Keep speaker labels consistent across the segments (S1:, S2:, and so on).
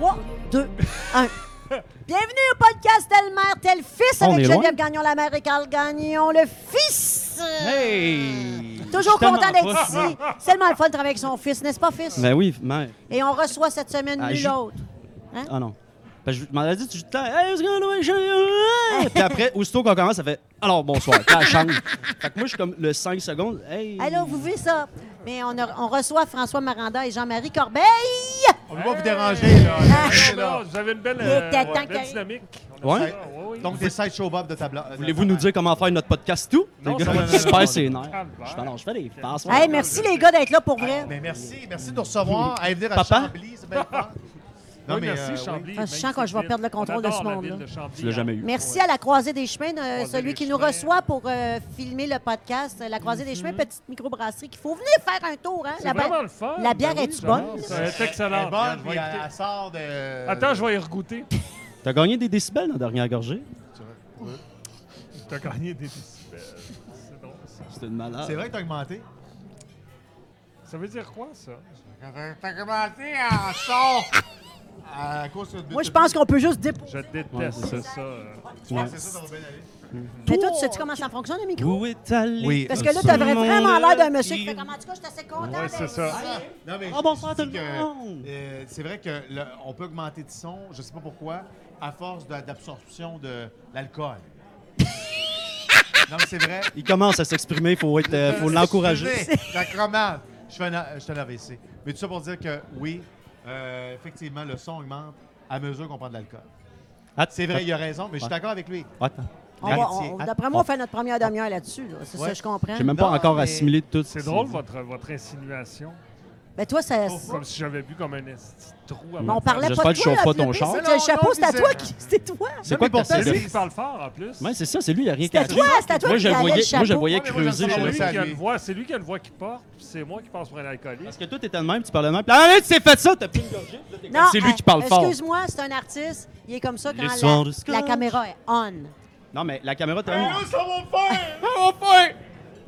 S1: 3, 2, 1. Bienvenue au podcast Tel mère, tel fils
S2: Ah, On
S1: avec
S2: est
S1: Geneviève
S2: loin.
S1: Gagnon, la mère et Carl Gagnon, le fils.
S2: Hey!
S1: Toujours
S2: Je suis
S1: content
S2: tellement
S1: d'être
S2: proche.
S1: ici. C'est tellement le fun de travailler avec son fils, n'est-ce pas, fils?
S2: Ben oui, mère.
S1: Et on reçoit cette semaine
S2: Ah,
S1: nul
S2: j'ai-
S1: autre. Hein?
S2: Ah non. Parce que je m'en avais dit tout le temps, hey, let's go, loin, chérie! Puis après, aussitôt qu'on commence, ça fait, alors bonsoir, la change. Fait que moi, je suis comme le 5 secondes, hey!
S1: Alors, vous vivez ça. Mais on, a- on reçoit François Maranda et Jean-Marie Corbeil.
S3: On ne veut pas vous déranger, là. Allez,
S4: Non,
S3: là.
S4: vous avez une belle,
S1: Il était
S4: euh,
S1: temps
S4: ouais, belle
S1: qu'il arrive.
S4: dynamique. On aime
S2: Ouais?
S4: ça, ouais, ouais.
S3: Donc, des side show Bob de ta blague.
S2: Voulez-vous nous dire comment faire notre podcast tout?
S4: Non,
S2: les
S4: ça
S2: gars,
S4: va,
S2: je suis
S4: non, non,
S2: super
S4: non.
S2: sénère. Je fais, non, je fais des passes.
S1: Hey, merci les gars d'être là pour vrai.
S3: Mais merci, merci de nous recevoir. Allez venir à
S2: Papa?
S3: Chambly, c'est bien le fun.
S4: Oui, merci,
S3: euh,
S4: Chambly.
S1: Ah, je sens
S4: magnifique
S1: que je vais
S4: ville.
S1: perdre le contrôle de
S4: On
S1: ce
S4: adore la
S1: monde-là.
S4: ville de Chambly.
S2: Tu l'as jamais eu.
S1: Merci à la Croisée des Chemins, de-
S4: Croisée
S1: celui
S4: des
S1: qui nous
S4: Chemins. Mhm.
S1: reçoit pour euh, filmer le podcast. euh, La Croisée des Chemins, petite microbrasserie qu'il faut venir faire un tour. Hein?
S4: C'est
S1: La bière-
S4: vraiment le fun.
S1: la bière
S4: Ben oui,
S1: est-tu
S4: je
S1: bonne?
S4: pense. C'est
S3: Elle est
S4: excellent.
S3: bonne,
S4: Regarde, je
S3: puis
S4: vais
S3: elle, elle
S4: écouter.
S3: sort de...
S4: Attends, je vais y regoûter.
S2: T'as gagné des décibels dans la dernière gorgée?
S4: T'as gagné des décibels. C'est drôle, ça.
S2: C'était une malade.
S3: C'est vrai que t'as augmenté?
S4: Ça veut dire quoi, ça?
S3: T'as augmenté en son! Euh, À cause de...
S1: Moi, je pense qu'on peut juste déposer.
S4: Je
S2: Ouais,
S4: déteste
S2: c'est
S4: ça. euh.
S2: Ouais.
S3: C'est ça, ça va bien aller.
S1: Mais toi, tu sais-tu comment ça fonctionne, le micro?
S2: Où est allé?
S3: Oui.
S1: Parce que là,
S2: ce
S1: t'avais vraiment
S2: monde-là
S1: l'air d'un monsieur qui
S2: qui-
S1: fait comme en tout cas, je suis assez content.
S4: Ouais, c'est
S1: d'être
S4: ça.
S1: ici.
S3: Non, mais
S2: Ah, bonsoir
S3: je me
S2: tout
S3: dis
S2: le
S3: que,
S2: monde.
S3: euh, c'est vrai que le- on peut augmenter de son, je sais pas pourquoi, à force de- d'absorption de l'alcool. non, mais c'est vrai.
S2: Il commence à s'exprimer, il faut, être, euh, faut l'encourager.
S3: Excusez, Sacrement. Je fais un, a- je fais un AVC. Mais tout ça pour dire que oui, euh, effectivement, le son augmente à mesure qu'on prend de l'alcool.
S2: Ah,
S3: C'est vrai, il a raison, mais je suis
S2: Ouais.
S3: d'accord avec lui.
S2: Attends.
S1: On va-
S3: Métier.
S1: on- D'après moi, on fait notre première demi-heure là-dessus. là. C'est ça,
S3: Ouais.
S1: je comprends.
S2: J'ai même pas
S3: Non,
S2: encore
S3: mais-
S2: assimilé tout.
S4: C'est drôle, votre, votre insinuation.
S1: Ben, toi, ça.
S4: Comme si j'avais bu comme un esti de trou
S1: Mais
S4: avant.
S1: on parlait
S2: J'espère
S1: pas de
S2: que je
S1: toi.
S2: chauffe pas
S1: là,
S2: ton
S1: Philippe.
S2: char.
S1: C'est
S3: Non,
S1: le chapeau,
S3: non,
S1: c'est à
S3: c'est-
S1: toi qui. C'était toi.
S2: C'est quoi que t'as
S4: C'est
S2: essayé
S4: lui
S2: de-
S4: qui parle fort, en plus.
S2: Ouais, c'est ça, c'est lui, il a rien
S1: C'est à
S2: catché.
S1: toi, c'est à toi
S2: Moi,
S1: qui
S2: je le
S1: avait le
S2: voyais,
S1: chapeau.
S2: moi, je le voyais
S3: Ouais, mais moi, je le
S2: creuser.
S3: sais,
S4: C'est
S3: je
S2: j'avais-
S4: lui
S3: le
S4: qui
S3: sais.
S4: a une voix, c'est lui qui a une voix qui porte, puis c'est moi qui pense pour un alcoolique.
S2: Parce que toi, t'étais de même, tu parlais de même. puis, Ah, là, tu t'es fait ça, t'as pris une gorgée. puis là, t'es comme- C'est lui
S1: euh,
S2: qui parle fort.
S1: Excuse-moi, c'est un artiste. Il est comme ça
S2: Les
S1: quand
S2: soirs
S1: la,
S2: de
S1: la
S2: scotch.
S1: caméra est on.
S2: Non, mais la caméra, t'as mis.
S3: ça va faire!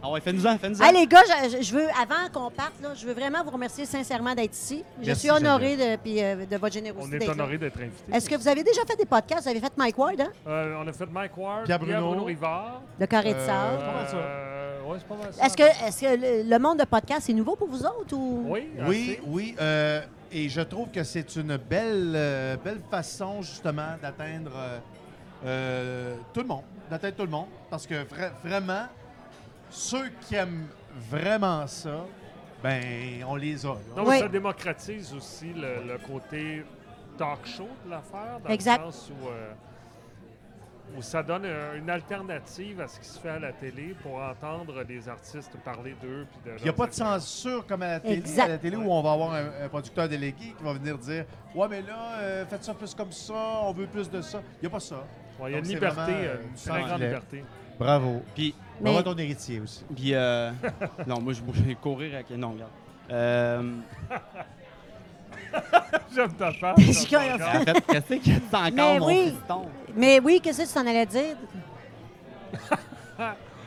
S2: Ah ouais, fais-nous-en, fais-nous-en.
S1: Hey, les gars, je, je- je veux, avant qu'on parte, là, je veux vraiment vous remercier sincèrement d'être ici. Je
S3: Merci,
S1: suis honorée de, puis, euh, de votre générosité.
S4: On est
S1: d'être là.
S4: honoré d'être invité.
S1: Est-ce que vous avez déjà fait des podcasts? Vous avez fait Mike Ward, hein?
S4: Euh, on a fait Mike Ward,
S3: Pierre
S4: Pierre
S3: Bruno.
S4: Bruno, Rivard.
S1: Le carré de
S3: Euh,
S1: sable.
S3: pas mal ça.
S4: Euh, ouais, c'est pas mal ça.
S1: Est-ce que, est-ce que le- le monde de podcast est nouveau pour vous autres? Ou...
S4: Oui,
S3: Oui,
S4: assez.
S3: oui. euh, et je trouve que c'est une belle, euh, belle façon, justement, d'atteindre euh, euh, tout le monde. D'atteindre tout le monde. Parce que vra- vraiment, ceux qui aiment vraiment ça, ben, on les a. là.
S4: Non,
S1: Oui.
S4: mais ça démocratise aussi le, le côté talk show de l'affaire, dans
S1: Exact.
S4: le sens où, euh, où ça donne un- une alternative à ce qui se fait à la télé pour entendre des artistes parler d'eux. puis de
S3: Il n'y a
S4: leurs
S3: pas de
S4: activités.
S3: censure comme à la télé.
S1: Exact.
S3: À la télé où on va avoir un, un producteur délégué qui va venir dire Ouais, mais là, euh, faites ça plus comme ça, on veut plus de ça. Il n'y a pas ça.
S4: Ouais, Il y a une
S3: Donc, c'est
S4: liberté,
S3: vraiment, euh,
S4: une
S3: sans
S4: très grande
S3: filet.
S4: liberté.
S3: Bravo.
S2: Puis,
S1: Mais-
S3: Bravo à ton héritier aussi.
S2: puis euh, non, moi, je voulais courir avec. Non, regarde. Euh,
S4: J'aime ta face.
S1: Je
S4: j'aime
S1: suis
S4: ton
S1: comme-
S4: regard.
S2: en fait, qu'est-ce que t'as encore,
S1: Mais
S2: mon
S1: oui.
S2: fiston?
S1: Mais oui, qu'est-ce que tu t'en allais dire?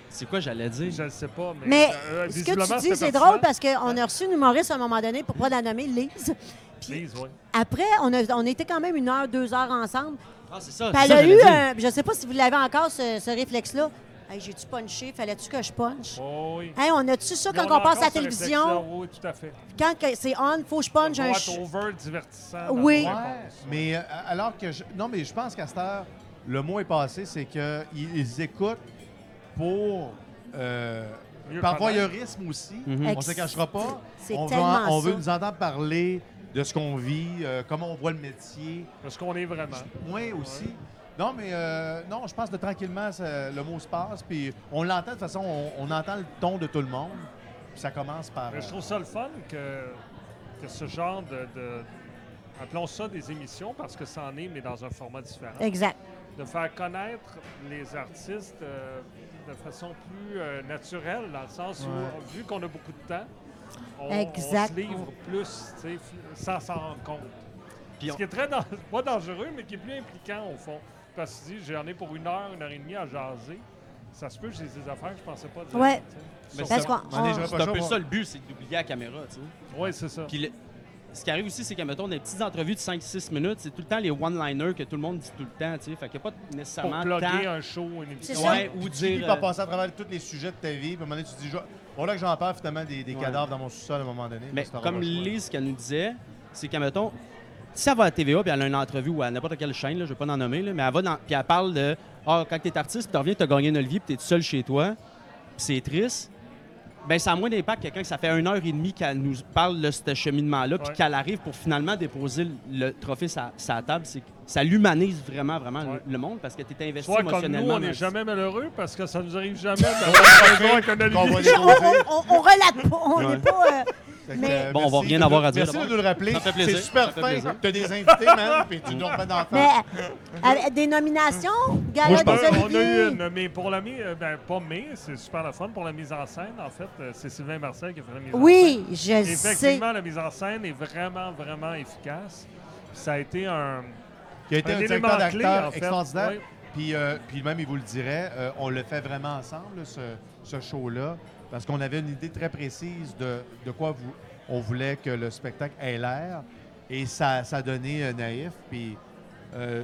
S2: C'est quoi, j'allais dire?
S4: Je ne sais pas, mais,
S1: Mais
S4: euh,
S1: ce que
S4: visiblement,
S1: tu dis,
S4: c'était
S1: c'est
S4: pertinent.
S1: drôle parce qu'on a reçu une humoriste à un moment donné, pour pas la nommer, Lise. Puis
S4: Lise, ouais.
S1: après, on, a, on était quand même une heure, deux heures ensemble.
S2: Ah, c'est ça.
S1: Puis
S2: c'est
S1: elle
S2: ça,
S1: a
S2: j'allais
S1: eu,
S2: dire.
S1: un- je sais pas si vous l'avez encore, ce, ce réflexe-là. Hey, J'ai-tu punché? Fallait-tu que je punche?
S4: Oh, oui.
S1: Hey, on a-tu ça
S4: Mais
S1: quand
S4: a
S1: on, passe à
S4: encore
S1: la
S4: ce
S1: télévision?
S4: réflexe-là, Oui, tout à fait.
S1: Quand que c'est on, faut que je punche
S4: Pour
S1: un
S4: être
S1: ch-
S4: over divertissant. dans
S1: Oui.
S4: nos
S3: Ouais,
S4: réponses.
S3: mais euh, alors que je, non, mais je pense qu'à cette heure, le mot est passé, c'est que ils, ils écoutent pour euh,
S4: Mieux
S3: par
S4: connaître.
S3: voyeurisme aussi.
S2: Mhm.
S3: On se cachera pas.
S1: C'est
S3: on veut,
S1: tellement
S3: on veut
S1: ça.
S3: nous entendre parler de ce qu'on vit, euh, comment on voit le métier.
S4: Parce qu'on est vraiment.
S3: Oui, aussi. Non, mais euh, non, je pense que tranquillement, ça- le mot se passe, puis on l'entend de toute façon, on, on entend le ton de tout le monde. Puis ça commence par. euh,
S4: Mais je trouve ça le fun que, que ce genre de, de- Appelons ça des émissions parce que ça en est, mais dans un format différent.
S1: Exact.
S4: De faire connaître les artistes euh, de façon plus euh, naturelle, dans le sens
S3: Ouais.
S4: où, vu qu'on a beaucoup de temps, on, on
S1: Exact.
S4: se livre plus, tu sais, fi- sans s'en rendre compte.
S2: Puis
S4: Ce
S2: on-
S4: qui est très dan- pas dangereux, mais qui est plus impliquant au fond. Parce que tu dis, j'en ai pour une heure, une heure et demie à jaser. Ça se peut, j'ai des affaires que je pensais pas dire.
S1: Ouais.
S4: tu sais.
S2: Mais
S4: Sur-
S1: Parce qu'on.
S3: on est
S1: on-
S3: jamais
S2: c'est un peu ça le but, c'est d'oublier la caméra, tu sais.
S4: Ouais, c'est ça.
S2: Puis le- ce qui arrive aussi, c'est qu'à mettons des petites entrevues de 5-6 minutes, c'est tout le temps les one-liners que tout le monde dit tout le temps, tu sais. Fait qu'il n'y a pas
S4: Pour
S2: nécessairement
S4: plugger
S2: tant...
S4: un show, une
S1: C'est
S4: émission.
S1: ça.
S2: Ouais, ou
S3: Tu finis
S2: dire...
S3: par
S2: euh,
S3: passer à travers tous les sujets de ta vie, puis à un moment donné, tu te dis, je- voilà que j'en perds finalement des, des
S2: Ouais.
S3: cadavres dans mon sous-sol à un moment donné.
S2: Mais
S3: parce que t'auras
S2: comme
S3: pas le choix.
S2: Lise, ce qu'elle nous disait, c'est qu'à mettons, si elle va à TVA puis elle a une entrevue ou à n'importe quelle chaîne, là, je ne vais pas en nommer, là, mais elle va dans, puis elle parle de Ah, quand t'es artiste, puis tu reviens, tu as gagné un Olivier, puis tu es seul chez toi, puis c'est triste. Ben, ça a moins d'impact que quand ça fait une heure et demie qu'elle nous parle de ce cheminement-là, puis
S4: Ouais.
S2: qu'elle arrive pour finalement déposer le, le trophée sa, sa table. C'est que ça l'humanise vraiment, vraiment le-
S4: Ouais.
S2: le, monde parce que tu es
S4: Tu
S2: investi
S4: vois, comme
S2: émotionnellement.
S4: nous, on
S2: dans le-
S4: n'est jamais malheureux parce que ça nous arrive jamais d'avoir raison avec un
S3: Qu'on
S4: Olivier.
S3: va déposer.
S1: On, on- on relate pas, on n'est
S2: Ouais.
S1: pas... euh,
S3: Fait que,
S1: Mais-
S3: euh,
S2: Bon, on va
S3: merci
S2: rien
S3: de-
S2: avoir à dire,
S3: Merci de
S2: d'abord.
S3: nous le rappeler.
S2: Ça fait
S3: C'est
S2: plaisir,
S3: super
S2: ça fait
S3: fin.
S2: plaisir. Mm.
S3: T'as des invités, man, puis tu nous remets dans la face.
S1: mais euh, des nominations,
S2: Moi,
S1: gala
S2: je pense-
S1: des
S4: Ben, on a
S1: Oliviers.
S4: eu une, mais pour la mise, ben pas mais, c'est super la fun pour la mise en scène, en fait. euh, C'est Sylvain Marcel qui a fait la mise en scène.
S1: Oui, je sais.
S4: Effectivement, la mise en scène est vraiment, vraiment efficace. Puis Ça a été un.
S3: Qui a été
S4: Un
S3: un,
S4: élément
S3: directeur
S4: clé,
S3: d'acteur
S4: en fait.
S3: extraordinaire.
S4: Oui.
S3: Puis, euh, puis même, il vous le dirait, euh, on le fait vraiment ensemble, là, ce, ce show-là, parce qu'on avait une idée très précise de, de quoi vous, on voulait que le spectacle ait l'air. Et ça, ça a donné euh, naïf. Puis euh,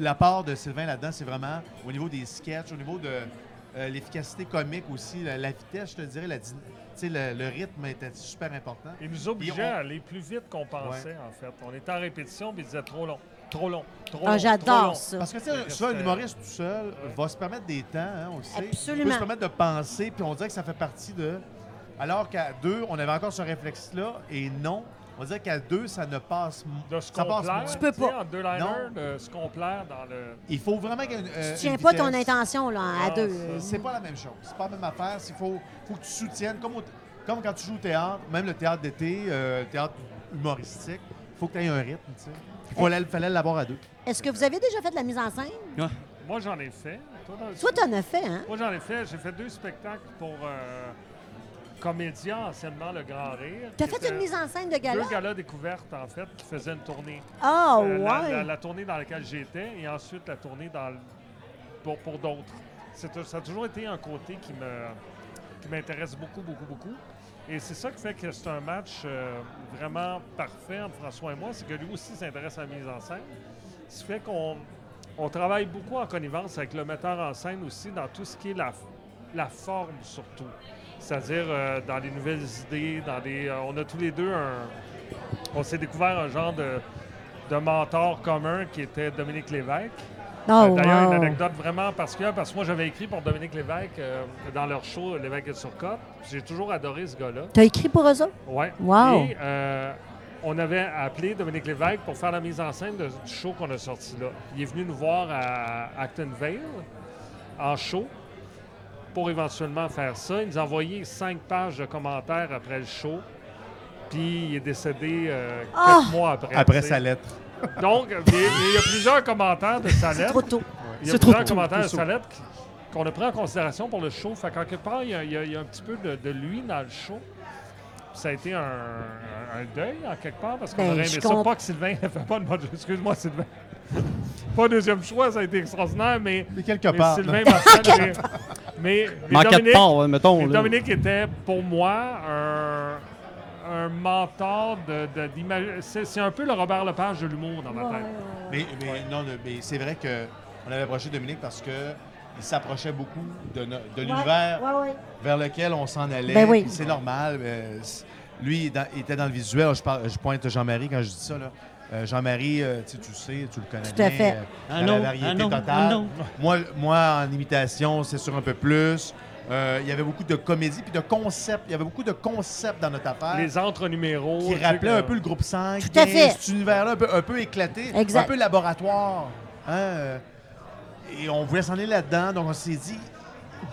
S3: la part de Sylvain là-dedans, c'est vraiment au niveau des sketchs, au niveau de euh, l'efficacité comique aussi, la, la vitesse, je te dirais, la, dyn- tu sais, le, le rythme était super important.
S4: Il nous obligeait
S3: Et on-
S4: à aller plus vite qu'on pensait, en fait. On était en répétition, mais il disait trop long, trop long,
S1: Ah,
S4: trop long. trop long.
S1: J'adore ça.
S3: Parce que, tu sais, souvent, un humoriste tout seul va se permettre des temps, hein, on le sait.
S1: Absolument.
S3: Il peut se permettre de penser, puis on dirait que ça fait partie de. Alors qu'à deux, on avait encore ce réflexe-là, et non. On dirait qu'à deux, ça ne passe.
S4: De ce
S3: ça
S4: qu'on
S3: passe
S4: plaire.
S3: moins.
S1: Tu peux
S4: sais,
S1: pas.
S4: En deux liners, de ce qu'on plaire dans le.
S3: Il faut vraiment qu'il y ait une.
S1: Tu
S3: euh,
S1: tiens
S3: une
S1: pas ton
S3: vitesse.
S1: intention là, à
S4: Non,
S1: deux.
S3: C'est pas la même chose. C'est pas la même affaire. Il faut, faut que tu soutiennes. Comme, au- comme quand tu joues au théâtre, même le théâtre d'été, euh, le théâtre humoristique, il faut que tu aies un rythme, tu sais. Il fallait, fallait l'avoir à deux.
S1: Est-ce que vous avez déjà fait de la mise en scène?
S4: Moi, j'en ai fait. Toi, dans-
S1: Toi, t'en as fait, hein?
S4: Moi, j'en ai fait. J'ai fait deux spectacles pour euh, comédiens, anciennement Le Grand Rire.
S1: T'as
S4: qui
S1: fait
S4: était
S1: une mise en scène de gala?
S4: Deux galas découvertes, en fait, qui faisaient une tournée.
S1: Ah,
S4: Euh, la- la,
S1: ouais.
S4: la tournée dans laquelle j'étais et ensuite la tournée dans le- pour, pour d'autres. C'est- Ça a toujours été un côté qui me qui m'intéresse beaucoup, beaucoup, beaucoup. Et c'est ça qui fait que c'est un match euh, vraiment parfait entre François et moi, c'est que lui aussi s'intéresse à la mise en scène. Ce qui fait qu'on on travaille beaucoup en connivence avec le metteur en scène aussi dans tout ce qui est la, la forme surtout. C'est-à-dire euh, dans les nouvelles idées, dans des. euh, on a tous les deux un. On s'est découvert un genre de, de mentor commun qui était Dominique Lévesque.
S1: Ah,
S4: Euh, D'ailleurs, une
S1: ouais.
S4: anecdote vraiment particulière, parce que moi, j'avais écrit pour Dominique Lévesque euh, dans leur show Lévesque et Surcotte. J'ai toujours adoré ce gars-là.
S1: T'as écrit pour eux autres?
S4: Ouais.
S1: Wow.
S4: Et euh, on avait appelé Dominique Lévesque pour faire la mise en scène de- du show qu'on a sorti là. Il est venu nous voir à Acton Vale en show pour éventuellement faire ça. Il nous a envoyé cinq pages de commentaires après le show. Puis il est décédé euh,
S1: Ah!
S4: quatre mois après.
S3: Après
S4: tu sais.
S3: sa lettre.
S4: Donc, mais- mais il y a plusieurs commentaires de sa
S1: C'est
S4: lettre.
S1: trop tôt.
S4: Il y a
S2: C'est trop
S4: plusieurs
S2: tôt,
S4: commentaires
S2: trop
S4: de sa lettre qui- qu'on a pris en considération pour le show. Fait qu'en quelque part, il y, a, il y a- il y a un petit peu de, de lui dans le show. Ça a été un, un- un deuil, en quelque part, parce qu'on
S1: Ben,
S4: aurait
S1: je
S4: aimé ça.
S1: comp-
S4: Pas que Sylvain ne fait pas de mode. Excuse-moi, Sylvain. pas deuxième choix, ça a été extraordinaire, mais,
S3: Mais quelque
S4: mais
S3: part. là.
S4: Sylvain Marcel. mais, mais, mais
S2: Mais en quatre
S4: Dominique,
S2: parts, hein, mettons.
S4: mais
S2: là.
S4: Dominique était pour moi un, un mentor de. de- d'image- c'est c'est un peu le Robert Lepage de l'humour dans ma tête.
S3: Mais, mais non, le- mais c'est vrai qu'on avait approché Dominique parce que il s'approchait beaucoup de, no- de l'univers
S1: Ouais, ouais.
S3: vers lequel on s'en allait.
S1: Ben oui.
S3: Puis C'est normal. euh, c- lui, il est dans- il était dans le visuel. Je, parle- je pointe Jean-Marie quand je dis ça. là. Euh, Jean-Marie, euh, tu sais, tu le sais, tu le connais
S1: Tout à
S3: bien,
S1: fait.
S3: euh,
S2: Ah
S3: dans
S2: non,
S3: la variété
S2: ah non, ah
S3: totale.
S2: non.
S3: Moi, moi, en imitation, c'est sûr un peu plus. Euh, il y avait beaucoup de comédie puis de concepts. Il y avait beaucoup de concepts dans notre affaire
S4: Les entre-numéros.
S3: Ah. qui
S4: tu sais,
S3: rappelait un
S4: que-
S3: peu le groupe 5.
S1: Tout à
S3: 15,
S1: fait.
S3: Cet univers-là, un peu, un peu éclaté,
S1: Exact.
S3: un peu laboratoire. hein, euh, Et on voulait s'en aller là-dedans, donc on s'est dit,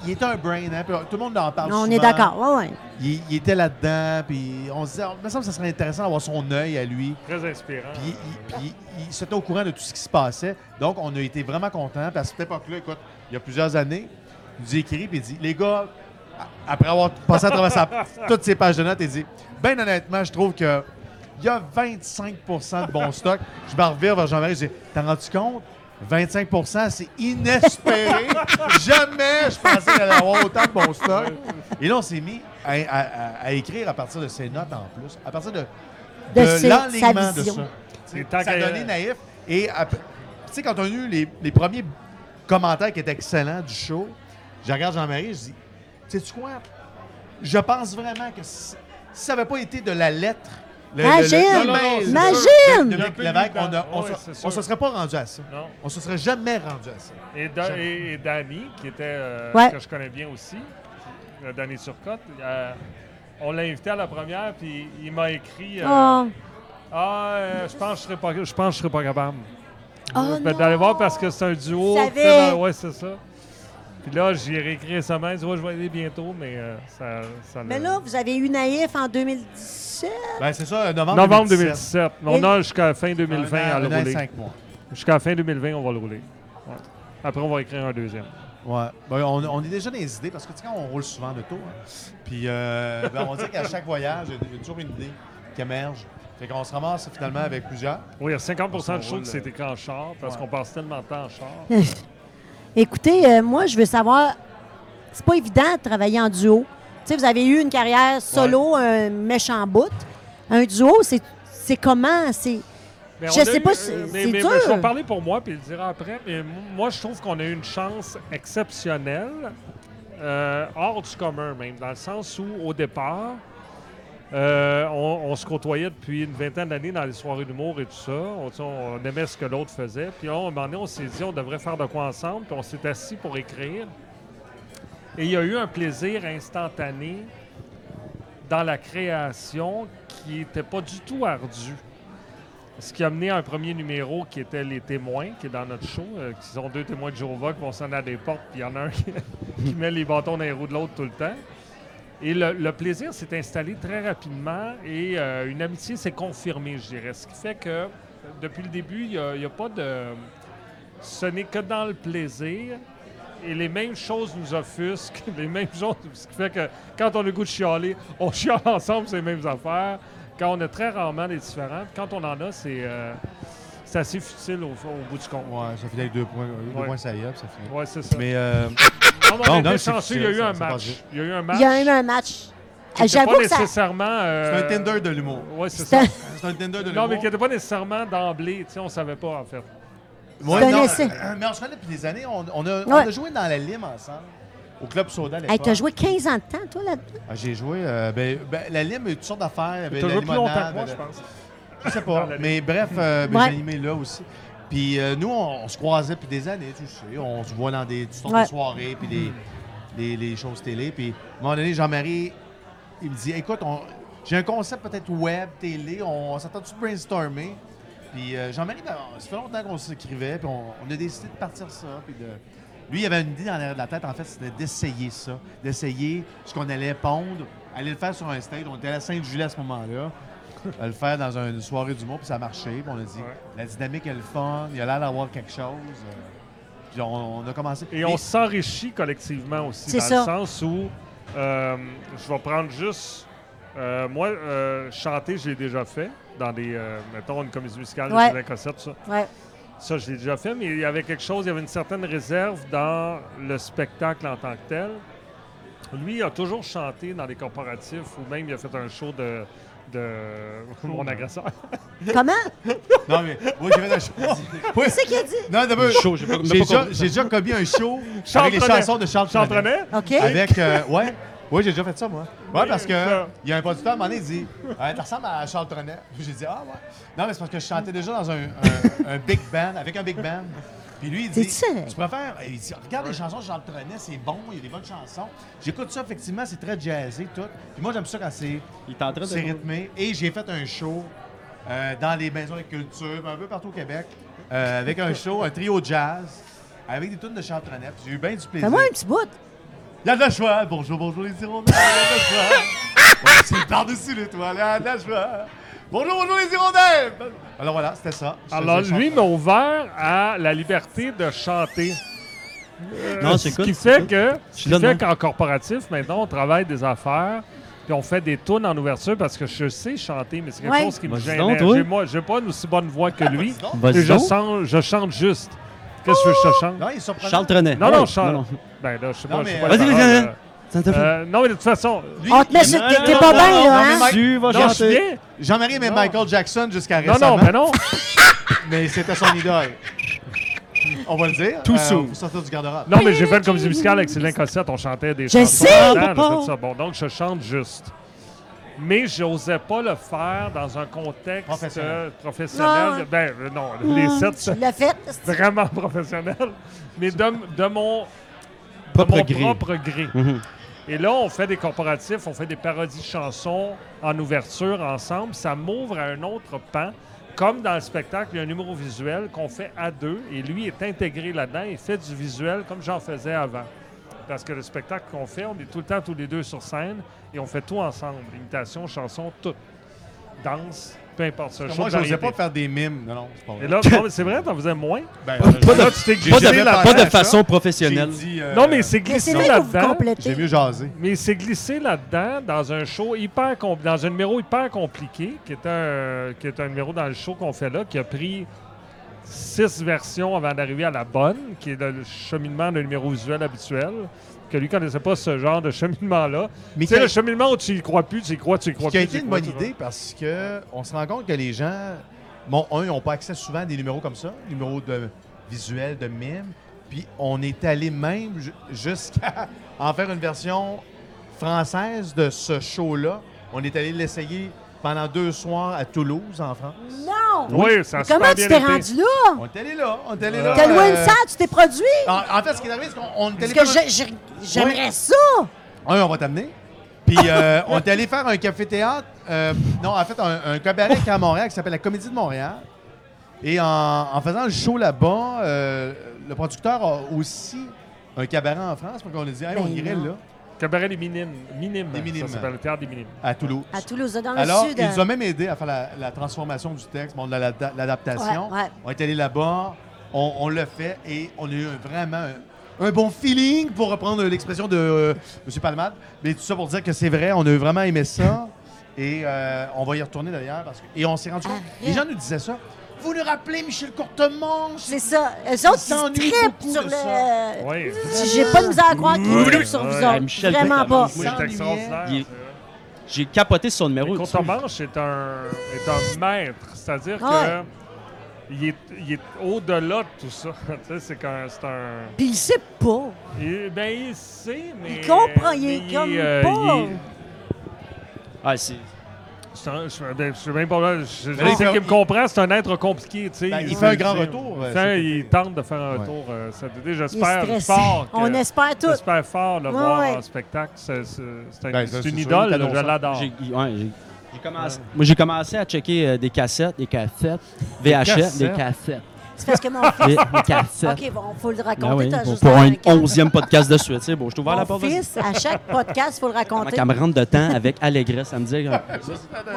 S3: il était un brain, hein, puis tout le monde en parle
S1: On est
S3: souvent.
S1: d'accord. Ouais, ouais.
S3: Il, il était là-dedans, puis on se disait, Ah, il me semble que ça serait intéressant d'avoir son œil à lui.
S4: Très inspirant.
S3: Puis, il, puis il- il se tenait au courant de tout ce qui se passait. Donc, on a été vraiment contents. Puis à cette époque-là, écoute, il y a plusieurs années, il nous a écrit puis il dit Les gars, a- après avoir passé à travers sa- toutes ces pages de notes, il dit Ben honnêtement, je trouve que il y a 25 de bon stock. Je me revire vers Jean-Marie, je dis T'en rends-tu compte 25 c'est inespéré. Jamais je pensais qu'il allait avoir autant de bon stock. Et là, on s'est mis à, à- à- à écrire à partir de ces notes en plus, à partir de
S1: De
S3: de,
S1: ce-
S3: Euh, l'enlignement
S1: sa
S3: de
S1: vision.
S3: ça.
S4: Et
S3: T'sais,
S4: tant
S3: Ça a
S4: qu'à-
S3: donné naïf. Et après- tu sais, quand on a eu les, les premiers commentaires qui étaient excellents du show, je regarde Jean-Marie, je dis Sais-tu quoi Je pense vraiment que si si ça n'avait pas été de la lettre. le- le- le-
S1: Imagine!
S3: l'email
S4: c'est
S1: Imagine!
S3: de- de
S4: Il y a un
S3: Mick
S4: peu
S3: Lévesque,
S4: dedans.
S3: on a- on
S4: Ouais,
S3: se-
S4: c'est
S3: on
S4: sûr.
S3: se serait pas rendu à ça.
S4: Non.
S3: On se serait jamais rendu à ça.
S4: Et, Da-
S3: J'aime.
S4: et- et Danny, qui était euh,
S1: Ouais.
S4: que je connais bien aussi, euh, Danny Turcotte, euh, on l'a invité à la première, puis il m'a écrit euh,
S1: Oh,
S4: Ah, euh, je pense que je serais pas- je pense que je serais pas capable.
S1: Oh
S4: Ben,
S1: non!
S4: D'aller voir parce que c'est un duo.
S1: Je
S4: tu sais,
S1: savais!
S4: ben, ouais, c'est ça. Puis là, j'ai réécrit récemment, il dit, ouais, je vais aller bientôt, mais euh, ça, ça
S1: Mais
S4: le-
S1: là, vous avez eu Naïf en 2017.
S3: Ben, c'est ça, novembre,
S4: Novembre 2017. Mais
S1: Et-
S4: On a jusqu'à fin 2020
S3: Un an-
S4: à le
S3: un an et
S4: rouler.
S3: cinq mois.
S4: Jusqu'à fin 2020, on va le rouler. Ouais. Après, on va écrire un deuxième.
S3: Ouais. Ben, on, on est déjà dans les idées parce que tu sais, quand on roule souvent de taux, hein, puis euh, ben, on dit qu'à chaque voyage, il y a- il y a toujours une idée qui émerge. Fait qu'on se ramasse finalement avec plusieurs.
S4: Oui, il y a 50
S3: Parce qu'on
S4: de choses
S3: roule,
S4: qui c'est
S3: euh,
S4: écrit en char parce
S3: ouais.
S4: qu'on passe tellement de temps en char.
S1: Écoutez, euh, moi, je veux savoir, c'est pas évident de travailler en duo. Tu sais, vous avez eu une carrière solo, un méchant bout. Un duo, c'est c'est comment? C'est
S4: Mais
S1: Je
S4: on a
S1: sais
S4: eu-
S1: pas si-
S4: euh,
S1: c'est
S4: mais, mais-
S1: dur.
S4: mais je vais en parler pour moi puis le dire après. Mais m- moi, je trouve qu'on a eu une chance exceptionnelle, euh, hors du commun même, dans le sens où, au départ, euh, on, on se côtoyait depuis une vingtaine d'années dans les soirées d'humour et tout ça. On, tu sais, on aimait ce que l'autre faisait. Puis là, à un moment donné, on s'est dit on devrait faire de quoi ensemble. Puis on s'est assis pour écrire. Et il y a eu un plaisir instantané dans la création qui n'était pas du tout ardu. Ce qui a mené à un premier numéro qui était Les Témoins, qui est dans notre show, euh, qui sont deux témoins de Jéhovah qui vont sonner à des portes, puis il y en a un qui, qui met les bâtons dans les roues de l'autre tout le temps. Et le, le plaisir s'est installé très rapidement et euh, une amitié s'est confirmée, je dirais. Ce qui fait que euh, depuis le début, il n'y a, il y a pas de. Ce n'est que dans le plaisir. Et les mêmes choses nous offusquent, les mêmes choses. Ce qui fait que quand on a le goût de chialer, on chiale ensemble sur les mêmes affaires. Quand on a très rarement des différents, puis quand on en a, c'est euh, c'est assez futile au, au bout du compte.
S3: Ouais, ça finit avec deux points. euh, Deux
S4: Ouais.
S3: points, ça y est, ça finit.
S4: Ouais, c'est ça.
S3: Mais euh,
S4: Non, mais
S3: Bon,
S4: on était
S3: non, c'est
S4: chanceux, il y a
S3: futile,
S4: eu
S3: ça-
S4: un
S3: ça passe
S4: match.
S3: vite.
S4: Il y a eu un match.
S1: il y a eu un match.
S4: qui était
S1: J'avoue
S4: pas
S1: que ça.
S4: nécessairement.
S3: c'est un
S4: euh,
S3: Tinder de l'humour.
S4: Ouais, c'est
S1: C'est
S4: ça.
S1: un-
S3: C'est un Tinder de l'humour.
S4: Non, mais qui n'était pas nécessairement d'emblée. Tu sais, on savait pas, en fait.
S3: Ouais,
S1: C'est un
S3: non,
S1: essai.
S3: euh, mais on se connaît depuis des années. On, on a, on
S1: Ouais.
S3: a joué dans la lime ensemble, au Club Soda. à
S1: Hey,
S3: l'époque.
S1: t'as joué 15 ans de temps, toi, là-dedans?
S3: Ah, J'ai joué. euh, ben, ben, la lime, il y a toutes sortes d'affaires. Ben,
S4: Tu as
S3: la
S4: joué plus longtemps que moi,
S3: limonade,
S4: je
S3: la-
S4: pense.
S3: Je sais pas.
S4: Dans la
S3: Mais bref, euh, ben,
S1: Ouais.
S3: j'ai animé là aussi. Puis euh, nous, on, on se croisait depuis des années, tu sais. On se voit dans des, toutes sortes
S1: Ouais.
S3: de soirées, puis des,
S4: Hmm.
S3: des- les choses télé. Puis à un moment donné, Jean-Marie, il me dit Écoute, on- j'ai un concept peut-être web, télé, on, s'attend-tu de brainstormer Puis euh, Jean-Marie, ben, ça fait longtemps qu'on s'écrivait, puis on, on a décidé de partir ça. Puis de... Lui, il avait une idée dans l'arrière de la tête, en fait, c'était d'essayer ça, d'essayer ce qu'on allait pondre, aller le faire sur un stage. On était à la Sainte-Julie à ce moment-là à le faire dans une soirée d'humour, puis ça a marché. Puis on a dit,
S4: Ouais.
S3: la dynamique est le fun, il a l'air d'avoir quelque chose. Euh, Puis on, on a commencé.
S4: Et on s'enrichit collectivement aussi,
S1: C'est
S4: dans
S1: ça.
S4: le sens où euh, je vais prendre juste. euh, moi, euh, chanter, j'ai déjà fait dans des. euh, mettons, une comédie musicale,
S1: Ouais.
S4: de Sylvain Cossette, ça.
S1: Ouais.
S4: Ça, je l'ai déjà fait, mais il y avait quelque chose, il y avait une certaine réserve dans le spectacle en tant que tel. Lui, il a toujours chanté dans des corporatifs ou même il a fait un show de. de
S2: hein.
S4: mon agresseur.
S1: Comment?
S3: Non, mais oui, j'ai fait un show. Oui.
S1: C'est qu'il a dit?
S3: Non, d'abord,
S2: Show, j'ai pas- même pas
S3: j'ai déjà,
S2: compris.
S3: j'ai déjà commis un show avec
S4: Chantrenet.
S3: les chansons de Charles Trenet.
S4: Chantrenet?
S1: OK.
S3: Avec, euh, ouais, ouais, j'ai déjà fait ça, moi. Ouais,
S4: Oui,
S3: parce que
S4: ça.
S3: il y a un producteur, à un moment donné, il dit Euh, Tu ressembles à Charles Trenet. Puis j'ai dit Ah, ouais. Non, mais c'est parce que je chantais déjà dans un, un- un big band, avec un big band. Puis lui, il dit
S1: T'es-tu sérieux?
S3: Tu préfères Il dit Regarde les chansons de Charles Trenet, c'est bon, il y a des bonnes chansons. J'écoute ça, effectivement, c'est très jazzé, tout. Puis moi, j'aime ça quand c'est
S2: Il est en train de-
S3: c'est rythmé. Et j'ai fait un show euh, dans les maisons de culture, un peu partout au Québec, euh, avec un show, un trio jazz, avec des tunes de Charles Trenet. Puis J'ai eu bien du plaisir.
S1: Fais-moi un petit bout.
S3: Il y a de la joie. Bonjour, bonjour les Hirondelles. Il y a de la joie. Ouais, C'est par-dessus l'étoile. Il y a de la joie. Bonjour, bonjour les Hirondelles. Alors voilà, c'était ça. Je
S4: Alors,
S3: faisais
S4: lui
S3: chanter.
S4: m'a ouvert à la liberté de chanter. Euh,
S2: Non,
S4: ce
S2: j'écoute,
S4: qui
S2: j'écoute.
S4: fait que,
S2: Je
S4: ce
S2: suis
S4: qui
S2: là,
S4: fait
S2: non.
S4: qu'en corporatif, maintenant, on travaille des affaires, puis on fait des tunes en ouverture parce que je sais chanter, mais c'est quelque
S1: Ouais.
S4: chose qui me
S2: Vas-y
S4: gênait.
S2: donc, toi.
S4: J'ai- Moi, j'ai pas une aussi bonne voix que lui.
S2: Vas-y
S4: Et je,
S2: donc.
S4: sens- je chante juste. Qu'est-ce que je chante?
S3: Non, il est surprenant.
S2: Charles Trenet.
S4: Non,
S2: Ah
S4: non,
S2: oui,
S4: Charles. Ben là, je sais
S3: Non,
S4: pas, je sais
S3: mais,
S4: pas
S3: euh,
S4: les
S2: vas-y,
S4: paroles,
S2: vas-y,
S4: euh.
S2: Ça t'a fait-
S4: Euh, non, mais de toute façon,
S3: Lui,
S1: On te met
S3: il-
S1: sur-
S2: Non,
S1: T'es
S2: non,
S1: pas
S2: non,
S1: bien,
S2: non,
S1: là,
S2: mais
S1: hein?
S2: Mike, Tu vas
S4: non, je suis
S2: chanter.
S4: bien.
S3: Jean-Marie aimait
S4: Non.
S3: Michael Jackson jusqu'à
S4: Non,
S3: récemment.
S4: non, mais non.
S3: Mais c'était son idole. On va le dire.
S2: Too soon.
S3: Faut sortir du garde-robe.
S4: Non, mais j'ai fait une comédie musicale avec Sylvain Cossette. On chantait des
S1: Je sais,
S4: en même temps,
S1: papa.
S4: on a fait ça. Bon, donc je chante juste. Mais j'osais pas le faire dans un contexte
S3: Professionnel.
S4: euh,
S1: Non.
S4: professionnel. Ben euh, non, les sets,
S1: Tu
S4: c'est
S1: l'as fait. c'est-
S4: vraiment professionnel. Mais de, de mon, de
S2: Propre
S4: mon
S2: gré.
S4: propre gré.
S2: Mhm.
S4: Et là, on fait des corporatifs, on fait des parodies de chansons en ouverture ensemble. Ça m'ouvre à un autre pan. Comme dans le spectacle, il y a un numéro visuel qu'on fait à deux et lui est intégré là-dedans et fait du visuel comme j'en faisais avant. Parce que le spectacle qu'on fait, on est tout le temps tous les deux sur scène et on fait tout ensemble. Imitation, chanson, tout. Danse, peu importe. ce show
S3: Moi,
S4: de
S3: je n'osais
S4: variété.
S3: pas faire des mimes. Non, non, c'est pas vrai.
S4: Et là, non, mais c'est vrai, t'en faisais moins.
S3: Ben,
S2: Pas
S3: euh,
S2: de-
S4: Là, tu t'es
S3: j'ai
S2: pas de-
S4: glissé
S3: jamais
S4: là-
S2: Pas de
S3: pensé à
S2: façon
S3: ça.
S2: professionnelle.
S3: J'ai dit, euh,
S4: Non, mais c'est
S1: Mais
S4: glissé
S1: c'est vrai que vous vous
S4: là-dedans.
S3: J'ai
S1: complétez.
S3: mieux jasé.
S4: Mais il s'est glissé là-dedans dans un show hyper compl- dans un numéro hyper compliqué, qui est un, qui est un numéro dans le show qu'on fait là, qui a pris six versions avant d'arriver à la bonne, qui est le cheminement de numéro visuel habituel. Que lui connaissait pas ce genre de cheminement-là.
S3: Mais
S4: Tu sais,
S3: qui a-
S4: le cheminement où tu y crois plus, tu y crois, tu y crois
S3: qui a
S4: plus.
S3: été
S4: tu y
S3: une
S4: crois,
S3: bonne
S4: tu y crois.
S3: idée parce que on se rend compte que les gens, bon, un, ils n'ont pas accès souvent à des numéros comme ça, numéros de visuels, de mimes. Puis on est allé même ju- jusqu'à en faire une version française de ce show-là. On est allé l'essayer pendant deux soirs à Toulouse, en France.
S1: Non!
S4: Oui, ça a super
S1: Comment
S4: bien
S1: tu t'es
S4: été.
S1: rendu là?
S3: On est allé là, on est allé
S4: Euh,
S3: là.
S1: T'as loué une
S3: euh,
S1: salle, tu t'es produit?
S3: En, en fait, ce qui est arrivé, c'est qu'on on est
S1: Parce
S3: allé
S1: que
S3: faire-
S1: j'ai- j'ai- j'aimerais ça!
S3: Un, on va t'amener. Puis euh, on est allé faire un café-théâtre, euh, non, en fait, un, un cabaret qui est à Montréal qui s'appelle la Comédie de Montréal. Et en, en faisant le show là-bas, euh, le producteur a aussi un cabaret en France. Donc on a dit, hey, on
S1: Ben
S3: irait
S1: non.
S3: là,
S4: Cabaret des Minimes. Minimes.
S3: Des Minimes.
S4: Ça s'appelle le théâtre des Minimes.
S3: à Toulouse.
S1: À Toulouse, dans le
S3: Alors,
S1: sud.
S3: il nous a même aidé à faire la, la transformation du texte, bon, de la- la- l'adaptation.
S1: Ouais, ouais.
S3: On est allé là-bas, on, on l'a fait et on a eu un- vraiment un, un bon feeling, pour reprendre l'expression de euh, M. Palmade. Mais tout ça pour dire que c'est vrai, on a vraiment aimé ça. et euh, on va y retourner d'ailleurs. Parce que, et on s'est rendu compte.
S1: Arrête.
S3: Les gens nous disaient ça. Vous nous rappelez Michel Courtemont?
S1: c'est ça. Eux autres,
S3: s'ennuient
S1: ils trippent
S3: beaucoup
S1: sur
S3: de
S1: le...
S4: Oui.
S1: J'ai pas de misère à croire qu'ils
S4: Ouais,
S1: trippent sur vous
S4: ouais.
S1: autres.
S2: Michel
S1: Vraiment
S2: Beckham,
S1: pas.
S2: c'est
S4: Moi, j'étais extraordinaire.
S2: Il-
S4: c'est vrai.
S2: J'ai capoté sur son
S4: Mais
S2: numéro.
S4: Courtemanche est un, est un maître, c'est-à-dire
S1: Ah Ouais.
S4: que il est, il est au-delà de tout ça. Tu sais, c'est qu'un- c'est un.
S1: Puis il sait pas.
S4: il- ben, il sait, mais.
S1: Il comprend, il est
S4: mais
S1: comme
S4: euh,
S1: pas.
S4: il est-
S2: Ah, c'est-
S4: c'est un- je, ben, je sais même pas. Je, je
S3: Mais là, il
S4: sais
S3: fait-
S4: qu'il me comprend, c'est un être compliqué. tu sais.
S3: Ben, il fait un grand
S4: il-
S3: retour,
S4: il
S3: euh,
S4: fait-
S3: cet
S4: il
S3: été.
S4: tente de faire un
S3: Ouais.
S4: retour. euh, cet été.
S1: Il est
S4: J'espère
S1: stressé.
S4: fort. que-
S1: On espère tout.
S4: J'espère fort le
S1: Ouais,
S4: voir
S1: ouais.
S4: en spectacle. C'est c'est- c'est un-
S3: Ben, ça,
S4: c'est
S3: c'est
S4: une
S3: sûr,
S4: idole,
S3: il est
S4: je
S3: annonçant.
S4: l'adore.
S2: j'ai- ouais, j'ai- j'ai commencé- Moi, j'ai commencé à checker euh, des cassettes, des cassettes, VHS, des
S4: cassettes.
S2: cassettes,
S1: C'est parce que mon fils...
S2: des, des cassettes.
S1: OK, bon, faut le
S2: Ah oui,
S1: raconter. t'as
S2: pour,
S1: juste
S2: pour un
S1: un
S2: onzième podcast de suite, c'est beau. Je t'ouvre la
S1: Mon
S2: porte. vas-y.
S1: fils, à chaque podcast, il faut le
S2: Comment
S1: raconter.
S2: qu'elle me rentre de temps avec allégresse, à me dire. euh,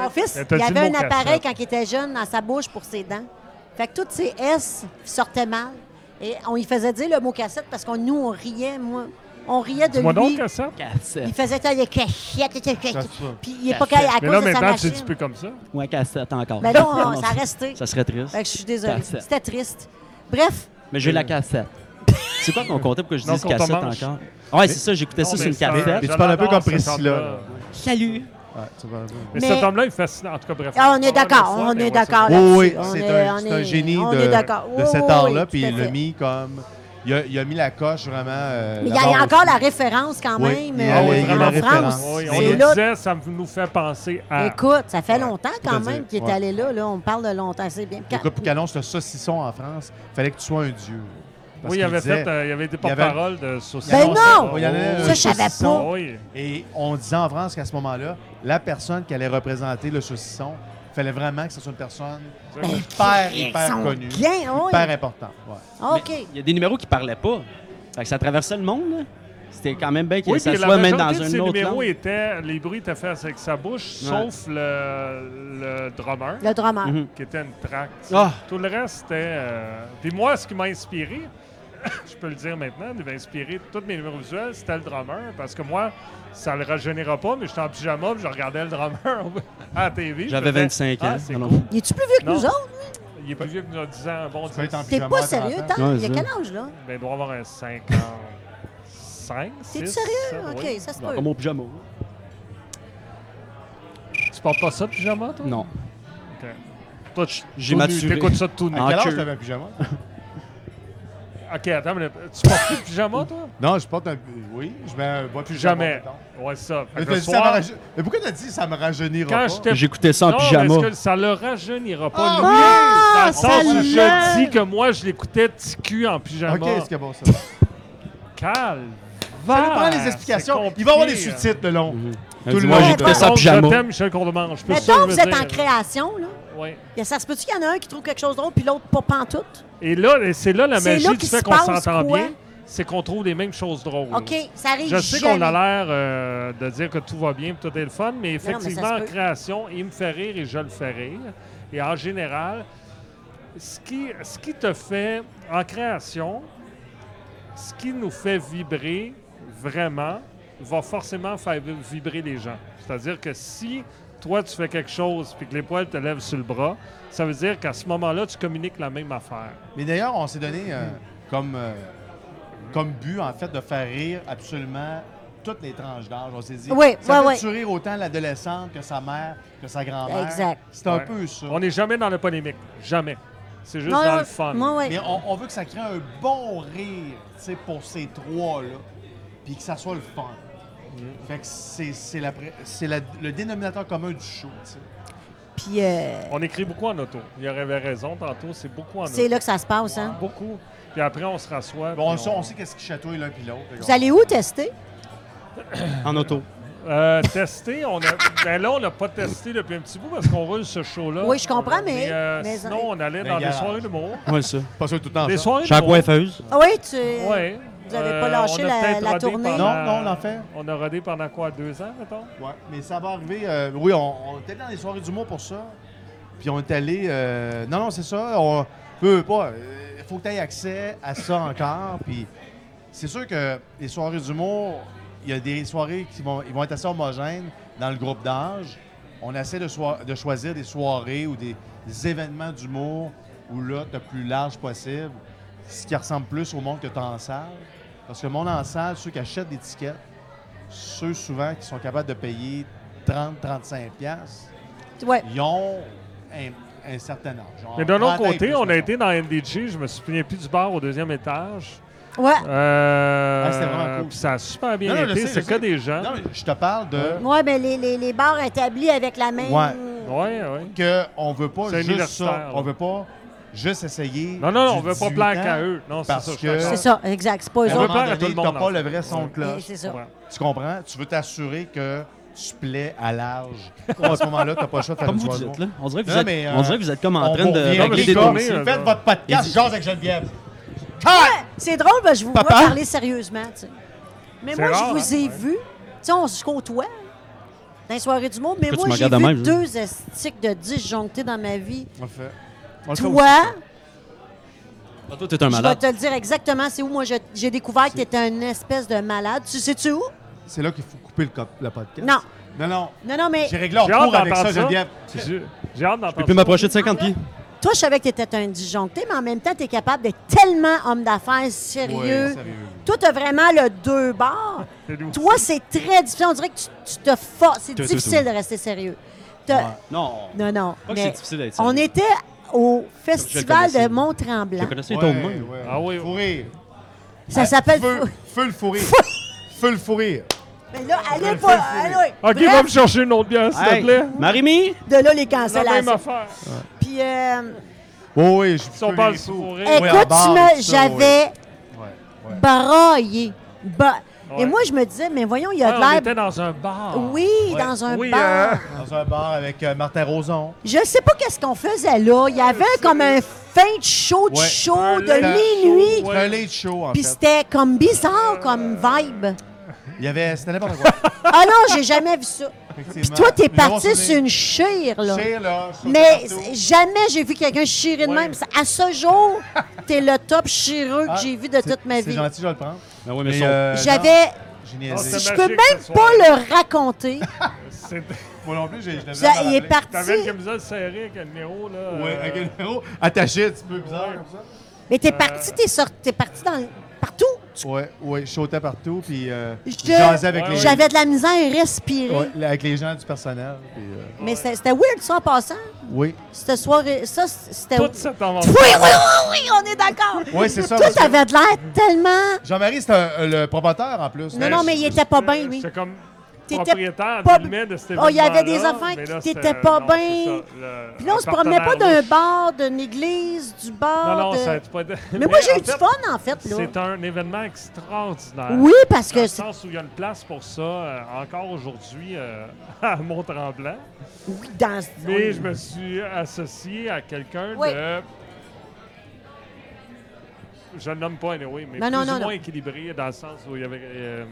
S1: Mon fils,
S4: Mais t'as
S1: il
S4: dit le
S1: avait un
S4: mot
S1: appareil
S4: cassette.
S1: quand il était jeune dans sa bouche pour ses dents. Fait que toutes ses S sortaient mal. Et on lui faisait dire le mot cassette parce que nous, on riait, moi. On riait de
S4: Dis-moi donc,
S1: lui.
S4: Cassette.
S2: cassette.
S1: Il faisait ça, les cachettes,
S3: Cassette.
S1: Puis il est pas calé à
S4: Mais là,
S1: cause de sa
S4: maintenant, tu
S1: machine.
S4: dis plus comme ça.
S2: Ouais, cassette encore.
S1: Mais là, on- Ben ça a
S2: c'est-
S1: resté.
S2: Ça serait triste.
S1: Fait que je suis désolée.
S2: Cassette.
S1: C'était triste. Bref,
S2: Mais j'ai la cassette. C'est quoi qu'on comptait pour que je
S4: Non,
S2: dise
S4: qu'on te
S2: cassette
S4: mange.
S2: encore? Ouais, c'est ça, j'écoutais
S4: Non,
S2: ça sur
S4: mais
S2: une
S4: c'est un-
S2: cassette.
S3: Mais
S4: je
S3: tu parles un peu
S4: l'adore,
S3: comme
S4: ce
S3: Priscilla,
S4: homme-là.
S3: là.
S2: Salut!
S3: Ouais, tu vas-
S1: Mais-
S4: Mais, cet homme-là est fascinant. En tout cas, bref.
S1: Ah, on est d'accord.
S4: parlera
S1: On
S4: une fois,
S1: est
S4: mais ouais,
S1: d'accord.
S4: c'est-
S1: là-dessus.
S3: Oh oui,
S1: Ah, On
S3: c'est
S1: est-
S3: un,
S1: on
S3: c'est un
S1: est-
S3: génie
S1: on
S3: de,
S1: est d'accord.
S3: de
S1: Oui,
S3: cet
S1: oui,
S3: art-là,
S1: oui,
S3: puis
S1: tout à
S3: il l'a
S1: fait.
S3: mis comme. Il a, il a mis la coche vraiment. euh,
S1: Mais il y a
S3: barre
S1: encore
S3: au-dessus.
S1: la référence quand même
S3: Oui, il y
S1: euh,
S3: a
S4: la- il y a la
S1: en
S3: référence.
S1: France.
S4: Oui, on
S1: C'est
S4: le
S1: là-
S4: disait, ça nous fait penser à.
S1: Écoute, ça fait longtemps
S3: faut
S1: quand
S3: te
S1: même
S3: dire,
S1: qu'il est
S3: ouais.
S1: allé là, là. On parle de longtemps. C'est bien.
S3: Le pour qu'annonce le saucisson en France, fallait que tu sois un dieu. Parce
S4: oui, il
S3: qu'il
S4: avait,
S3: disait-
S4: fait, euh, il avait été
S3: il y avait-
S4: porte-parole de Saucisson.
S1: Ben non!
S3: Il y avait
S1: Ça, je savais pas.
S3: saucisson,
S4: Oui.
S3: Et on disait en France qu'à ce moment-là, la personne qui allait représenter le saucisson, fallait vraiment que ce soit une personne
S1: Ben,
S3: hyper, hyper connue,
S1: Bien, Ah oui.
S3: hyper importante. Ouais.
S1: OK.
S2: Mais Il y a des numéros qui parlaient pas. Fait que ça traversait le monde. là. C'était quand même bien qu'il
S4: Oui,
S2: ça
S4: puis la
S2: soit même
S4: majorité
S2: dans
S4: de
S2: un
S4: ses
S2: autre
S4: numéros
S2: langue.
S4: étaient, les bruits étaient faits avec sa bouche,
S2: Ouais.
S4: sauf le, le drummer,
S1: Le drummer.
S2: Mhm.
S4: qui était une traque.
S2: Ah!
S4: Tout le reste, c'était... euh, Puis moi, ce qui m'a inspiré, je peux le dire maintenant, il m'a inspiré tous mes numéros visuels, c'était le drummer, parce que moi, ça le régénéra pas, mais j'étais en pyjama, puis je regardais le drummer à la TV. je
S2: J'avais
S4: faisais,
S2: 25 ans.
S4: Ah, c'est
S2: Non, non.
S4: cool.
S1: Il est-tu plus vieux que
S4: Non.
S1: nous autres?
S4: Il est plus vieux que nous, a 10 ans, un bon Ben,
S3: Tu peux
S4: 10
S3: être en
S1: T'es
S3: pyjama
S1: pas
S3: à 30
S1: sérieux,
S3: ans.
S1: tant?
S2: Ouais,
S1: Il a
S2: c'est
S1: quel âge, là?
S4: Ben, il doit avoir un 50. 5, 6.
S1: T'es-tu sérieux?
S4: sept,
S1: OK,
S4: oui.
S1: ça se
S2: Bon,
S1: peut.
S2: Comme au pyjama.
S4: Tu portes pas ça de pyjama, toi?
S2: Non.
S4: OK. Toi, tu
S2: J'ai
S4: tout nu,
S2: maturé. Ah.
S4: t'écoutes ça tout nu.
S2: En
S3: À quel âge
S2: queue.
S3: t'avais un pyjama?
S4: OK, attends, mais tu portes plus de pyjama, toi?
S3: non, je porte un... Oui, je mets un bois pyjama.
S4: Jamais.
S3: mettons.
S4: Ouais, c'est ça. Fait
S3: Mais,
S4: que le
S3: t'as dit, ça me
S4: soir-
S3: raje- mais pourquoi t'as dit ça me rajeunira
S4: Quand
S3: pas?
S4: j'étais
S2: J'écoutais ça en
S4: non,
S2: pyjama.
S4: mais est-ce que ça le rajeunira pas?
S3: Ah,
S4: lui?
S1: Ah,
S4: Dans le sens où je
S1: salut!
S4: dis que moi, je l'écoutais petit cul en pyjama.
S3: OK, est-ce que bon ça?
S4: Calme.
S3: Ça nous prend les explications. Il va y avoir des
S4: hein.
S3: sous-titres le long.
S2: Elle dit,
S3: le
S2: moi,
S1: monde
S2: j'écoutais ça en
S4: Je
S2: pyjama.
S4: t'aime, Michel Courdemanche. Je peux
S1: Mettons
S4: sûr
S1: que
S4: me
S1: vous êtes
S4: dire.
S1: en création, là.
S4: Ouais.
S1: Y a- Ça se peut-tu qu'il y en a un qui trouve quelque chose d'autre, puis l'autre pas pantoute?
S4: Et là, c'est là la
S1: C'est là qu'il
S4: magie du
S1: se
S4: fait qu'on
S1: passe
S4: s'entend
S1: quoi?
S4: bien, c'est qu'on trouve les mêmes choses drôles.
S2: Mm.
S1: OK, ça arrive
S4: Je sais
S1: jamais.
S4: qu'on a l'air euh, de dire que tout va bien, tout est le fun, mais
S1: ça
S4: effectivement,
S1: se
S4: en
S1: peut.
S4: création, il me fait rire et je le fais rire. Et en général, ce qui, ce qui te fait, en création, ce qui nous fait vibrer vraiment va forcément faire vi- vibrer les gens. C'est-à-dire que si toi, tu fais quelque chose puis que les poils te lèvent sur le bras, ça veut dire qu'à ce moment-là, tu communiques la même affaire.
S3: Mais d'ailleurs, on s'est donné euh, comme, euh, comme but, en fait, de faire rire absolument toutes les tranches d'âge. On s'est dit,
S1: Oui,
S3: ça
S1: oui,
S3: fait rire autant l'adolescente que sa mère, que sa grand-mère.
S1: Exact.
S3: C'est un
S4: Ouais.
S3: peu ça.
S4: On n'est jamais dans la polémique. Jamais. C'est juste
S1: Non,
S4: dans
S1: non,
S4: le fun.
S1: Moi, ouais.
S3: Mais on, on veut que ça crée un bon rire, tu sais, pour ces trois-là, puis que ça soit le fun.
S4: Mm.
S3: Fait que c'est c'est la pré- c'est la- le dénominateur commun du show, tu sais.
S1: Puis euh,
S4: On écrit beaucoup en auto. Il y avait raison tantôt, c'est beaucoup en auto.
S1: c'est là que ça se passe, hein?
S4: Beaucoup. Puis après, on se rassoit.
S3: Bon, on,
S4: puis
S3: sait- on sait qu'est-ce qui chatouille l'un puis l'autre.
S1: Vous allez où tester?
S2: En auto.
S4: Euh, tester, on a... ben là, on n'a pas testé depuis un petit bout parce qu'on roule ce show-là.
S1: Oui, je comprends, mais-
S4: euh,
S1: mais-
S4: sinon, on allait
S3: Mais Ah,
S4: dans des
S3: garage.
S4: soirées d'humour.
S2: Ouais, ça.
S3: Pas tout le temps.
S4: Des soirées
S2: J'ai la
S4: d'humour.
S2: coiffeuse.
S1: Ah oui, tu.
S4: Ouais. Euh,
S1: Vous avez pas lâché
S4: on a
S1: la-
S4: peut-être
S1: la
S4: rodé
S1: tournée?
S4: pendant-
S3: Non, non, on en fait.
S4: On a rodé pendant quoi, deux ans, mettons?
S3: Ouais, mais ça va arriver. euh, oui, on, on était dans les soirées d'humour pour ça. Puis on est allé. euh, non, non, c'est ça. On peut pas. Il faut que tu aies accès à ça encore. Puis c'est sûr que les soirées d'humour, il y a des soirées qui vont, ils vont être assez homogènes dans le groupe d'âge. On essaie de, soi- de choisir des soirées ou des, des événements d'humour où là, tu plus large possible, ce qui ressemble plus au monde que tu en salle. Parce que le monde en salle, ceux qui achètent des tickets, ceux souvent qui sont capables de payer 30-35$, piastres,
S1: Ouais.
S3: ils ont un, un certain âge.
S4: Mais d'un autre
S3: 30 ans et
S4: côté,
S3: plus,
S4: on a
S3: mettons.
S4: été dans NDG, je me souviens plus du bar au deuxième étage.
S1: Ouais.
S4: Euh,
S3: Ah, c'était vraiment cool.
S4: puis Ça a super bien
S3: Non, non, je
S4: été,
S3: sais, je
S4: c'est que
S3: sais.
S4: des gens.
S3: Non, mais je te parle de
S1: Ouais, mais les, les, les bars établis avec la même.
S3: Ouais.
S4: Ouais, ouais.
S3: qu'on ne veut pas
S4: C'est
S3: juste
S4: universitaire,
S3: ça.
S4: là.
S3: On veut pas juste essayer.
S4: Non, non, non,
S3: du
S4: on veut pas
S3: 18
S4: plaire qu'à
S3: ans.
S4: eux. Non, c'est
S3: parce
S4: ça, je
S3: que-
S4: suis
S1: C'est
S4: d'accord.
S1: ça, exact. C'est pas eux
S3: À un
S1: autres.
S3: moment
S4: plaire à
S3: donné,
S4: tout le
S3: t'as
S4: monde,
S3: pas
S4: en
S3: le
S4: fait.
S3: vrai son de
S1: Mais
S3: cloche.
S1: C'est ça.
S4: Ouais.
S3: Tu comprends? Tu veux t'assurer que tu plais à l'âge. à ce moment-là, t'as pas le choix de faire
S2: Comme
S3: une
S2: vous
S3: soirée
S2: dites,
S3: de
S2: là. On dirait que vous,
S3: Non,
S2: êtes,
S3: mais, euh,
S2: on dirait que vous êtes comme en
S3: On
S2: trains de
S3: va revenir,
S2: régler
S3: les
S2: des
S3: gars.
S4: tournées,
S2: dossiers.
S4: là.
S3: Faites votre podcast, jase avec Geneviève.
S1: C'est drôle, parce que je vous
S3: Papa?
S1: vois parler sérieusement. tu sais. Mais
S4: C'est
S1: moi,
S4: rare,
S1: je vous
S4: hein?
S1: ai
S4: Ouais.
S1: vu. Tu sais, on se côtoie hein, dans les soirées du monde, mais
S2: Pourquoi
S1: moi,
S2: tu
S1: j'ai
S2: me
S1: vu
S2: regardes de même,
S1: deux estiques de disjonctés dans ma vie.
S3: On le fait. On le fait
S1: Toi,
S2: Ah, Toi, t'es un
S1: je vais
S2: malade.
S1: te le dire exactement, c'est où moi je- j'ai découvert que t'étais une espèce de malade. Tu sais-tu où?
S3: aussi. C'est là qu'il faut couper le, cop- le podcast.
S1: Non.
S3: Non, non.
S1: Non, non, mais
S3: J'ai réglé en
S4: J'ai hâte
S3: cours avec ça,
S4: d'entendre ça.
S3: Geneviève.
S4: C'est sûr. J'ai hâte d'entendre
S2: Je peux
S4: ça.
S2: m'approcher de 50 pieds.
S1: toi, je savais que t'étais un disjoncté, mais en même temps, t'es capable d'être tellement homme d'affaires sérieux.
S3: Ouais, sérieux.
S1: Toi, t'as vraiment le deux bords.
S4: C'est nous.
S1: Toi, c'est très difficile. On dirait que tu, tu te forces. C'est
S2: Tout, tout,
S1: difficile
S2: tout.
S1: de rester sérieux. T'as-
S2: Non.
S1: Non, non.
S2: Pas que
S1: mais
S2: c'est difficile d'être
S1: on
S2: sérieux.
S1: était au festival
S2: connaissais.
S1: de Mont-Tremblant.
S2: Je connaissais
S3: Ouais,
S2: les tombes, moi.
S3: ouais.
S4: Ah oui.
S3: Faut rire.
S1: Ça s'appelle.
S3: Feu, feu le fou rire. Feu le fou rire.
S1: Mais là, allez pas. allez.
S4: OK,
S1: Bref,
S4: va me chercher une autre bière, s'il te
S2: Hey,
S1: Ah,
S4: plaît.
S2: Marie-Mi!
S1: de là, les
S4: La même
S1: cancellations.
S4: affaire.
S3: Ah,
S1: Puis, euh,
S3: Oh oui, je
S4: Si on parle du fourré.
S1: écoute,
S3: en barre,
S1: tu
S3: tout
S1: me-
S3: ça,
S1: j'avais
S3: Ouais, ouais.
S1: braillé. Ba- Et
S4: Ouais.
S1: moi, je me disais, mais voyons, il y a
S4: Ah, on
S1: de
S4: était
S1: l'air.
S4: dans un bar.
S1: Oui, dans un
S4: Oui,
S1: bar.
S4: euh,
S3: Dans un bar avec euh, Martin Roson.
S1: Je sais pas qu'est-ce qu'on faisait là. Il y avait comme un fin de show, de
S3: Ouais.
S1: show,
S4: Un
S1: de
S4: late
S1: minuit.
S4: show,
S3: C'était
S4: Ouais.
S3: un late show, en
S1: Puis
S3: fait.
S1: c'était comme bizarre, comme vibe.
S3: Il y avait... C'était n'importe quoi.
S1: Ah non, j'ai jamais vu ça. Puis toi, t'es parti sur une chire, là.
S3: Chire, là. sur
S1: Mais
S3: le plateau.
S1: jamais j'ai vu quelqu'un chirer de
S4: Ouais.
S1: même. À ce jour, t'es le top chireux
S3: Ah,
S1: que j'ai vu de
S3: c'est-
S1: toute ma
S3: C'est
S1: vie.
S3: gentil, je vais le prendre.
S2: Ben oui,
S3: Mais,
S2: son-
S3: euh, non,
S1: J'avais.
S3: J'ai
S4: Ah,
S3: niaisé.
S4: c'est
S1: Je peux
S4: magique,
S1: même
S4: ce
S1: pas
S4: soir.
S1: le raconter.
S4: C'est-
S3: Moi non plus, j'ai- je l'avais
S1: Ça, il est
S3: rappelé.
S1: parti.
S4: T'avais une camisole serrée avec un numéro, là.
S3: Ouais,
S4: euh,
S3: avec un numéro attaché un petit peu bizarre comme ça.
S1: Mais t'es parti, t'es sorti, t'es parti dans le- partout.
S3: Ouais, ouais, je sautais partout, puis euh,
S1: Je-
S3: jasais avec,
S4: Ouais,
S3: les-
S1: J'avais de la misère à respirer.
S3: ouais, avec les gens du personnel. puis, euh,
S1: Mais c'était c'était weird, ça, en passant.
S3: oui,
S1: Cette soirée, ça, c'était...
S4: Toute cette
S1: Oui,
S4: aventure.
S1: oui, oui, oui, on est d'accord.
S3: Ouais, c'est ça,
S1: Toi,
S3: parce que-
S1: t'avais de l'air tellement...
S3: Jean-Marie, c'est un- euh, le promoteur en plus.
S1: Non, non, mais il était pas bien, lui.
S4: C'est comme
S1: T'étais
S4: propriétaire
S1: pas-
S4: pas... de cet
S1: Oh, il y avait des
S4: événement-là,
S1: affaires
S4: mais
S1: qui
S4: là,
S1: t'étaient
S4: c'était-
S1: pas
S4: non,
S1: bien.
S4: c'est ça, le-
S1: Puis là, on
S4: un
S1: se promenait pas d'un
S4: partenaire louche.
S1: bar, d'une église, du bar.
S4: Non, non,
S1: de-
S4: ça a été pas...
S1: Mais moi, j'ai
S4: en
S1: eu du
S4: fait,
S1: fun, en fait, là.
S4: C'est un événement extraordinaire.
S1: Oui, parce
S4: Dans
S1: que...
S4: le
S1: c'est-
S4: sens où il y a une place pour ça euh, encore aujourd'hui euh, à Mont-Tremblant.
S1: Oui, dans...
S4: Mais je me suis associé à quelqu'un
S1: Oui.
S4: de. Je ne nomme pas anyway, mais
S1: Non,
S4: plus
S1: non,
S4: ou
S1: non,
S4: moins
S1: non.
S4: équilibré dans le sens où il y avait. euh,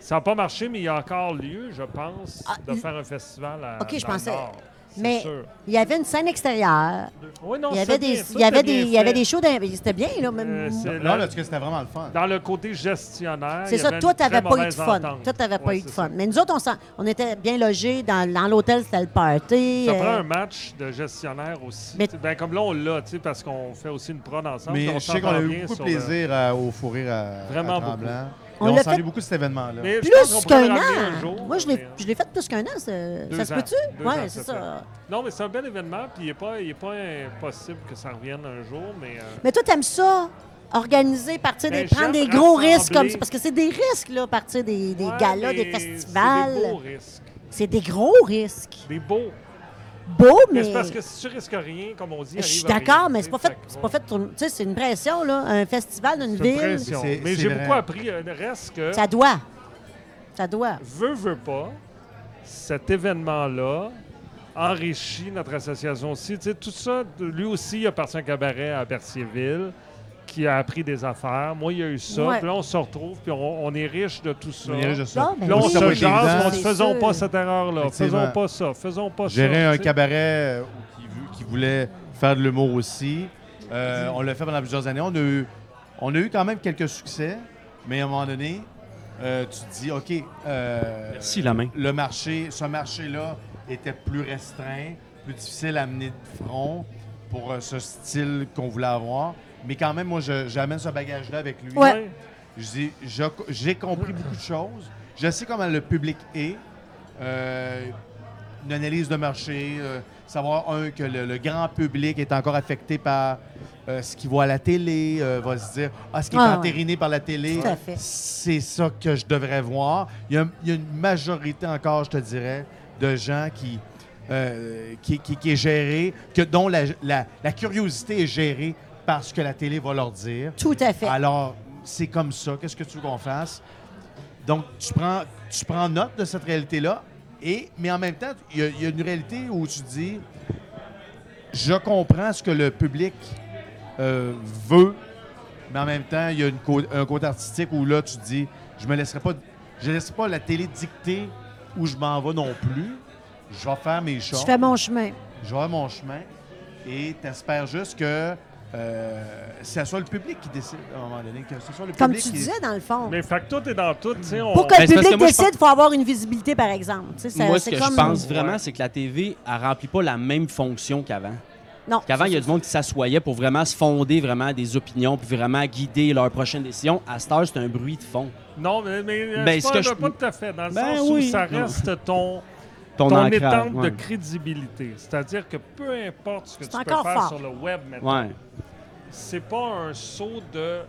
S4: ça n'a pas marché, mais il y a encore lieu, je pense,
S1: Ah,
S4: de
S1: l-
S4: faire un festival à.
S1: Ok, je
S4: dans le
S1: pensais-
S4: Nord. C'est
S1: Mais
S4: sûr.
S1: il y avait une scène extérieure.
S4: Oui, non,
S1: Il y
S4: c'est
S1: avait
S4: bien,
S1: des,
S4: ça,
S1: il y avait
S4: c'est
S1: des,
S4: bien
S1: il y avait
S4: fait.
S1: des shows. d'in- C'était bien, là. mais-
S4: Euh, c'est-
S3: Là, là, parce que c'était vraiment le fun.
S4: Dans le côté gestionnaire.
S1: C'est
S4: il y
S1: ça,
S4: avait
S1: toi,
S4: une très
S1: t'avais pas eu de
S4: mauvaise
S1: fun.
S4: entente.
S1: Toi, t'avais pas
S4: Ouais,
S1: eu de
S4: c'est ça.
S1: fun. Mais nous autres, on, s'en- on était bien logés. Dans, dans l'hôtel, c'était le party.
S4: Ça
S1: euh,
S4: prend un match de gestionnaire aussi.
S1: Mais-
S4: Tu sais, Ben, comme là, on l'a, tu sais, parce qu'on fait aussi une prod ensemble.
S3: Mais
S4: on
S3: je sais qu'on a
S4: s'entend
S3: eu
S4: bien
S3: beaucoup de
S4: sur le-
S3: plaisir à- au fou rire à,
S4: Vraiment
S3: à Tremblant.
S1: On
S3: Et On,
S1: l'a
S3: s'en est
S1: fait-
S3: beaucoup de cet événement-là.
S4: Mais je pense qu'on
S1: Plus
S4: pourrait
S1: qu'un
S4: le ramener
S1: an.
S4: un jour,
S1: Moi, je
S4: mais,
S1: l'ai
S4: euh,
S1: je l'ai fait plus qu'un an. Ça,
S4: Deux
S1: ça se
S4: ans.
S1: peut-tu?
S4: Deux
S1: Oui,
S4: ans,
S1: c'est
S4: ça se
S1: ça.
S4: Non, mais c'est un bel événement, puis il n'est pas, il est pas impossible que ça revienne un jour, mais... euh,
S1: Mais toi, t'aimes ça? Organiser, partir
S4: Ben,
S1: des, prendre des
S4: j'aime
S1: gros
S4: rassembler.
S1: risques comme ça. Parce que c'est des risques, là, partir des, des
S4: ouais,
S1: galas, des
S4: mais
S1: festivals.
S4: C'est des beaux risques.
S1: C'est des gros risques.
S4: Des beaux.
S1: Beau, mais.
S4: Mais c'est parce que si tu risques rien, comme on dit...
S1: Je
S4: arrive
S1: suis
S4: à rien,
S1: d'accord, mais c'est
S4: tu sais,
S1: pas fait. C'est pas fait. tourner- Tu sais, c'est une pression, là. Un festival d'une
S4: C'est une
S1: ville,
S4: pression.
S3: C'est-
S4: Mais
S3: c'est
S4: j'ai
S3: vrai.
S4: beaucoup appris, euh, reste que...
S1: ça doit. Ça doit.
S4: Veux, veux pas, cet événement-là enrichit notre association aussi. Tu sais, tout ça, de- lui aussi, il a parti un cabaret à Berthierville qui a appris des affaires. Moi, il y a eu ça.
S1: Ouais.
S4: Puis là, on se retrouve, puis on, on est riche de tout ça.
S3: On est riche de ça.
S1: Non, mais
S4: Là, on
S1: Ah, ben Oui,
S3: Ça
S1: c'est
S3: va
S4: se
S3: être
S4: jase,
S3: évident.
S4: mais on se
S1: C'est
S4: faisons
S1: sûr.
S4: pas cette erreur-là.
S3: Effectivement.
S4: Faisons pas ça. Faisons pas ça.
S3: Gérer un
S4: tu sais.
S3: cabaret euh, qui, vou- qui voulait faire de l'humour aussi. Euh, on l'a fait pendant plusieurs années. On a, eu, on a eu quand même quelques succès, mais à un moment donné, euh, tu te dis, OK, euh,
S2: Merci, la main.
S3: le marché, ce marché-là était plus restreint, plus difficile à amener de front pour euh, ce style qu'on voulait avoir. Mais quand même, moi, je- j'amène ce bagage-là avec lui.
S1: Ouais.
S3: Je dis, je- j'ai compris beaucoup de choses. Je sais comment le public est. Euh, une analyse de marché, euh, savoir, un, que le, le grand public est encore affecté par euh, ce qu'il voit à la télé, euh, va se dire, ah, ce qui est
S1: Ah,
S3: entériné par la télé,
S1: Tout à fait.
S3: c'est ça que je devrais voir. Il y, a, il y a une majorité encore, je te dirais, de gens qui, euh, qui, qui- qui est gérée, que, dont la, la- la curiosité est gérée par ce que la télé va leur dire.
S1: Tout à fait.
S3: Alors, c'est comme ça. Qu'est-ce que tu veux qu'on fasse? Donc, tu prends, tu prends note de cette réalité-là, et, mais en même temps, il y, a- il y a une réalité où tu dis je comprends ce que le public euh, veut, mais en même temps, il y a une cô- un côté artistique où là, tu dis je me laisserai pas, je laisse pas la télé dicter où je m'en vais non plus. Je vais faire mes choses
S1: Je fais mon chemin.
S3: je vais à mon chemin et t'espères juste que euh, ce soit le public qui décide à un moment donné, que ce soit le
S1: Comme
S3: public
S1: tu
S3: qui-
S1: disais, dans le fond.
S4: Mais fait que tout est dans tout. tu sais, on-
S1: Pour que
S2: Ben,
S1: le
S2: c'est parce
S1: public
S2: que moi, je
S1: décide, il faut avoir une visibilité, par exemple. Tu sais, ça-
S2: Moi, ce
S1: c'est
S2: que
S1: comme-
S2: je pense vraiment,
S4: Ouais.
S2: c'est que la TV, elle remplit pas la même fonction qu'avant.
S1: Non.
S2: Qu'avant, il y a du monde qui s'assoyait pour vraiment se fonder vraiment à des opinions puis vraiment guider leurs prochaines décisions. À cette heure, c'est un bruit de fond.
S4: Non, mais, mais euh,
S2: Ben,
S4: c'est
S2: ce
S4: pas,
S2: que je-
S4: pas tout à fait. Dans le
S2: Ben
S4: sens
S2: oui.
S4: où ça
S2: Non.
S4: reste ton...
S2: Ton,
S4: ton
S2: ancrage,
S4: étampe
S2: ouais.
S4: de crédibilité. C'est-à-dire que peu importe ce que
S1: C'est
S4: tu peux
S1: encore
S4: faire
S1: fort.
S4: sur le web maintenant,
S2: Ouais.
S4: c'est pas un saut de.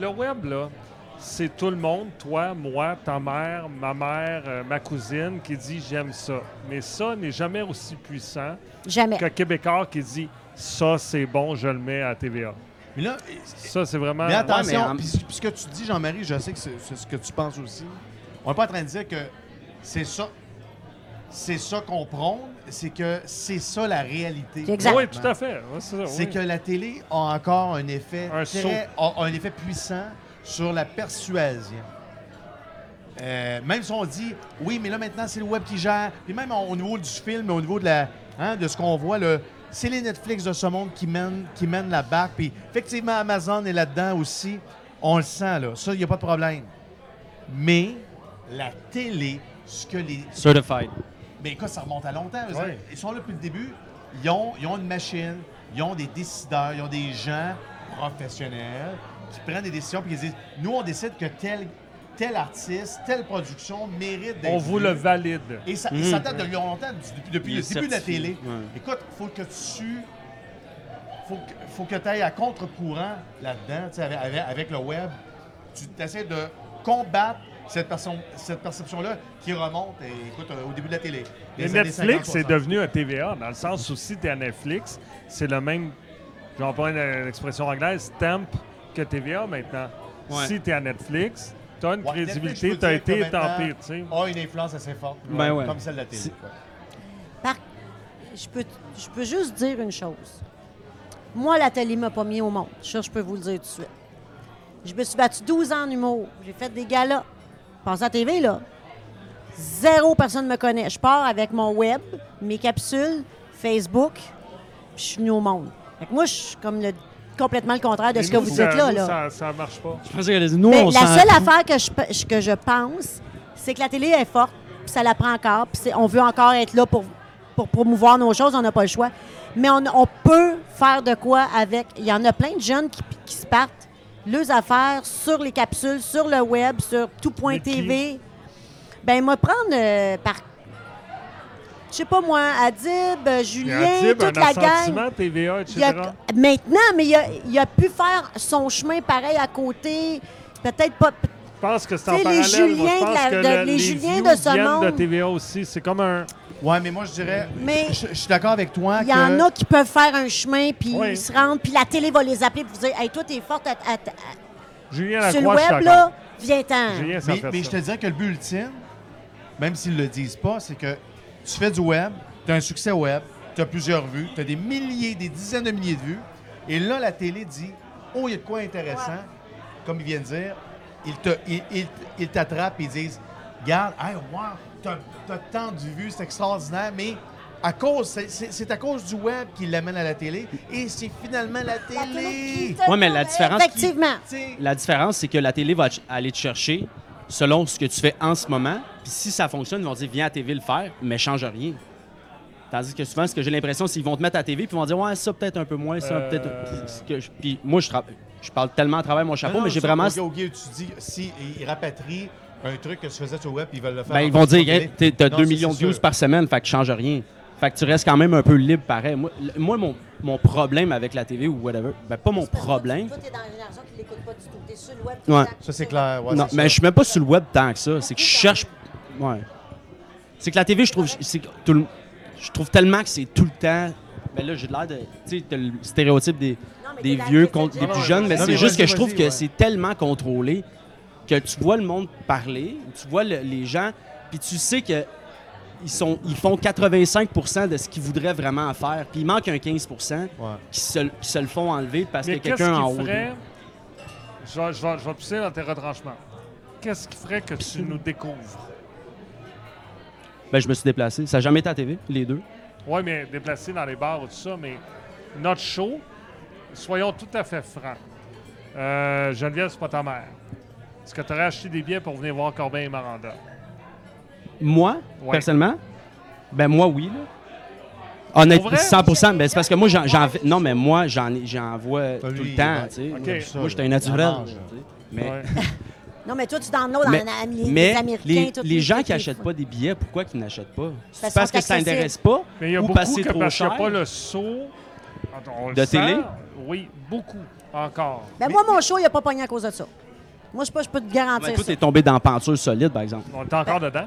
S4: Le web, là, c'est tout le monde, toi, moi, ta mère, ma mère, euh, ma cousine, qui dit j'aime ça. Mais ça n'est jamais aussi puissant
S1: Jamais.
S4: qu'un Québécois qui dit ça, c'est bon, je le mets à TVA.
S3: Mais là, eh,
S4: Ça, c'est vraiment.
S3: mais
S2: Ouais,
S3: attention,
S2: mais en-
S3: puis ce- puis ce que tu dis, Jean-Marie, je sais que c'est c'est ce que tu penses aussi. On n'est pas en train de dire que c'est ça. C'est ça qu'on prône, c'est que c'est ça la réalité.
S1: C'est exact.
S4: Oui, tout à fait. Ouais, c'est ça,
S3: C'est
S4: oui.
S3: que la télé a encore un effet, très-
S4: Un saut.
S3: a- a un effet puissant sur la persuasion. Euh, même si on dit, oui, mais là maintenant c'est le web qui gère, puis même au au niveau du film, au niveau de, la, hein, de ce qu'on voit, le- c'est les Netflix de ce monde qui mènent, qui mènent la barque. Puis effectivement, Amazon est là-dedans aussi. On le sent, là. Ça, il n'y a pas de problème. Mais la télé, ce que les,
S2: Certified.
S3: mais écoute, ça remonte à longtemps. Je veux
S4: Ouais.
S3: dire, Ils sont là depuis le début. Ils ont, ils ont une machine, ils ont des décideurs, ils ont des gens professionnels qui prennent des décisions et qui disent Nous, on décide que tel, tel artiste, telle production mérite d'être.
S4: On vous
S3: vu.
S4: le valide.
S3: Et ça, et
S2: Mm.
S3: ça date de longtemps, du- depuis, depuis
S2: Il
S3: le
S2: est
S3: début de la
S2: certifié,
S3: télé.
S2: ouais.
S3: Écoute, faut que tu. Faut que, faut que tu ailles à contre-courant là-dedans, tu sais, avec, avec- avec le web. Tu essaies de combattre cette, perso- cette perception-là qui remonte, et, écoute, euh, au début de la télé.
S4: Et
S3: Les années
S4: Netflix
S3: 50,
S4: est
S3: 60.
S4: devenu un TVA, dans le sens où si tu à Netflix, c'est le même, je vais employer l'expression anglaise, stamp que TVA maintenant.
S2: Ouais.
S4: Si tu à Netflix, tu as une
S3: Ouais,
S4: crédibilité,
S3: Netflix,
S4: tu as
S3: je peux
S4: été
S3: dire que
S4: tant
S3: maintenant, Oh,
S4: pis. tu sais.
S3: A une influence assez forte,
S2: Ben ouais.
S3: comme celle de la télé.
S2: C'est-
S3: quoi.
S1: Par- Je peux, je peux juste dire une chose. Moi, la télé m'a pas mis au monde. Je suis sûre que je peux vous le dire tout de suite. Je me suis battue 12 ans en humour. J'ai fait des galas. Passé à la TV, là. Zéro personne me connaît. Je pars avec mon web, mes capsules, Facebook, puis je suis venue au monde. Fait que moi, je suis comme le, complètement le contraire de
S4: Mais
S1: ce que
S4: nous,
S1: vous dites
S4: ça-
S1: là.
S4: nous,
S1: là.
S4: Ça, ça marche pas.
S2: Je pensais qu'elle a dit, nous,
S1: Mais
S2: on
S1: Ben, la
S2: s'en
S1: seule
S2: fout.
S1: affaire que je, pe- je- que je pense, c'est que la télé est forte, puis ça la prend encore, puis c'est- on veut encore être là pour, pour promouvoir nos choses, on n'a pas le choix. Mais on, on peut faire de quoi avec. Il y en a plein de jeunes qui, qui se partent leurs affaires sur les capsules, sur le web, sur
S4: Mais
S1: tout.tv. Ben, moi, prendre euh, par. Je sais pas moi, Adib, euh,
S4: Il y
S1: Julien,
S4: a un type,
S1: toute
S4: un
S1: la gang.
S4: assentiment, TVA, etc.
S1: Il y a- maintenant, mais il a, il a pu faire son chemin pareil à côté. Peut-être pas.
S4: Je pense que c'est
S1: Tu
S4: en
S1: sais,
S4: parallèle.
S1: les
S4: moi, je
S1: Juliens de
S4: pense
S1: la-
S4: que
S1: de-
S4: le-
S1: les Juliens
S4: views
S1: de ce
S4: viennent de
S1: monde.
S4: TVA aussi. C'est comme un...
S3: Ouais, mais moi, je dirais.
S1: Mais-
S3: je, je suis d'accord avec toi.
S1: Il y en a qui peuvent faire un chemin, puis
S4: Oui.
S1: ils se rendent, puis la télé va les appeler, puis vous dire Hey, toi, t'es forte à- à- à-
S4: Julien
S1: sur le
S4: Lacroix, je suis
S1: web,
S4: d'accord.
S1: là, viens-t'en.
S4: Julien, ça
S3: Mais,
S4: fait
S3: mais je
S4: ça.
S3: te dirais que le but ultime, même s'ils le disent pas, c'est que tu fais du web, tu as un succès web, tu as plusieurs vues, tu as des milliers, des dizaines de milliers de vues. Et là, la télé dit Oh, il y a de quoi intéressant. Comme ils viennent dire, ils te- ils- ils- ils t'attrapent et ils disent Garde, hey, wow, t'as t'as tant de vues, c'est extraordinaire, mais. À cause, c'est- c'est c'est à cause du web qui l'amène à la télé et c'est finalement la télé.
S1: La télé qui te
S2: Ouais, mais
S1: donne-
S2: la différence qui-
S1: Effectivement.
S3: Tu sais,
S2: La différence, c'est que la télé va ch- aller te chercher selon ce que tu fais en ce moment. Puis si ça fonctionne, ils vont dire viens à TV le faire, mais change rien. Tandis que souvent, ce que j'ai l'impression, c'est qu'ils vont te mettre à TV puis ils vont dire ouais, ça peut-être un peu moins, ça
S4: Euh,
S2: peut-être. un- ce que je- Puis moi, je, tra- je parle tellement à travers mon chapeau,
S3: Ah Non, non,
S2: Ah mais j'ai
S3: ça,
S2: vraiment.
S3: OK, OK, tu dis, si ils rapatrient un truc que tu faisais sur le web, ils veulent le faire.
S2: Ben,
S3: en
S2: ils vont dire
S3: télé.
S2: hey, t'es- t'as
S3: Non,
S2: 2
S3: ça,
S2: millions de
S3: c'est
S2: views
S3: sûr.
S2: par semaine, fait que change rien. Fait que tu restes quand même un peu libre pareil. Moi, le- moi, mon, mon problème avec la TV ou whatever, ben pas mon problème.
S1: Toi, t'es dans la génération qui l'écoute pas du tout. T'es sur le web.
S2: tout le Ouais. temps.
S3: Ça, c'est clair. ouais,
S2: non,
S3: c'est
S2: mais
S3: ça.
S2: je suis même pas sur le web tant que ça. C'est que je cherche. Ouais. C'est que la TV, je trouve, c'est que tout le- je trouve tellement que c'est tout le temps. Ben là, j'ai l'air de. Tu sais, t'as le stéréotype des,
S1: Non, mais
S2: des
S1: t'es la-
S2: vieux
S1: t'es
S2: contre
S1: la-
S2: des plus
S1: Non,
S2: jeunes, mais
S3: non,
S2: c'est
S3: mais
S2: juste que
S3: vas-y,
S2: je trouve
S3: vas-y,
S2: que
S3: ouais.
S2: c'est tellement contrôlé que tu vois le monde parler, tu vois le- les gens, puis tu sais que ils, sont, ils font 85 de ce qu'ils voudraient vraiment faire, puis il manque un 15
S3: Ouais.
S2: qui se, qui se le font enlever parce
S4: Mais
S2: que quelqu'un en
S4: qu'est-ce
S2: haut.
S4: qui
S2: d'eux.
S4: ferait... Je vais, je vais- je vais pousser dans tes retranchements. Qu'est-ce qui ferait que tu nous découvres?
S2: Ben, je me suis déplacé. Ça n'a jamais été à TV, les deux.
S4: Oui, mais déplacer dans les bars ou tout ça, mais notre show, soyons tout à fait francs. Euh, Geneviève, c'est pas ta mère. Est-ce que tu aurais acheté des billets pour venir voir Corbin et Maranda?
S2: Moi,
S4: Ouais.
S2: personnellement, ben moi oui. Là. Honnêtement,
S4: Pour vrai?
S2: 100%, ben c'est parce que moi, j'en, j'en- non, mais moi, j'en, ai- j'en vois
S3: Pas
S2: tout
S3: lui,
S2: le temps.
S3: ouais.
S2: tu sais.
S4: Ok.
S2: Moi, j'étais un naturel.
S3: Ça mange,
S2: tu
S3: là.
S2: sais. Mais,
S4: Ouais.
S1: Non, mais toi, tu dans le nôtre, dans
S2: mais,
S1: la- les,
S2: mais
S1: les Américains,
S2: les,
S1: toutes
S2: les gens qui
S1: toutes
S2: n'achètent pas des billets, pourquoi qu'ils n'achètent pas?
S1: Parce
S2: C'est
S1: qu'ils
S2: parce
S1: sont
S2: que ça
S1: accessibles.
S2: n'intéresse pas
S4: Mais il y a
S2: ou
S4: beaucoup
S2: parce que
S4: que
S2: c'est trop
S4: parce qu'il
S2: cher?
S4: n'y a pas le saut on le
S2: De
S4: sent.
S2: télé?
S4: Oui, beaucoup encore.
S1: Ben, moi, mon show, il a pas pogné à cause de ça. Moi, je peux, je peux te garantir
S2: Ben,
S1: ça.
S2: toi, t'es tombé dans Peinture solide, par exemple.
S4: On est encore dedans.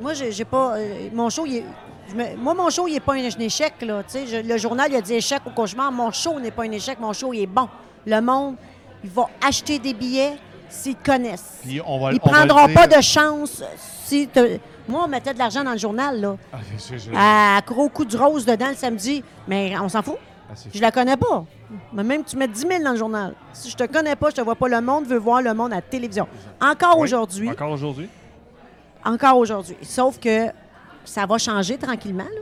S1: Moi, j'ai j'ai pas. euh, mon show, il est- je me- moi, mon show, il n'est pas un échec. Là, Tu sais, je- le journal, il a dit échec au cauchemar. Mon show n'est pas un échec. Mon show, il est bon. Le monde, il va acheter des billets s'ils te connaissent.
S3: Puis on va-
S1: Ils
S3: on va le
S1: prendront
S3: dire.
S1: pas de chance. Si te- Moi, on mettait de l'argent dans le journal. Là,
S3: Ah, c'est- c'est-
S1: à gros coup de rose dedans le samedi. Mais on s'en fout.
S3: ah, c'est-
S1: Je la connais pas. Mais même que tu mets 10 000 dans le journal. Si je te connais pas, je te vois pas. Le monde veut voir le monde à la télévision. Encore
S4: Oui,
S1: aujourd'hui
S4: Encore aujourd'hui.
S1: encore aujourd'hui. Sauf que ça va changer tranquillement. là.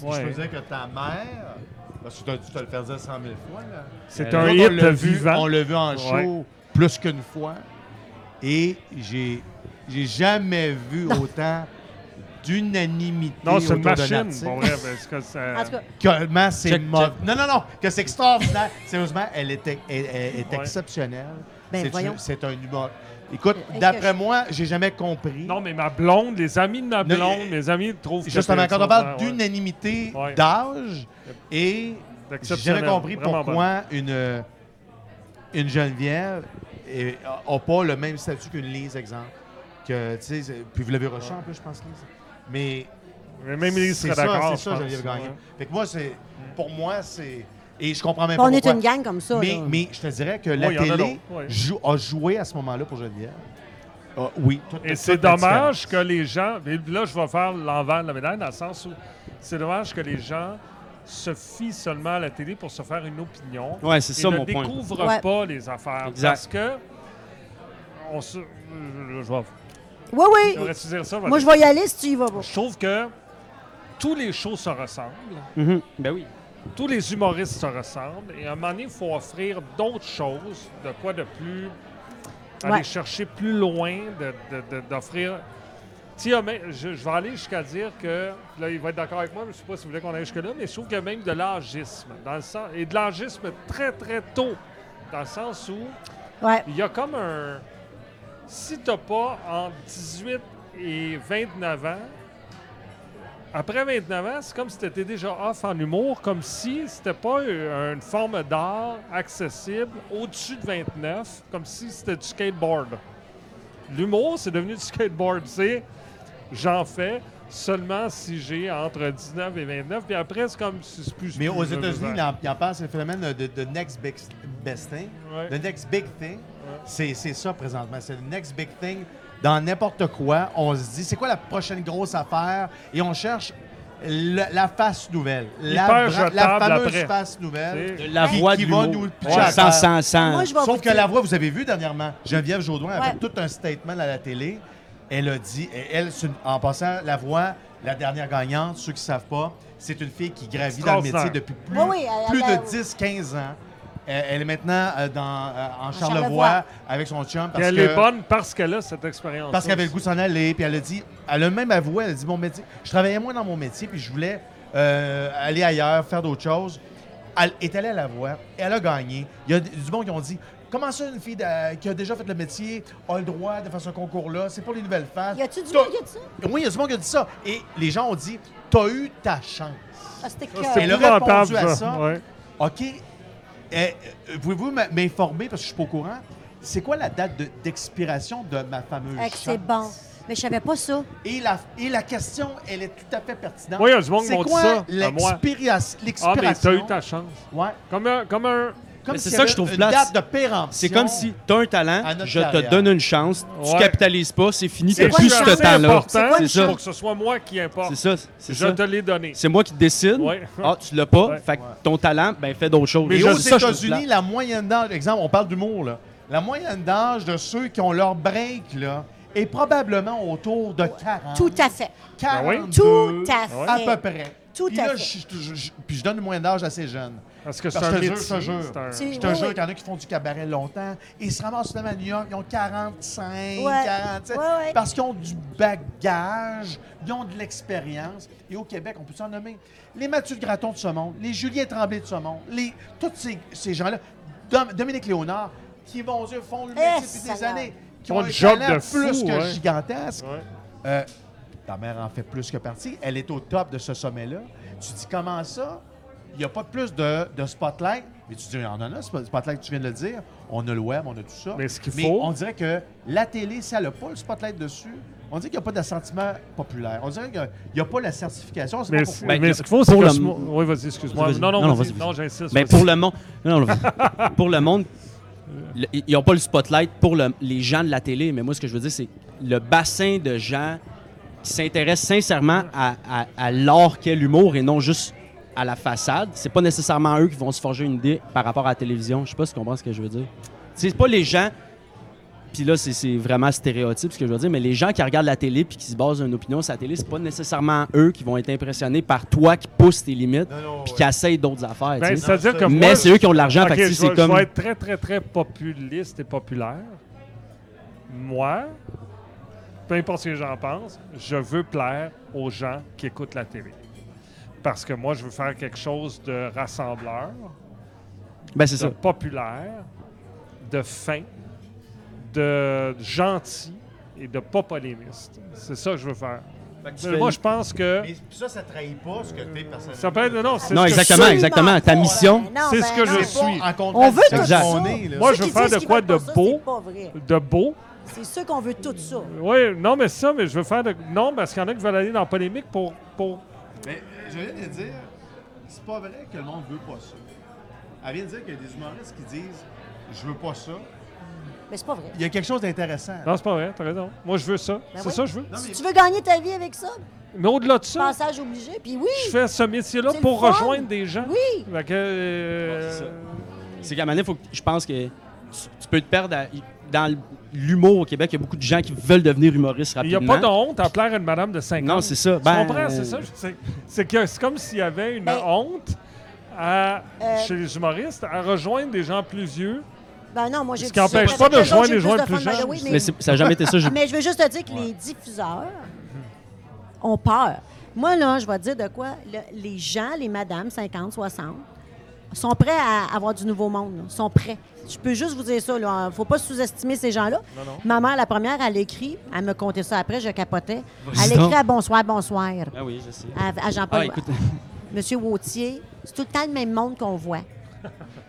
S3: Je peux
S4: Ouais.
S3: dire que ta mère, parce que tu as dû te le faire dire 100 000 fois. là.
S4: C'est
S3: Euh,
S4: un
S3: nous
S4: hit
S3: autres, on l'a vu-
S4: vivant.
S3: on l'a vu en show
S4: Ouais.
S3: plus qu'une fois. Et j'ai j'ai jamais vu autant d'unanimité
S4: Non, c'est une
S3: autour d'un
S4: machine.
S3: artiste.
S4: Pour vrai, parce que ça-
S1: En tout cas,
S3: Comment c'est
S2: Check,
S3: mauvais.
S2: check.
S3: Non, non, non, que c'est extraordinaire. Sérieusement, elle est, elle- elle- elle est
S4: Ouais.
S3: exceptionnelle.
S1: Ben,
S3: C'est-
S1: voyons.
S3: c'est un humour. Écoute,
S1: Est-ce que
S3: d'après
S1: je-
S3: moi, j'ai jamais compris.
S4: Non, mais ma blonde, les amis de ma
S3: Ne-
S4: blonde, mes amis trouvent que
S3: Justement,
S4: c'est
S3: quand on parle
S4: extraordinaire, ouais.
S3: d'unanimité
S4: Ouais.
S3: d'âge et j'ai
S4: Exceptionnel,
S3: jamais compris
S4: vraiment
S3: pourquoi une, une Geneviève n'a pas le même statut qu'une Lise, exemple. Que, tu sais, c'est- puis vous l'avez reçu en plus, je pense, Lise. Mais
S4: bonne. Mais Même ils
S3: c'est
S4: seraient
S3: ça,
S4: d'accord.
S3: c'est
S4: je
S3: ça,
S4: pense,
S3: Geneviève Gagné.
S4: ouais.
S3: Fait que moi, c'est, pour moi, c'est... Et je comprends même pas
S1: on est
S3: pourquoi.
S1: une gang comme ça.
S3: mais,
S1: là.
S3: mais je te dirais que la
S4: Oui, il y en a
S3: télé
S4: d'autres, ouais.
S3: jou- a joué à ce moment-là pour Geneviève. Ah, oui. tout-
S4: Et
S3: tout-
S4: c'est
S3: toute la
S4: dommage que
S3: différence.
S4: les gens. et là, je vais faire l'envers de la médaille, dans le sens où c'est dommage que les gens se fient seulement à la télé pour se faire une opinion.
S2: Ouais, c'est
S4: et
S2: ça
S4: ne
S2: mon point.
S4: découvrent
S1: Ouais.
S4: pas les affaires.
S2: Exact.
S4: Parce que. On se. Je, je vais-
S1: oui, oui.
S4: J'aurais-tu dire ça,
S1: Moi, je vais y aller si tu y vas pas.
S4: Je trouve que tous les shows se ressemblent,
S2: Mhm. Ben oui.
S4: tous les humoristes se ressemblent, et à un moment donné, il faut offrir d'autres choses, de quoi de plus. aller
S1: Ouais.
S4: chercher plus loin, de- de- de- d'offrir. Tu sais, mais je, je vais aller jusqu'à dire que, là, il va être d'accord avec moi, mais je ne sais pas si vous voulez qu'on aille jusque-là, mais je trouve qu'il y a même de l'âgisme, dans le sens, et de l'âgisme très, très tôt, dans le sens où.
S1: Ouais.
S4: Il y a comme un. Si t'as pas entre 18 et 29 ans, après 29 ans, c'est comme si t'étais déjà off en humour, comme si c'était pas euh, une forme d'art accessible au-dessus de 29, comme si c'était du skateboard. L'humour, c'est devenu du skateboard. C'est j'en fais seulement si j'ai entre 19 et 29, puis après, c'est comme si c'est plus.
S3: Mais aux
S4: plus-
S3: États-Unis, il en- il en parle, c'est le phénomène de, de next big best thing.
S4: Ouais.
S3: The next big thing, c'est c'est ça présentement. C'est le next big thing dans n'importe quoi. On se dit, c'est quoi la prochaine grosse affaire? Et on cherche le- la face nouvelle. La,
S4: Hyper
S3: vra- la
S4: jetable
S3: fameuse
S4: après.
S3: face nouvelle.
S4: C'est-
S2: La
S3: Qui-
S2: voix
S3: qui
S2: du
S3: va
S2: mot.
S3: nous le pitcher à
S2: Ouais. Sans,
S3: terre.
S2: sans, sans.
S1: Moi, je vais vous
S3: Sauf que
S1: dire-
S3: la voix, vous avez vu dernièrement, Geneviève Jaudoin a
S1: Ouais.
S3: fait tout un statement à la télé. Elle a dit, et elle, c'est une- en passant, la voix, la dernière gagnante, ceux qui ne savent pas, c'est une fille qui gravit dans le métier
S4: Extraordinaire.
S3: depuis plus,
S1: Oui, oui, elle-
S3: plus
S1: elle-
S3: de 10-15 ans. Elle, elle est maintenant euh, dans, euh, en Charlevoix
S1: Charlevoix.
S3: avec son chum
S4: Puis
S3: parce
S4: elle
S3: que-
S4: est bonne parce qu'elle a cette expérience.
S3: parce qu'elle avait le goût de s'en aller, puis elle a dit, elle a même avoué, elle a dit mon métier, je travaillais moins dans mon métier, puis je voulais euh, aller ailleurs, faire d'autres choses. Elle est allée à la voix, elle a gagné. Il y a d- du monde qui ont dit, comment ça une fille de- qui a déjà fait le métier a le droit de faire ce concours-là, c'est pour les nouvelles faces.
S1: Y a-tu du
S3: T'as-
S1: monde qui a dit ça?
S3: Oui, il y a du monde qui a dit ça. Et les gens ont dit, t'as eu ta chance.
S1: Ah, c'était
S4: Ça,
S1: cœur.
S4: c'est
S3: Elle a
S4: épouvantable,
S3: répondu à
S4: ça.
S3: ça.
S4: Ouais.
S3: OK. Eh, euh, Pouvez-vous m- m'informer, parce que je suis pas au courant, c'est quoi la date de- d'expiration de, ma fameuse
S1: Ah, que
S3: chance?
S1: C'est bon. Mais je savais pas ça.
S3: Et la, et la question, elle est tout à fait pertinente.
S4: Oui, il y a du monde qui
S3: C'est
S4: m'ont dit
S3: quoi
S4: ça, à
S3: l'expiria-
S4: Ah, mais
S3: L'expiration.
S4: t'as eu ta chance.
S3: Ouais.
S4: Comme un. Comme un
S3: Comme
S2: Mais c'est
S3: s'il y
S2: ça que je
S3: avait
S2: trouve
S3: une
S2: plate.
S3: date de péremption.
S2: C'est comme si tu as un talent,
S3: À notre
S2: je te
S3: carrière.
S2: donne une chance, tu
S4: Ouais.
S2: capitalises pas, c'est fini,
S1: C'est
S2: t'as
S1: quoi
S2: plus
S1: une
S2: ce
S1: chance?
S2: temps-là.
S1: C'est quoi
S4: important
S1: une
S2: chance?
S4: pour que ce soit moi qui importe.
S2: C'est ça, c'est
S4: Je
S2: ça.
S4: te l'ai donné.
S2: C'est moi qui décide.
S4: Ouais.
S2: Ah, tu l'as pas,
S4: Ouais.
S2: fait que ton talent, ben fais d'autres choses.
S4: Mais
S3: Et
S4: je-
S3: aux
S2: ça, trouve plate.
S3: États-Unis, la moyenne d'âge, exemple, on parle d'humour, là. La moyenne d'âge de ceux qui ont leur break, là, est probablement autour de
S4: Ah.
S3: 40.
S1: Tout à fait.
S3: 42,
S4: Ben oui.
S1: Tout à fait.
S3: à peu près.
S1: Tout
S3: puis
S1: à
S3: là,
S1: fait.
S3: je- je- je- puis je donne une moyenne d'âge assez jeune.
S4: Parce que c'est
S3: Parce
S4: un
S3: que je te
S4: métier.
S3: jure, je te jure.
S4: c'est un-
S1: C'est-
S3: Je te
S1: oui,
S3: jure
S1: oui.
S3: qu'il y en a qui font du cabaret longtemps et ils se ramassent finalement à New York, ils ont 45,
S1: Ouais.
S3: 47,
S1: Ouais, ouais.
S3: parce qu'ils ont du bagage, ils ont de l'expérience. Et au Québec, on peut s'en nommer les Mathieu de Graton de ce monde, les Julien Tremblay de ce monde, les, tous ces, ces gens-là, Dom- Dominique Léonard, qui, mon Dieu, font le métier
S1: Eh,
S3: depuis des
S1: Seigneur.
S3: années, qui
S4: Ils ont
S3: ont
S4: un
S3: un
S4: job
S3: talent
S4: de fou,
S3: plus que
S4: ouais.
S3: gigantesque.
S4: Ouais.
S3: Euh, ta mère en fait plus que partie. Elle est au top de ce sommet-là. Tu dis comment ça? Il n'y a pas plus de, de spotlight. Mais tu dis, on en a, sp- spotlight, tu viens de le dire. On a le web, on a tout ça.
S4: Mais ce qu'il faut-
S3: on dirait que la télé, ça n'a pas le spotlight dessus. On dirait qu'il n'y a pas d'assentiment populaire. On dirait qu'il n'y a pas la certification. C'est
S4: Mais,
S3: pas
S4: c'est-
S3: pourquoi.
S2: Ben,
S4: mais ce qu'il faut, c'est
S2: pour
S4: que.
S2: le-
S4: ce mo- Oui, vas-y, excuse-moi.
S2: Vas-y, vas-y.
S4: Non, non,
S2: Non, non,
S4: vas-y.
S2: vas-y,
S4: Non,
S2: vas-y.
S4: j'insiste.
S2: Mais
S4: vas-y.
S2: Ben, pour le monde, non, non, pour le monde, le- ils n'ont pas le spotlight pour le- les gens de la télé. Mais moi, ce que je veux dire, c'est le bassin de gens qui s'intéressent sincèrement à, à- à l'art qu'est l'humour et non juste à la façade. C'est pas nécessairement eux qui vont se forger une idée par rapport à la télévision. Je sais pas si tu comprends ce que je veux dire. C'est pas les gens. Puis là, c'est- c'est vraiment stéréotype ce que je veux dire, mais les gens qui regardent la télé puis qui se basent une opinion sur la télé, c'est pas nécessairement eux qui vont être impressionnés par toi qui pousse tes limites
S3: Non, non,
S2: puis
S3: ouais.
S2: qui essaye d'autres affaires.
S4: Ben,
S2: tu sais.
S4: C'est-à-dire que moi.
S2: mais c'est eux qui ont de l'argent,
S4: Ok,
S2: fait que si
S4: je vais-
S2: c'est comme.
S4: Je vais être très, très, très populiste et populaire. Moi, peu importe ce que les gens pensent, je veux plaire aux gens qui écoutent la télé. Parce que moi, je veux faire quelque chose de rassembleur,
S2: Ben, c'est
S4: de
S2: ça.
S4: populaire, de fin, de gentil et de pas polémiste. C'est ça que je veux faire.
S2: Fait que tu
S4: Mais
S2: fais-
S4: moi, je pense que
S3: Mais ça, ça trahit pas ce que t'es personnellement.
S4: ça peut être... Non, c'est
S2: Non,
S4: ce que
S2: exactement,
S4: je
S1: Absolument
S2: exactement. Ta
S1: pas.
S2: mission,
S1: Ben non,
S4: c'est ce
S1: ben
S4: que
S1: non.
S4: je
S3: C'est
S4: suis.
S3: pas en contact
S1: On veut
S3: avec
S1: tout
S2: Exact.
S1: ça.
S3: qu'on est, là.
S4: Moi,
S1: Ceux
S4: je veux
S1: qui
S4: faire
S1: disent
S4: de
S1: qu'ils
S4: quoi
S1: veulent
S4: de
S1: pas ça,
S4: beau.
S1: C'est pas vrai.
S4: de beau.
S1: C'est sûr qu'on veut tout ça.
S4: Oui, non, mais ça, mais je veux faire de... Non, parce qu'il y en a qui veulent aller dans la polémique pour... pour...
S3: Mais Ben, je viens de dire, c'est pas vrai que le monde veut pas ça. Elle vient de dire qu'il y a des humoristes qui disent je veux pas ça.
S1: Mais c'est pas vrai.
S3: Il y a quelque chose d'intéressant.
S4: Non, c'est pas vrai, t'as raison. Moi, je veux ça. c'est
S1: Ben oui.
S4: ça que je veux.
S3: Non, mais-
S1: Si tu veux gagner ta vie avec ça,
S4: Mais au-delà de ça,
S1: passage obligé, puis oui,
S4: je fais ce métier-là
S1: C'est le
S4: pour
S1: fun.
S4: rejoindre des gens.
S1: oui.
S4: Fait que, euh,
S2: Ouais, c'est ça. c'est qu'à un moment donné, faut que- je pense que tu, tu peux te perdre à- dans l'humour au Québec. Il y a beaucoup de gens qui veulent devenir humoristes
S4: il n'y a
S2: rapidement.
S4: pas de honte à plaire à une madame de 50.
S2: Non, c'est ça.
S4: Tu
S2: Ben,
S4: comprends? C'est
S2: euh,
S4: ça. je- C'est, c'est que c'est comme s'il y avait une
S1: Ben,
S4: honte à,
S1: euh,
S4: chez les humoristes à rejoindre des gens plus vieux.
S1: Ben non, moi, j'ai
S4: Ce
S1: dit
S4: qui
S1: ça
S4: empêche
S1: parce
S4: pas
S1: que
S4: de
S1: les autres,
S4: joindre
S1: j'ai
S4: les
S1: plus
S4: joints
S1: de
S4: plus
S1: fun. Ben
S4: jeunes.
S1: oui,
S2: euh, Mais c'est- ça n'a jamais été ça. j'ai-
S1: Mais je veux juste te dire que les diffuseurs ont peur. Moi, là, je vais te dire de quoi. le- les gens, les madames, 50, 60, sont prêts à avoir du nouveau monde. là. sont prêts. Je peux juste vous dire ça. Il ne faut pas sous-estimer ces gens-là.
S4: Non, non.
S1: Ma mère, la première, elle écrit. Elle me contait ça après, je capotais.
S2: Vas-y
S1: Elle
S2: donc.
S1: écrit à Bonsoir, Bonsoir.
S2: Ah oui, je sais.
S1: À, à Jean-Paul.
S2: Ah, écoute,
S1: Monsieur Wautier, c'est tout le temps le même monde qu'on voit.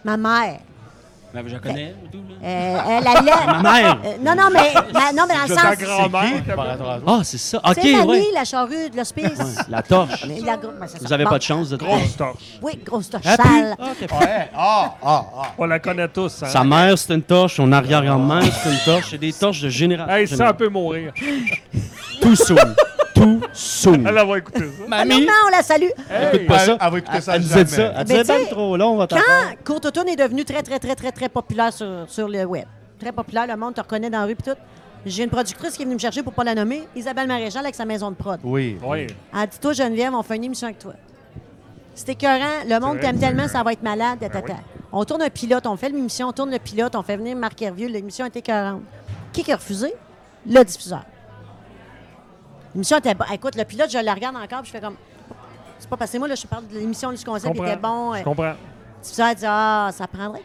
S1: Ma mère,
S2: ben, je connais. ou tout, là.
S1: euh, elle allait.
S2: Ma mère!
S1: Euh, non, non, mais, la- non, mais dans le
S4: Je ta
S1: sens.
S4: grand-mère.
S3: Par
S4: t'as-
S3: rapport à toi.
S2: Ah, c'est ça. OK,
S1: c'est Fanny,
S2: ouais.
S1: la charrue de l'hospice.
S2: La torche.
S1: Mais la gro- ben, c'est ça.
S2: Vous n'avez
S1: Bon.
S2: pas de chance de
S4: Grosse torche.
S1: Oui, grosse torche
S2: Ah, puis-
S1: sale.
S2: Ah, ok.
S3: Ouais, ah, ah, ah.
S4: On la connaît tous. hein.
S2: Sa mère, c'est une torche. Son arrière-grand-mère, c'est une torche. C'est des torches de génération.
S4: Hey, ça, elle peut mourir.
S2: Tout soon. Tout soon.
S4: Elle elle va écouter ça.
S2: Mamie,
S1: Non, on la salue.
S4: Hey,
S2: pas
S3: Elle-
S2: ça.
S3: elle va écouter ça
S2: elle disait
S3: jamais.
S2: ça. Elle
S1: Mais
S2: disait,
S1: tu
S2: ben,
S1: sais,
S2: trop long, on va t'en
S1: Quand Courte Automne est devenu très, très, très, très, très populaire sur, sur le web, très populaire, le monde te reconnaît dans la rue et tout. J'ai une productrice qui est venue me chercher pour pas la nommer, Isabelle Maréchal avec sa maison de prod.
S3: Oui.
S4: Oui.
S1: Elle a dit Toi, Geneviève, on fait une émission avec toi. C'est écœurant. Le monde
S4: vrai,
S1: t'aime
S4: c'est-
S1: tellement, ça va être malade. ta, ta,
S4: Ben oui.
S1: ta. On tourne un pilote, on fait l'émission, on tourne le pilote, on fait venir Marc Hervieux. L'émission est écœurante. Qui qui a refusé Le diffuseur. L'émission était bonne. Écoute, le pilote, je le regarde encore, puis je fais comme. C'est pas passé, moi, là, je parle de l'émission, du
S4: Je
S1: concept, il
S4: comprends.
S1: était bon. euh,
S4: Je
S1: Le
S4: comprends.
S1: diffuseur a dit Ah, ça prendrait.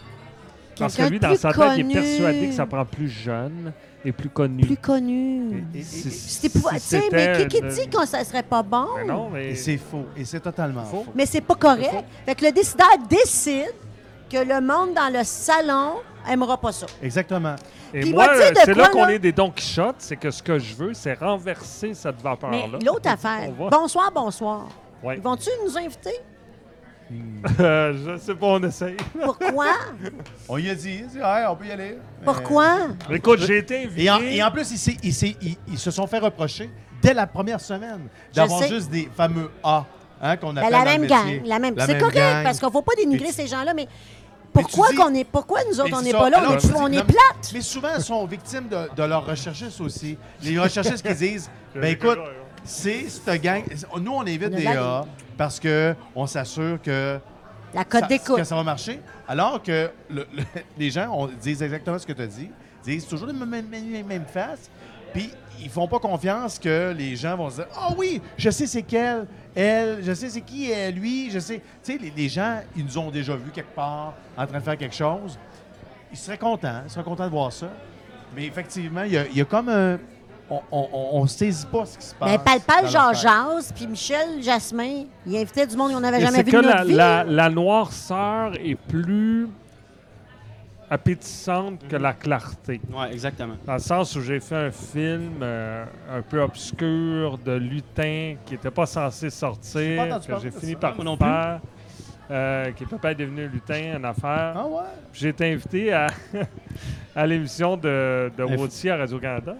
S4: Parce que
S1: Quelqu'un
S4: lui,
S1: de
S4: dans
S1: plus
S4: sa tête, il est
S1: connu.
S4: persuadé que ça prend plus jeune et plus connu.
S1: Plus connu.
S3: Et- et-
S4: Si-
S3: et-
S1: C'est épouvantable.
S4: si
S1: Tu sais, mais qui,
S4: c'était
S1: qui
S4: une-
S1: dit que ça serait pas bon
S4: Mais non, mais...
S3: Et c'est faux. Et c'est totalement
S4: Faux.
S3: faux.
S1: mais c'est pas correct. Fait que le décideur décide que le monde dans le salon aimera pas ça.
S3: Exactement.
S4: Et
S1: Puis
S4: moi,
S1: moi, tu sais de
S4: c'est
S1: quoi,
S4: là qu'on
S1: là?
S4: est des Don Quichotte, c'est que ce que je veux, c'est renverser cette
S3: Ah,
S1: Mais
S4: vapeur-là.
S1: l'autre affaire,
S4: On va-
S1: bonsoir, bonsoir.
S4: Ouais.
S1: Ils Vont-tu nous inviter?
S4: Euh, je sais pas, on essaye.
S1: Pourquoi?
S3: Euh, On lui a dit, il a dit, Ouais, on peut y aller. Mais-
S1: Pourquoi? Ben,
S4: Écoute, j'ai été invité.
S3: Et en, et en plus, ils, s'est- ils s'est- ils- ils se sont fait reprocher dès la première semaine d'avoir
S1: sais.
S3: juste des fameux A hein, qu'on
S1: Ben,
S3: appelle
S1: la
S3: dans le
S1: même
S3: métier.
S1: gang, la même.
S3: La
S1: C'est correct,
S3: gang.
S1: parce qu'on ne faut pas dénigrer
S3: Et tu-
S1: ces gens-là, mais
S3: Mais
S1: pourquoi,
S3: tu dis-
S1: qu'on est, pourquoi nous autres,
S3: Mais
S1: on
S3: c'est
S1: n'est
S3: ça.
S1: pas là?
S3: Alors,
S1: on
S3: je
S1: est,
S3: dis-
S1: on est
S3: non, mais-
S1: plate!
S3: Mais souvent, elles sont victimes de, de leurs recherchistes aussi. Les recherchistes qui disent
S4: Je
S3: ben
S4: l'ai
S3: écoute,
S4: déjà, là.
S3: c'est cette gang. Nous, on évite
S1: On a
S3: des
S1: la gang.
S3: A parce que on s'assure que,
S1: La
S3: ça-
S1: cote
S3: que
S1: d'écoute.
S3: ça va marcher. Alors que le- le- les gens on, disent exactement ce que tu as dit, disent toujours les mêmes, mêmes- mêmes faces, puis ils font pas confiance que les gens vont se dire Ah oui, je sais c'est quelle, elle, je sais c'est qui, elle, lui, je sais. Tu sais, les, les gens, ils nous ont déjà vus quelque part en train de faire quelque chose. Ils seraient contents, ils seraient contents de voir ça. Mais effectivement, il y a, il y a comme un. On, on, on- on saisit pas ce qui se passe.
S1: Ben, Palpal,
S3: dans
S1: genre
S3: leur tête.
S1: jase, puis Michel, Jasmin, ils invitaient du monde qu'on n'avait
S4: Et
S1: jamais
S4: c'est
S1: vu
S4: que
S1: de
S4: la,
S1: notre vie.
S4: la, la noirceur est plus appétissante que la clarté.
S2: Ouais, exactement.
S4: Dans le sens où j'ai fait un film euh, un peu obscur de lutin qui n'était pas censé
S3: J'ai
S4: sortir,
S3: pas entendu
S4: que
S3: parler
S4: j'ai
S3: de
S4: fini
S3: ça.
S4: par
S2: Moi non plus.
S4: faire, euh, qui est papa est devenu lutin en affaire.
S3: Ah ouais?
S4: J'ai été invité à, à l'émission de, de
S2: Inf-
S4: Wautier à Radio-Canada.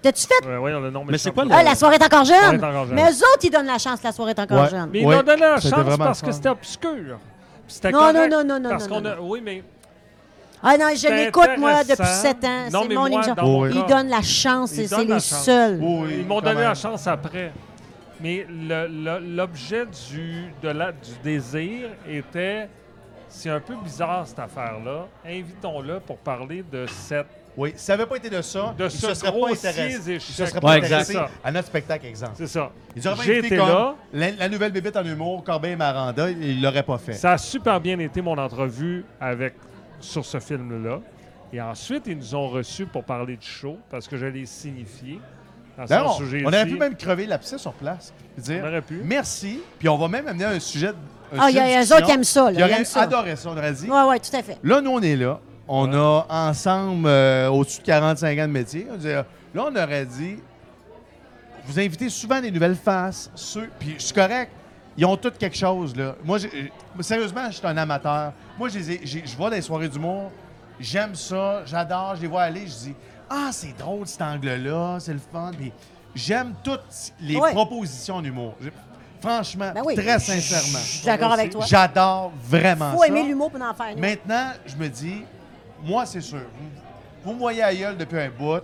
S1: T'as-tu fait?
S4: Euh, oui, on a le nom,
S2: Mais
S4: je
S2: c'est
S4: me
S2: quoi
S4: rappelle
S1: Ah, la soirée est encore jeune!
S4: La soirée est encore jeune.
S1: Mais eux autres, ils donnent la chance, la soirée est encore
S3: Ouais.
S1: jeune.
S4: Mais ils
S3: Ouais,
S4: ont donné la
S3: c'était
S4: chance
S3: vraiment
S4: parce
S3: fun.
S4: que c'était obscur. Puis C'était
S1: Non,
S4: correct,
S1: non, non, non,
S4: Parce
S1: non,
S4: qu'on
S1: non,
S4: a... Oui, mais...
S1: Ah non, je
S4: c'est
S1: l'écoute, moi, depuis
S4: intéressant.
S1: 7 ans.
S4: Non,
S1: C'est
S4: mais
S1: mon
S4: moi,
S1: émission.
S4: dans mon
S3: Oui.
S1: Ils
S4: cas,
S1: donnent la chance,
S4: Ils
S1: et c'est
S4: donnent la
S1: les
S4: chance.
S1: seuls.
S3: Oui,
S4: Ils m'ont
S3: quand
S4: donné
S3: même.
S4: la chance après. Mais le- le- l'objet du, de la- du désir était... C'est un peu bizarre, cette affaire-là. Invitons-le pour parler de cette
S3: Oui, si ça n'avait pas été de ça,
S4: De
S3: il
S4: ce
S3: se serait pas
S4: grossier
S3: intéressé. Il se
S4: échec.
S3: serait
S2: Ouais,
S3: pas intéressé
S4: exact. C'est ça.
S3: à notre spectacle, exemple.
S4: C'est ça.
S3: Ils auraient
S4: J'ai
S3: invité
S4: été
S3: comme
S4: là.
S3: La, la nouvelle bébête en humour, Corbin et Maranda, ils ne l'auraient pas fait.
S4: Ça a super bien été mon entrevue avec sur ce film-là. Et ensuite, ils nous ont reçus pour parler du show parce que je l'ai signifié. Dans le
S3: D'ailleurs,
S4: sens où j'ai
S3: Ben on, on aurait
S4: dit-
S3: pu même crever l'abcès sur place. puis Dire,
S4: On aurait pu.
S3: Merci, puis on va même amener un sujet. de- un
S1: Ah, il y a
S3: sujet de
S1: il y a eux
S3: discussion.
S1: autres qui aiment ça. Là,
S3: Ils
S1: ils aiment
S3: auraient
S1: ça.
S3: adoré ça, on aurait dit.
S1: Oui, oui, tout à fait.
S3: Là, nous, on est là. On
S4: Ouais.
S3: a ensemble euh, au-dessus de 45 ans de métier. On disait, là, on aurait dit, vous invitez souvent des nouvelles faces. Ceux, puis je suis correct. Ils ont toutes quelque chose, là. Moi, j'ai- euh, sérieusement, je suis un amateur. Moi, je les ai- j'ai- je vois des soirées d'humour. J'aime ça. J'adore. Je les vois aller. Je dis, ah, c'est drôle cet angle-là. C'est le fun. Puis j'aime toutes les
S1: Ouais.
S3: propositions d'humour. Je- Franchement,
S1: Ben oui.
S3: très sincèrement.
S1: Je suis d'accord avec toi.
S3: J'adore vraiment
S1: faut
S3: ça.
S1: aimer l'humour pour en faire une.
S3: Maintenant, je me dis, moi, c'est sûr. Vous- Vous me voyez à gueule depuis un bout.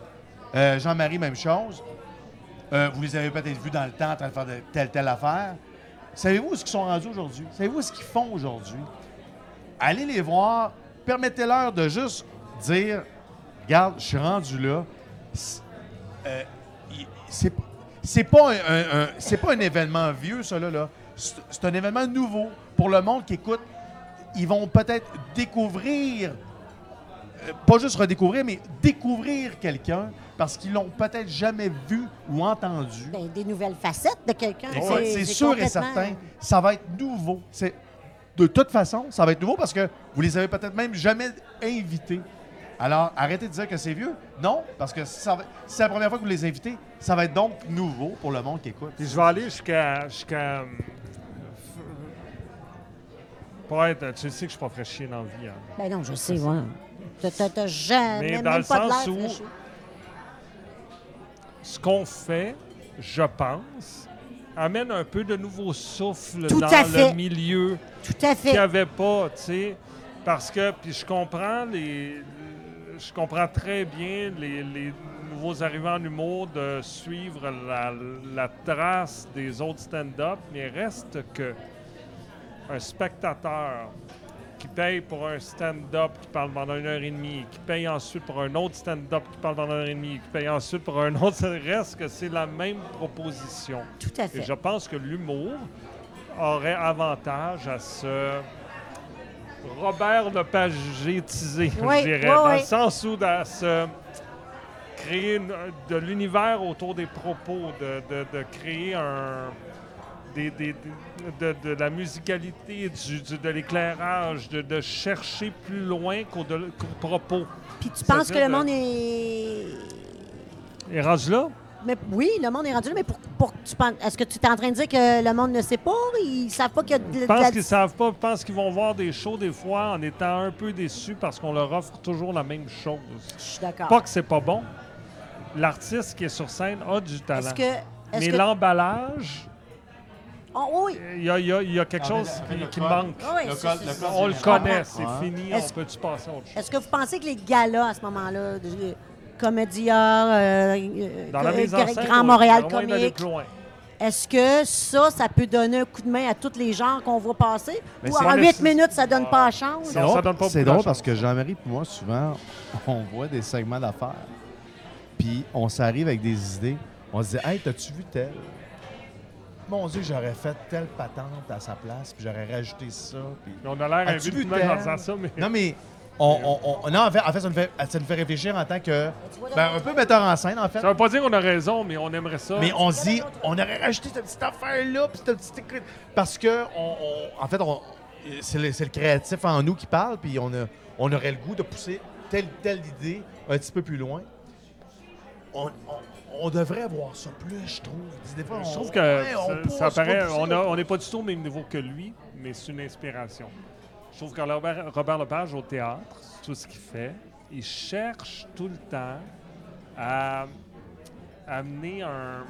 S3: Euh, Jean-Marie, même chose. Euh, vous les avez peut-être vus dans le temps en train de faire de telle, telle affaire. Savez-vous ce qu'ils sont rendus aujourd'hui? Savez-vous ce qu'ils font aujourd'hui? Allez les voir. Permettez-leur de juste dire, regarde, je suis rendu là. C'est- euh, il- c'est c'est pas un, un- un- c'est pas un événement vieux, ça, là. là. C'est c'est un événement nouveau pour le monde qui écoute ils vont peut-être découvrir, euh, pas juste redécouvrir, mais découvrir quelqu'un parce qu'ils l'ont peut-être jamais vu ou entendu.
S1: Ben, des nouvelles facettes de quelqu'un.
S3: Et ça, C'est hein. sûr et
S1: complètement-
S3: certain, ça va être nouveau. C'est de toute façon, ça va être nouveau parce que vous les avez peut-être même jamais invités. Alors, arrêtez de dire que c'est vieux. Non, parce que ça va- si c'est la première fois que vous les invitez, ça va être donc nouveau pour le monde qui écoute.
S4: Puis je vais aller jusqu'à. jusqu'à euh, pas être, tu sais que je suis pas fait chier dans la vie. hein.
S1: Ben non, je sais, ouais. T'as- T'as t'as jamais,
S4: Mais
S1: même
S4: dans
S1: pas
S4: le
S1: de
S4: sens
S1: l'air
S4: où-
S1: fraîche.
S4: Ce qu'on fait, je pense, amène un peu de nouveau souffle
S1: Tout
S4: dans
S1: à fait.
S4: le milieu
S1: Tout à
S4: qu'il n'y
S1: fait.
S4: avait pas, tu sais. Parce que, puis je comprends les. Je comprends très bien les, les nouveaux arrivants en humour de suivre la, la trace des autres stand-up, mais reste que un spectateur qui paye pour un stand-up qui parle pendant une heure et demie, qui paye ensuite pour un autre stand-up qui parle pendant une heure et demie, qui paye ensuite pour un autre, reste que c'est la même proposition.
S1: Tout à
S4: Et
S1: fait.
S4: je pense que l'humour aurait avantage à ce Robert Lepagétisé,
S1: Oui,
S4: je dirais,
S1: oui,
S4: dans
S1: oui.
S4: le sens où à se créer une- de l'univers autour des propos, de, de- de créer un, des- des- des- de, de la musicalité, du, du- de l'éclairage, de, de chercher plus loin qu'au de- qu'aux propos.
S1: Puis tu
S4: ça
S1: penses que
S4: vient
S1: le
S4: de-
S1: monde est...
S4: Et rendu là,
S1: Mais oui, le monde est rendu là, mais pour, pour tu penses- est-ce que tu es en train de dire que le monde ne sait pas? Ils savent pas qu'il y a de,
S4: Je
S1: de
S4: pense
S1: la-
S4: qu'ils savent pas. Je pense qu'ils vont voir des shows des fois en étant un peu déçus parce qu'on leur offre toujours la même chose.
S1: Je suis d'accord.
S4: Pas que c'est pas bon. L'artiste qui est sur scène a du talent.
S1: Est-ce que. Est-ce
S4: Mais
S1: que...
S4: l'emballage,
S1: Oh, oui.
S4: il y a, il y a- il y a quelque
S3: Ah,
S4: chose
S3: mais le-
S4: qui, qui
S3: le-
S4: manque.
S1: Ah oui,
S3: Le
S1: c'est-
S3: col-
S1: c'est-
S3: le
S1: c'est-
S3: col-
S4: On le
S1: je
S4: connaît,
S1: comprends.
S4: c'est
S3: Ouais.
S4: fini.
S1: Est-ce-
S4: On peut-tu passer à autre chose?
S1: Est-ce que vous pensez que les galas à ce moment-là, de- comédia, euh, euh,
S4: Dans la
S1: euh,
S4: mise en
S1: Grand-
S4: scène,
S1: Grand
S4: on-
S1: Montréal
S4: on va aller
S1: comique,
S4: plus loin.
S1: est-ce que ça, ça peut donner un coup de main à tous les gens qu'on voit passer?
S3: Mais
S1: Ou
S3: c'est
S1: en
S4: pas
S1: 8
S4: nécessaire.
S1: minutes, ça donne pas la
S4: C'est
S1: chance?
S4: Non, ça donne pas
S3: c'est
S4: beaucoup la
S3: drôle parce
S4: chance.
S3: que Jean-Marie et moi, souvent, on voit des segments d'affaires. Puis on s'arrive avec des idées. On se dit Hey, t'as-tu vu tel Mon Dieu, j'aurais fait telle patente à sa place, puis j'aurais rajouté ça. puis-
S4: On a l'air
S3: As-tu vu
S4: invité en
S3: tel?
S4: disant ça, mais
S3: Non, mais. On, on- on- non, en fait, en fait, ça, nous fait, ça nous fait réfléchir en tant que. ben, un peu metteur en scène, en fait.
S4: ça veut pas dire qu'on a raison, mais on aimerait ça.
S3: Mais on se dit, on aurait rajouté cette petite affaire-là, puis cette petite écrit- Parce que, on, on- en fait, on- c'est le, c'est le créatif en nous qui parle, puis on, a- on aurait le goût de pousser telle, telle idée un petit peu plus loin. On, on- on devrait voir ça plus, je trouve. Des fois, on-
S4: Je trouve que
S3: ouais, on
S4: ça-
S3: pousse,
S4: ça, paraît.
S3: pousse,
S4: On
S3: pousse.
S4: a- on n'est pas du tout au même niveau que lui, mais c'est une inspiration. Je trouve que Robert, Robert Lepage au théâtre, c'est tout ce qu'il fait, il cherche tout le temps à amener un,
S2: Un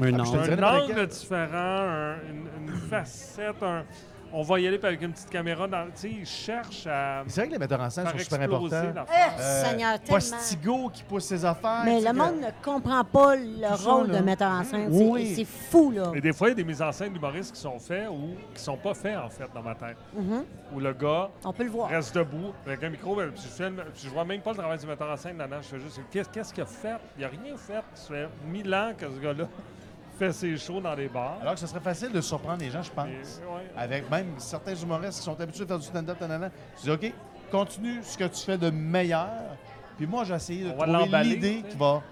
S3: Ah, je te
S2: ange.
S3: dirais
S4: un
S3: n'importe
S4: angle différent, un- une, une facette, un, on va y aller avec une petite caméra. Dans, tu sais, ils cherchent à
S3: C'est vrai que les metteurs en scène
S4: faire
S3: sont super
S4: exploser
S3: importants.
S4: l'affaire.
S1: Eh, Seigneur, tellement.
S3: Euh, Postigo qui pousse ses affaires.
S4: hein,
S1: Mais
S3: tu sais,
S1: le monde ne comprend pas le
S3: Tout ça,
S1: rôle
S3: là.
S1: de metteur en scène. C'est-
S3: Oui.
S1: C'est fou, là.
S4: Et des fois, il y a des mises en scène d'humoristes qui sont faits ou qui sont pas faits, en fait, dans ma tête.
S3: Mm-hmm.
S1: Mhm.
S4: Où le gars
S1: On peut le voir.
S4: reste debout avec un micro, ben, puis je, filme, puis je vois même pas le travail du metteur en scène là-dedans. Je fais juste, qu'est-ce qu'est-ce qu'il a fait? Il a rien fait. Ça fait mille ans que ce gars-là fait ses shows dans les bars.
S3: Alors Ah, que ce serait facile de surprendre les gens, je pense.
S4: Et, ouais.
S3: Avec même certains humoristes qui sont habitués de faire du stand-up, nanana. Tu dis, OK, continue ce que tu fais de meilleur. Puis moi, j'ai essayé de
S4: On va
S3: trouver
S4: l'emballer,
S3: l'idée
S4: tu sais.
S3: qui va,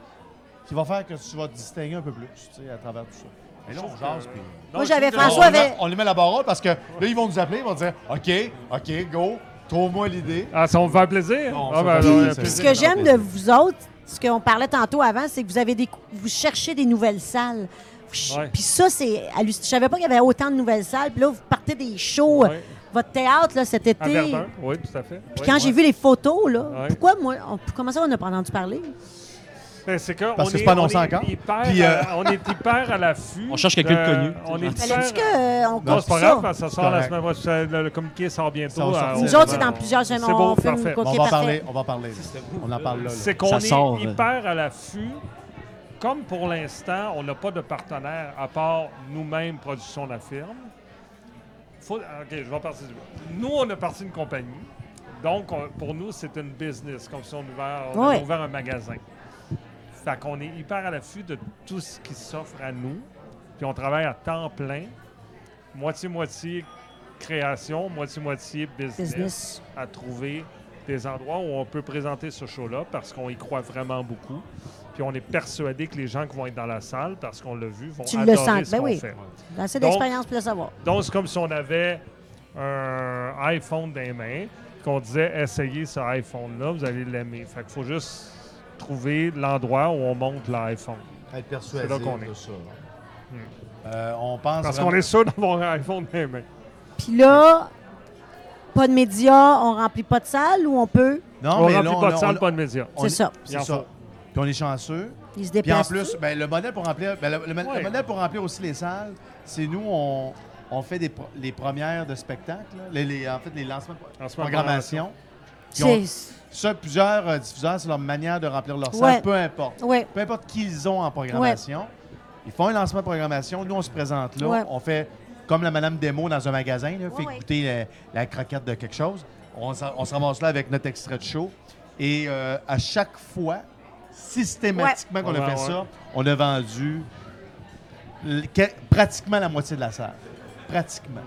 S3: qui va faire que tu vas te distinguer un peu plus, tu sais, à travers tout ça. Mais là,
S4: Je
S3: on
S4: trouve
S3: jase,
S4: que-
S3: puis...
S4: Non,
S1: Moi,
S4: je
S1: j'avais
S4: trouve que-
S1: François
S3: on,
S1: avait-
S3: met- on lui met la barre haute parce que là, ils vont nous appeler, ils vont dire OK, OK, go, trouve-moi l'idée.
S4: Ah, ça va me faire plaisir?
S3: Bon,
S4: Ah,
S3: ça
S4: ben,
S3: va
S4: alors,
S3: faire
S4: un
S3: plaisir.
S1: Puis ce que
S4: plaisir.
S1: j'aime de vous autres, ce qu'on parlait tantôt avant, c'est que vous avez des, vous cherchez des nouvelles salles. Vous ch-
S4: Ouais.
S1: Puis ça, c'est hallucinant. Je savais pas qu'il y avait autant de nouvelles salles. Puis là, vous partez des shows. euh,
S4: Ouais.
S1: Votre théâtre, là, cet été.
S4: À Verdun, oui, tout à fait.
S1: Puis quand j'ai vu les photos, là,
S4: Ouais.
S1: pourquoi moi, on- comment ça on n'a pas entendu parler?
S4: Ben, c'est que
S3: Parce
S4: on
S3: que c'est
S4: est-
S3: pas
S4: on
S3: annoncé
S4: est
S3: encore.
S4: Hyper,
S3: Puis, euh,
S4: à- on est hyper à l'affût.
S2: On cherche quelqu'un de
S4: Euh,
S2: connu.
S4: On
S1: Ben,
S4: est
S2: C'est
S4: hyper-
S1: Fallait-tu qu'on
S4: euh, Non,
S1: compte
S4: c'est pas
S1: ça?
S4: grave, parce que ça sort la
S3: correct.
S4: semaine prochaine. Le, le communiqué sort bientôt.
S3: Ça va
S4: Ah,
S3: sortir.
S4: on-
S1: Nous autres, c'est
S4: on-
S1: dans plusieurs semaines.
S4: C'est
S1: on
S4: beau,
S1: filme.
S4: parfait.
S1: OK,
S3: on, va
S1: parfait.
S3: parler, on va parler. On en parle là. là.
S4: C'est qu'on
S2: Ça
S4: est
S2: sort, hein. là.
S4: hyper à l'affût. Comme pour l'instant, on n'a pas de partenaire à part nous-mêmes, Production La Firme. Faut- OK, je vais partir du- Nous, on a parti d'une compagnie. Donc, on- pour nous, c'est une business, comme si on, ouvert, on avait
S1: Ouais.
S4: ouvert un magasin. Fait qu'on est hyper à l'affût de tout ce qui s'offre à nous. Puis on travaille à temps plein, moitié-moitié création, moitié-moitié
S1: Business.
S4: à trouver des endroits où on peut présenter ce show-là parce qu'on y croit vraiment beaucoup. Puis on est persuadé que les gens qui vont être dans la salle, parce qu'on l'a vu, vont
S1: Tu le
S4: adorer
S1: sens,
S4: ce
S1: ben
S4: qu'on
S1: oui.
S4: fait.
S1: Assez
S4: Donc-
S1: d'expérience pour le savoir.
S4: Donc, c'est comme si on avait un iPhone dans les mains, qu'on disait « Essayez ce iPhone-là, vous allez l'aimer ». Fait qu'il faut juste trouver l'endroit où on monte l'iPhone.
S3: Être persuadé
S4: C'est là qu'on est. Hmm.
S3: de ça. Euh, on pense
S4: Parce
S3: vraiment-
S4: qu'on est sûr d'avoir un iPhone dans les mains.
S1: Puis là, pas de médias, on remplit pas de salle ou on peut?
S3: Non,
S4: on
S3: mais
S4: remplit
S3: là, on
S4: pas de
S3: a-
S4: salle,
S3: on-
S4: pas de médias.
S3: on
S1: C'est
S3: est-
S1: ça.
S4: Il en
S3: C'est ça.
S4: faut.
S3: Puis on est chanceux.
S1: Ils se
S3: Puis en
S1: déplacent.
S3: plus, ben, le modèle pour remplir, ben, le, le- le
S4: Ouais.
S3: modèle pour remplir aussi les salles, c'est nous, on, on fait des pro- les premières de spectacles, là, les, les- en fait les lancements de
S4: Lancement de
S3: programmation. Puis on-
S1: C'est-
S3: ça, plusieurs euh, diffuseurs, c'est leur manière de remplir leur salle,
S1: Ouais.
S3: peu importe.
S1: Ouais.
S3: Peu importe qui ils ont en programmation. Ils font un lancement de programmation, nous on se présente là,
S1: Ouais.
S3: on fait comme la madame démo dans un magasin, là, fait
S1: ouais.
S3: goûter la, la croquette de quelque chose. On, s'en- on se ramasse là avec notre extrait de show. Et euh, à chaque fois, systématiquement qu'on a
S4: Ouais,
S3: fait
S4: ouais.
S3: ça, on a vendu l- que- pratiquement la moitié de la salle. Pratiquement.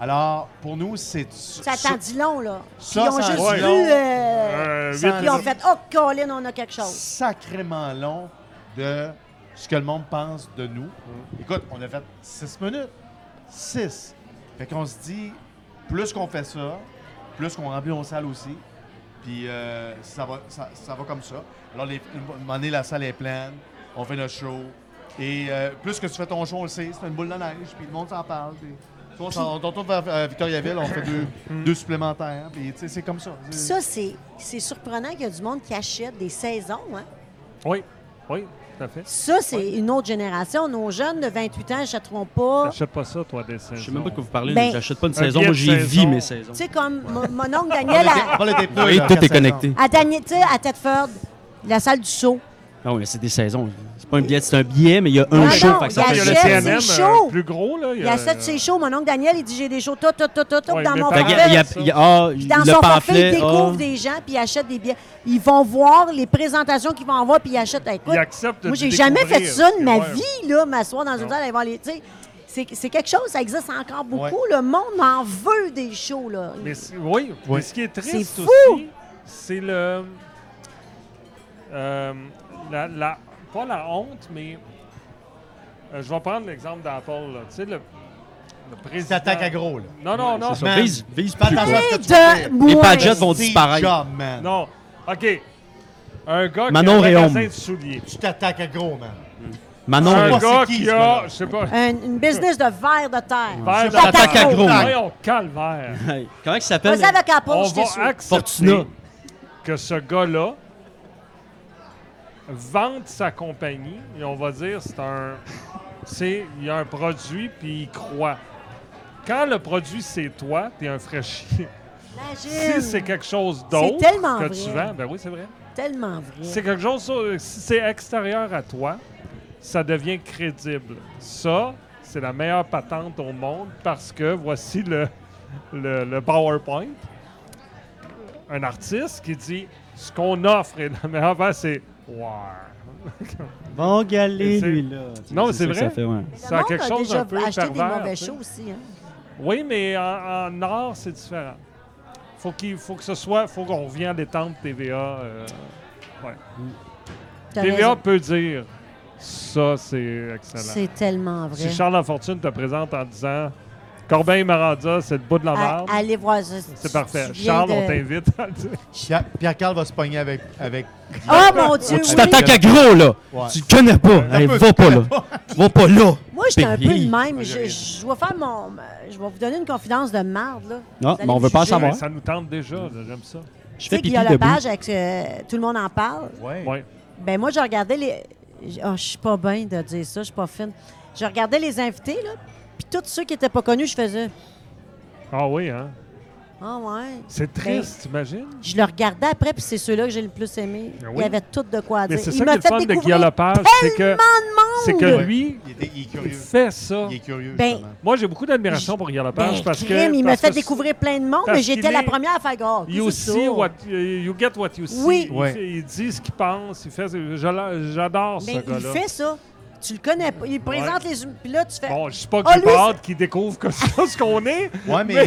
S3: Alors, pour nous, c'est...
S1: Ça t'en dit long, là.
S3: Ça,
S1: Puis ils ont
S3: ça en
S1: juste
S3: dit
S1: vu...
S4: long.
S1: euh,
S4: Euh,
S3: sans-
S1: Puis ils ont fait « Oh, Colin, on a quelque chose.
S3: sacrément long de ce que le monde pense de nous. Écoute, on a fait six minutes. Six. Fait qu'on se dit, plus qu'on fait ça, plus qu'on remplit nos salles aussi, puis euh, ça, va, ça, ça va comme ça. Alors, les, une moment donné, la salle est pleine, on fait notre show, et euh, plus que tu fais ton show, on le sait, c'est une boule de neige, puis le monde s'en parle. puis- tu vois, on s'en- on retourne vers euh, Victoriaville, on fait deux,
S2: Mm.
S3: deux supplémentaires, puis tu sais, c'est comme ça. »
S1: Puis ça, c'est c'est surprenant qu'il y a du monde qui achète des saisons. Hein.
S4: Oui, oui, tout à fait.
S1: Ça, c'est une autre génération. Nos jeunes de 28 ans n'achèteront pas...
S4: T'achètes pas ça, toi, des saisons.
S2: Je sais même pas de quoi vous parlez.
S1: Ben,
S2: J'achète pas une
S4: un
S2: saison.
S4: billet
S2: Moi,
S4: de
S2: j'y vis
S4: saison.
S2: mes saisons.
S1: Tu sais, comme mon, mon oncle Daniel à,
S3: Parle de tes pneus,
S2: Ah Oui,
S3: là,
S2: tout est
S3: cette
S2: connecté.
S1: à, Dani- tu sais, à Thetford, la salle du show.
S2: Non, ah mais c'est des saisons. C'est pas un billet, c'est un billet, mais il y a un
S1: Non,
S2: show.
S1: Ah non,
S2: fait que
S1: il
S2: ça
S1: y
S4: Il y a
S2: fait
S4: le
S1: achète,
S2: juste-
S1: c'est
S4: TNM,
S1: chaud.
S4: euh, plus gros, là.
S1: Il achète ses shows. Mon oncle Daniel, il dit J'ai des shows, tout, tout, tout, tout, tout,
S4: Ouais,
S1: dans
S4: mais
S1: mon
S4: par-
S2: Fait
S1: pamphlet.
S2: qu'il y a- il y a- il y a- ah,
S1: Puis dans
S2: le
S1: son forfait, il
S2: pamphlet,
S1: découvre
S2: ah.
S1: des gens, puis il achète des billets. Ils vont voir les présentations qu'ils vont avoir, puis ils achètent. Hey, écoute,
S4: Il accepte de
S1: moi, j'ai
S4: te
S1: jamais fait
S4: découvrir.
S1: ça de ma
S4: Ouais.
S1: vie, là, m'asseoir dans une
S4: Non.
S1: salle et voir les. tu sais, C'est c'est quelque chose, ça existe encore beaucoup.
S3: Ouais.
S1: Le monde en veut des shows, là.
S4: Mais c- oui,
S3: Oui.
S4: mais ce qui est triste
S1: C'est fou!
S4: aussi, c'est le. euh, la, la- pas la honte, mais. euh, je vais prendre l'exemple d'Apple. là. Tu sais, le, le
S3: Il
S4: président.
S3: s'attaque à gros, là.
S4: Non, non, non.
S2: C'est ça.
S3: Man.
S2: Vise, vise
S3: Fais
S2: plus.
S3: attention à
S2: quoi.
S3: ce
S1: Et
S3: que tu vas
S1: de
S3: dire.
S1: moins.
S2: Padgett vont-
S3: Steve
S2: disparaître.
S3: Jobs, man.
S4: Non. OK. Un gars
S2: Manon
S4: qui a un
S2: Réaume.
S4: magasin de souliers.
S3: Tu t'attaques à gros, man.
S2: Manon,
S4: un
S1: Ah,
S3: Réaume.
S2: Réaume.
S4: gars
S3: C'est qui,
S4: qui
S3: ce
S4: a.
S3: gars-là?
S4: Je sais pas.
S1: Un- une business de verre de terre.
S4: verre
S1: Ça
S4: de
S2: t'attaque
S1: t'attaque
S2: à gros.
S1: au-
S2: Ouais.
S4: Voyons, calvaire.
S2: Hey, Comment il s'appelle?
S1: Vas-y avec la
S4: on
S1: poche, je
S4: va
S1: t'ai sûr.
S4: accepter
S2: Fortuna.
S4: que ce gars-là vende sa compagnie et on va dire c'est un c'est il y a un produit puis il croit. Quand le produit, c'est toi, t'es un fraîchier.
S1: Imagine!
S4: Si c'est quelque chose d'autre
S1: Hum. tellement
S4: que
S1: vrai.
S4: tu vends, ben oui, c'est vrai.
S1: tellement vrai.
S4: C'est quelque chose, euh, si c'est extérieur à toi, ça devient crédible. Ça, c'est la meilleure patente au monde parce que voici le, le, le PowerPoint. Un artiste qui dit ce qu'on offre et la meilleure affaire, c'est Wow.
S2: Bon
S4: Et
S2: galer,
S4: c'est-
S2: lui, là.
S4: Non, mais c'est
S2: ça que
S4: vrai.
S2: ça fait, ouais.
S1: Le
S4: Ça a
S1: monde
S4: quelque chose
S1: déjà
S4: un peu
S1: acheté des
S4: pervers,
S1: mauvais
S4: tu sais.
S1: shows aussi. Hein?
S4: Oui, mais en, en art, c'est différent. Faut qu'il faut que ce soit, faut qu'on revienne à l'étendre TVA. euh,
S1: T'as
S4: TVA
S1: raison.
S4: peut dire ça, c'est excellent.
S1: C'est tellement vrai.
S4: Si Charles Lafortune te présente en disant Corbin Maranda, c'est le bout de la
S1: À-
S4: merde,
S1: Allez voir ça.
S4: c'est parfait. Charles, on t'invite à le dire.
S3: Pierre- Pierre-Carl va se pogner avec. avec
S1: Oh mon Dieu,
S2: Tu
S1: oui.
S2: t'attaques à gros, là.
S3: Ouais.
S2: Tu le connais pas. Allez,
S3: peu,
S2: va
S3: tu
S2: pas
S3: connais
S2: là. Va pas là.
S1: Moi, j'étais un peu
S2: Pays.
S1: le même.
S4: Moi, j'ai
S1: Je,
S4: rien.
S1: je vais faire mon. euh, Je vais vous donner une confidence de marde, là. Vous
S2: Non,
S1: allez
S2: mais on
S1: me
S2: veut pas
S1: juger.
S2: savoir.
S4: Ben,
S2: Ouais.
S4: ça nous tente déjà, là, j'aime ça.
S1: Tu
S2: Je
S1: sais
S2: fais
S1: qu'il
S2: pipi
S1: y a la page
S2: debout.
S1: avec euh, Tout le monde en parle.
S3: Ouais.
S4: Ouais.
S1: Ben moi, je regardais les. j- Ah, je suis pas bien de dire ça, je suis pas fine. Je regardais les invités, là. Puis tous ceux qui étaient pas connus, je faisais.
S4: Ah oui, hein?
S1: Ah ouais.
S4: C'est triste, t'imagines?
S1: Je le regardais après, puis c'est ceux-là que j'ai le plus aimé.
S4: Ben
S1: Il y
S4: oui.
S1: avait tout de quoi
S4: Mais
S1: dire.
S4: c'est
S1: Il
S4: ça qui
S1: m'a
S4: est le
S1: fait
S4: fun de Guillaume
S1: découvrir
S4: Lepage, c'est que, c'est que
S3: Ouais.
S4: lui,
S3: Il, était- il est
S4: il
S3: curieux.
S4: fait ça.
S3: Il est curieux,
S1: Ben,
S3: justement.
S4: Moi, j'ai beaucoup d'admiration pour Guillaume Lepage
S1: Ben,
S4: parce que.
S1: crime, il m'a
S4: parce
S1: fait
S4: que
S1: découvrir plein de monde,
S4: parce
S1: mais j'étais
S4: qu'il
S1: la
S4: est-
S1: première à faire gars.
S4: You
S1: qu'est-ce que c'est
S4: see
S1: ça?
S4: what you get what you see.
S1: Oui.
S4: Il,
S3: Ouais.
S4: fait- il dit ce qu'il pense. Il fait. je l'a- J'adore ce
S1: Ben,
S4: gars-là.
S1: il fait ça. Tu le connais pas. Il présente les hum- Puis là, tu fais.
S4: Bon, je sais pas que
S1: Ah,
S4: j'ai
S1: lui,
S4: pas hâte qu'il découvre que ça, ce qu'on est.
S1: Ben.
S3: Ouais, mais il,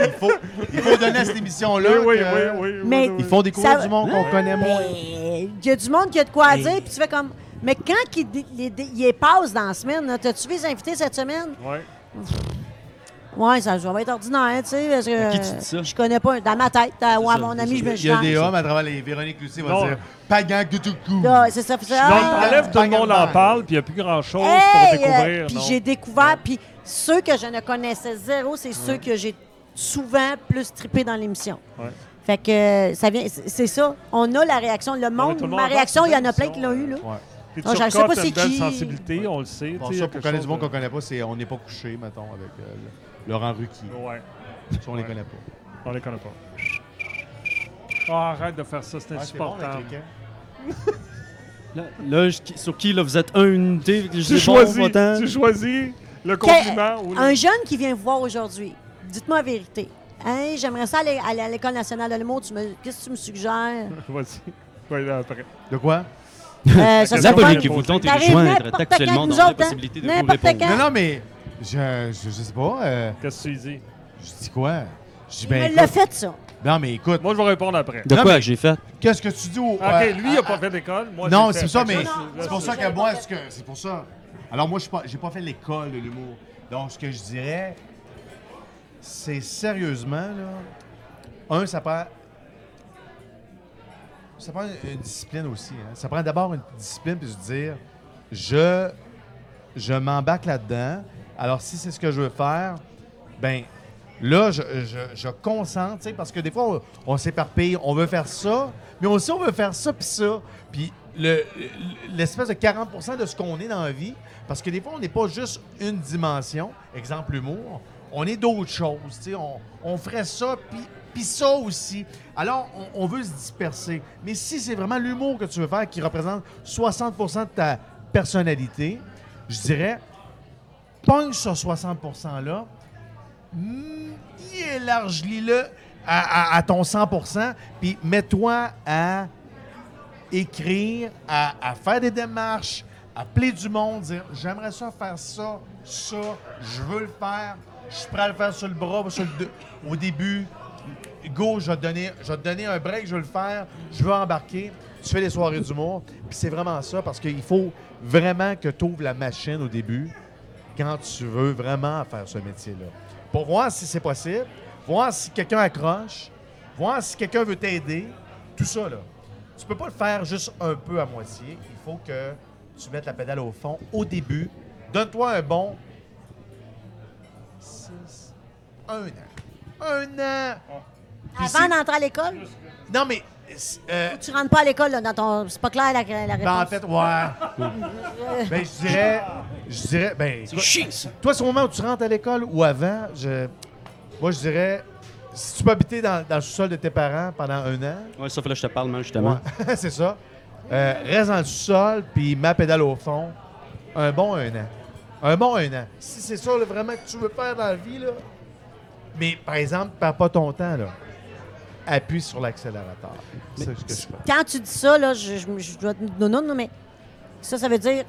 S3: il- il faut, il faut donner à cette émission-là.
S4: Oui, oui, oui,
S3: que-
S4: oui.
S1: Mais-
S4: oui, oui.
S3: Ils font découvrir
S1: Ça Ben, va-
S3: du monde qu'on connaît moins.
S1: Mais il y a du monde qui a de quoi à dire, puis tu fais comme. Mais quand qu'il dé- les, dé- il les passe dans la semaine, là, t'as-tu vu les invités cette semaine?
S4: Ouais.
S1: Ouais, ça, ça va être ordinaire, tu sais. Parce que,
S2: À qui tu
S1: euh,
S2: dis ça?
S1: Je connais pas. Dans ma tête, à- ou à
S2: ça,
S1: mon
S2: c'est
S1: ami,
S2: ça.
S1: je me
S3: Il y a des
S1: je-
S3: hommes à travers les Véronique Lucie vont
S4: Non.
S3: dire Pagan Gutuku.
S1: Là, C'est ça, c'est ça.
S4: Donc,
S1: Ah,
S4: t'enlèves, tout le monde en
S3: Pagan.
S4: parle, puis il n'y a plus grand-chose
S1: hey,
S4: pour découvrir.
S1: euh, Puis
S4: non.
S1: j'ai découvert, puis ceux que je ne connaissais zéro, c'est ceux que j'ai souvent plus trippé dans l'émission.
S4: Ouais.
S1: Fait que euh, ça vient, c'est c'est ça. On a la réaction. Le monde,
S4: tout le monde
S1: ma
S4: embarque
S1: réaction, il y en a
S4: dans
S1: plein qui l'ont eu. Là.
S4: l'émission,
S3: Ouais.
S4: Puis
S1: Non, je sais
S4: Turcotte
S1: pas
S4: a
S1: c'est
S4: une belle
S1: qui.
S4: sensibilité, on le sait.
S3: Bon,
S4: tu sais,
S3: ça,
S4: il y a
S3: pour
S4: quelque
S3: connaître du
S4: chose
S3: monde qu'on
S4: de-
S3: connaît pas, c'est on n'est pas couché, mettons, avec euh, le- Laurent Ruquier.
S4: Ouais,
S3: Ça, on les
S4: Ouais.
S3: connaît pas.
S4: on les connaît pas. Ah, arrête de faire ça, c'est
S3: Ouais, c'est bon, le
S4: insupportable.
S3: criquet.
S2: Là, là, je- sur qui, là, vous êtes un, une unité? Je
S4: tu,
S2: dis bon,
S4: choisis,
S2: va-t'en.
S4: tu choisis le compliment ou le...
S1: Un jeune qui vient vous voir aujourd'hui, dites-moi la vérité. Hein, j'aimerais ça aller, aller à l'École nationale de l'humour. Tu me- Qu'est-ce que tu me suggères?
S4: Vas-y. Ouais, là, après.
S3: De quoi?
S1: Euh, ça
S4: Qu'est-ce
S1: serait
S4: qu'on
S1: fun.
S4: dit?
S2: tente
S1: T'arrives n'importe quand, nous autres, hein. N'importe quand.
S3: Non, non, mais je, je, je sais pas. euh,
S4: Qu'est-ce que tu dis?
S3: je dis quoi? Je dis,
S1: Il me
S3: ben,
S1: l'a
S3: écoute,
S1: fait, ça.
S3: non, mais écoute,
S4: Moi, je vais répondre après.
S2: De
S3: Non,
S2: quoi
S3: mais-
S2: que j'ai fait?
S3: qu'est-ce que tu dis au.
S4: OK,
S3: euh,
S4: lui, il n'a
S3: à-
S4: pas fait d'école. Moi,
S3: Non,
S4: j'ai fait.
S3: c'est ça,
S4: Fait que
S3: mais
S1: Non,
S3: c'est pour ça que moi, ce que c'est pour ça. Alors moi, je suis pas- j'ai pas fait l'école de l'humour. Donc, ce que je dirais, c'est sérieusement là, un, ça prend, ça prend une discipline aussi. hein. Ça prend d'abord une discipline puis se dire, je, je m'embarque là-dedans. Alors si c'est ce que je veux faire, ben là, je, je, je concentre, tu sais, parce que des fois, on, on s'éparpille, on veut faire ça, mais aussi on veut faire ça puis ça. Puis le- l'espèce de 40 de ce qu'on est dans la vie, parce que des fois, on n'est pas juste une dimension, exemple l'humour, on est d'autres choses, tu sais, on, on ferait ça puis puis ça aussi. Alors, on, on veut se disperser. Mais si c'est vraiment l'humour que tu veux faire qui représente 60 de ta personnalité, je dirais, pogne ce 60 %-là, mm, élargis-le à, à- à ton 100 puis mets-toi à écrire, à, à faire des démarches, appeler du monde, dire « J'aimerais ça faire ça, ça, je veux le faire, je suis prêt à le faire sur le bras, sur le de- au début, go, je vais, te donner, je vais te donner un break, je vais le faire, je veux embarquer. Tu fais des soirées d'humour. Puis c'est vraiment ça, parce qu'il faut vraiment que tu ouvres la machine au début quand tu veux vraiment faire ce métier-là. Pour voir si c'est possible, voir si quelqu'un accroche, voir si quelqu'un veut t'aider, tout ça, là. Tu peux pas le faire juste un peu à moitié. Il faut que tu mettes la pédale au fond au début. Donne-toi un bon 6, un an. Un an! Puis
S1: Avant
S3: si-
S1: d'entrer à l'école,
S3: non, mais. euh,
S1: tu rentres pas à l'école, là, dans ton... c'est pas clair la, la réponse.
S3: ben, en fait, ouais. ben, je dirais, je Je dirais, ben,
S2: Tu vas- Chie, ça.
S3: toi, c'est au moment où tu rentres à l'école ou avant, je, moi, je dirais, si tu peux habiter dans, dans le sous-sol de tes parents pendant un an,
S2: Ouais, sauf que là, je te parle, man, justement.
S3: ouais, c'est ça, euh, reste dans le sous-sol, puis ma pédale au fond, un bon un an. Un bon un an. Si c'est ça là, vraiment que tu veux faire dans la vie, là, mais par exemple, perds pas ton temps, là. Appuie sur l'accélérateur. C'est ce que je fais.
S1: Quand tu dis ça, là, je, je- je dois. Non, non, non, mais ça, ça veut dire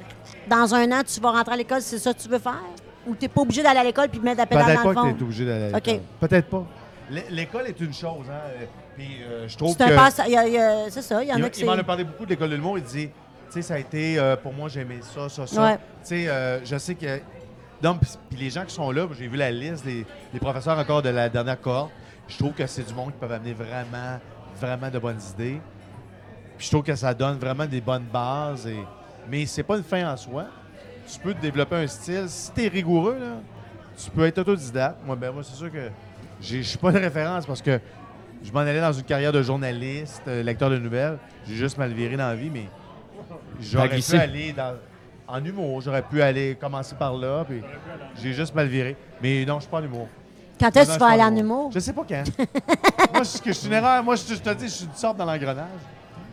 S1: dans un an, tu vas rentrer à l'école, c'est ça que tu veux faire? Ou t'es pas obligé d'aller à l'école puis mettre la pédale
S3: Peut-être
S1: dans
S3: pas
S1: le
S3: que
S1: fond?
S3: tu es obligé d'aller à
S1: OK.
S3: l'école. Peut-être pas. L'é- L'école est une chose, hein. euh, Puis euh, je trouve
S1: C'est un
S3: que.
S1: passe- il y a- il y a- C'est ça, il y en
S3: Il,
S1: a qui
S3: il m'en
S1: c'est-
S3: a parlé beaucoup de l'école de l'humour. Il dit, tu sais, ça a été, euh, pour moi, j'aimais ça, ça, ça.
S1: Ouais.
S3: Tu sais, euh, je sais que. Non, puis puis les gens qui sont là, j'ai vu la liste des, des professeurs encore de la dernière cohorte. Je trouve que c'est du monde qui peut amener vraiment, vraiment de bonnes idées. Puis je trouve que ça donne vraiment des bonnes bases. Et... Mais c'est pas une fin en soi. Tu peux te développer un style. Si tu es rigoureux, là, tu peux être autodidacte. Moi, ben, moi c'est sûr que j'ai- je suis pas de référence parce que je m'en allais dans une carrière de journaliste, euh, lecteur de nouvelles. J'ai juste mal viré dans la vie, mais
S2: T'as
S3: j'aurais
S2: glissé.
S3: pu aller dans- en humour. J'aurais pu aller commencer par là, puis j'ai juste mal viré. Mais non, je suis pas en humour.
S1: Quand est-ce que tu
S3: Non, non,
S1: vas
S3: je suis
S1: aller
S3: pas
S1: en humour?
S3: Je sais pas quand. moi, je, que je suis une erreur. Moi, je, je te dis, je suis une sorte dans l'engrenage.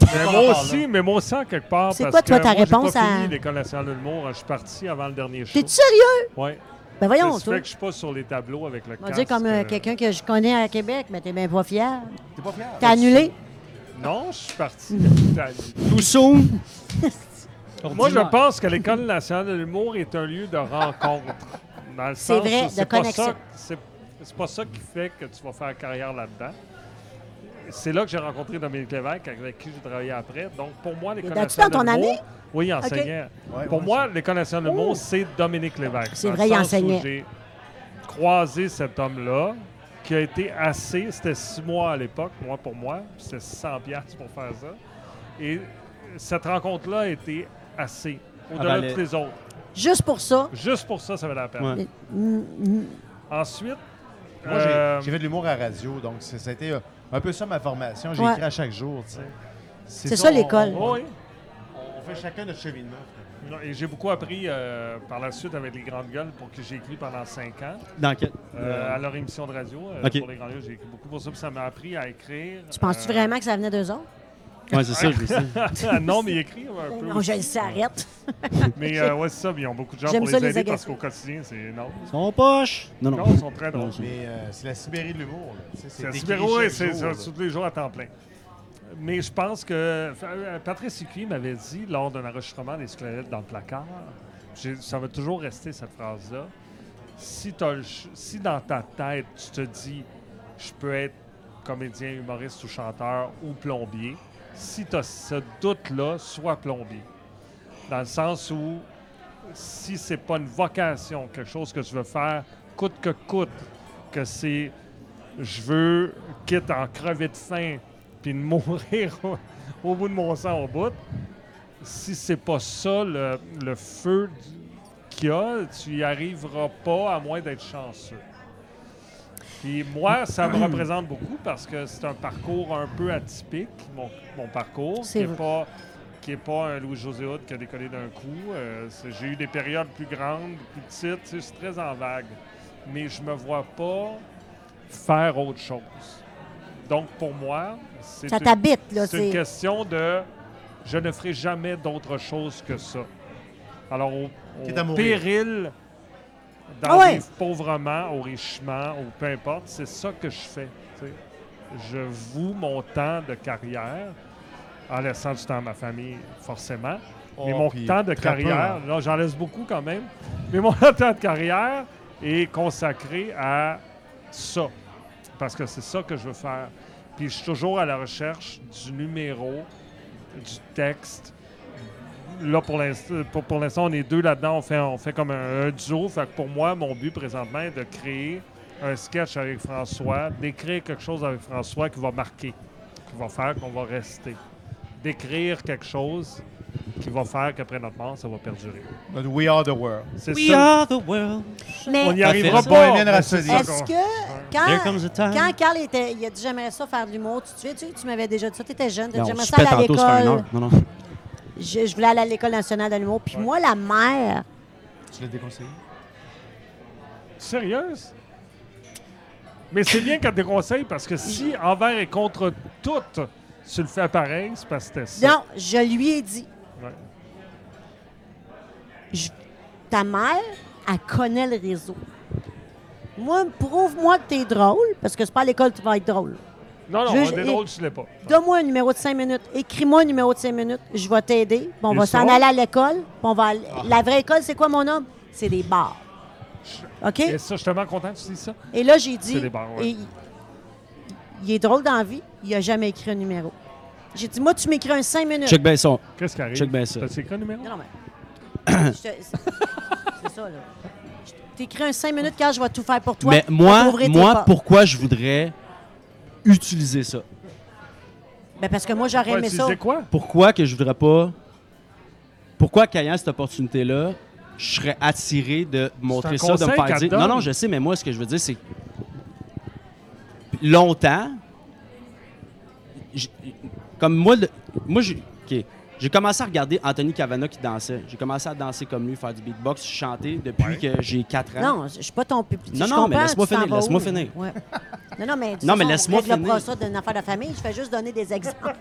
S3: Mais
S4: Ben, Moi aussi, mais moi aussi, en quelque part.
S1: C'est
S4: parce
S1: quoi, toi,
S4: que
S1: ta
S4: moi, j'ai
S1: réponse
S4: pas
S1: à-
S4: fini l'École nationale de l'humour. Je suis parti avant le dernier show.
S1: T'es-tu sérieux?
S4: Ouais.
S1: Ben voyons,
S4: C'est
S1: toi.
S4: vrai que je suis pas sur les tableaux avec le
S1: On va dire
S4: casque.
S1: comme euh,
S4: euh,
S1: quelqu'un que je connais à Québec, mais t'es bien pas fier.
S3: T'es pas fier.
S1: T'as annulé?
S4: Non, je suis parti. d'Italie.
S2: Tout soon.
S4: Moi, je pense que l'École nationale de l'humour est un lieu de rencontre. Dans le
S1: C'est
S4: sens
S1: vrai,
S4: où
S1: de
S4: c'est pas
S1: connexion.
S4: ça- C'est c'est pas ça qui fait que tu vas faire carrière là-dedans. C'est là que j'ai rencontré Dominique Lévesque, avec qui j'ai travaillé après. Donc, pour moi, l'École
S1: était-tu
S4: nationale
S1: dans
S4: de
S1: ton
S4: l'humour...
S1: année?
S4: Oui, il enseignait.
S3: Ouais,
S4: pour
S3: ouais,
S4: moi, l'École nationale de
S1: Oh!
S4: l'humour, c'est Dominique Lévesque.
S1: C'est
S4: Dans le
S1: vrai, il
S4: sens où
S1: enseignait.
S4: J'ai croisé cet homme-là, qui a été assez... C'était six mois à l'époque, moi, pour moi. puis C'était 100 piastres pour faire ça. Et cette rencontre-là a été assez, au-delà
S2: Ah ben,
S4: de tous
S2: le-
S4: les autres.
S1: Juste pour ça. hmm,
S4: Juste pour ça, ça valait la peine.
S2: Ouais.
S4: Ensuite,
S3: Moi, j'ai-
S4: euh,
S3: j'ai fait de l'humour à radio, donc c'est- ça a été euh, un peu ça ma formation. J'ai
S1: Ouais.
S3: écrit à chaque jour, tu sais.
S1: C'est ça,
S3: on-
S1: l'école.
S3: On,
S4: oui,
S3: on fait chacun notre cheminement.
S4: et j'ai beaucoup appris euh, par la suite avec les grandes gueules pour que j'ai écrit pendant cinq ans.
S2: Dans quel...
S4: Euh, à leur émission de radio, euh,
S2: Ok.
S4: pour les grandes gueules, j'ai écrit beaucoup pour ça. puis ça m'a appris à écrire.
S1: Tu penses-tu
S4: euh,
S1: vraiment que ça venait d'eux autres?
S2: Ouais, c'est ça, je le sais.
S4: non, mais écrit un peu.
S1: Non, je le sais, arrête.
S4: Mais euh, ouais, c'est ça, mais ils ont beaucoup de gens
S1: J'aime
S4: pour
S1: ça,
S4: les
S1: les
S4: aider parce
S1: agressifs.
S4: qu'au quotidien, c'est énorme.
S2: Son poche. Non,
S4: Non,
S2: non.
S4: ils sont très drôles.
S2: Non, c'est-
S3: Mais euh, c'est la Sibérie de l'humour. là. Tu sais,
S4: C'est un
S3: écrit
S4: super oui,
S3: chaque
S4: c'est
S3: jour,
S4: ça,
S3: là.
S4: c'est tous les jours à temps plein. Mais je pense que euh, Patrice Hucuy m'avait dit lors d'un enregistrement des squelettes dans le placard, j'ai- ça va toujours rester cette phrase-là. Si, t'as le ch- si dans ta tête, tu te dis je peux être comédien, humoriste ou chanteur ou plombier, si tu as ce doute-là, sois plombier. Dans le sens où si c'est pas une vocation, quelque chose que tu veux faire, coûte que coûte, que c'est je veux, quitte à en crever de faim puis de mourir au, au bout de mon sang au bout, si c'est pas ça le, le feu du- qu'il y a, tu y arriveras pas à moins d'être chanceux. Puis moi, ça me représente beaucoup parce que c'est un parcours un peu atypique, mon, mon parcours,
S1: C'est
S4: qui est
S1: vrai.
S4: pas qui n'est pas un Louis-José Hood qui a décollé d'un coup. Euh, c'est- J'ai eu des périodes plus grandes, plus petites. tu sais, C'est très en vague. Mais je me vois pas faire autre chose. Donc, pour moi, c'est
S1: Ça
S4: une-
S1: t'habite, là.
S4: c'est une
S1: C'est
S4: question de je ne ferai jamais d'autre chose que ça. Alors, au, au
S3: Quitte à mourir.
S4: péril d'en
S1: Ah ouais.
S4: vivre pauvrement, au richement, ou peu importe, c'est ça que je fais. tu sais. Je voue mon temps de carrière, en laissant du temps à ma famille, forcément. Mais
S3: Oh,
S4: mon
S3: puis
S4: temps de
S3: très peu,
S4: carrière,
S3: hein.
S4: là, j'en laisse beaucoup quand même, mais mon temps de carrière est consacré à ça. Parce que c'est ça que je veux faire. Puis je suis toujours à la recherche du numéro, du texte. Là, pour l'instant, pour, pour l'instant, on est deux là-dedans. On fait, on fait comme un, un duo. Fait que pour moi, mon but présentement est de créer un sketch avec François, d'écrire quelque chose avec François qui va marquer, qui va faire qu'on va rester. D'écrire quelque chose qui va faire qu'après notre mort, ça va perdurer.
S3: Notre We Are the World.
S4: C'est
S2: We
S1: hein?
S4: ça.
S2: are the world.
S4: On
S1: Mais
S4: n'y arrivera
S2: Parfait.
S4: pas.
S3: Bohemian
S4: mais
S3: Rhapsody.
S4: c'est ça
S1: est-ce
S4: qu'on-
S1: que
S2: There
S1: quand,
S2: comes a time.
S1: Ah, quand Carl était, il a dit j'aimerais ça faire de l'humour, tu te souviens, tu, tu m'avais déjà dit ça, tu étais jeune, t'as dit,
S2: Non, on
S1: j'aimerais
S2: se
S1: ça aller
S2: pète
S1: à
S2: tantôt, ça fait une heure.
S1: l'école. Euh,
S2: Non, non.
S1: Je, je voulais aller à l'école nationale de l'humour. Puis moi, la mère
S3: Tu l'as déconseillé?
S4: Sérieuse? Mais c'est bien qu'elle déconseille parce que si envers et contre toutes, tu le fais pareil, c'est parce que c'était ça.
S1: Non, je lui ai dit.
S4: Ouais.
S1: Je- ta mère, elle connaît le réseau. Moi, prouve-moi que t'es drôle, parce que c'est pas à l'école que tu vas être drôle.
S4: Non, non,
S1: Je-
S4: on
S1: je-
S4: est drôle, tu l'es pas.
S1: Donne-moi un numéro de 5 minutes. Écris-moi un numéro de 5 minutes. Je vais t'aider. Puis on
S4: Ils
S1: va s'en
S4: sont?
S1: aller à l'école. puis on va aller-
S2: Ah.
S1: La vraie école, c'est quoi, mon homme? C'est des bars. OK?
S4: Et ça, je suis tellement content que tu dis ça.
S1: Et là, j'ai dit,
S4: C'est des barres, ouais.
S1: et- il est drôle dans la vie, il n'a jamais écrit un numéro. J'ai dit, moi, tu m'écris un 5 minutes.
S2: Check bien son.
S4: Qu'est-ce qui arrive?
S2: Check bien ça.
S4: T'as écrit le numéro?
S1: Non, non, mais. Je te- c'est ça, là. Je T'écris un 5 minutes quand je vais tout faire pour toi.
S2: Mais
S1: Je vais
S2: moi,
S1: t'ouvrir tes
S2: moi
S1: portes.
S2: pourquoi je voudrais utiliser ça?
S1: Ben, parce que moi, j'aurais
S4: Ouais,
S1: aimé
S4: tu
S1: ça.
S4: disais quoi?
S2: Pourquoi que je voudrais pas... Pourquoi qu'ayant cette opportunité-là, je serais attiré de montrer
S4: C'est
S2: ça,
S4: un
S2: de me
S4: conseil
S2: faire
S4: qu'elle
S2: dire... Non,
S4: donne.
S2: non, je sais, mais moi, ce que je veux dire, c'est... Longtemps, j'- comme moi, le- moi j'ai ok. J'ai commencé à regarder Anthony Cavana qui dansait. J'ai commencé à danser comme lui, faire du beatbox, chanter depuis que j'ai 4
S4: hein?
S2: ans.
S1: Non, je je suis pas ton public.
S2: Non,
S1: Je
S2: non,
S1: comprends,
S2: mais laisse-moi
S1: tu t'en
S2: finir,
S1: vas
S2: laisse-moi
S1: où?
S2: finir.
S1: Ouais. Non, non, mais,
S2: Non, mais
S1: on
S2: laisse-moi
S1: réglera pas
S2: finir.
S1: ça d'une affaire de famille. Je fais juste donner des exemples.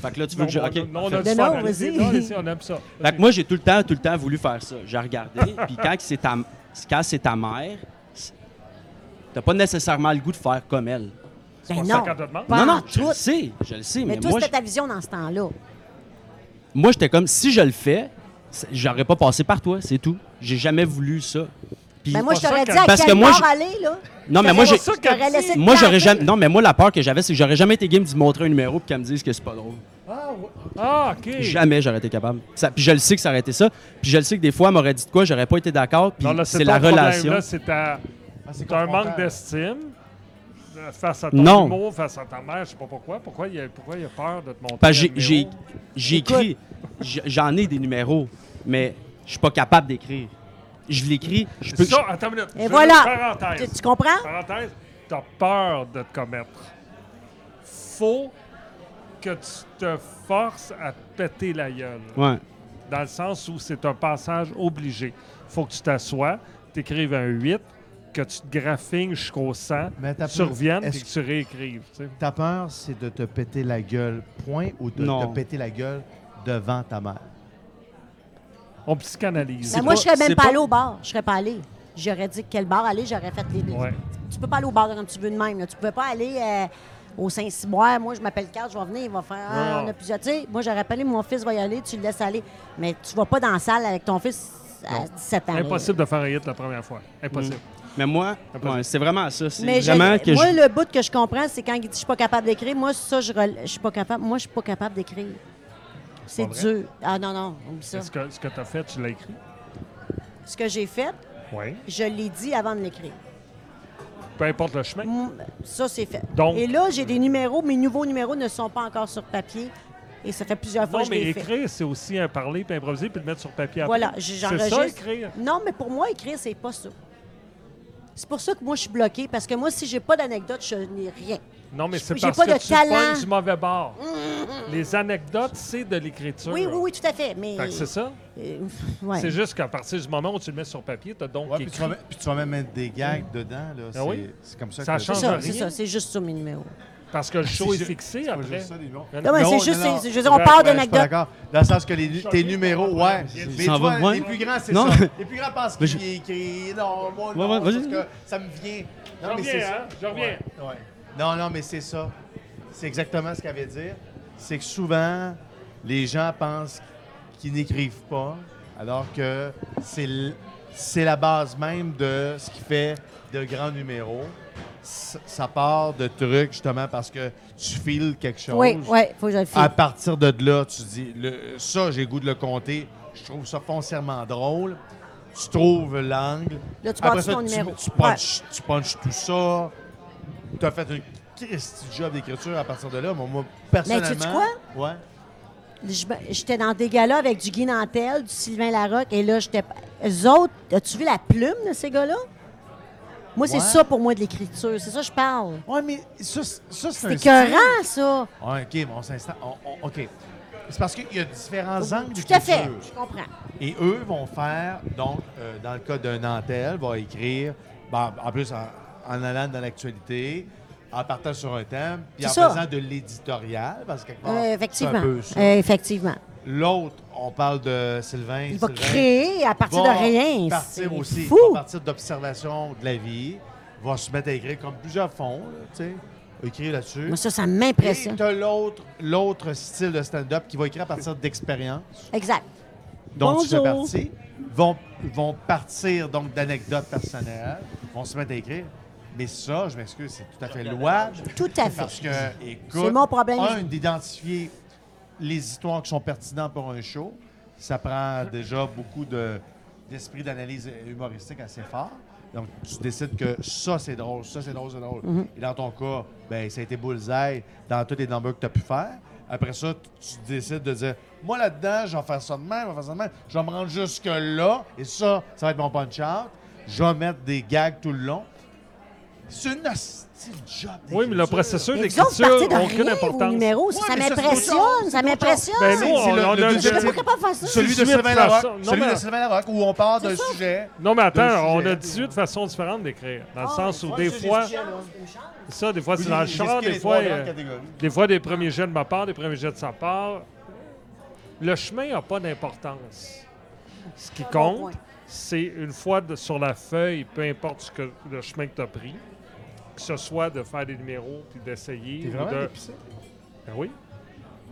S2: Fait que là, tu veux que je...
S4: Non,
S2: ok.
S4: non, on a
S1: Non,
S4: du fun,
S1: non,
S4: allez-y.
S1: vas-y.
S4: Non, allez-y, on aime ça.
S2: Fait que moi, j'ai tout le temps, tout le temps voulu faire ça. J'ai regardé, puis quand que c'est ta, quand c'est ta mère, c'est- t'as pas nécessairement le goût de faire comme elle.
S1: Ben
S4: pas ça
S1: non.
S4: qu'on te demande.
S1: Pas
S2: non,
S1: en
S2: non, je
S1: tout.
S2: le sais, je le sais, mais,
S1: Mais toi,
S2: moi,
S1: c'était ta vision dans ce temps-là.
S2: je- moi, j'étais comme, si je le fais, c'est- j'aurais pas passé par toi, c'est tout. J'ai jamais voulu ça. Puis-
S1: Ben moi, je
S4: pour ça
S1: t'aurais
S4: que-
S1: dit à
S2: parce
S1: quel
S2: que moi,
S1: bar
S2: je-
S1: aller, là.
S2: non, mais
S1: T'aurais-
S2: moi, j'ai,
S4: ça
S1: je t'aurais
S4: qu'elle
S1: laissé te
S2: moi, j'aurais
S1: planter.
S2: jamais, non, mais moi, la peur que j'avais, c'est que j'aurais jamais été game de montrer un numéro puis qu'elle me dise que c'est pas drôle.
S3: Ah, ouais.
S4: Ah, OK.
S2: Jamais j'aurais été capable. Ça- puis je le sais que ça aurait été ça. Puis je le sais que des fois, elle m'aurait dit de quoi, j'aurais pas été d'accord. Puis
S4: Non, là,
S2: c'est la
S4: ton problème,
S2: relation.
S4: Là, c'est ta...
S3: Ah, c'est
S4: T'as un
S3: confrontant.
S4: manque d'estime euh, face à ton
S2: Non.
S4: humour, face à ta mère, je sais pas pourquoi. Pourquoi il y a, pourquoi il y a peur de te monter
S2: Parce
S4: un
S2: que Ben, j'ai- j'ai
S4: numéro?
S2: j'ai écrit, j'- j'en ai des numéros, mais je suis pas capable d'écrire. Je l'écris, je peux.
S4: Ça, attends une minute.
S1: Et
S4: Je-
S1: voilà. Tu,
S4: Parenthèse.
S1: tu comprends?
S4: Parenthèse. T'as peur de te commettre. Faut que tu te forces à te péter la gueule.
S2: Ouais.
S4: Dans le sens où c'est un passage obligé. Faut que tu t'assoies, t'écrives un 8, que tu te graphines jusqu'au 100,
S3: Mais t'as
S4: que tu
S3: peur.
S4: reviennes et
S3: Est-ce
S4: que tu réécrives. tu sais.
S3: Ta peur, c'est de te péter la gueule, point, ou de
S2: Non.
S3: te péter la gueule devant ta mère.
S4: On psychanalyse.
S1: Ben moi, je serais
S2: c'est
S1: même pas,
S2: pas-
S1: allé au bar. Je serais pas allé. J'aurais dit quel bar aller, j'aurais fait les deux.
S4: Ouais.
S1: Tu peux pas aller au bar comme tu veux de même. là. Tu pouvais pas aller euh, au Saint-Cyboire. Moi, je m'appelle Carl, je vais venir, il va faire. ah,
S4: Non.
S1: on a plusieurs. Tu sais, moi, j'aurais appelé mon fils va y aller, tu le laisses aller. Mais tu vas pas dans la salle avec ton fils à 17 ans. là.
S4: Impossible de faire un hit la première fois. Impossible.
S1: Mm.
S2: Mais moi, ouais, c'est vraiment ça. C'est
S1: Mais je-
S2: vraiment que
S1: moi,
S2: je.
S1: le bout que je comprends, c'est quand il dit je suis pas capable d'écrire. Moi, ça, je, rel- je suis pas capable. Moi, je suis pas capable d'écrire. C'est
S4: pas vrai?
S1: dur. Ah non, non, oublie ça.
S4: Est-ce que ce que tu as fait, tu l'as écrit?
S1: Ce que j'ai fait,
S4: Oui.
S1: je l'ai dit avant de l'écrire.
S4: Peu importe le chemin.
S1: Mm, Ça, c'est fait.
S4: Donc-
S1: et là, j'ai des numéros. Mes nouveaux numéros ne sont pas encore sur papier. Et ça fait plusieurs fois
S4: Non,
S1: que je
S4: mais
S1: les fais.
S4: écrire, c'est aussi un parler, puis improviser, puis le mettre sur papier. après.
S1: Voilà, j-
S4: C'est
S1: j'enregistre.
S4: ça, écrire.
S1: Non, mais pour moi, écrire, c'est pas ça. C'est pour ça que moi, je suis bloquée. Parce que moi, si j'ai pas d'anecdote, je n'ai rien.
S4: Non, mais c'est
S1: J'ai
S4: parce
S1: pas
S4: que
S1: de
S4: tu
S1: talent. Mm,
S4: pognes du mauvais bord. Les anecdotes, c'est de l'écriture.
S1: Oui, oui, oui, tout à fait. Mais.
S4: Fait que c'est ça.
S1: Euh, ouais.
S4: C'est juste qu'à partir du moment où tu le mets sur papier, tu as donc
S3: Ouais, puis, tu
S4: écrit.
S3: vas, mettre- puis tu vas même mettre des gags dedans. Là. C'est,
S4: Ah oui?
S3: c'est comme ça
S4: Ça
S3: que
S1: C'est
S4: change
S1: ça,
S4: rien.
S1: c'est ça. C'est juste ça, mes numéros.
S4: Parce que le show est
S3: ju-
S4: fixé
S3: C'est pas
S4: après.
S3: juste ça, les noms.
S1: Non, mais c'est
S4: non,
S1: juste.
S3: non,
S1: c'est- Je veux dire, on
S4: Ouais,
S1: part
S4: ouais,
S3: Je suis pas
S1: d'anecdotes.
S3: d'accord. Dans le sens que les, tes numéros, ouais. Mais tu
S2: s'en
S3: vois,
S2: va, ouais.
S3: Les plus grands, c'est
S2: Non.
S3: ça. Les plus grands pensent
S2: Mais je-
S3: qu'ils écrivent. Non, moi,
S2: Ouais, ouais,
S3: non,
S2: vas-y.
S3: parce que ça me vient. Non,
S4: Je
S3: mais
S4: reviens,
S3: c'est
S4: hein,
S3: ça.
S4: je reviens.
S3: Ouais, ouais. Non, non, mais c'est ça. C'est exactement ce qu'elle veut dire. C'est que souvent, les gens pensent qu'ils n'écrivent pas, alors que c'est l- c'est la base même de ce qui fait de grands numéros. Ça ça part de trucs, justement, parce que tu files quelque chose.
S1: Oui, oui, faut que je le fasse.
S3: À partir de là, tu dis le- ça, j'ai le goût de le compter. Je trouve ça foncièrement drôle. Tu trouves l'angle.
S1: Là, tu
S3: Après
S1: bâtis
S3: ça,
S1: ton
S3: tu,
S1: numéro.
S3: tu punches, tu punches tout ça. Tu as fait un Christi de job d'écriture à partir de là. Moi, moi, personnellement.
S1: sais-tu quoi?
S3: Ouais.
S1: Je me- J'étais dans des galas avec du Guy Nantel, du Sylvain Larocque, et là, j'étais. Eux autres, as-tu vu la plume de ces gars-là? Moi, c'est
S3: Ouais.
S1: ça pour moi de l'écriture. C'est ça que je parle.
S3: Ouais, mais ça, c'est- ça, c'est
S1: C'est
S3: un style.
S1: écœurant, ça.
S3: Ouais, OK, mais on s'installe. on- on- OK. C'est parce qu'il y a différents angles de
S1: Tout à fait,
S3: culture.
S1: je comprends.
S3: Et eux vont faire, donc, euh, dans le cas d'un Nantel, va écrire, ben, en plus, en, en allant dans l'actualité, en partant sur un thème, puis en
S1: C'est ça.
S3: faisant de l'éditorial, parce que quelque part,
S1: Euh,
S3: c'est un
S1: effectivement.
S3: peu ça.
S1: Euh, effectivement.
S3: L'autre, on parle de Sylvain.
S1: Il va
S3: Sylvain
S1: créer à partir
S3: va
S1: de rien.
S3: partir
S1: C'est
S3: aussi,
S1: fou.
S3: va partir d'observations de la vie, va se mettre à écrire, comme plusieurs font, là, tu sais, écrire là-dessus.
S1: Moi, ça, ça
S3: Et
S1: m'impressionne.
S3: t'as l'autre, l'autre style de stand-up qui va écrire à partir d'expériences
S1: Exact.
S3: dont tu fais
S1: Bonjour.
S3: partie vont, vont partir donc d'anecdotes personnelles, vont se mettre à écrire. Mais ça, je m'excuse, c'est tout à fait louable.
S1: Tout à
S3: Parce
S1: fait.
S3: que, écoute,
S1: C'est mon problème.
S3: un, d'identifier les histoires qui sont pertinentes pour un show, ça prend déjà beaucoup de- d'esprit d'analyse humoristique assez fort. Donc, tu décides que ça, c'est drôle, ça, c'est drôle, c'est drôle.
S1: Mm-hmm.
S3: Et dans ton cas, ben, ça a été bullseye dans tous les numbers que tu as pu faire. Après ça, tu- tu décides de dire Moi là-dedans, je vais faire ça de même, je vais faire ça de même, je vais me rendre jusque-là, et ça, ça va être mon punch-out. Je vais mettre des gags tout le long. C'est une hostie de job.
S4: Oui, mais le
S3: d'écriture.
S4: processus
S1: Mais vous autres, partez
S4: d'écriture
S1: de
S4: n'a aucune
S1: rien, vos
S4: importance.
S1: numéros. Ça,
S3: Ouais,
S1: ça
S3: mais ça, c'est autre
S1: m'impressionne.
S3: chose,
S1: Ça
S3: c'est
S1: m'impressionne.
S4: Ben, nous,
S3: C'est
S4: on,
S3: le-
S4: on
S3: le
S4: a
S1: Je ne
S3: deuxième-
S1: sais
S4: déjà-
S1: pas pourquoi faire ça.
S3: Celui de
S4: 18
S3: Sylvain Larocque,
S4: façons- non,
S3: celui
S4: mais-
S3: de Sylvain Larocque, où on part d'un
S1: ça.
S3: sujet.
S4: Non, mais
S3: D'un
S4: attends, on
S3: sujet.
S4: a 18 façons différentes d'écrire. Dans le
S1: Ah,
S4: sens où
S3: ouais,
S4: des
S3: c'est
S4: fois, Oh,
S3: des
S4: ça, des fois c'est
S3: Oui,
S4: dans le
S3: j'ai
S4: char,
S3: expliqué
S4: des
S3: les
S4: fois,
S3: trois grandes
S4: euh,
S3: catégories.
S4: des fois des premiers jets de ma part, des premiers jets de sa part. Le chemin n'a pas d'importance. Ce qui
S1: Ah, bon
S4: compte,
S1: point.
S4: c'est une fois de- sur la feuille, peu importe ce que, le chemin que tu as pris, que ce soit de faire des numéros puis d'essayer.
S3: T'es
S4: ou
S3: vraiment
S4: de-
S3: épicé.
S4: Ben oui.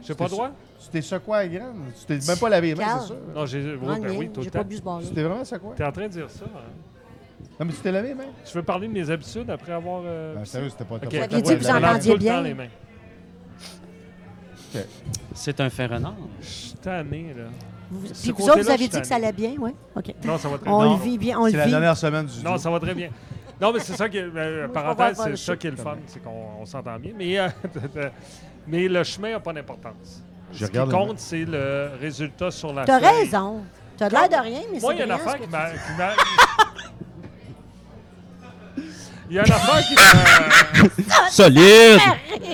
S4: J'ai pas
S3: C'était
S4: droit?
S3: Tu t'es secoué à la graine. Tu t'es même pas lavé les mains,
S1: Calme.
S3: c'est sûr.
S4: Non, j'ai. oui, ben oui, tout
S1: Ah, J'ai
S4: le
S1: pas
S4: temps.
S1: bu ce bord-là.
S3: Tu t'es vraiment secoué.
S4: T'es en train de dire ça. hein?
S3: Non, mais tu t'es lavé les mains.
S4: Tu veux parler de mes habitudes après avoir. euh,
S3: Ben,
S4: pissé?
S3: sérieux, c'était pas
S4: Ok.
S3: t'as pas-
S1: Vous aviez dit que vous en
S4: Je lave
S1: parliez
S4: tout le temps
S1: bien.
S4: les mains.
S2: C'est un fait renard.
S4: Je suis tanné, là.
S1: Vous-
S4: ce
S1: Puis vous
S4: côté-là,
S1: autres, vous
S4: je
S1: avez
S4: suis
S1: dit que ça
S4: tanné.
S1: allait bien, oui? OK.
S4: Non, ça va très
S1: On
S4: bien.
S1: le vit bien, on
S3: C'est
S1: le
S3: la
S1: vit.
S3: dernière semaine du
S4: Non, ça va très bien. Non, mais c'est ça qui est. euh,
S1: je comprends pas
S4: parenthèse,
S1: le
S4: c'est ça
S1: show.
S4: qui est le fun, c'est qu'on on s'entend bien. Mais, euh, mais le chemin n'a pas d'importance.
S3: Je
S4: Ce qui
S3: regarde le-
S4: compte, c'est le résultat sur la
S1: T'as
S4: feuille.
S1: raison. T'as l'air de rien, mais c'est
S4: Moi, il y a une
S1: brillant, ce
S4: affaire
S1: que
S4: qui
S1: tu
S4: m'a. qui m'a- Il y a une affaire qui m'a.
S2: Solide!
S4: Je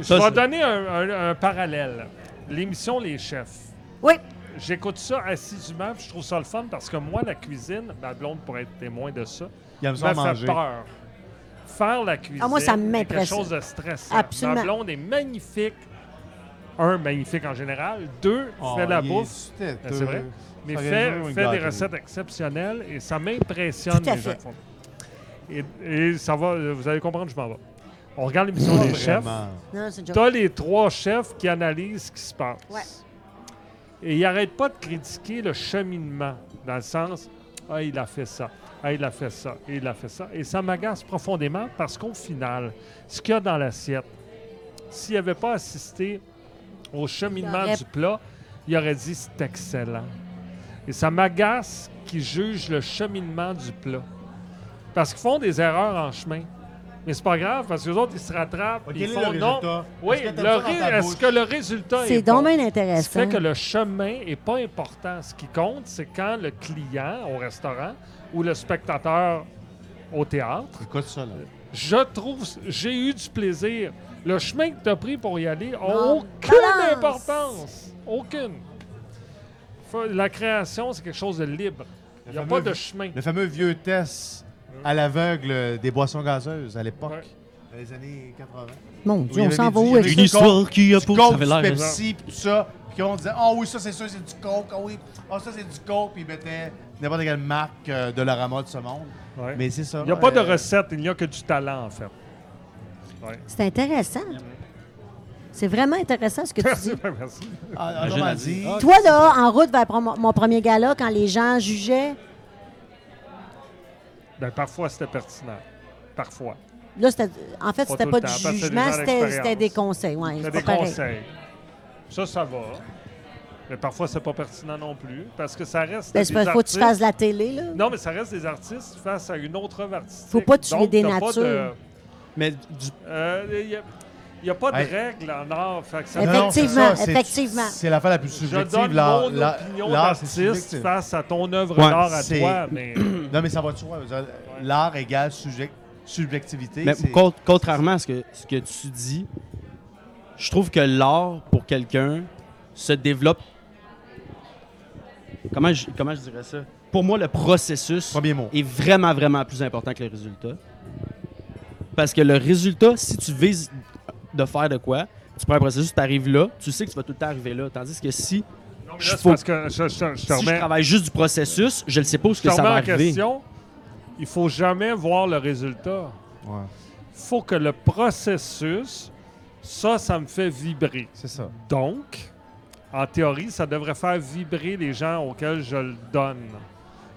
S2: Ça,
S4: vais
S2: c'est-
S4: donner un, un- un parallèle. L'émission Les Chefs.
S1: dis. Oui,
S4: J'écoute ça assidûment, puis je trouve ça le fun parce que moi, la cuisine, ma blonde pourrait être témoin de ça,
S3: Il aime
S4: me
S3: ça
S4: fait
S3: manger.
S4: peur. Faire la cuisine,
S1: Ah, moi, ça
S4: c'est quelque
S1: m'impressionne.
S4: chose de stressant.
S1: Absolument.
S4: Ma blonde est magnifique. Un, magnifique en général. Deux,
S3: Oh,
S4: fait la bouffe. Ah, C'est vrai.
S3: hein.
S4: Mais fait, fait des recettes exceptionnelles et ça m'impressionne
S1: Tout à
S4: les gens
S1: fait.
S4: qui font. Et, et ça va, euh, vous allez comprendre, je m'en vais. On regarde l'émission des chefs.
S1: non, c'est une joke.
S4: T'as les trois chefs qui analysent ce qui se passe.
S1: Ouais.
S4: Et ils n'arrêtent pas de critiquer le cheminement, dans le sens Ah, il a fait ça, ah, il a fait ça, et il a fait ça. Et ça m'agace profondément parce qu'au final, ce qu'il y a dans l'assiette, s'il n'avait pas assisté au cheminement
S1: Il aurait-
S4: du plat, il aurait dit c'est excellent. Et ça m'agace qu'ils jugent le cheminement du plat. Parce qu'ils font des erreurs en chemin. Mais c'est pas grave, parce que les autres, ils se rattrapent.
S3: Ok,
S4: ils
S3: quel est
S4: font
S3: le
S4: non.
S3: résultat?
S4: Oui,
S3: Est-ce que t'aimes
S4: le
S3: ça dans ta
S4: ré- est-ce
S3: bouche?
S4: que le résultat est.
S1: C'est
S4: bon?
S1: dommage
S4: Ce qui
S1: intéressant.
S4: fait que le chemin n'est pas important. Ce qui compte, c'est quand le client au restaurant ou le spectateur au théâtre,
S3: Écoute ça, là.
S4: je trouve, j'ai eu du plaisir. Le chemin que tu as pris pour y aller n'a
S1: Non,
S4: aucune
S1: balance.
S4: importance. Aucune. Fa- La création, c'est quelque chose de libre. Il n'y a
S3: fameux
S4: pas de
S3: vi-
S4: chemin.
S3: Le fameux vieux test à l'aveugle des boissons gazeuses à l'époque,
S4: Ouais.
S3: dans les années 80.
S1: Mon
S3: Oui, il
S1: Dieu,
S3: y
S1: on
S3: avait
S1: s'en
S3: du-
S1: va
S3: il y
S1: où
S3: avait
S1: avec
S3: du-
S1: ça?
S2: histoire Oh, qui a
S3: du
S2: ça
S3: coke,
S2: avait
S3: du
S2: l'air.
S3: Pepsi, puis tout ça. Puis on disait, ah oui, ça c'est sûr, c'est du coke, ah oui, ah ça c'est du coke, puis ils mettaient n'importe quelle marque euh, de la rama de ce monde.
S4: Ouais.
S3: Mais c'est ça.
S4: Il n'y a pas de
S3: euh,
S4: recette, il n'y a que du talent, en fait. Ouais.
S1: C'est intéressant. C'est vraiment intéressant ce que tu dis.
S4: Merci.
S3: ah, ah,
S2: Imagine,
S3: autrement
S2: elle dit,
S3: dit,
S2: ah,
S1: Toi, là, en route vers pro- mon premier gala, quand les gens jugeaient,
S4: Ben, parfois, c'était pertinent. Parfois.
S1: là, c'était- en fait,
S4: Pas
S1: c'était
S4: tout
S1: pas du
S4: le temps, parce que c'est
S1: jugement,
S4: des gens
S1: c'était c'était
S4: d'expérience.
S1: des conseils. Ouais,
S4: Il y a
S1: c'est
S4: des
S1: pas pareil.
S4: conseils. Ça, ça va. Mais parfois, c'est pas pertinant non plus, parce que ça reste.
S1: Ben,
S4: des
S1: c'est parce- faut que tu
S4: artistes-
S1: fasses de la télé, là.
S4: Non, mais ça reste des artistes face à une autre œuvre artistique.
S1: Faut pas tuer
S4: Donc,
S1: des
S4: t'as pas
S1: natures.
S4: de-
S2: Mais du-
S4: euh, Il n'y a, il y a pas de
S3: Hey.
S4: règles en art. fait que ça-
S1: Non,
S3: non, non, c'est
S1: Ah, Effectivement,
S3: ça, c'est-
S1: effectivement.
S3: C'est l'affaire la plus
S4: je
S3: subjective.
S4: donne
S3: l'art-
S4: mon
S3: l'art-
S4: opinion
S3: l'art, c'est
S4: d'artiste
S3: subjectif.
S4: face à ton œuvre
S2: Ouais,
S4: d'art à
S3: c'est-
S4: toi, mais
S3: Non, mais ça va de soi. je veux dire, L'art égale subject- subjectivité.
S2: Mais
S3: c'est-
S2: con- contrairement à ce que, ce que tu dis, je trouve que l'art, pour quelqu'un, se développe comment je, comment je dirais ça? Pour moi, le processus
S5: Premier mot.
S2: est vraiment, vraiment plus important que le résultat. Parce que le résultat, si tu vises de faire de quoi, tu prends un processus, tu arrives là, tu sais que tu vas tout le temps arriver là. Tandis que si,
S4: Non, mais
S2: Je
S4: là, c'est
S2: faut-
S4: parce que je, je- je- je te
S2: si je
S4: remets,
S2: travaille juste du processus, je ne sais pas où ce
S4: je
S2: que
S4: te
S2: ça va
S4: remets en
S2: arriver.
S4: question. Il faut jamais voir le résultat.
S5: Ouais,
S4: faut que le processus, ça, ça me fait vibrer.
S5: c'est ça.
S4: Donc, en théorie, ça devrait faire vibrer les gens auxquels je le donne.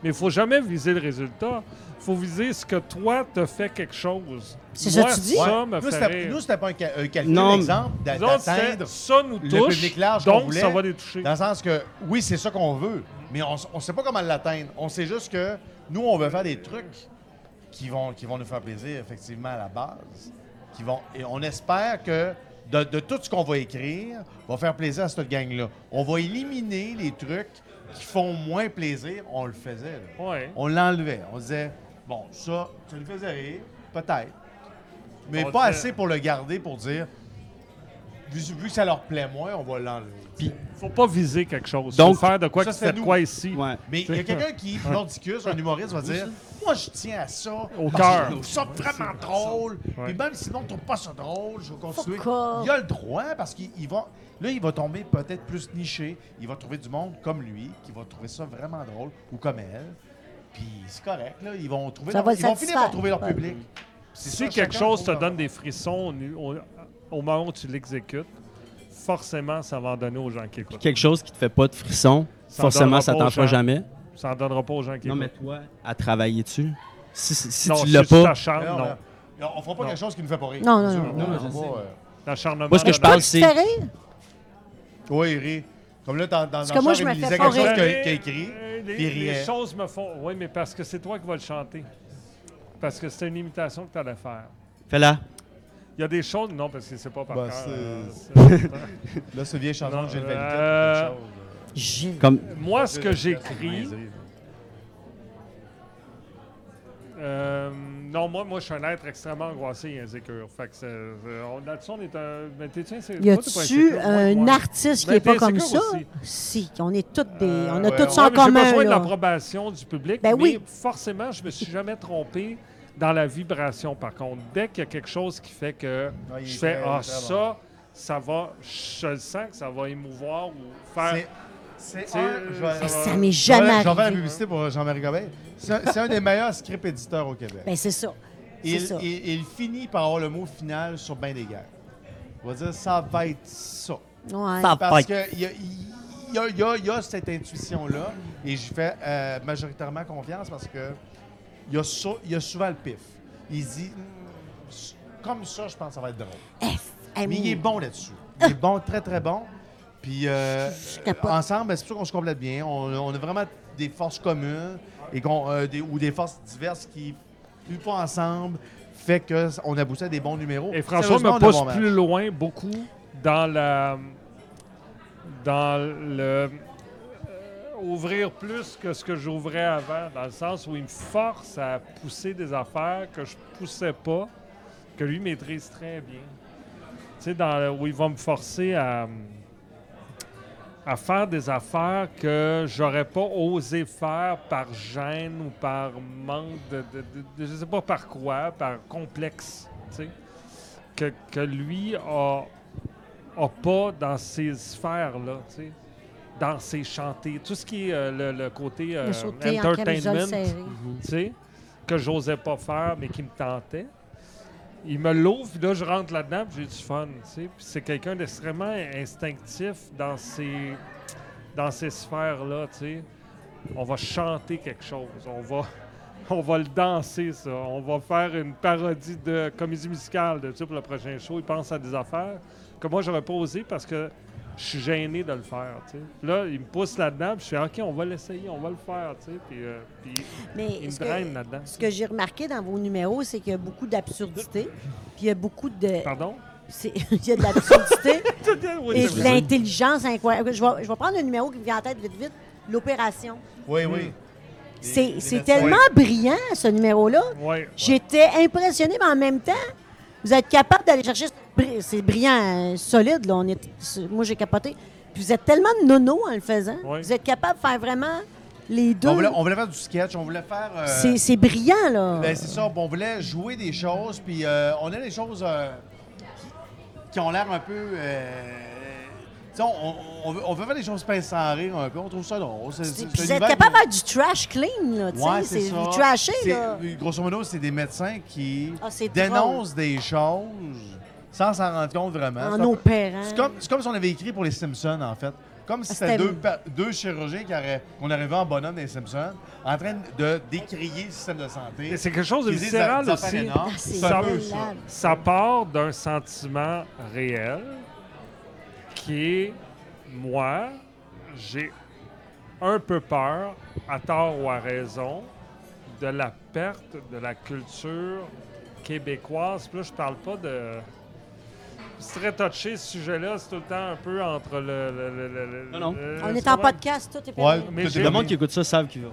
S4: Mais il faut jamais viser le résultat. faut viser ce que toi, te fait quelque chose.
S1: C'est ça
S4: Moi,
S1: que tu dis?
S4: Ça
S3: Ouais.
S4: me
S3: Nous,
S4: fait
S3: c'était-
S4: rire.
S3: nous, c'était pas un, ca- un calcul,
S2: Non, mais-
S3: exemple, d'a-
S4: Nous autres, c'était,
S3: d'atteindre
S4: ça nous
S3: le
S4: touche,
S3: public large qu'on
S4: donc
S3: voulait.
S4: ça va les toucher.
S3: Dans le sens que, oui, c'est ça qu'on veut, mais on ne sait pas comment l'atteindre. On sait juste que nous, on veut faire des trucs qui vont, qui vont nous faire plaisir, effectivement, à la base. Qui vont, et on espère que de, de tout ce qu'on va écrire, va faire plaisir à cette gang-là. On va éliminer les trucs qui font moins plaisir. On le faisait. là.
S4: Ouais.
S3: On l'enlevait. On disait, bon, ça, ça nous faisait rire, peut-être. Mais
S4: On
S3: pas
S4: le fait.
S3: assez pour le garder pour dire, vu, vu que ça leur plaît moins, on va l'enlever.
S4: faut pas viser quelque chose.
S2: Donc,
S4: faut faire de quoi
S3: ça,
S4: qui fait
S3: c'est
S4: quoi
S3: nous.
S4: ici.
S2: Ouais.
S3: Mais il y a quelqu'un qui, mordicus, un humoriste, va dire Moi, je tiens à ça.
S4: Au
S3: parce que
S4: cœur.
S3: Je trouve ça vraiment drôle.
S4: Ouais.
S3: Puis même si le monde ne trouve pas ça drôle, je vais continuer.
S1: Pourquoi?
S3: Il a le droit parce qu'il il va. Là, il va tomber peut-être plus niché. Il va trouver du monde comme lui qui va trouver ça vraiment drôle ou comme elle. Puis c'est correct, là. Ils vont, trouver
S1: Ça
S3: leur-
S1: va le
S3: ils vont finir par
S1: satisfaire.
S3: trouver leur
S1: Ouais.
S3: public. C'est
S4: Si
S3: ça,
S4: quelque
S3: chacun
S4: chose te
S3: trouve leur-
S4: donne des frissons au, au- au moment où tu l'exécutes, forcément, ça va en donner aux gens qui écoutent.
S2: Quelque chose qui te fait pas de frisson,
S4: Ça
S2: forcément,
S4: donnera
S2: ça
S4: pas
S2: t'en
S4: aux
S2: fera
S4: gens.
S2: jamais.
S4: Ça en donnera pas aux gens qui
S2: Non, mais
S4: écoutent.
S2: toi, à travailler dessus, si, si- si
S4: non,
S2: tu l'as
S4: c'est juste
S2: pas.
S4: l'acharne- Ah,
S3: euh,
S4: non.
S3: Non, on fera pas
S4: Non.
S3: quelque chose qui nous fait pas rire.
S1: Non, non,
S3: Sûr,
S1: non.
S3: on-
S2: Non,
S3: on
S2: je
S3: va,
S2: sais.
S3: euh,
S4: L'acharnement
S2: Moi, ce que
S4: de
S2: je
S4: la-
S2: parle,
S1: Tu
S2: c'est.
S1: fais rire?
S3: Oui, euh, il rit. Comme là, dans, dans,
S1: que
S3: dans
S1: moi,
S3: Charles,
S1: je
S3: il
S1: me
S3: me disait
S1: fais
S3: quelque
S1: pas
S3: chose
S1: rire.
S3: qu'il qu'il écrit.
S4: Euh,
S3: puis il
S4: Les, les
S3: riait.
S2: hein.
S4: choses me font. Oui, mais parce que c'est toi qui vas le chanter. Parce que c'était une imitation que tu allais faire.
S2: Fais-la.
S4: Il y a des choses. Non, parce que c'est pas par
S3: Bah,
S4: cœur,
S3: c'est-
S4: euh, c'est-
S3: Là, ce vieil chanson
S4: Non,
S3: de Gilles
S4: euh,
S3: Valiquette,
S4: euh,
S3: quelque chose, euh.
S1: Gilles.
S2: Comme...
S4: Moi, ce que
S3: Niaiserie,
S4: j'écris.
S3: là.
S4: euh, non, moi, moi, je suis un être extrêmement angoissé et insécure. Fait que c'est- euh, on- là-dessus, on est un. Mais t'es, tiens, c'est-
S1: Y
S4: toi, t'es
S1: a-tu
S4: pas insécure, moi,
S1: un
S4: moi.
S1: artiste qui
S4: Ben,
S1: n'est pas
S4: t'es
S1: comme ça?
S4: insécure aussi.
S1: Si, on est toutes des.
S4: Euh,
S1: on a
S3: ouais,
S1: tous
S3: ouais,
S1: ça en
S4: Ouais, mais J'ai
S1: commun.
S4: besoin de
S1: là.
S4: l'approbation du public,
S1: Ben
S4: mais
S1: oui.
S4: forcément, je me suis jamais trompé dans la vibration, par contre. Dès qu'il y a quelque chose qui fait que
S3: Ah, il
S4: je
S3: est
S4: fais
S3: très,
S4: Ah,
S3: très bon.
S4: ça, ça va, je le sens que ça va émouvoir ou faire.
S3: C'est- C'est
S4: Tu
S3: un. je
S4: sais, euh,
S3: vais-
S1: Mais
S4: va-
S1: Ben, ça m'est jamais
S3: J'en fais la
S1: arrivé.
S3: publicité pour Jean-Marie Gobin. C'est un- c'est un des meilleurs script éditeurs au Québec.
S1: Ben, c'est ça. C'est
S3: il,
S1: ça.
S3: il- il finit par avoir le mot final sur bien des guerres. On va dire ça va être ça.
S1: Ouais.
S2: Ça- Fight.
S3: Parce qu'il y a, il y a- il y a- il y a cette intuition-là et j'y fais euh, majoritairement confiance parce que il y, a sou- il y a souvent le pif. Il se dit Hmm, comme ça, je pense que ça va être drôle.
S1: Hey,
S3: Mais il est
S1: mon-
S3: bon là-dessus. Il est bon, très, très bon. Puis euh,
S1: capote.
S3: ensemble, ben, c'est sûr qu'on se complète bien. On, on a vraiment des forces communes et qu'on, euh, des- ou des forces diverses qui, une fois ensemble, fait qu'on aboutit à des bons numéros.
S4: Et François
S3: Sérieusement, on
S4: me
S3: a bon
S4: pousse
S3: match.
S4: plus loin beaucoup dans la. dans le. euh, ouvrir plus que ce que j'ouvrais avant, dans le sens où il me force à pousser des affaires que je poussais pas, que lui maîtrise très bien. Tu sais, dans le- où il va me forcer à. à faire des affaires que j'aurais pas osé faire par gêne ou par manque de, de- de- de- je sais pas par quoi, par complexe, tu sais, que, que lui a, a pas dans ces sphères-là, tu sais, dans ses chantés, tout ce qui est euh, le, le côté euh,
S1: de sauter en camisole
S4: entertainment,
S1: serrée.
S4: tu sais, que j'osais pas faire mais qui me tentait. Il me l'ouvre, puis là, je rentre là-dedans, puis j'ai du fun, tu sais. Puis c'est quelqu'un d'extrêmement instinctif dans ces, dans ces sphères-là, tu sais. On va chanter quelque chose, on va, on va le danser, ça. On va faire une parodie de comédie musicale, de ça, pour le prochain show. Il pense à des affaires que moi, j'aurais pas osé parce que je suis gêné de le faire, tu sais. Puis Là, il me pousse là-dedans, puis je suis OK, on va l'essayer, on va le faire, tu sais. Puis, euh, puis
S1: Mais
S4: il me
S1: ce que-
S4: draine là-dedans.
S1: Ce que j'ai remarqué dans vos numéros, c'est qu'il y a beaucoup d'absurdité. Puis il y a beaucoup de.
S4: Pardon?
S1: c'est- Il y a de l'absurdité
S4: Oui,
S1: et
S4: c'est
S1: de
S4: vrai.
S1: l'intelligence incroyable. Je vais, je vais prendre le numéro qui me vient en tête vite, vite. L'opération.
S3: Oui, oui.
S1: C'est
S3: les
S1: c'est
S3: médecins.
S1: tellement brillant, ce numéro-là.
S4: Ouais.
S1: J'étais impressionnée, mais en même temps, vous êtes capable d'aller chercher. ce bri- C'est brillant, euh, solide, là. On est, c'est- moi, j'ai capoté. Puis vous êtes tellement nono en le faisant.
S4: Oui.
S1: Vous êtes capable de faire vraiment les deux.
S3: On voulait, ben on voulait faire du sketch, on voulait faire. euh,
S1: C'est c'est brillant, là.
S3: ben, c'est ça, on voulait jouer des choses, puis euh, on a des choses euh, qui- qui ont l'air un peu. euh, tu sais, on, on- on veut, on veut faire des choses pince sans rire un peu, on trouve ça drôle. C'est-
S1: C'est- puis
S3: c'est un
S1: vous êtes
S3: univers
S1: capable
S3: de-
S1: de faire du trash clean, là. tu sais,
S3: Ouais,
S1: c'est
S3: ça.
S1: vous trasher,
S3: C'est- euh,
S1: là.
S3: Grosso modo, c'est des médecins qui
S1: Ah, c'est drôle.
S3: dénoncent des choses sans s'en rendre compte vraiment.
S1: En
S3: C'est un peu-
S1: opérant.
S3: hein, C'est comme, euh, c'est comme si on avait écrit pour les Simpsons, en fait. Comme si
S1: Ah,
S3: c'était
S1: c'était-
S3: deux, pa- deux chirurgiens qui auraient- qu'on aurait vu en bonhomme des Simpsons, en train de décrier le système de santé.
S4: Et c'est quelque chose de
S3: Qui disent des
S4: viscéral
S3: affaires
S4: aussi.
S3: énormes.
S1: Ah, c'est
S3: C'est un peu
S1: malade.
S3: ça.
S4: Ça part d'un sentiment réel qui est moi, j'ai un peu peur, à tort ou à raison, de la perte de la culture québécoise. Puis là, je parle pas de. C'est très touché ce sujet-là, c'est tout le temps un peu entre le. le- le- le- le-
S2: Non, non.
S4: le-
S1: On est
S4: ouais.
S1: en podcast, tout est permis.
S3: Ouais.
S4: Mais
S3: Tout est
S4: j'ai-
S2: Le monde qui écoute ça savent qu'ils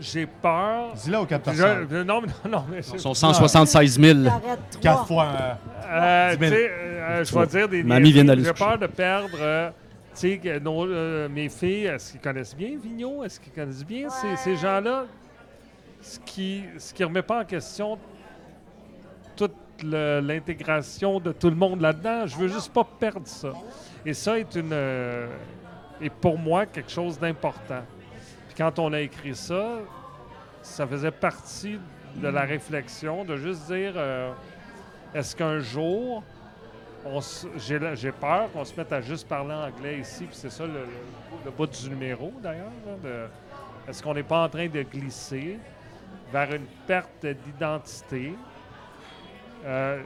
S4: J'ai peur.
S3: Dis-le aux quatre
S4: Je-
S3: personnes.
S4: non, mais- non, non, mais c'est-
S2: Ils sont 176 000.
S4: Ah.
S1: J'arrête trois.
S3: Quatre fois. euh,
S4: Euh,
S3: Dix mille.
S4: tu sais, euh, je vais dire des
S2: Mamie vient d'aller
S4: J'ai
S2: se coucher.
S4: peur de perdre. euh, tu sais, que nos, euh, mes filles, est-ce qu'ils connaissent bien Vigneault? Est-ce qu'ils connaissent bien ces, ces gens-là? Ce qui ne ce qui remet pas en question toute le- l'intégration de tout le monde là-dedans. Je veux juste pas perdre ça. Et ça est une euh, est pour moi quelque chose d'important. Puis quand on a écrit ça, ça faisait partie de la réflexion de juste dire euh, est-ce qu'un jour on s- j'ai la- j'ai peur qu'on se mette à juste parler anglais ici, puis c'est ça le, le- le bout du numéro d'ailleurs. là, de- Est-ce qu'on n'est pas en train de glisser vers une perte d'identité Euh,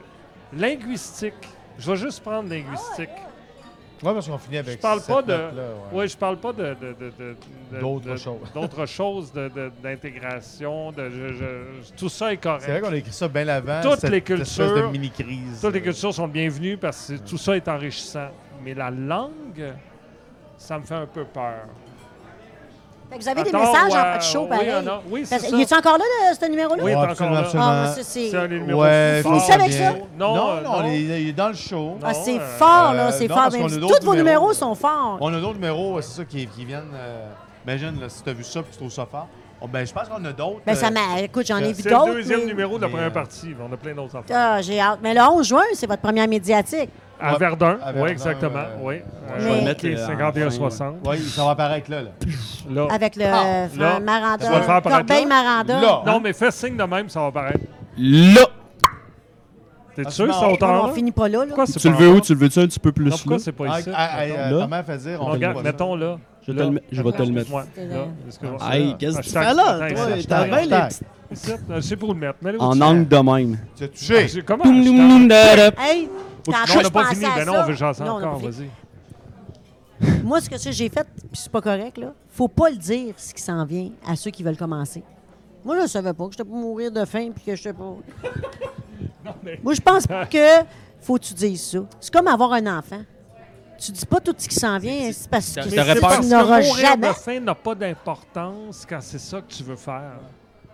S4: linguistique? Je vais juste prendre linguistique.
S3: Ouais, parce qu'on finit avec
S4: Je parle
S3: cette
S4: pas de.
S3: note-là, ouais.
S4: Oui, je parle pas de. de- de- de- de-
S3: D'autres
S4: de-
S3: choses.
S4: D'autres choses, de- de- d'intégration. De, je- je- tout ça est correct.
S3: C'est vrai qu'on a écrit ça bien avant.
S4: Toutes
S3: cette
S4: les
S3: espèce de
S4: cultures-
S3: mini-crise.
S4: Toutes les cultures sont bienvenues parce que tout ça est enrichissant. Mais la langue, ça me fait un peu peur.
S1: Fait que vous avez des
S4: Attends,
S1: messages en
S4: ouais,
S1: bas de show,
S4: oui,
S1: pareil.
S4: on a- oui, c'est
S1: Parce-
S4: ça.
S1: Il est encore là, le- ce numéro-là?
S4: Oui,
S3: Ouais,
S4: pas
S3: absolument,
S4: encore
S3: absolument.
S4: là.
S1: Ah, ça, c'est...
S4: C'est un des numéros
S3: Ouais,
S4: plus forts.
S1: Finissez avec ça?
S4: Non,
S3: non,
S4: euh,
S3: non,
S4: non.
S3: Il, est, il est dans le show.
S1: Ah,
S4: Non,
S1: c'est
S4: euh,
S1: fort,
S3: euh,
S1: là, c'est
S3: non,
S1: fort.
S3: parce
S1: Mais
S3: qu'on a
S1: Tous
S3: d'autres
S1: vos
S3: numéros.
S1: numéros sont forts.
S3: On a d'autres numéros, c'est ça, qui, qui viennent. euh, imagine, là, si tu as vu ça puis tu trouves ça fort. Oh, ben, je pense qu'on en a d'autres.
S1: Ben, ça
S3: euh,
S1: m'a... Écoute, j'en ai vu
S4: C'est le
S1: d'autres.
S4: deuxième
S1: mais-
S4: numéro de la
S3: mais,
S4: première
S3: euh,
S4: partie. On a plein d'autres affaires.
S1: Ah, j'ai hâte. Mais le 11 juin, c'est votre première médiatique.
S4: à
S3: ouais,
S4: Verdun,
S3: à Verdun,
S4: oui, exactement.
S3: euh,
S4: oui.
S1: Je vais le
S2: mettre, euh, en
S4: 51-60.
S3: Oui, ça va apparaître là. là.
S4: Là.
S1: Avec le
S3: Ah,
S1: Fran-
S4: là,
S1: Maranda.
S4: tu vas le faire apparaître
S1: Corbeil
S4: là?
S1: Maranda.
S3: Là. hein?
S4: Non, mais fais signe de même, ça va paraître.
S2: Là!
S4: T'es
S3: Ah,
S4: sûr,
S3: sinon,
S4: ça
S3: on
S4: autant?
S1: on finit pas là, là.
S4: Pourquoi c'est
S2: Tu le
S4: pas
S2: veux
S4: en
S2: où?
S4: bas?
S2: Tu le veux-tu un petit peu plus
S4: Ah. Non, pourquoi
S2: là?
S4: c'est pas
S3: Ah,
S4: ici?
S3: ah, ah,
S4: Mettons.
S3: euh,
S2: Là.
S3: Comment faire dire?
S4: On
S3: On
S4: regarde,
S3: fait pas ça.
S4: mettons là.
S2: Je vais te le mettre- je vais te le mettre.
S4: Excuse-moi. Là, excuse-moi.
S2: Aïe, qu'est-ce que tu
S4: Hashtag-
S2: fais là?
S4: Attends,
S2: Toi,
S4: euh, hashtag-
S2: t'as bien les
S3: hashtag.
S2: petites-
S4: Ici, euh, C'est pour le mettre. mais allez où
S2: En
S4: tu
S2: angle de même.
S3: Tu as
S4: veux.
S3: touché.
S4: J'ai- Comment?
S2: Toum,
S4: hashtag-
S2: toum, toum, da, da.
S1: Hey,
S4: Non,
S1: t'as
S4: on
S1: je
S4: n'a pas
S1: pensais
S4: fini.
S1: à
S4: Ben non,
S1: ça.
S4: on veut chanter
S1: Non, on a
S4: encore.
S1: pas fini.
S4: Vas-y.
S1: Moi, ce que ça, j'ai fait, puis c'est pas correct, là, faut pas le dire, ce qui s'en vient, à ceux qui veulent commencer. Moi, je ne savais pas que j'étais pour mourir de faim puis que je sais pas.
S4: mais-
S1: Moi, je pense que faut que tu dises ça. C'est comme avoir un enfant. Tu dis pas tout ce qui s'en vient, c'est parce que
S2: t'aurais
S4: Mais c'est
S1: tu
S2: peur.
S4: parce que
S1: n'auras
S4: mourir
S1: jamais.
S4: de faim n'a pas d'importance quand c'est ça que tu veux faire.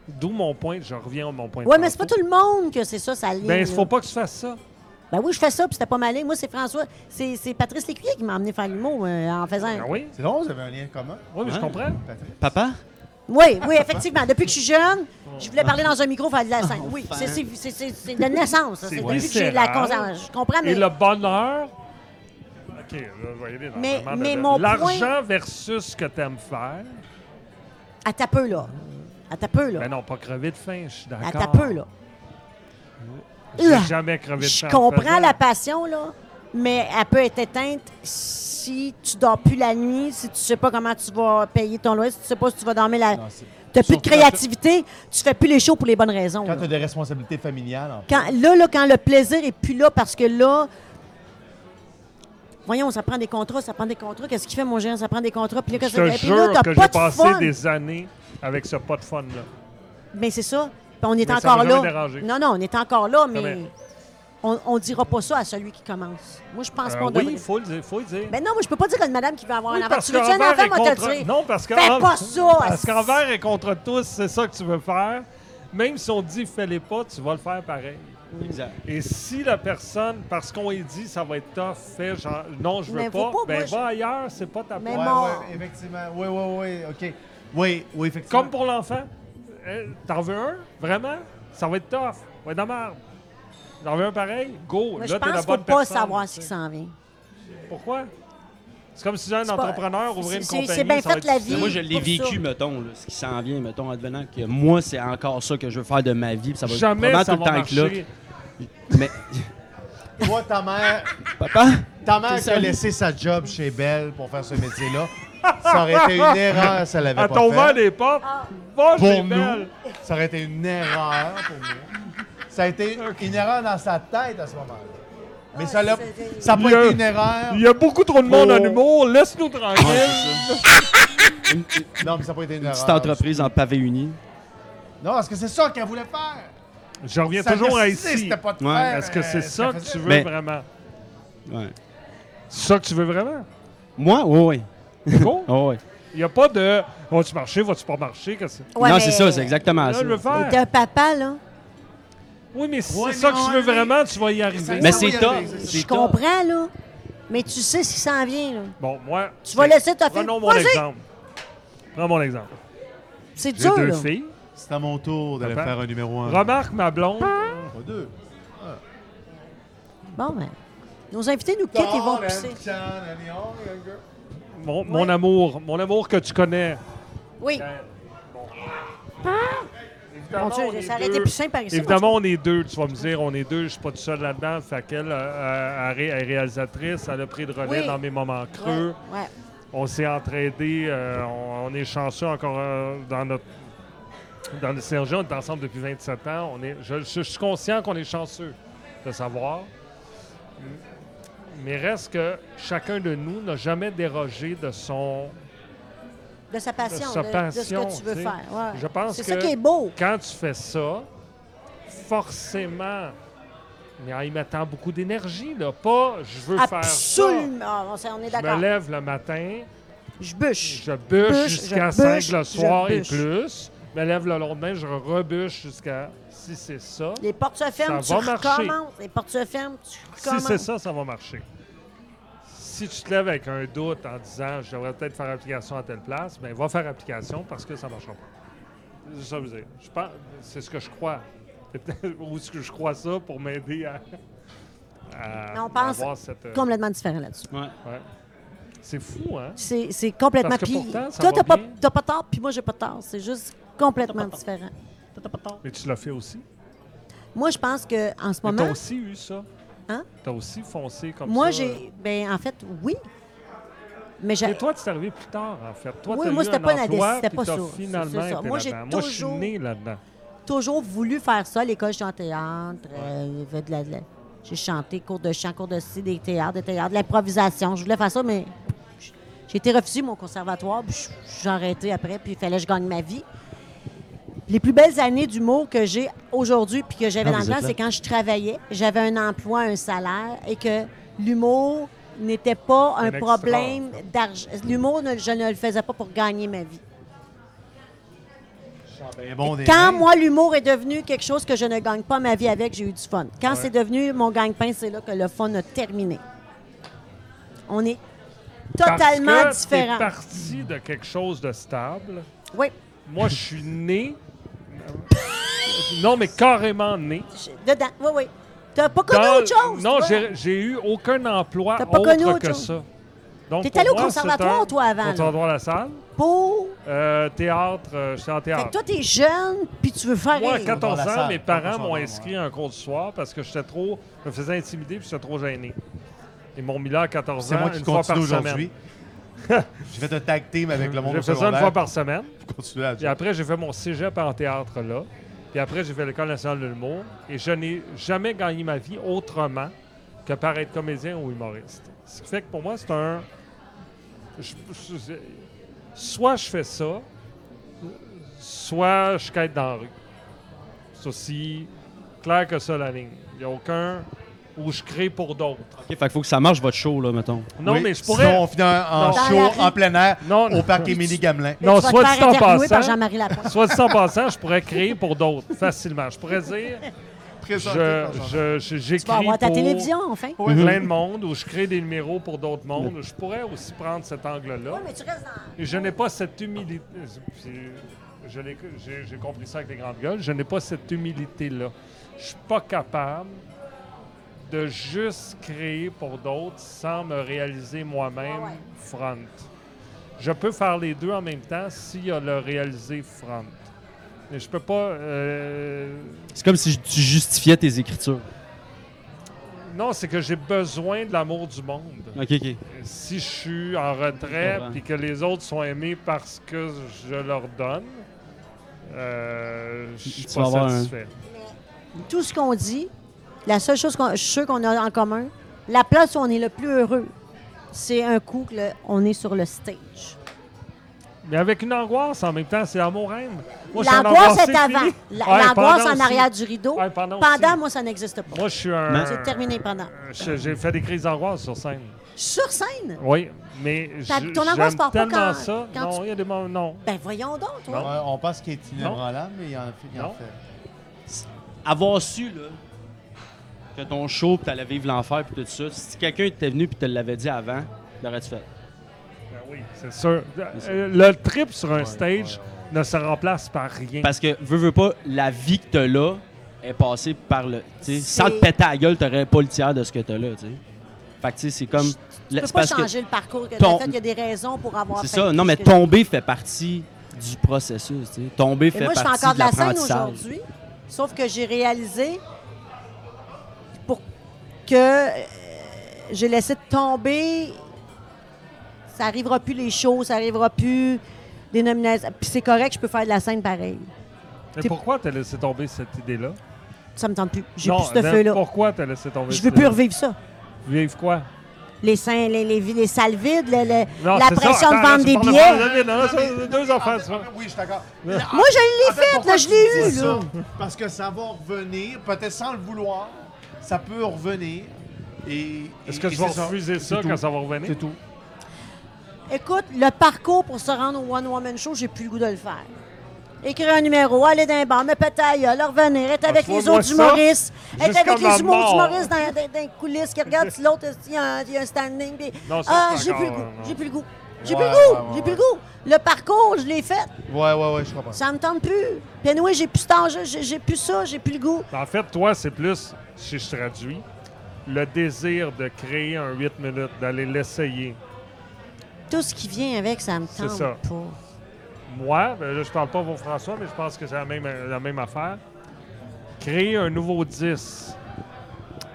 S4: D'où mon point. Je reviens à mon point.
S1: Oui, mais c'est pas tout le monde que c'est ça, sa ligne.
S4: Ben, il
S1: là.
S4: faut pas que tu fasses ça.
S1: Ben oui, je fais ça, puis c'était pas malin. Moi, c'est François, c'est c'est Patrice Lécuyer qui m'a emmené faire l'humour euh, en faisant.
S4: Ben oui,
S3: C'est drôle, vous avez un lien commun.
S4: oui, mais je
S2: Hein?
S4: comprends.
S1: Ah,
S3: Patrick.
S2: Papa?
S1: Oui, oui, effectivement. Depuis que je suis jeune, je voulais parler dans un micro, faire de la scène. Oui, c'est- c'est c'est- c'est- c'est de naissance. ça. C'est
S4: C'est
S1: depuis que j'ai de la
S4: viscéral.
S1: conscience. Je comprends,
S4: Et
S1: mais
S4: le bonheur. OK, là, je vais y aller dans
S1: Mais-
S4: vraiment
S1: mais
S4: de-
S1: mon
S4: L'argent versus ce que tu aimes faire.
S1: à ta peu, là. À ta peu,
S4: Ben
S1: là.
S4: non, pas crever de faim, je suis d'accord.
S1: À ta peu, là.
S4: J'ai
S1: Ah!
S4: jamais crevé de
S1: Je
S4: faim. en
S1: comprends
S4: faisant.
S1: la passion, là, mais elle peut être éteinte si tu dors plus la nuit, si tu sais pas comment tu vas payer ton loyer, si tu sais pas si tu vas dormir la...
S3: Non, c'est-
S1: T'as plus de
S3: Surtout quand-
S1: créativité, tu fais plus les shows pour les bonnes raisons.
S3: Quand
S1: là.
S3: tu as des responsabilités familiales, en fait.
S1: Quand, là, là, quand le plaisir est plus là, parce que là, voyons, ça prend des contrats, ça prend des contrats. Qu'est-ce qu'il fait, mon gérant? Ça prend des contrats. Puis là,
S4: Je
S1: qu'est-ce
S4: te
S1: que- puis là,
S4: jure
S1: t'as
S4: que
S1: pas
S4: j'ai
S1: de
S4: passé
S1: fun.
S4: des années avec ce pas de fun-là.
S1: Mais c'est ça. Puis on est
S4: Mais ça
S1: encore
S4: m'a
S1: là.
S4: jamais dérangé.
S1: Non, non, on est encore là, mais,
S4: mais-
S1: on, on dira pas ça à celui qui commence. Moi, je pense
S4: Euh,
S1: qu'on
S4: oui,
S1: devrait.
S4: il faut le dire. Faut le dire.
S1: Ben non, moi, je peux pas dire qu'une madame qui veut avoir
S4: Oui,
S1: un enfant.
S4: parce
S1: Tu veux un
S4: qu'envers
S1: enfant,
S4: et
S1: moi, t'as
S4: contre-
S1: tué.
S4: Non, parce que.
S1: Fais
S4: en-
S1: pas ça,
S4: Parce
S1: asti.
S4: qu'envers et contre tous, c'est ça que tu veux faire. Même si on te dit fais-les pas, tu vas le faire pareil.
S2: Exact.
S4: Et si la personne, parce qu'on lui dit ça va être tough, fait genre non, je veux
S1: Mais faut
S4: pas,
S1: pas,
S4: ben
S1: moi, je-
S4: va ailleurs, c'est pas ta
S1: Mais
S4: place.
S6: Ouais,
S1: mon-
S6: ouais, effectivement. Oui, oui, oui, OK. Oui, oui, effectivement.
S4: Comme pour l'enfant, Euh, t'en veux un? Vraiment? Ça va être tough. Ouais, dans merde. T'en veux un pareil? Go.
S1: Moi,
S4: Là,
S1: je
S4: t'es la
S1: pense qu'il ne
S4: bonne
S1: faut pas
S4: personne,
S1: savoir
S4: tu
S1: ce qui
S4: sais.
S1: s'en vient.
S4: Pourquoi? C'est comme si un
S1: C'est pas-
S4: entrepreneur ouvrait une
S1: c'est-
S4: compagnie.
S1: c'est bien
S4: ça va
S1: fait
S4: être
S1: la
S4: difficile.
S2: Mais
S1: vie.
S2: moi, je l'ai
S1: Pour
S2: vécu,
S1: ça.
S2: mettons, là, ce qui s'en vient, mettons, advenant que moi, c'est encore ça que je veux faire de ma vie. puis Ça va
S4: Jamais
S2: probablement
S4: ça
S2: tout
S4: va
S2: le temps être
S4: marcher.
S2: là. Mais,
S6: Toi, ta mère,
S2: papa,
S6: ta mère
S2: C'est
S6: qui
S2: ça.
S6: a laissé sa job chez Belle pour faire ce métier-là, ça aurait été une erreur si elle l'avait
S4: À
S6: pas
S4: ton vent
S6: fait.
S4: des portes,
S1: Ah.
S4: va chez
S6: Pour nous,
S4: Belle.
S6: ça aurait été une erreur pour nous. Ça a été une erreur dans sa tête à ce moment-là. Mais ça l'a-
S1: Ah, c'est-
S6: ça n'a pas
S4: Il y a-
S6: été une erreur.
S4: Il y a beaucoup trop de monde en
S6: Oh.
S4: humour, laisse-nous tranquille.
S2: une, une
S6: Non, mais ça n'a pas été une, erreur.
S2: petite entreprise en pavé uni.
S6: Non, parce que c'est ça qu'elle voulait faire.
S4: Je reviens
S6: Ça
S4: toujours à
S6: le sait,
S4: ici.
S6: c'était pas de
S2: Ouais.
S6: faire,
S4: Est-ce que
S6: euh,
S4: c'est
S6: ce
S4: ça
S6: qu'elle
S4: que tu
S6: faisait.
S4: veux
S2: Mais-
S4: vraiment?
S2: Ouais.
S4: C'est ça que tu veux vraiment?
S2: Moi, oui, Oh,
S4: Go.
S2: oui. oui.
S4: Il n'y a pas de « Vas-tu marcher? Vas-tu pas marcher? Qu'est-ce que c'est?
S1: Ouais,
S2: non,
S1: mais-
S2: c'est ça, Ah, c'est exactement
S4: Là,
S2: ça.
S4: je veux
S1: Mais t'es
S4: faire.
S1: un papa, là.
S4: Oui, mais si
S6: Ouais,
S4: c'est ça
S6: mais
S4: que tu
S6: on
S4: veux
S6: est-
S4: vraiment, tu vas y arriver.
S2: Mais
S6: Ça,
S2: c'est
S6: oui,
S2: top.
S6: avec-
S2: c'est
S1: Je
S2: top.
S1: comprends, là. Mais tu sais ce qui s'en vient, là.
S4: Bon, moi...
S1: Tu vas laisser ta fille.
S4: Prenons mon
S1: Vas-y.
S4: exemple. Prends mon exemple.
S1: C'est
S4: J'ai
S1: dur,
S4: deux
S1: là.
S4: filles.
S6: C'est à mon tour d'aller
S4: Papa.
S6: faire un numéro 1.
S4: Remarque ma blonde.
S6: deux.
S1: Bon, ben. Nos invités nous quittent, ils vont pisser.
S4: Mon, mon amour, mon amour que tu connais.
S1: Oui.
S4: Ben,
S1: Mon
S4: Évidemment, on
S1: Dieu,
S4: est
S1: ça aurait été
S4: deux.
S1: plus simple par ici.
S4: Évidemment, on est deux. Tu vas me dire, on est deux. Je suis pas tout seul là-dedans. Fait qu'elle, euh, elle, ré- elle est réalisatrice. Elle a pris le relais
S1: Oui.
S4: dans mes moments
S1: moi, je-
S4: creux.
S1: Ouais. ouais.
S4: On s'est entraidés. euh, on, on est chanceux encore euh, dans notre. Dans le CRG, on est ensemble depuis 27 ans. On est, je, je suis conscient qu'on est chanceux de savoir. Mais reste que chacun de nous n'a jamais dérogé de son.
S1: De sa passion, de,
S4: sa
S1: de
S4: passion,
S1: ce que tu veux
S4: tu sais.
S1: faire. ouais.
S4: Je pense
S1: C'est ça
S4: que-
S1: qui est beau.
S4: Quand tu fais ça, forcément, mais en y mettant beaucoup d'énergie, là, pas je veux faire
S1: Absolument. Ah, on s'est- on est
S4: ça. Je me
S1: d'accord.
S4: lève le matin,
S1: Je bûche.
S4: Je bûche
S1: Bûche,
S4: jusqu'à
S1: je
S4: 5
S1: bûche,
S4: le
S1: je
S4: soir et
S1: bûche.
S4: plus. Je me lève le lendemain, je rebûche jusqu'à si c'est ça.
S1: Les portes se ferment,
S4: Ça
S1: tu
S4: va marcher.
S1: recommences. Les portes se ferment, tu
S4: Si
S1: recommences.
S4: c'est ça, ça va marcher. Si tu te lèves avec un doute en disant je devrais peut-être faire application à telle place, ben va faire application parce que ça ne marchera pas. C'est ça que je veux dire. Je pense- c'est ce que je crois. C'est peut-être- Ou ce que je crois ça pour m'aider à, à-
S1: Mais on pense
S4: à avoir cette. euh,
S1: Complètement différent là-dessus.
S2: Ouais.
S4: ouais. C'est fou, hein?
S1: C'est c'est complètement...
S4: Parce que
S1: puis
S4: pourtant, ça
S1: toi,
S4: va
S1: t'as pas,
S4: bien.
S1: t'as pas tort, puis moi, j'ai pas tort. C'est juste complètement différent.
S4: Mais tu l'as fait aussi.
S1: Moi, je pense qu'en ce
S4: Mais t'as
S1: moment...
S4: aussi eu ça.
S1: Hein?
S4: T'as aussi foncé comme
S1: Moi,
S4: ça. euh,
S1: j'ai. Ben, en fait, oui. Mais j'ai.
S4: Mais toi, tu es arrivé plus tard, en fait. Toi,
S1: Oui,
S4: t'as
S1: moi,
S4: eu
S1: c'était
S4: un
S1: pas la
S4: emploi,
S1: déc- c'était
S4: puis
S1: pas
S4: t'as
S1: ça.
S4: Finalement,
S1: C'est- c'est ça.
S4: été
S1: Moi,
S4: là-dedans.
S1: j'ai
S4: Moi, je suis
S1: toujours-
S4: né là-dedans.
S1: toujours voulu faire ça. L'école, j'étais en théâtre. euh, il y avait de la- de la- J'ai chanté cours de chant, cours de ci, des théâtres, des théâtres, de l'improvisation. Je voulais faire ça, mais j- j'ai été refusée mon conservatoire. Puis je- j'ai arrêté après, puis il fallait que je gagne ma vie. Les plus belles années d'humour que j'ai aujourd'hui, puis que j'avais
S2: Ah,
S1: dans le
S2: vous êtes
S1: temps,
S2: là.
S1: c'est quand je travaillais, j'avais un emploi, un salaire, et que l'humour n'était pas
S4: Un
S1: un
S4: extra.
S1: problème d'argent. L'humour, ne- je ne le faisais pas pour gagner ma vie.
S6: Ben, Bon, des
S1: Quand
S6: mains.
S1: moi, l'humour est devenu quelque chose que je ne gagne pas ma vie avec, j'ai eu du fun. Quand c'est devenu mon gagne-pain, c'est là que le fun a terminé. On est totalement
S4: Parce que t'es
S1: différents.
S4: parti de quelque chose de stable.
S1: Oui,
S4: Moi, je suis né... non, mais carrément né.
S1: je- dedans. Oui, oui. T'as pas connu
S4: Dans-
S1: autre chose.
S4: Non,
S1: toi.
S4: j'ai- j'ai eu aucun emploi
S1: T'as pas
S4: autre
S1: connu autre
S4: que
S1: chose.
S4: ça. Donc,
S1: T'es
S4: pour
S1: allé au
S4: moi, c'est
S1: conservatoire,
S4: un-
S1: toi, avant, là.
S4: Conservatoire La Salle,
S1: Pour.
S4: euh, théâtre, euh, j'étais en
S1: Fait
S4: théâtre.
S1: que toi, t'es jeune, puis tu veux faire
S4: Moi, à
S1: rire.
S4: 14
S6: Dans la
S4: ans,
S6: salle,
S4: mes
S6: pas
S4: parents m'ont
S6: conservatoire,
S4: inscrit à un cours du soir parce que j'étais trop. Je me faisais intimider puis j'étais trop gêné. Ils m'ont mis là à 14
S6: C'est
S4: ans,
S6: moi qui
S4: une fois
S6: continue
S4: par semaine.
S6: aujourd'hui. J'ai fait un tag team avec le monde
S4: J'ai
S6: au
S4: fait ça une
S6: secondaire
S4: fois par semaine.
S6: pour continuer à
S4: Puis après, j'ai fait mon cégep en théâtre là. Puis après, j'ai fait l'École nationale de l'humour. Et je n'ai jamais gagné ma vie autrement que par être comédien ou humoriste. Ce qui fait que pour moi, c'est un. je- je- je- Soit je fais ça, soit je quête dans la rue. C'est aussi clair que ça, la ligne. Il n'y a aucun où je crée pour d'autres.
S2: OK, fait qu'il faut que ça marche votre show, là, mettons.
S4: Non,
S6: Oui,
S4: mais je pourrais.
S6: Sinon, on finit en, en
S4: Non.
S1: Dans la
S6: show,
S1: rue.
S6: en plein air,
S4: Non, non.
S6: au parc Émilie-Gamelin.
S1: Mais tu
S4: Non,
S1: vas te
S4: soit
S1: faire
S4: dit en
S1: interviewer par
S4: passant.
S1: Jean-Marie Lapointe.
S4: Soit dit en passant, je pourrais créer pour d'autres facilement. Je pourrais dire
S3: Présenté par Jean-Jacques.
S4: je, je- j'écris
S1: Tu vas avoir ta
S4: pour-
S1: télévision, enfin.
S4: pour plein de monde ou je crée des numéros pour d'autres mondes. Je pourrais aussi prendre cet angle-là.
S1: mais tu restes dans.
S4: Et je n'ai pas cette humilité. c'est- je l'ai- J'ai j'ai compris ça avec les grandes gueules. Je n'ai pas cette humilité-là. Je suis pas capable de juste créer pour d'autres sans me réaliser moi-même
S1: Ah Ouais, ouais.
S4: front. Je peux faire les deux en même temps s'il y a le réaliser front. Mais je peux pas. euh,
S2: C'est comme si tu justifiais tes écritures.
S4: Non, c'est que j'ai besoin de l'amour du monde.
S2: OK, OK.
S4: Si je suis en
S2: Je
S4: retrait
S2: comprends.
S4: et que les autres sont aimés parce que je leur donne, euh, je suis
S2: Tu vas
S4: pas
S2: avoir
S4: satisfait.
S1: Tout ce qu'on dit, la seule chose qu'on, je suis sûr qu'on a en commun, la place où on est le plus heureux, c'est un coup que le- on est sur le stage.
S4: Mais avec une angoisse en même temps, c'est amour-haine. Moi, je suis
S1: L'angoisse
S4: angoissé,
S1: est avant.
S4: fini.
S1: La-
S4: Ouais,
S1: L'angoisse
S4: pendant
S1: en
S4: aussi.
S1: arrière du rideau.
S4: Ouais, pendant
S1: pendant,
S4: aussi.
S1: moi, ça n'existe pas.
S4: Moi, je suis un. Euh,
S2: Mais-
S1: C'est terminé pendant.
S4: Je- J'ai fait des crises d'angoisse sur scène.
S1: Sur scène?
S4: Oui, mais je-
S1: Ta-
S4: j'aime
S1: ton angoisse part pas
S4: tellement
S1: quand-
S4: ça.
S1: quand
S4: non,
S1: tu-
S4: il y a des moments. Non.
S1: Ben voyons donc, toi.
S6: Ouais, on pense qu'il est inébranlable, mais il en fait. il en
S4: Non.
S6: fait.
S2: Avoir su, là, que ton show, puis t'allais vivre l'enfer, puis tout ça, si quelqu'un était venu puis te l'avait dit avant, l'aurais-tu fait?
S4: Ben oui, c'est sûr. Euh, Le trip sur un stage ne se remplace par rien.
S2: Parce que, veux, veux pas, la vie que t'as là est passée par le... tu sais,
S1: C'est-
S2: Sans te péter à la gueule, t'aurais pas le tiers de ce que t'as là, tu sais. Fait que, tu sais, c'est comme...
S1: Tu peux
S2: c'est
S1: pas
S2: parce que-
S1: changer le parcours que
S2: ton-
S1: t'as fait. Il y a des raisons pour avoir
S2: C'est
S1: fait
S2: ça. Non,
S1: ce
S2: mais
S1: que j'ai
S2: tomber fait partie du processus, tu sais. Tomber
S1: Mais
S2: fait
S1: moi, je fais
S2: partie
S1: encore de la scène
S2: l'apprentissage.
S1: aujourd'hui, sauf que j'ai réalisé pour que euh, j'ai laissé tomber, ça arrivera plus les shows, ça arrivera plus des nominations. Puis c'est correct, je peux faire de la scène pareil.
S4: Mais
S1: T'es-
S4: pourquoi t'as laissé tomber cette idée-là?
S1: Ça me tente plus. J'ai
S4: Non,
S1: plus ce
S4: non,
S1: feu-là.
S4: Pourquoi t'as laissé tomber
S1: Je
S4: cette
S1: veux plus
S4: idée-là?
S1: revivre ça.
S4: Vivre quoi?
S1: Les, scènes, les, les, les salles vides, le- le-
S4: Non,
S1: la
S4: c'est ça.
S1: pression
S4: Attends, là,
S1: de vendre
S4: c'est
S1: des
S4: pas
S1: billets. Ah,
S4: normal, là, non, non,
S3: Ah,
S4: c'est deux
S3: En
S4: affaires.
S3: fait,
S4: c'est pas-
S6: Oui, je suis d'accord.
S1: Moi, je l'ai
S3: ah, En fait,
S1: faite,
S3: pourquoi
S1: là, je l'ai
S3: tu
S1: eu.
S3: dis
S1: là.
S3: ça? Parce que ça va revenir, peut-être sans le vouloir, ça peut revenir. Et,
S4: Est-ce
S3: et-
S4: que
S3: et
S4: je vais
S3: c'est ça.
S4: refuser ça
S3: C'est
S4: quand
S3: tout.
S4: ça va revenir?
S3: C'est tout.
S1: Écoute, le parcours pour se rendre au One Woman Show, j'ai plus le goût de le faire. Écrire un numéro, aller d'un bar, me péter à la gueule, revenir, être avec les
S4: Reçois-moi
S1: autres
S4: ça
S1: humoristes, être
S4: jusqu'à
S1: avec
S4: ma
S1: les humo-
S4: mort.
S1: humoristes dans, dans, dans les coulisses qui regardent si l'autre, il y, a un- il y a un standing. puis-
S4: Non, ça,
S1: ah,
S4: c'est
S1: j'ai plus le
S4: encore,
S1: goût,
S4: non.
S1: j'ai plus le goût, j'ai
S6: Ouais,
S1: plus le goût,
S6: ouais, ouais,
S1: j'ai plus le
S6: ouais.
S1: goût. Le parcours, je l'ai fait,
S6: Ouais, ouais, ouais, je comprends.
S1: ça me tente plus. Puis anyway, j'ai plus cet enjeu, j'ai j'ai plus ça, j'ai plus le goût.
S4: En fait, toi, c'est plus, si je traduis, le désir de créer un 8 minutes, d'aller l'essayer.
S1: Tout ce qui vient avec, ça me
S4: C'est
S1: tente
S4: ça.
S1: pas.
S4: Moi, ben là, je parle pas pour François, mais je pense que c'est la même, la même affaire. Créer un nouveau 10,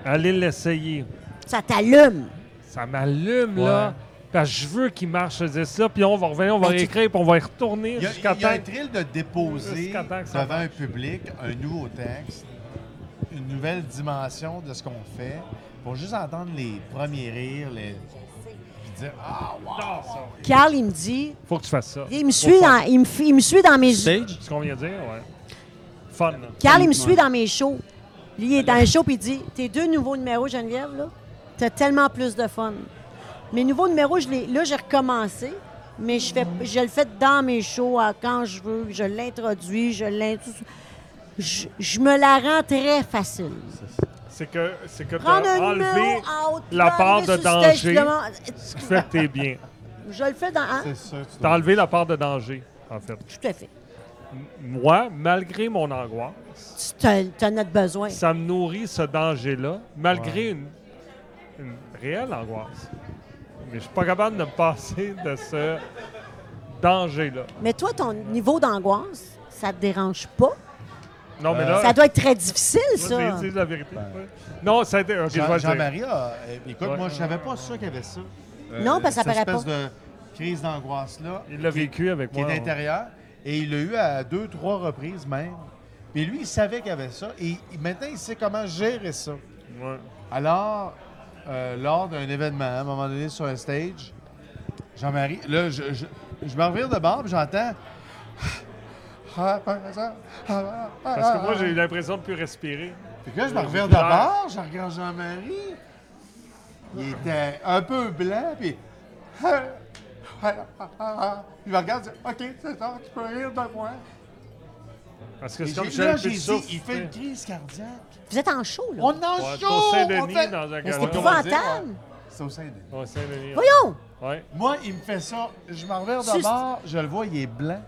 S4: aller l'essayer,
S1: Ça t'allume.
S4: ça m'allume, là. Parce que je veux qu'il marche ce 10-là, puis on va revenir, on va
S1: Ben, tu-
S4: réécrire, puis on va y retourner
S3: Il y a,
S4: jusqu'à
S3: il y a
S4: temps
S3: un thrill de déposer
S4: Jusqu'à temps que ça
S3: devant un
S4: marche.
S3: public un nouveau texte, une nouvelle dimension de ce qu'on fait, pour juste entendre les premiers rires, les... puis dire « Ah, wow!
S4: Non, ça.
S1: Carl, il me dit,
S4: Faut que tu fasses ça.
S1: il me suit dans, il me, il me suit dans mes
S2: Stage?
S4: Ce qu'on vient de dire, ouais. Fun. là.
S1: Carl, il me
S2: Ouais.
S1: suit dans mes shows. Lui, il est dans les shows puis il dit Tes deux nouveaux numéros, Geneviève, là, t'as tellement plus de fun. Mes nouveaux numéros, je les, là, j'ai recommencé, mais je, fais, je le fais dans mes shows à quand je veux. Je l'introduis, je l'introduis. Je, je me la rends très facile.
S4: C'est que c'est que
S1: Prendre
S4: t'as
S1: un
S4: enlevé
S1: numéro en haut,
S4: la
S1: l'enlever
S4: part de
S1: sur le stage,
S4: danger.
S1: puis le man-
S4: ce qui fait que t'es bien.
S1: Je le fais dans. hein,
S3: C'est ça, tu
S4: T'as
S3: dois...
S4: enlevé la part de danger, en fait.
S1: Tout à fait.
S4: M- Moi, malgré mon angoisse,
S1: Tu t'as- t'as notre besoin.
S4: ça me nourrit ce danger-là, malgré une, une réelle angoisse. Mais je suis pas capable de me passer de ce danger-là.
S1: Mais toi, ton niveau d'angoisse, ça te dérange pas.
S4: Non, mais là,
S1: Ça doit être très difficile,
S4: moi,
S1: ça.
S4: j'ai dit la vérité. Non, ça a été. ok, je vais
S3: Jean-
S4: le dire.
S3: Jean-Marie a- euh, Écoute,
S4: Ouais.
S3: moi, je savais pas ça qu'il y avait ça.
S1: Euh, Non, parce que ça
S3: cette
S1: paraît
S3: espèce de crise d'angoisse-là.
S4: Il l'a
S3: qui-
S4: vécu avec
S3: qui est
S4: moi. hein.
S3: d'intérieur. Et il l'a eu à deux, trois reprises même. Puis lui, il savait qu'il y avait ça. Et il- maintenant, il sait comment gérer ça.
S4: Ouais.
S3: Alors, euh, lors d'un événement, à un moment donné, sur un stage, Jean-Marie, là, je, je, je me revire de bord, puis j'entends. Ah, Parce ah,
S4: Parce que
S3: que
S4: moi, j'ai eu l'impression de plus respirer.
S3: ah. Fait que là, je me revire de bord, je regarde Jean-Marie. Il était un peu blanc, puis. Ah, Il me regarde, il dit, OK, c'est ça, tu peux rire de moi.
S4: Parce que
S3: Et
S4: c'est comme
S3: j'ai-
S4: Michel
S3: là, j'ai
S4: Pizzou.
S3: dit, il fait une crise cardiaque.
S1: Vous êtes en show, là.
S3: On en
S4: Ouais,
S3: chaud!
S4: c'est au
S3: on
S4: Saint-Denis
S3: fait-
S4: dans un
S1: Mais c'est
S3: on
S4: gala.
S3: peut pas-
S1: épouvantable.
S3: C'est au Saint-Denis.
S4: Ouais, Saint-Denis.
S1: Voyons.
S4: Ouais.
S3: Moi, il me fait ça. Je m'en reviens
S1: Tu-
S3: de bord, je le vois, il est blanc.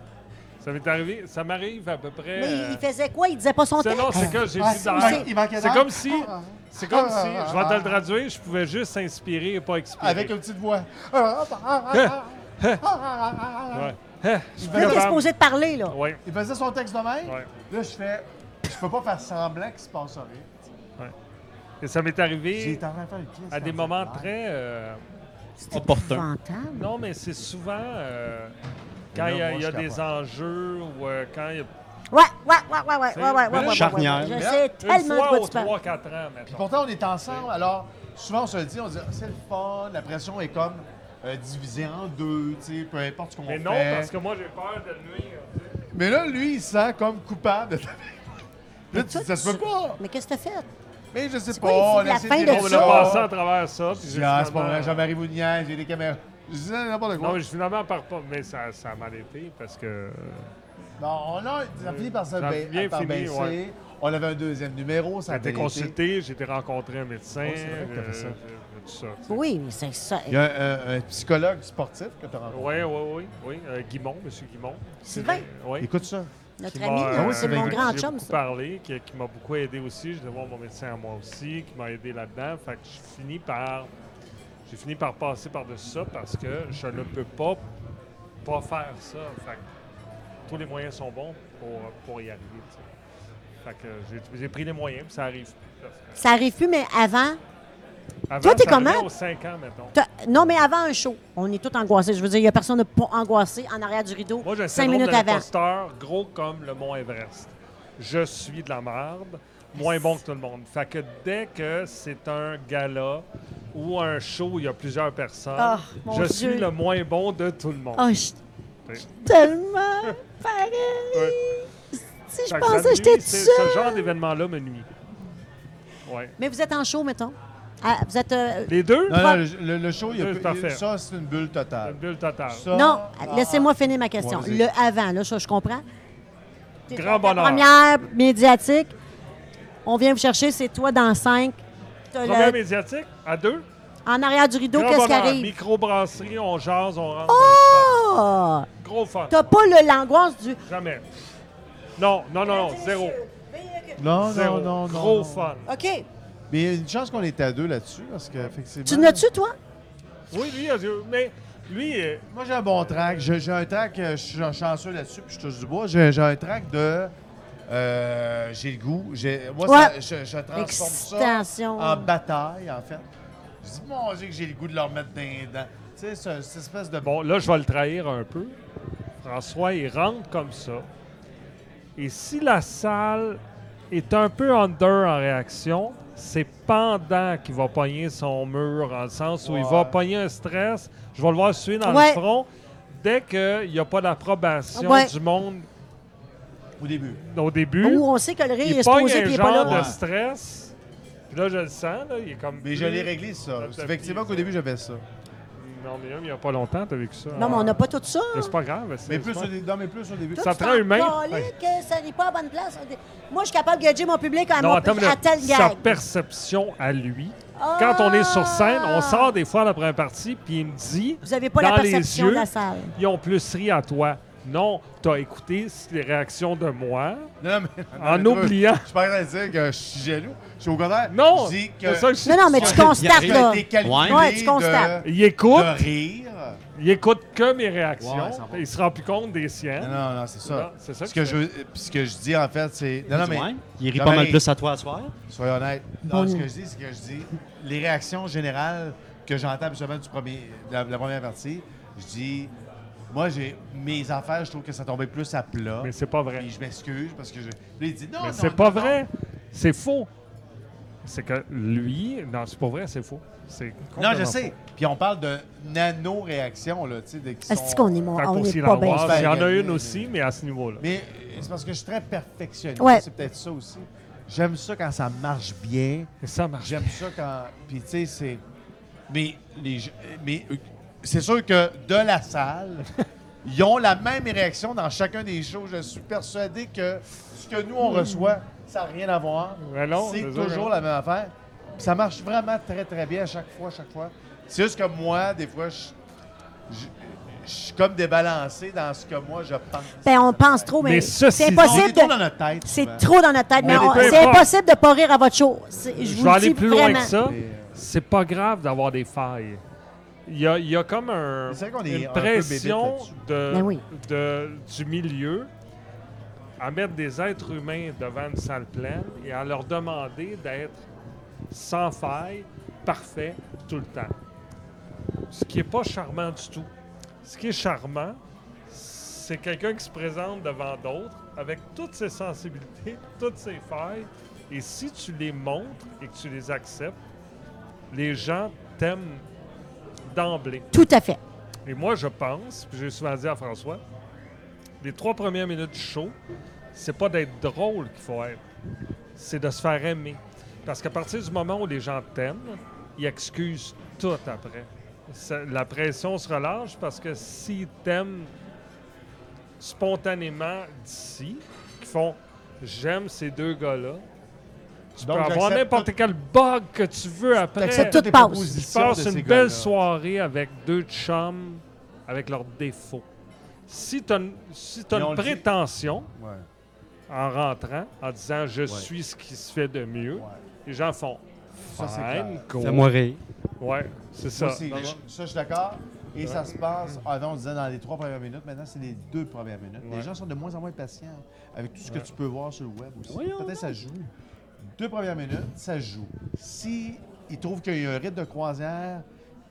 S4: Ça m'est arrivé, ça m'arrive à peu près.
S1: Mais il-
S4: euh,
S1: il faisait quoi? Il disait pas son
S4: c'est-
S1: texte?
S4: non, c'est que j'ai
S3: Ah,
S4: dit
S3: il
S1: bizarre.
S3: manquait-
S1: C'est-
S3: il manquait
S4: C'est
S3: d'air.
S4: comme si,
S3: Ah,
S4: c'est comme si,
S3: ah,
S4: je vais te le
S3: ah,
S4: traduire, je pouvais juste inspirer et pas expirer.
S3: Avec une petite voix. Ah, ah, ah, ah, ah, ah, ah, ah.
S4: Ouais. Ah, je suis
S3: Vous
S1: Là, t'es
S4: capable.
S1: supposé de parler, là.
S4: Ouais.
S3: Il faisait son texte de même.
S4: Ouais.
S3: Là, je fais. Je peux pas faire semblant qu'il se passe rien.
S4: Et ça m'est
S3: J'ai
S4: arrivé
S3: été en train de faire une crise
S4: à des
S3: cardiaque.
S4: moments très. euh,
S1: C'est
S2: Opportun.
S1: épouvantable.
S4: Non, mais c'est souvent euh, quand il y
S3: Là,
S4: a,
S3: moi,
S4: il y a
S3: je
S4: des
S3: capote.
S4: enjeux ou euh, quand il y a
S1: Ouais, ouais, ouais, ouais, ouais,
S4: C'est-
S1: ouais, ouais,
S4: Mais
S1: ouais,
S4: là,
S1: ouais,
S2: charnière.
S1: ouais, ouais.
S4: une
S1: Je sais tellement de
S4: fois
S1: quoi
S4: aux
S1: tu parles.
S4: 3-4 ans,
S3: Puis
S4: mettons.
S3: pourtant, on est ensemble. Alors, souvent, on se le dit, on dit, Ah, c'est le fun. La pression est comme euh, divisée en deux, tu sais, peu importe ce qu'on fait.
S4: Mais non, parce que moi, j'ai peur de nuire. tu sais.
S3: Mais là, lui, il se sent comme coupable. là, tu
S1: toi,
S3: dis, ça se
S1: tu-
S3: peut pas.
S1: Mais qu'est-ce que t'as fait?
S3: Mais je sais
S1: C'est
S3: pas.
S1: quoi les-
S3: on a
S1: la
S3: essayé
S1: fin
S3: des
S1: de
S3: choses.
S4: On
S1: ça?
S4: a passé à travers ça. Puis
S3: Je
S4: j'ai
S3: dis, ah, c'est pas
S4: finalement-
S3: vrai, jamais arrivé au niaise, j'ai des caméras. Je dis, Ah, n'importe quoi.
S4: Non, mais finalement, par pas. Mais ça, ça a mal été parce que.
S3: Bon, on a, ça a fini par se
S4: Euh, Ça a
S3: ba-
S4: bien
S3: par
S4: fini,
S3: baisser.
S4: ouais.
S3: On avait un deuxième numéro, ça
S4: J'ai
S3: a
S4: été
S3: été
S4: consulté, j'ai été rencontré un médecin.
S3: Oh, c'est vrai que t'as fait ça.
S4: euh, euh, tout ça.
S1: Oui, mais c'est ça.
S3: Il y a un, un- un psychologue sportif que tu as rencontré.
S4: Oui, oui, oui. oui. Euh, Guimond, M. Guimond. Euh,
S1: Sylvain.
S4: Oui.
S3: Écoute ça.
S1: Notre
S4: Qui
S1: ami,
S4: m'a,
S1: là,
S3: oui,
S1: c'est
S3: c'est
S1: mon
S3: vrai.
S1: grand
S4: j'ai
S1: chum,
S4: beaucoup
S1: ça.
S4: parlé, qui, qui m'a beaucoup aidé aussi. Je devais voir mon médecin à moi aussi, qui m'a aidé là-dedans. Fait que je finis par, j'ai fini par passer par-dessus ça parce que je ne peux pas pas faire ça. Fait que tous les moyens sont bons pour, pour y arriver. tu sais. Fait que j'ai, j'ai pris les moyens, puis ça arrive.
S1: Ça arrive plus, mais avant,
S4: Avant,
S1: Toi, t'es
S4: ça arrivait
S1: comment?
S4: aux 5 ans, mettons.
S1: T'as- Non, mais avant un show, on est tous angoissés. Je veux dire, il n'y a personne de pas angoissé en arrière du rideau
S4: Moi, j'ai un
S1: cinq
S4: syndrome
S1: minutes
S4: de
S1: avant.
S4: l'imposteur gros comme le Mont Everest. Je suis de la merde, moins bon que tout le monde. Fait que dès que c'est un gala ou un show où il y a plusieurs personnes,
S1: Ah, mon
S4: je
S1: Dieu.
S4: suis le moins bon de tout le monde.
S1: Oh, je suis
S4: Fait-
S1: tellement pareil.
S4: Ouais.
S1: Si je
S4: Fait que ça
S1: pensais
S4: me
S1: que j'étais
S4: nuit, c'est- Ce
S1: seule.
S4: genre d'événement-là me nuit. Ouais.
S1: Mais vous êtes en show, mettons. Ah, vous êtes. euh,
S4: Les deux,
S3: Non, non, le, le- le show, il y a
S4: Ça, c'est
S3: peu-
S4: parfait.
S3: ça, c'est une bulle
S4: une
S3: totale.
S4: bulle totale.
S3: Ça,
S1: Non,
S3: ah,
S1: laissez-moi finir ma question.
S3: Ouais, vas-y.
S1: Le avant, là, ça, je comprends. T'es
S4: Grand
S1: ta
S4: bonheur.
S1: Première médiatique. On vient vous chercher, c'est toi dans cinq. T'as le-
S4: Première médiatique, à deux.
S1: en arrière du rideau,
S4: Grand
S1: qu'est-ce qui
S4: bonheur.
S1: arrive?
S4: Microbrasserie, on jase, on rentre. dans
S1: Oh!
S4: le fun. Gros fun.
S1: T'as pas le- l'angoisse du.
S4: Jamais. Non, non, non, non, zéro.
S3: Non,
S4: Zéro.
S3: non, non, non.
S4: Gros
S3: non.
S4: fun.
S1: OK.
S3: Mais il y a une chance qu'on était à deux là-dessus, parce qu'effectivement...
S1: Tu n'as-tu, toi?
S4: Oui, lui, il a dit- mais lui, euh,
S3: Moi, j'ai un bon track. J'ai j'ai un track, euh, je suis un chanceux là-dessus, puis je touche du bois. J'ai j'ai un track de. euh, j'ai le goût. J'ai- Moi,
S1: Ouais.
S3: ça, je, je
S4: Ah,
S3: transforme ça
S1: Excitation.
S3: en
S4: ben,
S3: bataille, en fait. Je dis, mon Dieu, que j'ai le goût de leur mettre dans les dents. Tu sais, c'est cette espèce de.
S4: bon, là, je vais le trahir un peu. François, il rentre comme ça. Et si la salle est un peu under en réaction, c'est pendant qu'il va pogner son mur, en le sens où il va
S3: Ouais.
S4: pogner un stress. Je vais le voir suer dans
S1: Ouais.
S4: le front. Dès qu'il n'y a pas d'approbation
S1: Ouais.
S4: du monde
S3: Au début.
S4: au début,
S1: Où on sait que le rire
S4: il,
S1: est
S4: pogne
S1: supposé
S4: un
S1: puis il est
S4: genre
S1: pas là.
S3: Ouais.
S4: de stress. Puis là, je le sens, là, il est comme...
S3: Mais je
S4: plus-
S3: l'ai réglé, ça.
S4: Le tapis,
S3: Effectivement qu'au début, j'avais ça.
S4: Non, mais là, il n'y a pas longtemps, t'as vécu ça.
S1: Non, mais on n'a pas tout ça.
S4: Mais C'est pas grave.
S3: Mais
S4: c'est-
S3: plus,
S4: c'est
S3: au,
S4: pas-
S3: dé- non, mais plus au début.
S1: Toi,
S4: ça
S1: tu
S4: prend
S1: t'en
S4: humain.
S1: calais
S4: Ouais.
S1: que ça n'est pas à bonne place. Moi, je suis capable de gager mon public à, Ah,
S4: Non,
S1: mon-
S4: attends, une
S1: à
S4: minute.
S1: tel
S4: sa
S1: gag.
S4: perception à lui.
S1: Ah!
S4: Quand on est sur scène, on sort des fois à la première partie, puis il me dit
S1: Vous n'avez pas
S4: dans
S1: la
S4: les
S1: perception
S4: yeux,
S1: de la salle.
S4: ils ont plus ri à toi. Non, t'as écouté les réactions de moi
S3: Non, non, mais-
S4: en
S3: mais toi,
S4: oubliant.
S3: Je suis pas en train de dire que je suis jaloux. Je suis au contraire.
S4: Non,
S3: Je dis que.
S4: c'est ça que je
S1: Non, non, mais
S4: dis.
S1: tu constates,
S3: que ça
S1: là.
S3: a été calculé
S1: Ouais, tu
S3: de-
S1: constates.
S4: Il écoute,
S3: de rire.
S4: il écoute que mes réactions.
S3: Ouais, ça va.
S4: il se rend plus compte des siennes.
S3: Non, non, non, c'est ça.
S4: Ah Non, c'est ça
S3: ce
S4: que
S3: que,
S4: je
S3: je veux, ce que je dis, en fait, c'est. Non, non, mais.
S2: Ouais, Il rit
S3: Non,
S2: pas
S3: mais-
S2: mal plus à toi à soir.
S3: Soyons honnêtes. Non,
S1: Bon.
S3: ce que je dis, c'est que je dis. Les réactions générales que j'entends habituellement du premier, de, la, de la première partie, je dis. Moi, j'ai mes affaires, je trouve que ça tombait plus à plat.
S4: Mais c'est pas vrai.
S3: Puis je m'excuse parce que je. Puis il dit non,
S4: Mais
S3: non,
S4: c'est
S3: non,
S4: pas
S3: non.
S4: vrai. C'est faux. C'est que lui, non, c'est pas vrai, c'est faux. C'est
S3: Non, je
S4: complètement
S3: sais. Puis on parle de nano-réactions, là, tu sais, de qui
S1: Est-ce
S3: sont-
S1: Ah, qu'on est, mon- on
S4: Raccourci
S1: est pas bien.
S4: l'angoisse. Il y en a
S3: Ben,
S4: une
S3: euh,
S4: aussi, mais à ce niveau-là.
S3: Mais euh, c'est parce que je suis très perfectionniste.
S1: Ouais.
S3: C'est peut-être ça aussi. J'aime ça quand ça marche bien.
S4: Mais ça marche.
S3: J'aime ça quand. Puis, tu sais, c'est. Mais, les... gens- mais euh, c'est sûr que de la salle, Ils ont la même réaction dans chacun des shows. Je suis persuadé que ce que nous, on reçoit, ça n'a rien à voir.
S4: Ben non,
S3: c'est
S4: c'est sûr,
S3: toujours
S4: hein.
S3: la même affaire. Puis Ça marche vraiment très, très bien à chaque fois, chaque fois. C'est juste que moi, des fois, je, je- je suis comme débalancé dans ce que moi, je pense.
S1: Ben, on pense trop, mais,
S4: Mais ceci
S1: c'est
S4: dit-
S3: On est
S1: impossible.
S3: trop dans
S1: de-
S3: notre tête. souvent.
S1: C'est trop dans notre tête, mais,
S4: Mais
S1: on-
S4: peu
S1: c'est
S4: importe.
S1: impossible de pas rire à votre show. C'est- Je,
S4: Je
S1: vous
S4: vais
S1: le
S4: aller
S1: dis
S4: plus
S1: vraiment.
S4: loin que ça.
S3: Mais, euh,
S4: C'est pas grave d'avoir des failles. Il y a, il y a comme un,
S3: Mais c'est vrai qu'on est
S4: une
S3: un peu
S4: pression
S3: bébête
S4: de,
S1: Ben oui.
S4: de- du milieu à mettre des êtres humains devant une salle pleine et à leur demander d'être sans faille, parfait tout le temps. Ce qui n'est pas charmant du tout. Ce qui est charmant, c'est quelqu'un qui se présente devant d'autres avec toutes ses sensibilités, toutes ses failles. Et si tu les montres et que tu les acceptes, les gens t'aiment d'emblée.
S1: Tout à fait.
S4: Et moi, je pense, puis j'ai souvent dit à François, les trois premières minutes du show, c'est pas d'être drôle qu'il faut être, c'est de se faire aimer. Parce qu'à partir du moment où les gens t'aiment, ils excusent tout après. Ça- la pression se relâche parce que s'ils t'aiment spontanément d'ici, qu'ils font j'aime ces deux gars-là, tu
S3: Donc,
S4: peux avoir
S3: j'accepte
S4: n'importe quel bug que tu veux après.
S1: T'acceptes
S3: toutes
S1: tout
S3: les
S1: passe.
S4: Je
S3: propositions
S4: passe
S3: de ces
S4: une
S3: gars-là.
S4: belle soirée avec deux chums, avec leurs défauts. Si tu as,
S3: Mais on
S4: une
S3: le dit-
S4: prétention
S3: Ouais,
S4: en rentrant, en disant je suis ce qui se fait de mieux,
S3: ouais.
S4: les gens font
S3: Ça, c'est
S4: fine,
S3: clair.
S4: cool.
S2: Fais-moi rire.
S4: Ouais, c'est ça.
S3: Ça, c'est- je- ça, je suis d'accord. Et ça se passe, avant, on disait dans les trois premières minutes, maintenant, c'est les deux premières minutes. Les
S4: Ouais.
S3: gens sont de moins en moins patients avec tout ce que tu peux voir sur le web aussi.
S2: Voyons
S3: Peut-être ça joue. Deux premières minutes, ça joue. Si ils trouvent qu'il y a un rythme de croisière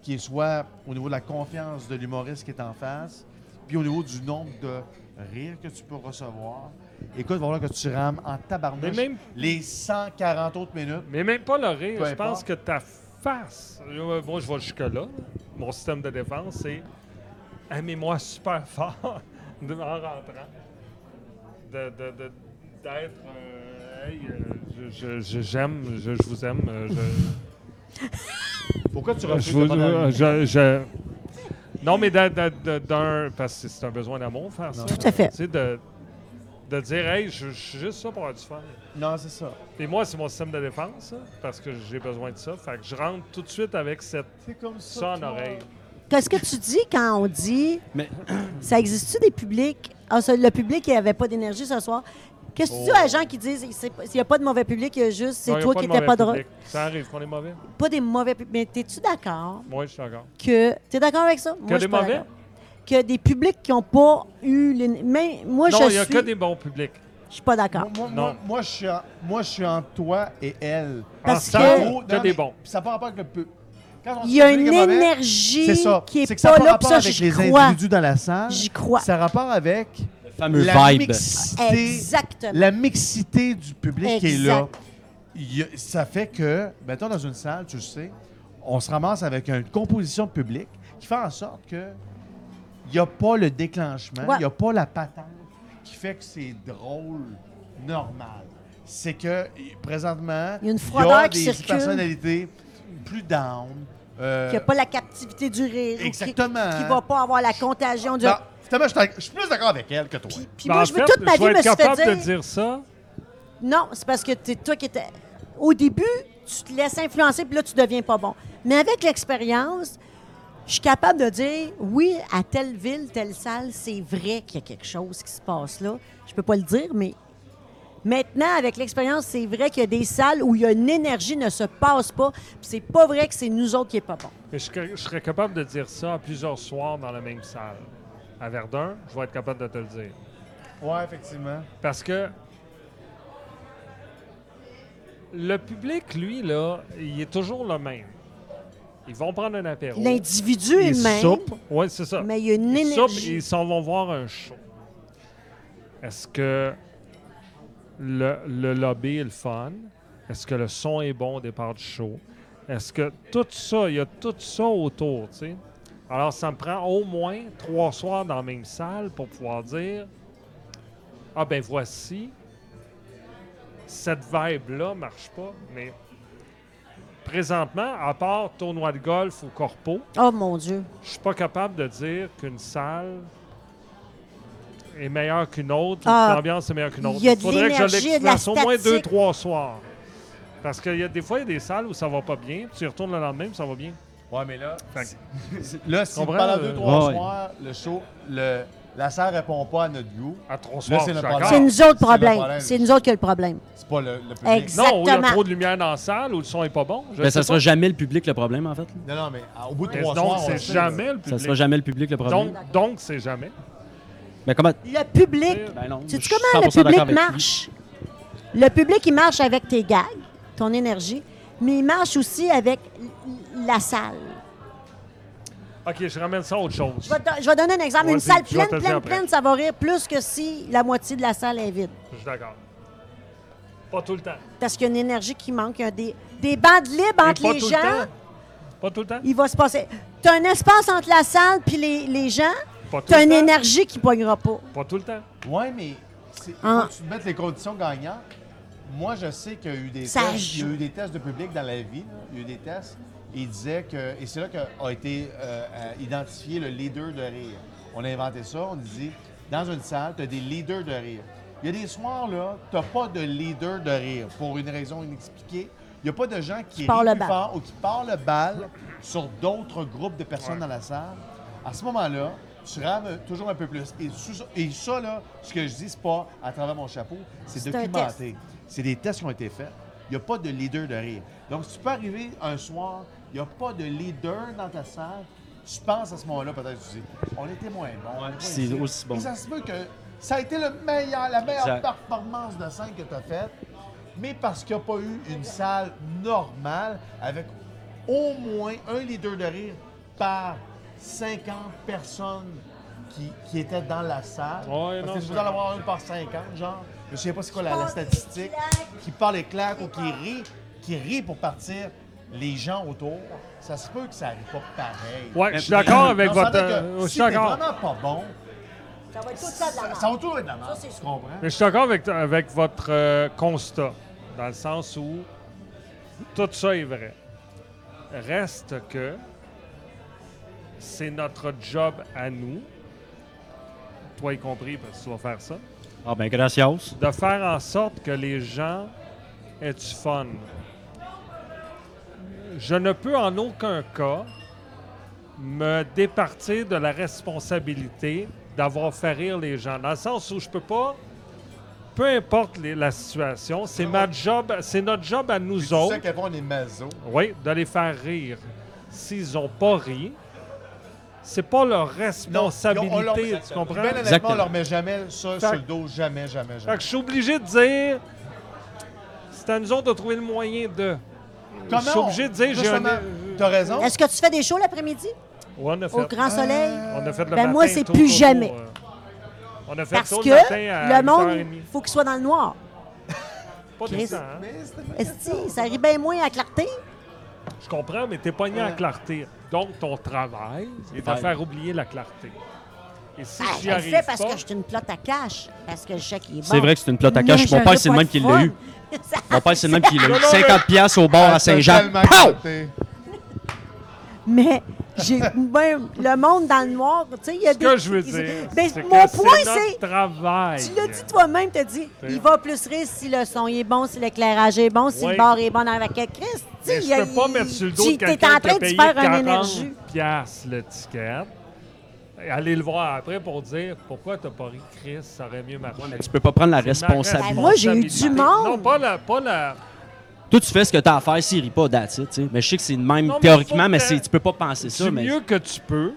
S3: qui est soit au niveau de la confiance de l'humoriste qui est en face, puis au niveau du nombre de rires que tu peux recevoir, écoute, voilà que tu rames en tabarnouche
S4: Mais même-
S3: les 140 autres minutes.
S4: Mais même pas le rire,
S3: Peu
S4: je pense
S3: importe.
S4: que ta face. Euh, Moi, je vais jusque-là. Mon système de défense, c'est aimez-moi super fort de- en rentrant. De- de- de- D'être. euh, hey, euh, je- je- je- j'aime, je, je vous aime. euh, je-
S3: Pourquoi tu
S4: je,
S3: refuses
S4: vous-
S3: de bonne
S4: euh,
S3: année?
S4: je- je- Non, mais d'un. d'un- d'un- d'un- Parce que c'est un besoin d'amour, faire ça.
S1: Tout à fait.
S4: Tu sais, de, de dire, hey, je je suis juste ça pour avoir du fun.
S3: Non, c'est ça.
S4: Et moi, c'est mon système de défense, ça, parce que j'ai besoin de ça. Fait que je rentre tout de suite avec cette
S3: C'est comme ça.
S4: ça en
S3: toi.
S4: oreille.
S1: Qu'est-ce que tu dis quand on dit
S2: Mais
S1: ça existe-tu des publics Ah, ça, le public, il n'avait pas d'énergie ce soir. Qu'est-ce que tu dis
S3: Oh.
S1: à gens qui disent c'est pas- il n'y a pas de mauvais public, il y a juste c'est
S4: Non, y a
S1: toi
S4: de
S1: qui n'étais
S4: mauvais
S1: pas drôle.
S4: public. Ça arrive qu'on est mauvais.
S1: Pas des mauvais publics. Mais es-tu d'accord
S4: Moi, je suis d'accord.
S1: que. T'es d'accord avec ça? Moi, je
S4: Que des
S1: suis pas
S4: mauvais?
S1: d'accord. Que des publics qui n'ont pas eu. l'éne- Mais moi,
S4: non, il
S1: je
S4: n'y a
S1: suis.
S4: que des bons publics.
S1: Je suis pas d'accord.
S3: Moi, moi,
S4: Non.
S3: moi- moi, je suis en, moi, je suis en toi et elle.
S1: Parce
S4: Ah,
S1: que-
S3: En gros,
S4: que
S3: non,
S4: des
S3: mais
S4: bons.
S3: Ça n'a pas rapport avec le peu. Quand on
S1: Il
S3: se
S1: y a
S3: dit
S1: une
S3: qu'il est mauvais,
S1: énergie
S3: c'est ça.
S1: qui n'est
S3: C'est que ça
S1: pas
S3: a
S1: là. Puis
S3: rapport
S1: ça,
S3: avec
S1: j'y
S3: les
S1: crois.
S3: individus dans la salle.
S1: J'y crois.
S3: Ça a rapport avec
S2: le fameux
S3: la
S2: vibe.
S3: mixité,
S1: Exactement.
S3: la mixité du public qui est là.
S1: Exact.
S3: Il y a- ça fait que, mettons, dans une salle, tu le sais, on se ramasse avec une composition de public qui fait en sorte que il n'y a pas le déclenchement, il
S1: Ouais.
S3: n'y a pas la patente qui fait que c'est drôle, normal. C'est que, y- présentement,
S1: Il y a une
S3: il y a
S1: froideur qui
S3: des
S1: circule.
S3: personnalités plus down. euh,
S1: Qu'il n'y a pas la captivité du rire. ou qui-
S3: Exactement.
S1: Qui ne va pas avoir la contagion du.
S3: ben, finalement, je suis d'ac- je suis plus d'accord avec elle que toi.
S1: Puis
S4: Ben,
S1: moi,
S4: en
S1: je veux
S4: fait,
S1: toute ma
S4: je
S1: vie
S4: vais
S1: me
S4: être
S1: suis
S4: capable
S1: fait
S4: de
S1: dire.
S4: dire ça.
S1: Non, c'est parce que c'est toi qui étais. Au début, tu te laisses influencer, puis là, tu deviens pas bon. Mais avec l'expérience, je suis capable de dire oui, à telle ville, telle salle, c'est vrai qu'il y a quelque chose qui se passe là. Je peux pas le dire, mais maintenant, avec l'expérience, c'est vrai qu'il y a des salles où il y a une énergie ne se passe pas, puis c'est pas vrai que c'est nous autres qui est pas bon.
S4: Mais je, serais- je serais capable de dire ça à plusieurs soirs dans la même salle. À Verdun, je vais être capable de te le dire.
S3: Ouais, effectivement.
S4: Parce que le public, lui, là, il est toujours le même. Ils vont prendre un apéro.
S1: L'individu est
S4: Ils
S1: le même,
S4: soupent. Ouais, c'est ça.
S1: mais il y a une
S4: Ils soupent et
S1: énergie.
S4: ils s'en vont voir un show. Est-ce que le, le lobby est le fun? Est-ce que le son est bon au départ du show? Est-ce que tout ça, il y a tout ça autour, tu sais? Alors, ça me prend au moins trois soirs dans la même salle pour pouvoir dire Ah, ben voici, cette vibe-là marche pas, mais présentement, à part tournoi de golf ou corpo,
S1: Oh mon Dieu.
S4: je suis pas capable de dire qu'une salle est meilleure qu'une autre,
S1: Ah.
S4: l'ambiance est meilleure qu'une autre.
S1: Il y a de
S4: faudrait que je
S1: l'énergie, de la
S4: l'exploite au moins deux,
S1: statique.
S4: trois soirs. Parce que il y a, des fois, il y a des salles où ça va pas bien, puis tu y retournes le lendemain, puis ça va bien.
S3: Ouais, mais là,
S4: Fait que-
S3: si- là, si
S4: Comprends,
S3: pendant
S4: euh,
S3: deux, trois
S2: ouais.
S3: soirs, le show, le, la salle répond pas à notre goût,
S4: À trois
S3: Là,
S4: soirs,
S3: c'est
S4: je
S3: le
S4: suis
S3: problème.
S4: d'accord.
S1: C'est nous autres
S3: Ah, C'est le
S1: problème.
S3: problème.
S1: C'est nous autres qui a le problème.
S3: c'est pas le, le public.
S1: Exact.
S4: Non, ou il y a
S1: Exactement.
S4: trop de lumière dans la salle, ou le son est pas bon. Je
S2: Ben, ça
S4: sais
S2: sera
S4: pas.
S2: jamais le public le problème, en fait. là.
S3: Non, non, mais à- au bout de
S4: Mais
S3: trois
S4: Donc,
S3: soirs, on le
S4: c'est
S3: sait,
S4: jamais le
S2: Ça
S4: public.
S2: sera jamais le public le problème.
S4: Donc, donc, c'est jamais.
S2: Mais comment.
S1: Le public,
S2: Ben non, je
S1: sais-tu
S2: suis
S1: comment le
S2: 100% d'accord
S1: public
S2: avec lui.
S1: marche? Le public, il marche avec tes gags, ton énergie, mais il marche aussi avec l- l- la salle.
S4: OK, je ramène ça à autre chose.
S1: Je vais, te- je vais donner un exemple.
S4: Ouais,
S1: Une
S4: c'est-
S1: salle
S4: je vais
S1: pleine,
S4: te le
S1: pleine,
S4: dire
S1: pleine,
S4: après.
S1: ça va rire plus que si la moitié de la salle est vide.
S4: Je suis d'accord. Pas tout le temps.
S1: Parce qu'il y a une énergie qui manque. Il y a des, des bandes libres
S4: Mais
S1: entre
S4: pas
S1: les
S4: tout le
S1: gens.
S4: temps. Pas tout le temps.
S1: il va se passer. Tu as un espace entre la salle puis les, les gens.
S4: Pas tout
S1: Tu as
S4: le
S1: une
S4: temps.
S1: énergie qui ne pognera pas.
S4: Pas tout le temps.
S3: Ouais, mais c'est- faut
S1: Hein.
S3: que tu te mettes les conditions gagnantes. Moi, je sais qu'il y a eu des
S1: Ça
S3: tests. Il y a
S1: joue.
S3: eu des tests de public dans la vie. là. Il y a eu des tests. Il disait que. Et c'est là qu'a été euh, euh, identifié le leader de rire. On a inventé ça. On dit dans une salle, tu as des leaders de rire. Il y a des soirs, là, tu n'as pas de leader de rire pour une raison inexpliquée. Il n'y a pas de gens qui,
S1: partent
S3: rient
S1: le
S3: plus
S1: bal.
S3: fort ou qui partent le bal sur d'autres groupes de personnes dans la salle. À ce moment-là, tu rames toujours un peu plus. Et, sous- et ça, là, ce que je dis, c'est pas à travers mon chapeau, c'est
S1: C'est un
S3: documenté. C'est des tests qui ont été faits. Il n'y a pas de leader de rire. Donc, si tu peux arriver un soir, il n'y a pas de leader dans ta salle, tu penses à ce moment-là, peut-être, tu dis, on était moins bon. on est moins
S2: c'est
S3: ici.
S2: aussi bon.
S3: Et ça se peut que ça a été le meilleur, la meilleure
S2: Exact.
S3: performance de scène que tu as faite, mais parce qu'il n'y a pas eu une salle normale avec au moins un leader de rire par 50 personnes qui, qui étaient dans la salle.
S4: Ouais, non,
S3: parce que
S4: c'est
S3: tu dois en avoir un par 50, genre. Je ne sais pas c'est quoi la, la statistique. Qui parle et claque ou qui rit, qui rit pour partir les gens autour. Ça se peut que ça n'arrive pas pareil.
S4: Ouais, je suis d'accord avec
S3: On
S4: votre.
S3: s'entend que
S4: euh, je
S3: si
S4: suis
S3: t'es
S4: d'accord.
S3: vraiment pas bon,
S1: Ça va être tout ça de la
S3: ça va toujours être de la merde.
S1: Ça, c'est
S3: Tu
S1: sûr.
S3: comprends?
S4: Mais je suis d'accord avec, avec votre euh, constat, dans le sens où tout ça est vrai. Reste que c'est notre job à nous, toi y compris, parce que tu vas faire ça,
S2: Ah, ben, gracias.
S4: de faire en sorte que les gens aient du fun. Je ne peux en aucun cas me départir de la responsabilité d'avoir fait rire les gens. Dans le sens où je peux pas, peu importe les- la situation, c'est ma job, c'est notre job à nous
S3: sais
S4: autres,
S3: à quel point on est maso.
S4: oui, de les faire rire. S'ils n'ont pas ri, c'est pas leur
S3: on leur-
S4: responsabilité, tu comprends?
S3: Ben, honnêtement,
S2: Exactement.
S3: on leur met jamais ça
S4: Fait-
S3: sur le dos. Jamais, jamais,
S4: Fait
S3: jamais.
S4: que je suis obligé de dire, c'est à nous autres de trouver le moyen de. je suis obligé de dire, j'ai un.
S3: Tu T'as raison.
S1: Est-ce que tu fais des shows l'après-midi
S4: Ouais, on a fait, Ah.
S1: au grand soleil?
S4: on a fait le
S1: ben,
S4: matin,
S1: moi, c'est
S4: tôt,
S1: plus
S4: tôt, tôt,
S1: jamais.
S4: euh, on a fait
S1: Parce
S4: tôt
S1: que
S4: le matin à
S1: le monde,
S4: 8h30.
S1: il faut qu'il soit dans le noir.
S4: Pas tout
S1: Chris.
S4: le temps, hein.
S3: Mais c'est-
S1: Est-ce que ça rit bien moins à clarté?
S4: Je comprends, mais t'es pogné à clarté. Donc, ton travail est de
S2: Travail.
S4: faire oublier la clarté. Et si
S1: Ah,
S4: j'y
S1: je le
S4: arrive
S1: fais parce
S4: pas,
S1: que je suis une plotte à cache. Parce que le chèque, il est bon.
S2: C'est vrai que c'est une plotte à
S1: Mais
S2: cache. Mon
S1: j'aurais
S2: père, c'est le
S1: pas
S2: même
S1: de
S2: qui
S1: fun.
S2: l'a eu. Mon père, c'est le même qui l'a
S3: Non,
S2: eu.
S3: non,
S2: 50 piastres au
S4: Ah,
S2: bar à Saint-Jacques.
S3: Tellement
S2: Pow!
S3: gâté.
S1: Mais j'ai ben, le monde dans le noir, tu sais, il y a
S4: ce
S1: des...
S4: que je veux dire,
S1: Ben,
S4: c'est que
S1: mon point,
S4: notre
S1: c'est...
S4: travail.
S1: Tu l'as dit toi-même, t'as dit, il va plus rire si le son est bon, si l'éclairage est bon, si
S4: Ouais.
S1: le bar est bon avec Christ.
S4: Mais je peux pas mettre sur le dos de
S1: T'es en
S4: quelqu'un qui
S1: train
S4: a
S1: de
S4: payé
S1: faire une
S4: 40
S1: énergie.
S4: piastres le ticket. Et aller le voir après pour dire pourquoi t'as pas ri Chris, ça aurait mieux marché.
S2: Tu peux pas prendre la
S4: C'est ma
S2: responsabilité.
S1: Ben, moi, j'ai eu du
S4: responsabilité.
S1: monde.
S4: Non, pas la. Pas la...
S2: Toi, tu fais ce que t'as à faire s'il rit pas, that's it, tu sais. Mais je sais que c'est le même
S4: Non, mais
S2: théoriquement,
S4: faut
S2: mais
S4: que-
S2: c'est- tu peux pas penser ça.
S4: du
S2: mais-
S4: mieux que tu peux,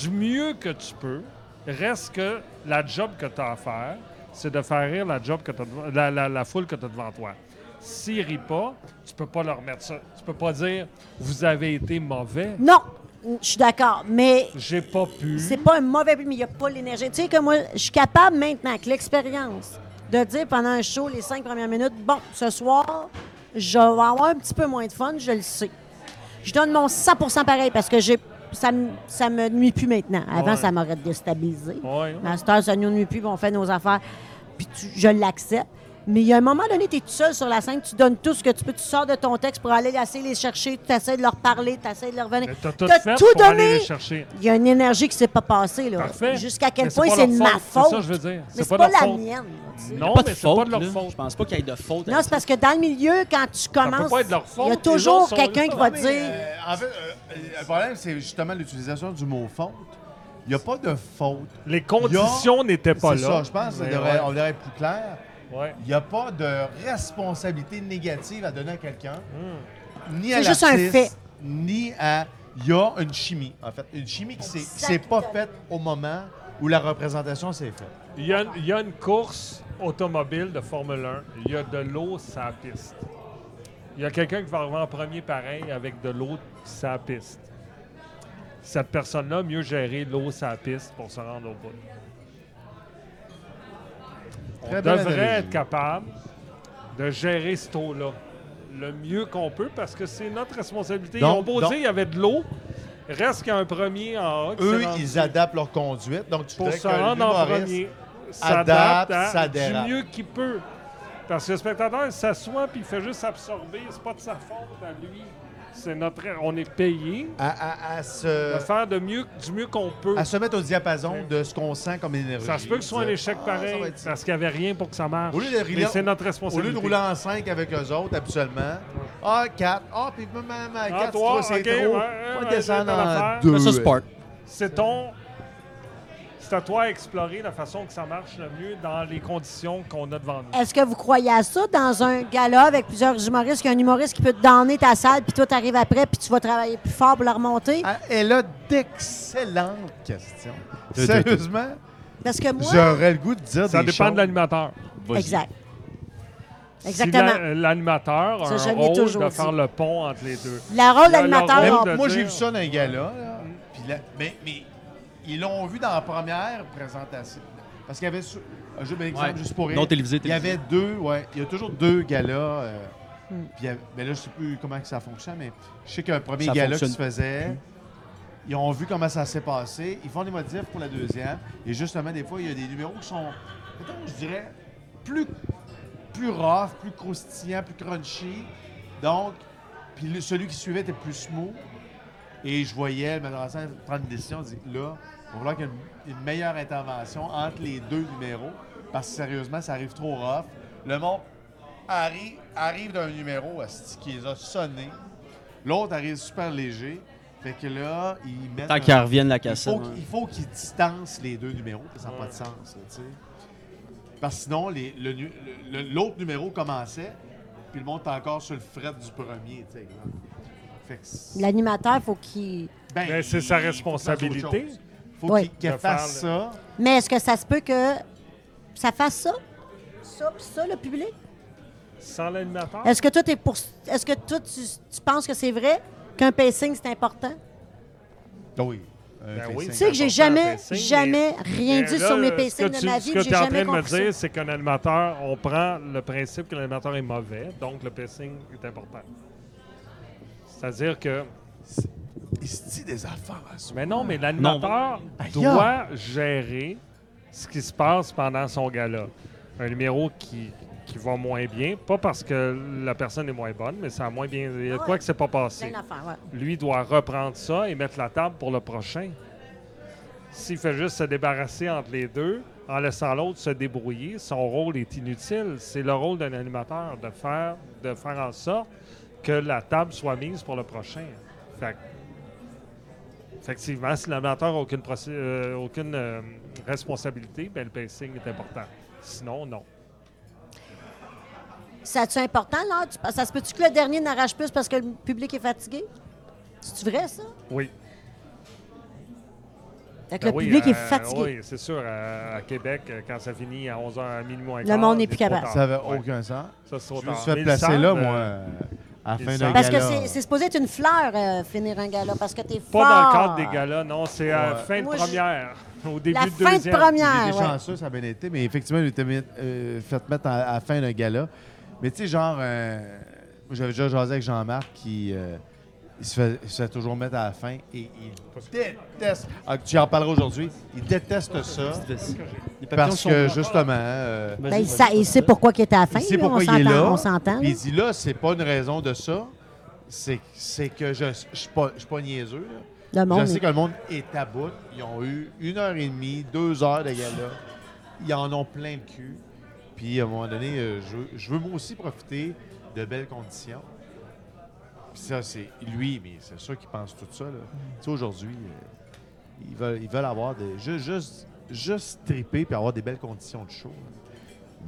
S4: du mieux que tu peux, reste que la job que tu as à faire, c'est de faire rire la, job que t'as devant- la, la- la foule que tu as devant toi. S'ils ne rient pas, tu peux pas leur mettre ça. Tu peux pas dire vous avez été mauvais,
S1: Non, je suis d'accord, mais
S4: j'ai pas pu.
S1: c'est pas un mauvais but, mais il n'y a pas l'énergie. Tu sais que moi, je suis capable maintenant, avec l'expérience, de dire pendant un show, les cinq premières minutes, bon, ce soir, je vais avoir un petit peu moins de fun, je le sais. Je donne mon 100 pareil parce que j'ai ça me, ça me nuit plus maintenant. Avant,
S4: Ouais.
S1: ça m'aurait déstabilisé.
S4: Ouais, ouais.
S1: Master, ça nous nuit plus, puis on fait nos affaires. Puis tu- je l'accepte. Mais il y a un moment donné, tu es tout seul sur la scène, tu donnes tout ce que tu peux, tu sors de ton texte pour aller essayer de les chercher, tu essaies de leur parler, tu essaies de leur venir.
S4: Mais t'as tout
S1: T'as
S4: fait
S1: tout
S4: pour
S1: donné.
S4: aller les chercher.
S1: Il y a une énergie qui s'est pas passée. là.
S4: Parfait.
S1: Jusqu'à quel
S4: Mais
S1: point
S4: pas
S1: c'est de
S4: leur
S1: ma
S4: C'est ça,
S1: faute.
S4: je veux dire.
S1: Mais c'est
S4: pas,
S1: pas,
S4: leur
S1: la
S4: faute.
S1: mienne. là, tu sais.
S4: Non,
S2: pas de
S4: mais c'est pas
S2: faute.
S4: de leur
S2: là. Je
S4: faute.
S2: pense pas qu'il y ait de faute.
S1: Non, c'est parce que dans le milieu, quand tu commences,
S4: pas être leur
S1: il y a
S4: faute, les gens
S1: toujours
S4: sont
S1: quelqu'un
S4: là.
S1: qui va
S3: Mais,
S1: te dire
S3: euh, en fait, euh, euh, le problème, c'est justement l'utilisation du mot faute. Il n'y a pas de faute.
S4: Les conditions n'étaient pas
S3: C'est
S4: là.
S3: ça, je pense. qu'on
S4: Mais
S3: devrait,
S4: ouais.
S3: On devrait être plus clair.
S4: Ouais.
S3: Il n'y a pas de responsabilité négative à donner à quelqu'un, ni à
S1: Hmm. C'est juste un
S3: l'artiste,
S1: fait.
S3: ni à... Il y a une chimie, en fait. Une chimie qui s'est- qui s'est pas faite au moment où la représentation s'est faite.
S4: Il, y a, il y a une course automobile de Formule 1. Il y a de l'eau sur la piste. Il y a quelqu'un qui va arriver en premier pareil avec de l'eau sur la piste. Cette personne-là a mieux gérer l'eau sur la piste pour se rendre au bout. On
S3: Très belle
S4: devrait
S3: analogie.
S4: être capable de gérer cette eau-là le mieux qu'on peut parce que c'est notre responsabilité.
S3: Donc-
S4: Ils ont beau
S3: donc-
S4: dire il y avait de l'eau, reste qu'il y a un premier en haut. qui
S3: Eux,
S4: s'est rendu.
S3: ils adaptent leur conduite. Donc, tu
S4: pour
S3: dirais
S4: se
S3: que
S4: rendre en
S3: l'humoriste-
S4: premier,
S3: s'adapte,
S4: s'adapte hein, du
S3: s'adérape.
S4: mieux qu'il peut. Parce que le spectateur il s'assoit puis il fait juste absorber. C'est pas de sa faute à lui. C'est notre, on est payé
S3: à, à- à
S4: de
S3: se,
S4: faire de mieux, du mieux qu'on peut.
S3: à se mettre au diapason de ce qu'on sent comme énergie.
S4: Ça se peut que ce soit un
S3: Dire,
S4: échec
S3: Ah, ça
S4: pareil
S3: va être ça.
S4: parce qu'il n'y avait rien pour que ça marche.
S3: Au lieu de rouler-
S4: Mais c'est notre
S3: Au lieu
S4: responsabilité.
S3: de rouler en 5 avec eux autres, habituellement, ah, 4, ah, puis même à 4,
S4: trois,
S3: c'est
S4: ok,
S3: trop,
S4: ouais,
S3: on va
S4: ouais,
S3: descendre
S4: j'ai pas
S3: en
S4: d'affaires.
S3: 2.
S2: Mais ça, c'est part.
S4: C'est ton. C'est à toi d'explorer la façon que ça marche le mieux dans les conditions qu'on a devant nous.
S1: Est-ce que vous croyez à ça dans un gala avec plusieurs humoristes, qu'il y a un humoriste qui peut te donner ta salle, puis toi, t'arrives après, puis tu vas travailler plus fort pour la remonter?
S3: Ah, Elle a d'excellentes questions.
S2: Deux, deux, deux.
S3: Sérieusement,
S1: Parce que moi,
S3: j'aurais le goût de dire
S4: Ça
S3: des
S4: dépend
S3: choses.
S4: de l'animateur.
S2: Vas-y.
S1: Exact.
S4: Si
S1: Exactement.
S4: la- l'animateur a
S1: Ça, je
S4: un
S1: l'ai
S4: rôle
S1: toujours
S4: de
S1: dit.
S4: faire le pont entre les deux.
S1: La rôle
S4: Il y a leur
S1: d'animateur,
S4: rôle
S1: on-
S4: de
S3: Moi,
S4: dire-
S3: j'ai vu ça dans un gala. là. Puis là- mais, mais ils l'ont vu dans la première présentation. Parce qu'il y avait. sou- Je mets l'exemple
S2: Ouais.
S3: ben, juste pour rire.
S2: Non télévisé,
S3: Il y
S2: télévisé.
S3: avait deux, ouais. Il y a toujours deux galas. euh, puis il y avait- ben là, je sais plus comment que ça fonctionne, mais je sais qu'un premier
S2: Ça
S3: gala qui
S2: fonctionne
S3: se faisait,
S2: plus.
S3: ils ont vu comment ça s'est passé. Ils font des modifs pour la deuxième. Et justement, des fois, il y a des numéros qui sont, mettons, je dirais, plus, plus rough, plus croustillant, plus crunchy. Donc, puis le- celui qui suivait était plus smooth. Et je voyais le metteur en scène prendre une décision, dire là, on va falloir qu'il y ait une, une meilleure intervention entre les deux numéros, parce que sérieusement, ça arrive trop rough. Le monde arrive, arrive d'un numéro asti, qui les a sonnés. L'autre arrive super léger. Fait que là, ils mettent.
S2: Tant
S3: un-
S2: qu'ils reviennent la
S3: il
S2: cassette.
S3: faut,
S2: ouais.
S3: qu'il- il faut qu'ils distancent les deux numéros, ça n'a pas de sens, là, tu sais. Parce que sinon, les- le nu- le- le- l'autre numéro commençait, puis le monde était encore sur le fret du premier, tu sais. exemple. Fait que c'est-
S1: l'animateur, faut qu'il.
S3: ben,
S4: Mais c'est
S3: il-
S4: sa
S3: il faut
S4: responsabilité.
S3: faire autre chose. Faut
S1: Oui.
S3: qu'il qu'elle
S4: De
S3: fasse ça.
S1: Mais est-ce que ça se peut que ça fasse ça? Ça, puis ça, le public?
S4: Sans l'animateur,
S1: Est-ce que toi, t'es pour... Est-ce que toi, tu, tu penses que c'est vrai qu'un pacing, c'est important?
S3: Ah Oui.
S4: Ben oui,
S1: Tu sais que j'ai jamais,
S4: pacing, mais-
S1: jamais rien
S4: Mais
S1: dit
S4: là,
S1: sur mes
S4: ce
S1: pacings
S4: que
S1: de
S4: tu-
S1: ma vie.
S4: Ce que
S1: J'ai
S4: tu es en
S1: jamais
S4: train de me
S1: compris ça.
S4: dire, c'est qu'un animateur, on prend le principe que l'animateur est mauvais, donc le pacing est important. C'est-à-dire que.
S3: Il se dit des affaires à soi.
S4: Mais non, mais l'animateur
S1: ah.
S4: doit gérer ce qui se passe pendant son gala. Un numéro qui, qui va moins bien, pas parce que la personne est moins bonne, mais ça a moins bien. Il y a de quoi que c'est pas
S1: C'est
S4: passé.
S1: une affaire, ouais.
S4: lui doit reprendre ça et mettre la table pour le prochain. S'il fait juste se débarrasser entre les deux, en laissant l'autre se débrouiller, son rôle est inutile. C'est le rôle d'un animateur de faire, de faire en sorte que la table soit mise pour le prochain. Fait que- effectivement, si l'animateur n'a aucune, procé- euh, aucune euh, responsabilité, ben, le pacing est important. Sinon, non.
S1: Ça tu important, là? Tu- Ça se peut-tu que le dernier n'arrache plus parce que le public est fatigué? C'est-tu vrai, ça?
S4: Oui.
S1: Fait que
S4: Ben
S1: le
S4: oui,
S1: public est
S4: euh,
S1: fatigué.
S4: Oui, c'est sûr. À, à Québec, euh, quand ça finit à 11h, à minuit moins
S1: Le
S4: quart,
S1: monde n'est
S4: c'est
S1: plus
S4: trop
S1: capable.
S4: tard.
S3: Ça n'avait
S4: Ouais,
S3: aucun sens.
S4: ça, c'est trop
S3: Je me
S4: tard.
S3: suis fait
S4: Mais
S3: placer
S4: le
S3: là,
S4: sang,
S3: moi,
S4: euh,
S3: euh, à la
S4: il
S3: fin
S4: le
S3: d'un
S4: sent.
S1: Parce que
S3: gala.
S1: c'est c'est supposé être une fleur, euh, finir un gala, parce que t'es fort.
S4: Pas dans le cadre des galas, non. C'est à la
S3: Ouais.
S4: fin de
S1: Ah. Moi, je-
S4: première. Au début
S1: La
S4: de
S1: fin
S4: deuxième.
S1: de
S3: Il
S1: première,
S3: était
S1: ouais.
S3: chanceux, ça a bien été, mais effectivement, il était mis- euh, fait mettre à, à la fin d'un gala. Mais tu sais, genre, euh, moi, j'avais déjà jasé avec Jean-Marc qui, euh, il se, fait, il se fait toujours mettre à la fin et il déteste. Ah, tu en parleras aujourd'hui. Il déteste ça
S2: Les papillons
S3: parce
S2: sont
S3: que,
S2: blancs.
S3: justement, euh,
S2: Vas-y,
S1: Ben, il,
S2: vas-y,
S1: sa- il
S2: vas-y.
S1: sait pourquoi il était à la fin.
S3: il sait
S1: là,
S3: pourquoi
S1: on
S3: il est
S1: s'entend-
S3: là.
S1: On s'entend.
S3: puis
S1: là.
S3: il dit là, c'est pas une raison de ça. C'est c'est que je je suis pas, je suis pas niaiseux. là.
S1: Le monde
S3: je sais
S1: est-
S3: que le monde est à bout. Ils ont eu une heure et demie, deux heures de gala. Ils en ont plein le cul. Puis à un moment donné, euh, je, veux- je veux moi aussi profiter de belles conditions. Puis ça, c'est lui, mais c'est sûr qu'il pense tout ça. là.
S1: Mm.
S3: Tu sais, aujourd'hui, euh, ils, veulent, ils veulent avoir des. ju- Juste, juste triper puis avoir des belles conditions de show. là.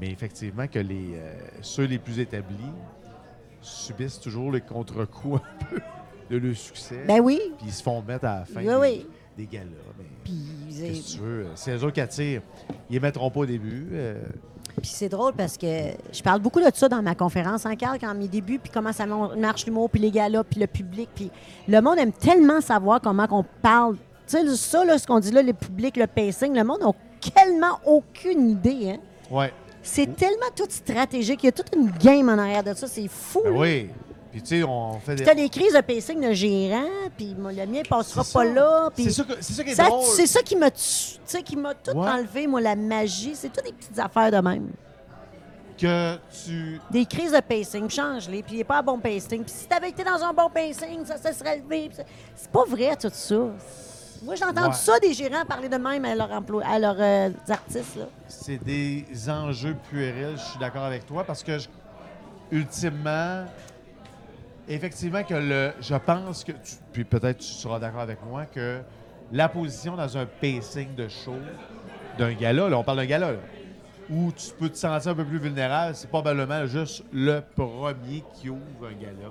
S3: Mais effectivement, que les, euh, ceux les plus établis subissent toujours le contre-coup un peu de leur succès.
S1: Ben oui.
S3: Puis ils se font mettre à la fin
S1: Oui,
S3: des,
S1: oui.
S3: des galas. Mais
S1: Puis c'est-
S3: qu'est-ce que tu veux? euh, C'est eux autres qui attirent. Ils les mettront pas au début. euh,
S1: puis c'est drôle parce que je parle beaucoup de ça dans ma conférence en Carl, quand mes débuts, puis comment ça mon- marche l'humour, puis les galas, puis le public. Puis le monde aime tellement savoir comment qu'on parle. Tu sais, ça, là, ce qu'on dit là, le public, le pacing, le monde n'a tellement aucune idée. hein.
S3: ouais.
S1: C'est
S3: Mm.
S1: tellement tout stratégique. Il y a toute une game en arrière de ça. C'est fou.
S3: Ben
S1: là.
S3: oui. Puis tu sais, on fait des.
S1: Mm. Puis t'as des crises de pacing de gérant, puis moi, le mien passera
S3: C'est
S1: pas
S3: ça.
S1: là. puis
S3: C'est ça, que- c'est ça qui est
S1: ça-
S3: drôle.
S1: c'est ça qui m'a tu tu sais, qui m'a tout
S3: Ouais.
S1: enlevé, moi, la magie. C'est toutes des petites affaires de même.
S3: Que tu.
S1: Des crises de pacing, change-les, puis il n'est pas à bon pacing. Puis si t'avais été dans un bon pacing, ça se serait levé. puis ça- C'est pas vrai, tout ça. Moi, j'ai entendu
S3: Ouais.
S1: ça des gérants parler de même à leurs emploi- à leurs euh, artistes. Là.
S3: C'est des enjeux puérils, je suis d'accord avec toi, parce que je- ultimement, effectivement, que le, je pense que, tu- puis peut-être tu seras d'accord avec moi, que la position dans un pacing de show, d'un gala, là, on parle d'un gala, là, où tu peux te sentir un peu plus vulnérable, c'est probablement juste le premier qui ouvre un gala.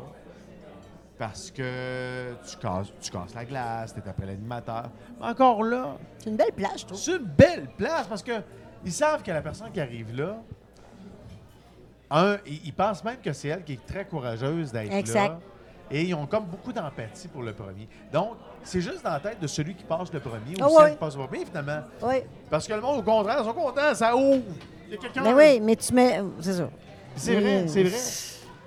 S3: Parce que tu casses, tu casses la glace, t'es après l'animateur. Mais encore là,
S1: C'est une belle plage, je trouve.
S3: c'est une belle place parce que ils savent que la personne qui arrive là, un, ils, ils pensent même que c'est elle qui est très courageuse d'être
S1: Exact.
S3: là. Et ils ont comme beaucoup d'empathie pour le premier. Donc, c'est juste dans la tête de celui qui passe le premier ou
S1: Ah
S3: celle
S1: ouais.
S3: qui passe le premier, finalement.
S1: Oui.
S3: Parce que le monde, au contraire, ils sont contents, ça ouvre. Il y a quelqu'un.
S1: Mais Ben oui, mais tu mets. C'est ça.
S3: C'est vrai, c'est vrai.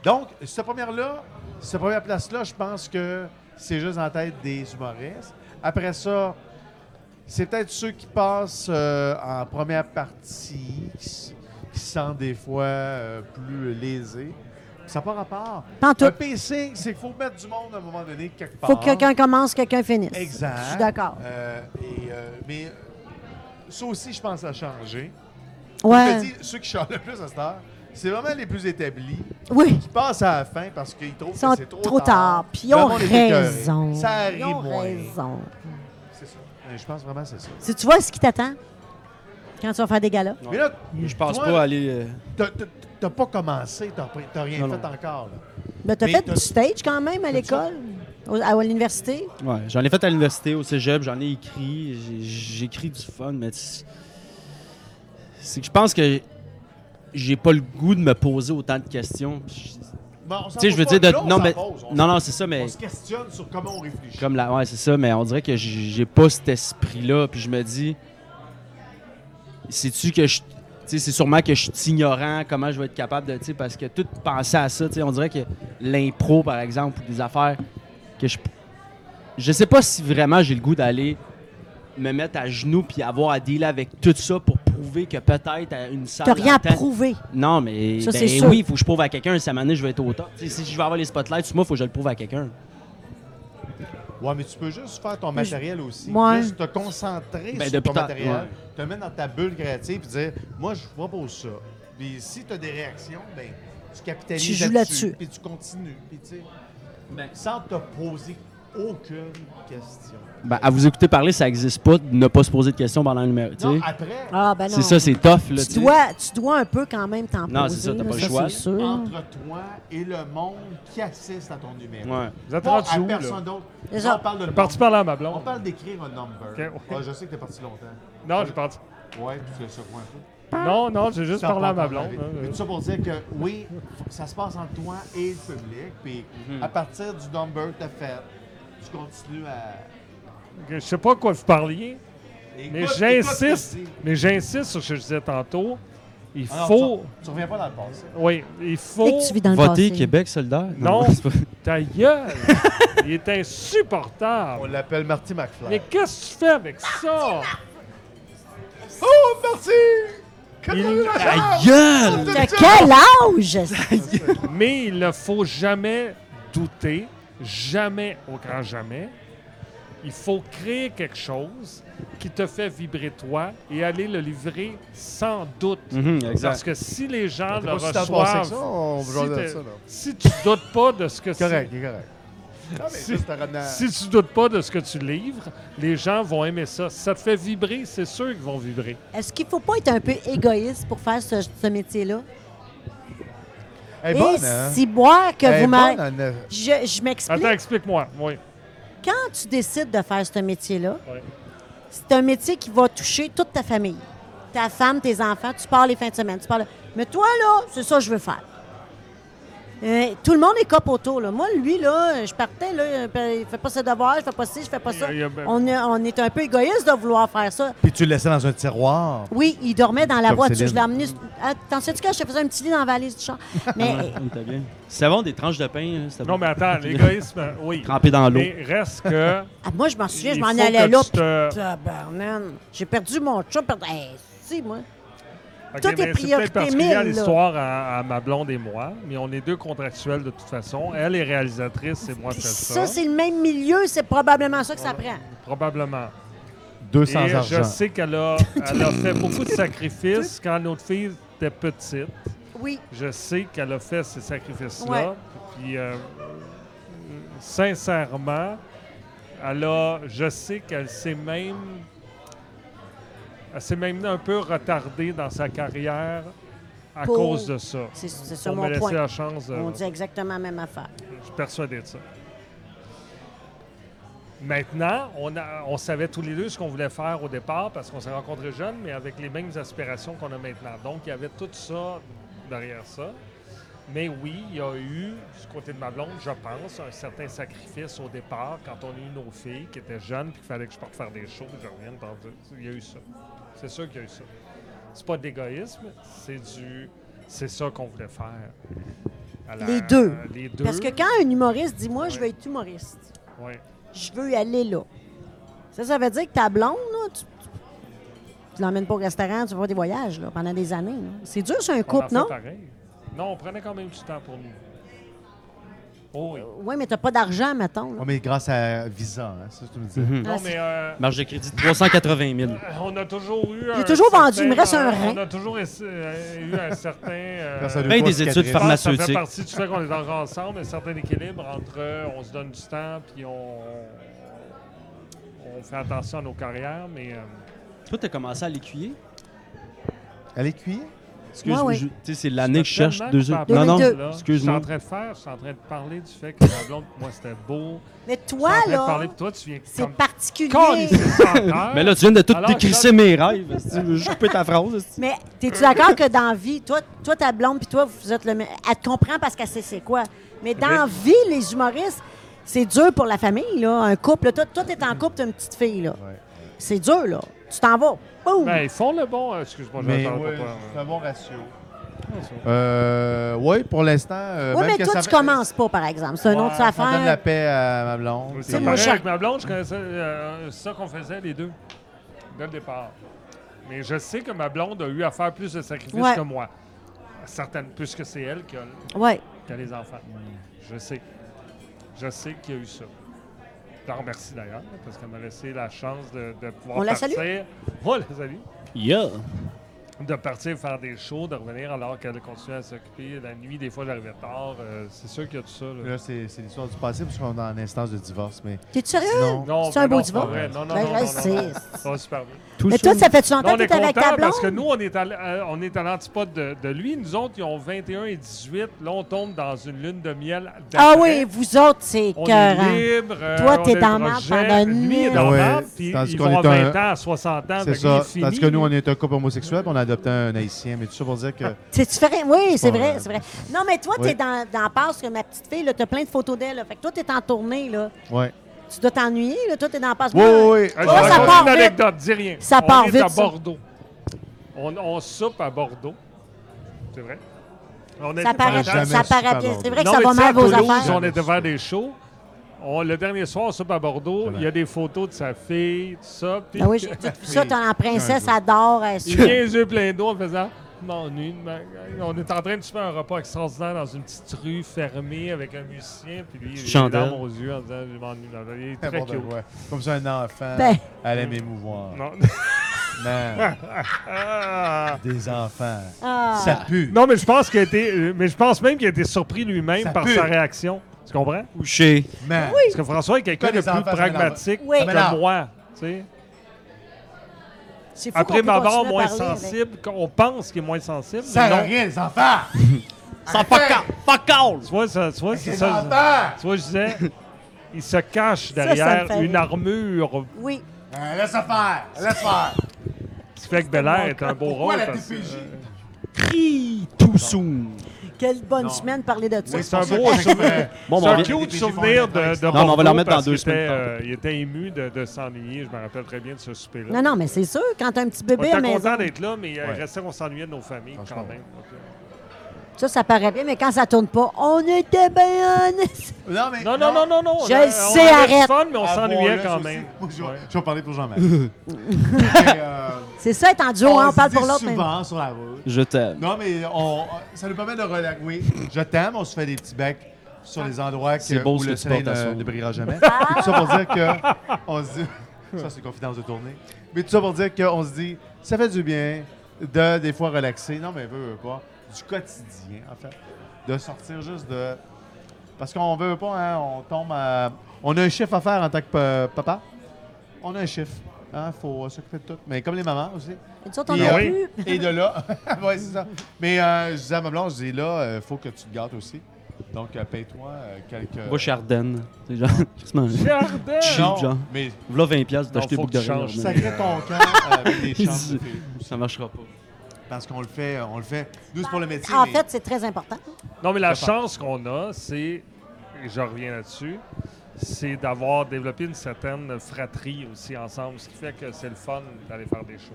S3: Donc, cette première-là, cette première place-là, je pense que c'est juste en tête des humoristes. Après ça, c'est peut-être ceux qui passent euh, en première partie, qui, s- qui se sentent des fois euh, plus lésés. Ça n'a pas rapport.
S1: Pas en tout.
S3: Le pacing, c'est qu'il faut mettre du monde à un moment donné quelque part.
S1: Faut que quelqu'un commence, quelqu'un finisse.
S3: Exact.
S1: Je suis d'accord.
S3: Euh, et, euh, mais euh, ça aussi, je pense, a changé.
S1: ouais.
S3: Je te dis, ceux qui chantent le plus à cette heure, c'est vraiment les plus établis
S1: Oui.
S3: qui passent à la fin parce qu'ils trouvent
S1: Ils sont
S3: que c'est trop,
S1: trop tard. Puis ils
S3: Le
S1: ont
S3: monde est écœuré.
S1: raison.
S3: Ça arrive
S1: Ils ont
S3: moins.
S1: raison.
S3: C'est ça. Mais je pense vraiment que c'est ça.
S1: Si tu vois ce qui t'attend quand tu vas faire des galas.
S2: Non.
S3: Mais là,
S2: Je pense
S3: toi,
S2: pas aller. euh,
S3: t'as- t'as- T'as pas commencé, t'as pas- t'as rien
S2: Non,
S3: fait
S2: non.
S3: encore. là.
S1: Mais Ben, t'as
S3: Mais
S1: fait
S3: t'as-
S1: du stage quand même à l'école, au- à, à l'université.
S2: Ouais, j'en ai fait à l'université, au cégep, j'en ai écrit, j'ai- j'écris du fun, mais c'est c'est que je pense que j'ai pas le goût de me poser autant de questions. Puis je-
S3: Mais on s'en
S2: Tu sais, je veux
S3: pose
S2: dire,
S3: pas.
S2: de-
S3: Là, on
S2: non,
S3: s'en
S2: mais-
S3: pose. On
S2: non,
S3: s'en-
S2: non, c'est ça, mais
S3: On se questionne sur comment on réfléchit.
S2: comme la, ouais, c'est ça, mais on dirait que j'ai j'ai pas cet esprit-là, puis je me dis, sais-tu que je, tu sais, c'est sûrement que je suis ignorant, comment je vais être capable de, tu sais, parce que tout penser à ça, tu sais, on dirait que l'impro, par exemple, ou des affaires que je, je sais pas si vraiment j'ai le goût d'aller me mettre à genoux puis avoir à dealer avec tout ça pour prouver que peut-être à une salle.
S1: T'as rien à
S2: attend-
S1: prouver.
S2: Non, mais
S1: Ça,
S2: ben
S1: c'est sûr.
S2: oui, il faut que je prouve à quelqu'un. Si à un moment donné, je vais être au top. Tu sais, si je vais avoir les spotlights sur moi, il faut que je le prouve à quelqu'un.
S3: Ouais, mais tu peux juste faire ton matériel aussi.
S1: Ouais.
S3: Juste te concentrer
S2: Ben,
S3: sur
S2: depuis
S3: ton
S2: tant-
S3: matériel.
S2: ouais.
S3: Te mettre dans ta bulle créative et dire Moi, je vous propose ça. Puis si tu as des réactions, ben, tu
S1: Tu
S3: capitalises
S1: joues
S3: là-dessus.
S1: là-dessus.
S3: Puis tu continues. Puis tu sais,
S2: Ben-
S3: sans te poser aucune question.
S2: Ben, à vous écouter parler, ça n'existe pas de ne pas se poser de questions pendant le numéro. tu sais.
S3: Non, après,
S1: Ah, ben non.
S2: C'est ça, c'est tough. Là, tu
S1: Tu
S2: sais.
S1: dois, tu dois un peu quand même t'en
S2: Non,
S1: poser.
S2: c'est ça, t'as
S1: là,
S2: pas le choix.
S1: C'est sûr.
S3: entre toi et le monde qui assiste à ton numéro.
S2: Ouais.
S4: Vous êtes
S3: Pas
S4: rendu
S3: à
S4: où, là?
S3: personne d'autre.
S1: C'est
S3: Là,
S1: ça.
S3: On parle de
S4: Je suis parti par là, ma
S3: On
S4: blonde.
S3: parle d'écrire un number.
S4: Ok, ouais.
S3: Ah, je sais que t'es parti longtemps.
S4: Non, j'ai parti.
S3: Ouais, puis c'est ça, moi, ça.
S4: Non, non, j'ai juste
S3: Ça
S4: parlé à ma
S3: apporte
S4: blonde.
S3: la vie. Mais
S4: hein.
S3: tout ça pour dire que oui, faut que ça se passe entre toi et le public. Puis
S4: Mhm.
S3: à partir du number que tu fait, tu continues à.
S4: Je sais pas à quoi vous parliez. Mais
S3: Écoute, écoute ce que je
S4: j'insiste,
S3: dis.
S4: mais j'insiste sur ce que je disais tantôt. Il
S6: Ah non,
S4: faut.
S6: Tu, tu reviens pas dans le passé.
S4: Oui, il
S1: Dès
S4: faut.
S1: que tu vis dans le
S2: Voter
S1: passé.
S2: Québec solidaire?
S4: Non.
S2: c'est pas-
S4: Ta gueule! il est
S6: On
S4: insupportable!
S6: l'appelle Marty McFly.
S4: Mais qu'est-ce que tu fais avec ça?
S6: Oh, Marty! Quand
S4: Il-
S6: t'as eu la
S2: Ta
S4: Ah,
S6: chance!
S2: gueule!
S1: T'as quel âge?
S4: Mais il ne faut jamais douter, jamais au grand jamais. Il faut créer quelque chose qui te fait vibrer toi et aller le livrer sans doute.
S2: Mhm,
S4: Parce
S2: exact.
S4: que si les gens
S6: T'es
S4: le
S6: pas si t'as
S4: reçoivent,
S6: passé que ça, on
S4: si,
S6: jase de
S4: t'es-
S6: ça, là.
S4: si tu doutes pas de ce que c'est-
S6: Correct, il est correct. Non, mais
S4: Si-
S6: juste te ramener à-
S4: si tu doutes pas de ce que tu livres, les gens vont aimer ça. Si ça te fait vibrer, c'est sûr qu'ils vont vibrer.
S1: Est-ce qu'il faut pas être un peu égoïste pour faire ce, ce métier-là?
S6: Elle est
S1: Et
S6: bonne, hein?
S1: si boire que
S6: Elle est
S1: vous
S6: bonne,
S1: m'avez.
S6: en neuf.
S1: Je, je m'explique.
S4: Attends, explique-moi. Oui.
S1: Quand tu décides de faire ce métier-là,
S4: Ouais.
S1: c'est un métier qui va toucher toute ta famille. Ta femme, tes enfants, tu pars les fins de semaine. Tu pars le- Mais toi, là, c'est ça que je veux faire. Euh, tout le monde est copoteau. Là. Moi, lui, là, je partais, là, euh, il fait pas ses devoirs, je fais pas ci, je fais pas ça.
S4: Il y a- il y a-
S1: On, est- on est un peu égoïste de vouloir faire ça.
S6: Puis tu le laissais dans un tiroir.
S1: Oui, il dormait dans la
S6: Comme
S1: voiture. Je
S6: Céline.
S1: l'ai emmené. Ah, T'en sais-tu quand je te faisais un petit lit dans la valise du champ? Mais
S2: Ouais, Ah, t'as bien. C'est bon, des tranches de pain, là, c'était
S4: Non,
S2: bon.
S4: mais attends, l'égoïsme, oui.
S2: Trempé dans l'eau.
S4: Mais reste que.
S1: ah, moi, je m'en souviens, je
S4: il
S1: m'en
S4: faut
S1: allais
S4: que
S1: là.
S4: tu te-
S1: puis tabarnane, J'ai perdu mon chat. perdu- Hey, si, moi.
S4: Ok,
S1: Tout est
S4: mais c'est
S1: priorité
S4: peut-être particulier à
S1: mille, là.
S4: l'histoire à, à ma blonde et moi, mais on est deux contractuels de toute façon. Elle est réalisatrice et moi je fais ça.
S1: Ça, c'est le même milieu. C'est probablement ça que ça prend.
S4: Probablement. Et
S6: 200
S4: je
S6: argent.
S4: sais qu'elle a, elle a fait beaucoup de sacrifices quand notre fille était petite.
S1: Oui.
S4: Je sais qu'elle a fait ces sacrifices-là.
S1: Ouais.
S4: Puis, euh, sincèrement, elle a, je sais qu'elle s'est même. Elle s'est même un peu retardée dans sa carrière à
S1: Pour-
S4: cause de ça.
S1: C'est c'est ça
S4: Pour me
S1: mon
S4: laisser
S1: point.
S4: la chance euh, de.
S1: On dit exactement la même affaire.
S4: Je suis persuadé de ça. Maintenant, on, a- on savait tous les deux ce qu'on voulait faire au départ parce qu'on s'est rencontrés jeunes, mais avec les mêmes aspirations qu'on a maintenant. Donc, il y avait tout ça derrière ça. Mais oui, il y a eu, du côté de ma blonde, je pense, un certain sacrifice au départ quand on a eu nos filles qui étaient jeunes puis qu'il fallait que je parte faire des choses, que je revienne. dans- Il y a eu ça. C'est sûr qu'il y a eu ça. C'est pas de l'égoïsme, c'est du. C'est ça qu'on voulait faire. À la-
S1: Les deux.
S4: Les deux.
S1: Parce que quand un humoriste dit Moi, je veux être humoriste,
S4: Ouais.
S1: je veux aller là. Ça, ça veut dire que ta blonde, là, tu, tu- tu l'emmènes pas au restaurant, tu vas faire des voyages là, pendant des années. là. C'est dur sur un
S4: On en
S1: couple,
S4: fait
S1: non?
S4: pareil. Non, on prenait quand même du temps pour nous. Oh oui.
S1: Oui, mais t'as pas d'argent, mettons. là.
S6: Oh, mais grâce à Visa, hein, c'est ça que tu me disais.
S2: Mhm.
S1: Ah,
S4: Non, mais euh,
S2: Marge de crédit de 380 000.
S4: on a toujours eu.
S1: J'ai
S4: un
S1: toujours vendu, il me reste un
S4: euh,
S1: rein.
S4: On a toujours essa- euh, eu un certain. euh,
S6: Grâce à deux,
S2: Ben,
S6: trois
S2: des études
S6: cicatrices.
S4: je pense que Ça fait
S2: pharmaceutiques.
S4: partie du fait qu'on est encore ensemble, un certain équilibre entre euh, on se donne du temps puis on, on fait attention à nos carrières, mais euh,
S2: Toi, t'as commencé à l'écuyer?
S6: Elle est cuillée?
S2: Excuse-moi,
S1: Ouais, ouais.
S2: je- tu sais, c'est l'année que je cherche
S4: tellement
S2: deux
S4: que
S2: ans.
S4: par-
S2: Non, non,
S1: Deux mille deux.
S4: là, Je suis en
S2: excuse-moi.
S4: train de faire, je suis en train de parler du fait que ma blonde, moi, c'était beau.
S1: Mais
S4: Je suis en
S1: toi,
S4: train de parler
S1: là,
S4: de toi, tu viens
S1: c'est
S4: comme
S1: particulier.
S4: calisser ça encore.
S2: Mais là, tu viens de tout
S4: Alors,
S2: décrisser
S4: je-
S2: mes rêves. est-ce que Tu veux juste couper ta phrase. est-ce que-
S1: Mais t'es-tu d'accord que dans la vie, toi, toi ta blonde, puis toi, vous êtes le même. Elle te comprend parce qu'elle sait c'est quoi. Mais dans la vie, les humoristes, c'est dur pour la famille, là. Un couple, là. toi, toi, t'es
S4: Mm-hmm.
S1: en couple, t'as une petite fille, là. C'est dur, là. Tu t'en vas. Boum!
S4: Ben, ils font le bon. euh, Excuse-moi, je vais
S6: Mais
S4: parler
S6: ouais,
S4: pour toi.
S6: c'est un bon ratio.
S4: hein.
S6: Euh, oui, pour l'instant. euh,
S1: oui,
S6: même
S1: mais
S6: que
S1: toi,
S6: ça
S1: tu
S6: fait-
S1: commences pas, par exemple. C'est une
S4: Ouais,
S1: autre
S4: ça
S6: Ça donne la
S1: affaire.
S6: paix à ma blonde.
S4: C'est
S1: sais, moi,
S4: pareil
S1: je-
S4: avec ma blonde, je connaissais euh, c'est ça qu'on faisait les deux dès le départ. Mais je sais que ma blonde a eu à faire plus de sacrifices
S1: Ouais.
S4: que moi. Certaines, puisque c'est elle qui a,
S1: Oui.
S4: qui a les enfants. Je sais. Je sais qu'il y a eu ça. Je la remercie d'ailleurs, parce qu'elle m'a laissé la chance de, de pouvoir
S1: On la
S4: partir. On la salue.
S2: Yeah!
S4: de partir faire des shows, de revenir alors qu'elle continuait à s'occuper la nuit. Des fois, j'arrivais tard. euh, c'est sûr qu'il y a tout ça. là.
S3: Euh,
S6: Là, c'est c'est l'histoire du passé, parce qu'on est en instance de divorce. Mais
S1: T'es-tu sérieux?
S6: sinon,
S4: Non,
S1: C'est un
S4: mais
S1: beau
S4: non,
S1: divorce.
S4: pas vrai. Non, non,
S1: Ben,
S4: non,
S1: je
S4: non,
S1: sais.
S4: non, non. Ça va super bien.
S2: Tout
S1: Mais
S2: seul.
S1: toi, ça fait-tu
S4: Non,
S1: longtemps
S4: on
S1: que
S4: est
S1: t'es avec
S4: content
S1: ta blonde?
S4: parce que nous, on est à, l- euh, on est à l'antipode de, de lui. Nous autres, ils ont 21 et 18. Là, on tombe dans une lune de miel.
S1: Ah
S4: d'après.
S1: oui, vous autres, c'est
S4: On
S1: cœur. hein.
S4: est libre. euh,
S1: Toi,
S4: on
S1: t'es
S4: a
S1: dans
S4: le
S1: marde
S4: projet.
S1: pendant une
S4: Lui est
S1: nuit.
S4: dans
S6: Ah ouais,
S4: marde, puis
S6: tandis
S4: ils
S6: qu'on
S4: vont à
S6: est un-
S4: 20 ans, à 60 ans.
S6: c'est
S4: fait que lui,
S6: ça.
S4: il
S6: Tandis
S4: finit.
S6: que nous, on est un couple homosexuel, puis on a adopté un haïtien. Mais tout ça pour dire que.
S1: C'est différent. Oui, c'est
S6: pas
S1: vrai,
S6: vrai.
S1: c'est vrai. Non, mais toi,
S6: Oui.
S1: t'es dans, dans parce que ma petite fille, là, t'as plein de photos d'elle. là. Fait que toi, t'es en tournée, là.
S6: Ouais.
S1: Tu dois t'ennuyer, là. Toi, t'es dans passe.
S6: Oui, oui,
S4: Ah,
S6: oui.
S4: je
S1: Toi,
S4: vais
S1: Oh, ça
S4: raconter
S1: part
S4: une
S1: vite.
S4: anecdote, dis rien.
S1: Ça part
S4: on est
S1: vite,
S4: à
S1: ça.
S4: Bordeaux. On, on soupe à Bordeaux. C'est vrai. On a
S1: Ça
S4: été
S1: paraît,
S4: pendant-
S1: ça
S7: jamais su
S1: paraît bien.
S7: Pablo.
S1: C'est vrai que
S4: Non,
S1: ça
S4: mais
S1: va
S4: tu sais, à
S1: mal vos
S4: Toulouse,
S1: affaires.
S4: On était vers des shows. On- le dernier soir, ça, à Bordeaux, il y a des photos de sa fille, tout ça. puis-
S1: Ah oui, j'ai tout vu ça. T'as la princesse
S7: Un
S1: adore. elle
S4: Il
S1: suit.
S4: vient les yeux pleins d'eau en faisant M'ennuie de ma gueule. On est en train de se faire un repas extraordinaire dans une petite rue fermée avec un musicien, puis lui, il a des
S2: Chandelle.
S4: larmes aux yeux en disant Je m'ennuie de ma gueule. Il est très
S3: N'importe
S6: ben,
S4: cute.
S3: quoi. Comme ça, un enfant
S1: Ben.
S3: allait m'émouvoir.
S4: Non.
S3: Man,
S4: Ah!
S3: des enfants.
S1: Ah.
S3: Ça pue.
S4: Non, mais je pense qu'il a été. euh, Mais je pense même qu'il a été surpris lui-même
S3: Ça
S4: par
S3: pue.
S4: sa réaction. Tu comprends?
S2: Couché.
S3: Man.
S4: Parce que François est quelqu'un
S3: Pas
S4: de
S3: les
S4: plus
S3: enfants, c'est un
S4: pragmatique
S1: enfant. Oui.
S4: que
S3: Mais non.
S4: moi. tu sais.
S1: C'est fou
S4: Après
S1: qu'on peut
S4: ma barre,
S1: continuer à
S4: moins
S1: parler, là.
S4: sensible, qu'on pense qu'il est moins sensible.
S3: Ça sert à
S4: mais non.
S3: rien, les enfants!
S2: Ça fuck all! Fuck all!
S4: Tu vois, ça, tu vois, c'est
S3: Les
S4: ça.
S3: enfants!
S4: Tu vois, je disais, il se cache
S1: ça me
S4: derrière
S1: fait
S4: une
S1: rire.
S4: armure.
S1: Oui.
S3: Ben, laisse faire! Laisse faire!
S4: Ce qui fait que Bel Air est un beau
S3: Pourquoi
S4: rôle.
S3: la
S4: parce que,
S3: TPJ?
S4: euh,
S2: Crie tout soon!
S1: Quelle bonne semaine de parler de ça.
S4: c'est un
S3: pour
S4: beau
S3: ça que je
S4: souvenir.
S2: Bon, ben,
S4: C'est
S2: on
S4: un
S2: vient-
S4: cute
S3: TPJ font
S4: souvenir
S3: un
S4: de, de
S3: Non,
S2: mais on va
S4: Bordeaux
S2: le remettre dans
S4: parce
S2: deux
S4: qu'il
S2: semaines,
S4: était,
S2: tantôt.
S4: euh, il était ému de, de s'ennuyer. Je me rappelle très bien de ce souper-là.
S1: Non, non, mais c'est sûr, quand t'as un petit
S4: On
S1: bébé à
S4: était
S1: maison,
S4: content d'être là, mais euh, il
S3: Ouais.
S4: restait qu'on s'ennuyait de nos familles quand
S3: Franchement,
S4: même.
S3: ouais.
S4: Donc, euh,
S1: ça, ça paraît bien, mais quand ça tourne pas, on était bien honnêtes.
S3: Non, mais.
S4: Non, non, non, non, non.
S1: Je
S4: on-
S1: le
S4: on
S1: sais,
S4: avait du
S1: arrête.
S4: fun, mais on
S3: Ah,
S4: s'ennuyait
S3: bon,
S4: quand
S3: là, ça
S4: même.
S3: aussi. Je vais-
S4: Ouais.
S3: je vais parler pour Jean-Marc. Mais, euh,
S1: C'est ça, être en duo, hein, on,
S3: se
S1: parle
S3: dit
S1: pour l'autre. mais-
S3: souvent sur la route.
S2: Je t'aime.
S3: Non, mais on, ça nous permet de relaxer. Oui, je t'aime, on se fait des petits becs sur les endroits
S2: C'est
S3: que,
S2: beau,
S3: où
S2: cette
S3: le soleil ne,
S2: exportation.
S3: ne brillera jamais. Tout ça pour dire que. On se dit, ça, c'est confidence de tournée. Mais tout ça pour dire qu'on se dit, ça fait du bien de des fois relaxer. Non, mais veut, veut pas. Du quotidien, en fait. De sortir juste de. Parce qu'on veut pas, hein, on tombe à. On a un chiffre à faire en tant que pa- papa. On a un chiffre. Il faut s'occuper de tout. Mais comme les mamans aussi.
S1: Nous autres, on
S3: Et,
S1: a plus.
S3: euh, Et de là, ouais, c'est ça. Mais euh, je disais à ma blonde, je dis là, il faut que tu te gâtes aussi. Donc, euh, paye-toi euh, quelques.
S2: Va chez Ardennes. C'est genre, Christmas.
S4: Jardin!
S2: Cheap,
S3: Non,
S2: genre.
S3: mais
S2: V'là 20$ piastres,
S4: Non,
S2: t'acheter
S4: faut
S2: boucle
S4: que tu
S2: d'oreille.
S4: changes
S2: Ardennes.
S3: sacré ton camp avec des chances. de filles.
S2: Ça marchera pas.
S3: Parce qu'on le fait, euh, on le fait. Nous, c'est pour le métier.
S1: En
S3: mais-
S1: fait, c'est très important.
S4: Non, mais la
S3: Je pense.
S4: chance qu'on a, c'est, et je reviens là-dessus, c'est d'avoir développé une certaine fratrie aussi ensemble, ce qui fait que c'est le fun d'aller faire des shows.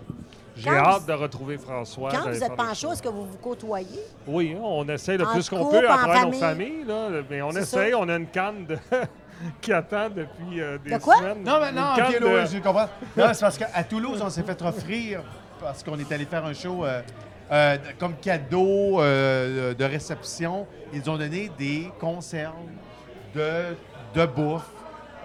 S4: J'ai
S1: Quand
S4: hâte
S1: vous-
S4: de retrouver François.
S1: Quand vous
S4: d'aller
S1: êtes
S4: faire des
S1: pancho,
S4: shows.
S1: est-ce que vous vous côtoyez?
S4: Oui, hein, on essaie le
S1: En
S4: plus qu'on
S1: couple,
S4: peut
S1: en
S4: après nos
S1: famille.
S4: familles, là, mais on
S1: C'est
S4: essaie.
S1: ça.
S4: On a une canne de- qui attend depuis euh, des
S1: De quoi?
S4: semaines.
S3: Non, mais
S4: Une
S3: non,
S4: canne
S3: ok,
S4: de-
S3: là, oui, je comprends. Non, c'est parce qu'à Toulouse, on s'est fait offrir, parce qu'on est allé faire un show euh, euh, de- comme cadeau euh, de réception, ils ont donné des conserves de, de bouffe.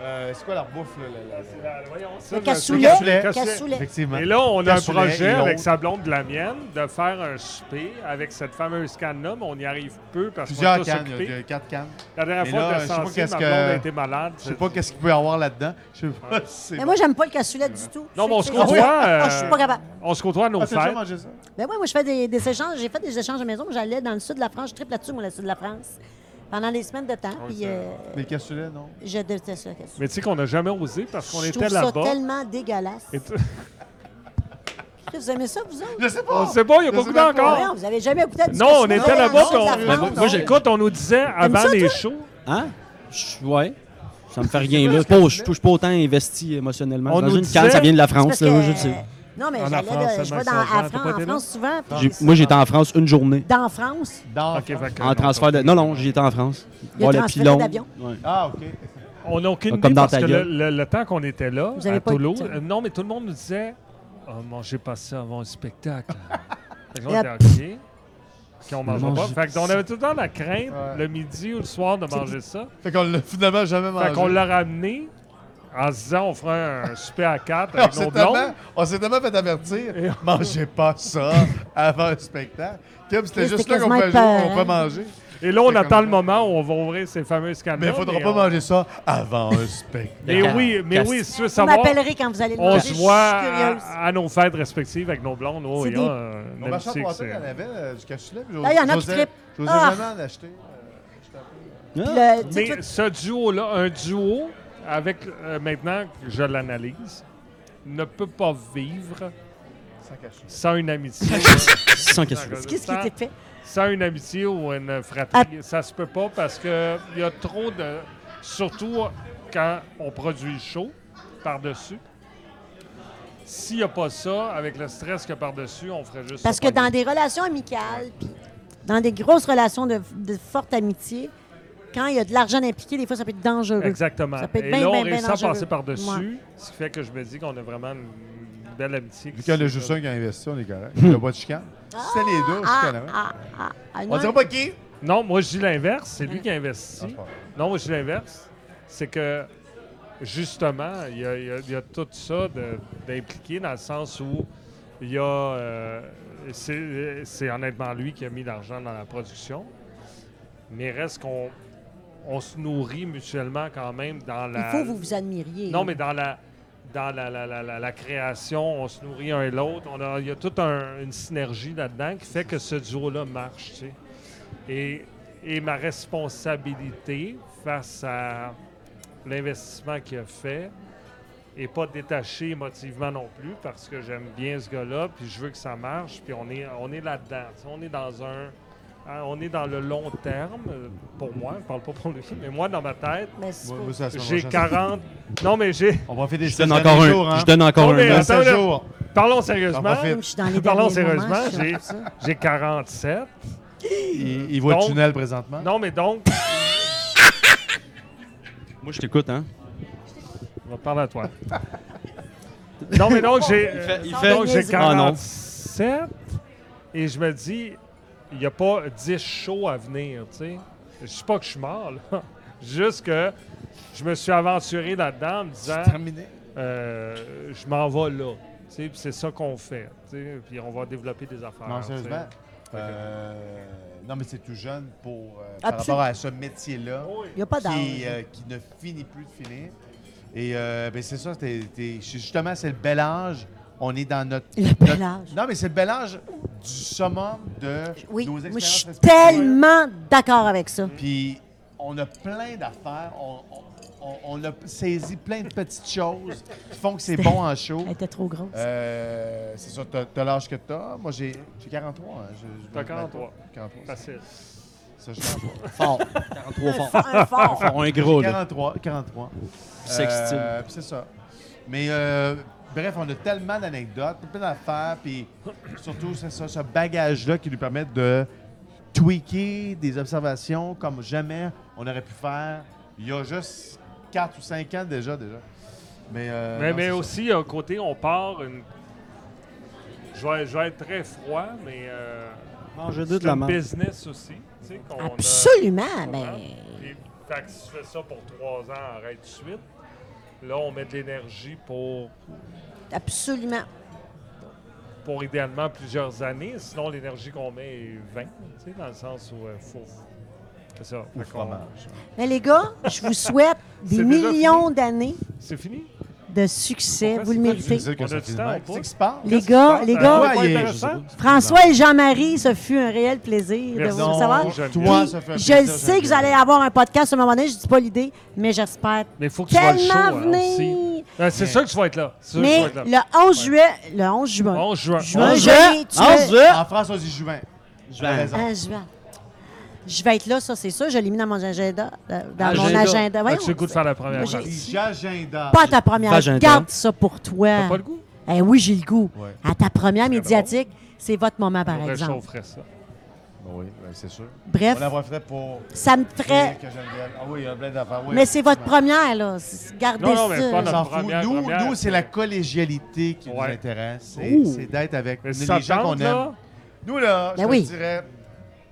S3: Euh, c'est quoi leur bouffe, là? la- la- la-
S4: C'est la- voyons, ça,
S1: Le
S4: le-
S1: cassoulet.
S3: cassoulet.
S1: Le
S4: Cassoulet.
S1: cassoulet.
S3: Effectivement.
S4: Et là, on a un
S3: Cassoulet
S4: projet
S3: et l'autre.
S4: avec sa blonde de la mienne de faire un souper avec cette fameuse canne-là, mais on n'y arrive peu parce qu'on est
S3: Plusieurs
S4: tous
S3: cannes, il y a-
S4: occupés.
S3: il y a quatre cannes.
S4: La dernière
S3: Mais
S4: fois,
S3: là,
S4: t'as
S3: je sais pas
S4: senti,
S3: qu'est-ce
S4: ma
S3: que-
S4: blonde a été malade.
S3: Je sais pas qu'est-ce qu'il peut y avoir là-dedans. Je sais pas. si c'est
S1: Mais
S3: bon.
S1: moi, j'aime pas le cassoulet du tout.
S4: Non, mais on
S1: C'est-
S4: se
S1: c'est-
S4: côtoie.
S1: Ah, je suis pas
S4: euh,
S1: capable.
S4: On se côtoie à nos
S3: Ah, t'as déjà
S4: fêtes.
S3: mangé ça?
S1: Ben oui, moi, je fais des, des échanges. J'ai fait des échanges de maison. J'allais dans le sud de la France. Je triple là-dessus, moi, le sud de la France. Pendant des semaines de temps.
S4: Ah Oui,
S1: Puis,
S4: ça-
S1: euh,
S3: Des cassoulets, non?
S1: je déteste le cassoulet.
S4: Mais tu sais qu'on n'a jamais osé parce qu'on
S1: je
S4: était
S1: trouve ça
S4: là-bas.
S1: tellement dégueulasse.
S4: Et tu-
S1: Vous aimez ça, vous autres?
S3: Je sais
S4: On
S3: pas!
S4: sait pas, il n'y
S3: Je
S4: a pas
S3: sais
S4: goûté
S3: même pas.
S4: encore.
S1: Voyons, vous avez jamais goûté à du
S4: Non, on
S1: cassoulet
S4: était
S1: dans
S4: là-bas.
S1: le sud de la
S4: qu'on-
S3: Mais
S1: France?
S4: Moi, j'écoute, on nous disait avant
S1: ça,
S4: les
S1: toi?
S4: shows.
S2: Hein? Je- ouais. Ça me fait rien, là. Pas- Je touche pas autant investi émotionnellement.
S4: On
S2: Dans
S4: nous
S2: une
S4: disait-
S2: canne, ça vient de la
S1: C'est
S2: France,
S1: parce
S2: là.
S1: que- euh,
S2: Je le sais.
S1: Non, mais
S4: En
S1: j'allais,
S4: France,
S1: là, je
S4: seulement
S1: vais
S4: que
S1: dans,
S4: ça
S1: à
S4: se vend. T'as
S1: Fran-
S4: pas
S1: en
S4: été là?
S1: France souvent. puis
S2: J'ai- Moi, j'étais en France une journée.
S1: Dans France,
S3: Dans-
S4: Ok, fait que
S2: En
S4: non,
S2: transfert de. Non, non, j'étais en France.
S1: Il y a
S2: le
S1: transféré
S2: pylône.
S1: d'avion.
S2: Ouais.
S3: Ah, OK.
S4: On n'a aucune
S2: Ah, Comme dans
S4: idée parce
S2: ta
S4: que le,
S2: gueule.
S4: le- le temps qu'on était là,
S1: Vous avez
S4: à
S1: pas été-
S4: Toulouse, euh, non, mais tout le monde nous disait oh, Mangez pas ça avant le spectacle. fait qu'on
S1: Yep.
S4: était OK. Puis on mangeait
S2: Mangez
S4: pas. Fait qu'on avait tout le temps la crainte,
S3: Ouais.
S4: le midi ou le soir, de manger ça.
S3: Fait qu'on l'a finalement jamais mangé.
S4: Fait qu'on l'a ramené en se disant On fera un souper à quatre
S3: On
S4: avec
S3: s'est
S4: nos blondes.
S3: tellement, on s'est tellement fait avertir.
S4: Et-
S3: Mangez pas ça avant le spectacle. Comme
S1: Oui,
S3: c'était juste
S1: c'était
S3: là qu'on
S1: quasiment
S3: peut,
S1: épeurant.
S3: on peut manger.
S4: Et là, on
S3: C'est
S4: attend
S3: comme-
S4: le moment où on va ouvrir ces fameuses canettes.
S3: Mais il faudra pas manger ça avant un spectacle.
S4: Mais
S2: Ca-
S4: oui, mais
S2: casse-
S4: oui, si tu veux
S1: vous
S4: savoir,
S1: m'appellerez quand vous allez le
S4: on
S1: manger. Je
S4: se voit
S1: suis
S4: à,
S1: curieuse.
S4: à nos fêtes respectives avec nos blondes. Oh,
S1: C'est
S4: il y
S1: des-
S4: a un- un
S3: Mon marchand de
S4: amitié que
S3: poisson, il y
S4: c'est-
S3: en avait euh, du cassoulet. puis j'osais-
S1: Là, il y en a qui
S3: j'osais-
S1: trippent.
S3: J'osais
S1: Ah!
S3: jamais en acheter. euh, j'étais un peu-
S1: Puis
S2: Ah.
S1: le- tu sais,
S4: Mais ce duo-là, un duo, avec euh, maintenant que je l'analyse, ne peut pas vivre
S3: sans cachet.
S4: sans une amitié.
S2: Sans question.
S1: tout- Qu'est-ce qui Ah.
S4: sans,
S1: était fait?
S4: sans une amitié ou une fratrie, ça se peut pas parce que il y a trop de. Surtout quand on produit le show par-dessus. S'il n'y a pas ça, avec le stress que par-dessus, on ferait juste.
S1: Parce
S4: ça
S1: que
S4: pas
S1: dans des relations amicales, puis dans des grosses relations de, de forte amitié, quand il y a de l'argent impliqué, des fois, ça peut être dangereux.
S4: Exactement.
S1: Ça peut être
S4: Et
S1: bien,
S4: là, on
S1: bien, bien
S4: réussit à
S1: dangereux.
S4: passer par-dessus,
S1: Ouais.
S4: ce qui fait que je me dis qu'on a vraiment une une belle amitié.
S3: Vu
S4: qui
S3: qu'il y en a
S4: se-
S3: juste un qui a investi, on est correct. Il n'y a pas de chicane. Si c'était les deux, on
S1: Hmm. Ah,
S3: chicanerait.
S1: ah, ah, ah,
S3: On
S1: non.
S3: dira pas qui.
S4: Non, moi, je dis l'inverse. C'est lui qui
S3: Ah,
S4: investit.
S3: c'est pas vrai.
S4: Non, moi, je dis l'inverse. C'est que, justement, il y a, il y a- il y a tout ça de- d'impliqué dans le sens où il y a. euh, c'est c'est honnêtement lui qui a mis l'argent dans la production. Mais reste qu'on on se nourrit mutuellement quand même dans
S1: Il
S4: la.
S1: faut que vous vous admiriez.
S4: Non, mais dans la. Dans la, la- la- la- la création, on se nourrit un et l'autre. On a- Il y a toute un- une synergie là-dedans qui fait que ce duo-là marche. tu sais. Et, et ma responsabilité face à l'investissement qu'il a fait n'est pas détachée émotivement non plus parce que j'aime bien ce gars-là, puis je veux que ça marche, puis on est, on est là-dedans. tu sais, On est dans un. hein, On est dans le long terme, euh, pour moi, je parle pas pour lui, mais moi, dans ma tête,
S1: Mais c'est
S3: Moi,
S1: pas-
S3: moi, c'est la semaine
S4: j'ai
S3: prochaine.
S4: 40. Non, mais j'ai.
S3: On va faire des
S2: Je donne encore un.
S3: jours, hein?
S2: Je donne encore
S4: Non, mais
S2: un.
S3: Dans
S4: attends,
S3: sept
S4: là.
S3: jours.
S4: Parlons
S3: J'en
S4: sérieusement.
S3: profite.
S1: Je suis dans les
S4: Parlons
S1: derniers moments,
S4: sérieusement,
S1: je suis
S4: j'ai-
S1: en train de ça.
S4: J'ai 47.
S3: Il, il voit
S4: Donc-
S3: le tunnel présentement.
S4: Non, mais donc.
S2: Moi, je t'écoute, hein.
S4: On va parler à toi. non, mais donc, j'ai.
S2: fait- il
S4: euh,
S2: fait-
S4: donc, j'ai
S2: Ah, non.
S4: 47 et je me dis, il n'y a pas 10 shows à venir, tu sais. Je ne pas que je suis mort, là. Juste que je me suis aventuré là-dedans en me disant.
S3: Terminé.
S4: Euh, je m'en vais là. Tu sais, puis c'est ça qu'on fait. tu sais, Puis on va développer des
S2: Ah,
S4: affaires.
S3: Non,
S4: tu sais.
S3: sérieusement. euh, non, mais c'est tout jeune pour, euh,
S1: Absolument.
S3: par rapport à ce métier-là
S1: Il n'y a pas
S3: qui,
S1: d'âge.
S3: euh, qui ne finit plus de finir. Et euh, ben, c'est ça, t'es- t'es- c'est justement, c'est le bel âge. On est dans notre.
S1: Le bel
S3: notre-
S1: âge.
S3: Non, mais c'est le bel âge du summum de
S4: euh,
S1: Oui,
S3: nos
S1: moi, je
S3: expériences.
S1: suis
S3: respectives.
S1: tellement d'accord avec ça.
S3: Puis on a plein d'affaires. On, on- on- on a saisi plein de petites choses qui font que c'est bon en show.
S1: Elle était trop grosse.
S3: Euh, c'est ça, t'as, t'as l'âge que t'as. Moi, j'ai, j'ai 43. hein. Je- je
S4: T'as
S3: me-
S4: 43.
S3: 43.
S4: Facile.
S3: Ça, je change pas.
S2: Fort. 43 fort.
S1: Un fort.
S2: Fort, un gros, là.
S3: 43, 43.
S2: Sextile.
S3: Euh, puis c'est ça. Mais euh, bref, on a tellement d'anecdotes, plein d'affaires, puis surtout, c'est ça, ce bagage-là qui nous permet de tweaker des observations comme jamais on aurait pu faire il y a juste 4 ou 5 ans déjà. déjà. Mais, euh,
S4: Mais,
S3: non,
S4: mais
S3: c'est
S4: aussi, il y a un côté, on part une. Je vais, je vais être très froid, mais. euh,
S2: Manger deux
S4: c'est
S2: de la
S4: un
S2: marde.
S4: business aussi. tu sais, qu'on euh, a-
S1: Absolument.
S4: qu'on
S1: Ben,
S4: prend. Et, fait que si tu fais ça pour trois ans, arrête tout de suite. Là, on met de l'énergie pour,
S1: absolument.
S4: pour idéalement plusieurs années. Sinon, l'énergie qu'on met est vaine, tu sais, dans le sens où il faut. C'est ça.
S3: ça. Ou
S4: Fait qu'on-
S3: fromage.
S1: Mais les gars, je vous souhaite des
S4: C'est déjà
S1: millions d'années
S4: C'est fini?
S1: de succès.
S4: Pourquoi
S1: Vous le
S4: c'est pas
S1: méritez.
S3: C'est que
S4: On
S3: ça
S4: a du
S3: fait
S4: temps
S3: mal.
S4: ou pas?
S3: Qu'est-ce qui se passe?
S1: Les
S4: Qu'est-ce qui se
S1: gars,
S4: passe?
S1: les
S4: Ah,
S1: gars.
S4: ouais, pas
S3: Ouais,
S4: intéressant?
S1: François et Jean-Marie, ce fut un réel plaisir
S4: Merci.
S1: de vous
S4: Non,
S1: recevoir.
S4: j'aime
S1: Puis,
S3: bien. Ça fait un
S1: je le
S3: plaisir,
S1: sais que vous
S3: Jean-Pierre.
S1: allez avoir un podcast à un moment donné, je dis pas l'idée, mais j'espère
S4: Mais il faut que tu vois le show
S1: tellement
S4: hein, aussi.
S1: venir.
S4: Euh, c'est sûr que tu vas être là. C'est sûr que tu
S1: Mais
S4: vas être là.
S1: le 11 juillet, le 11 juin,
S4: 11 juin.
S1: Juin,
S4: 11
S1: juillet, tu
S2: En
S1: es-
S2: juin.
S3: En France, on dit juin.
S2: Je
S3: T'as
S2: vais-
S3: raison.
S1: Ah, je vais. Je vais être là, ça, c'est sûr. Je l'ai mis dans mon agenda. euh, Dans mon
S2: Agenda.
S1: agenda. Voyons,
S4: As-tu le goût de faire la première
S1: Moi,
S4: partie?
S1: j'ai-
S3: J'agenda.
S1: Pas à ta première.
S2: Agenda.
S1: Garde ça pour toi.
S4: T'as pas le goût?
S1: Eh oui, j'ai le goût.
S3: Ouais.
S1: À ta première médiatique, c'est votre moment, par
S4: On
S1: exemple.
S4: réchaufferait ça.
S3: Oui, ben, c'est sûr.
S1: Bref,
S3: On la profiterait pour
S1: ça me
S3: dire
S1: ferait...
S3: que Geneviève. Ah oui, il y a plein d'affaires. oui,
S1: Mais c'est votre
S3: effectivement.
S1: première, là. C'est- Gardez
S4: Non, non, mais
S1: ça.
S4: pas
S3: On
S4: notre-
S3: s'en fout.
S4: première,
S3: nous,
S4: première.
S3: nous, c'est la collégialité qui nous
S4: Ouais.
S3: intéresse. C'est, c'est d'être avec
S4: Mais
S3: les
S4: si ça
S3: gens qu'on
S4: tente,
S3: aime.
S4: là,
S3: Nous, là,
S1: Ben
S3: je te
S1: oui.
S3: dirais,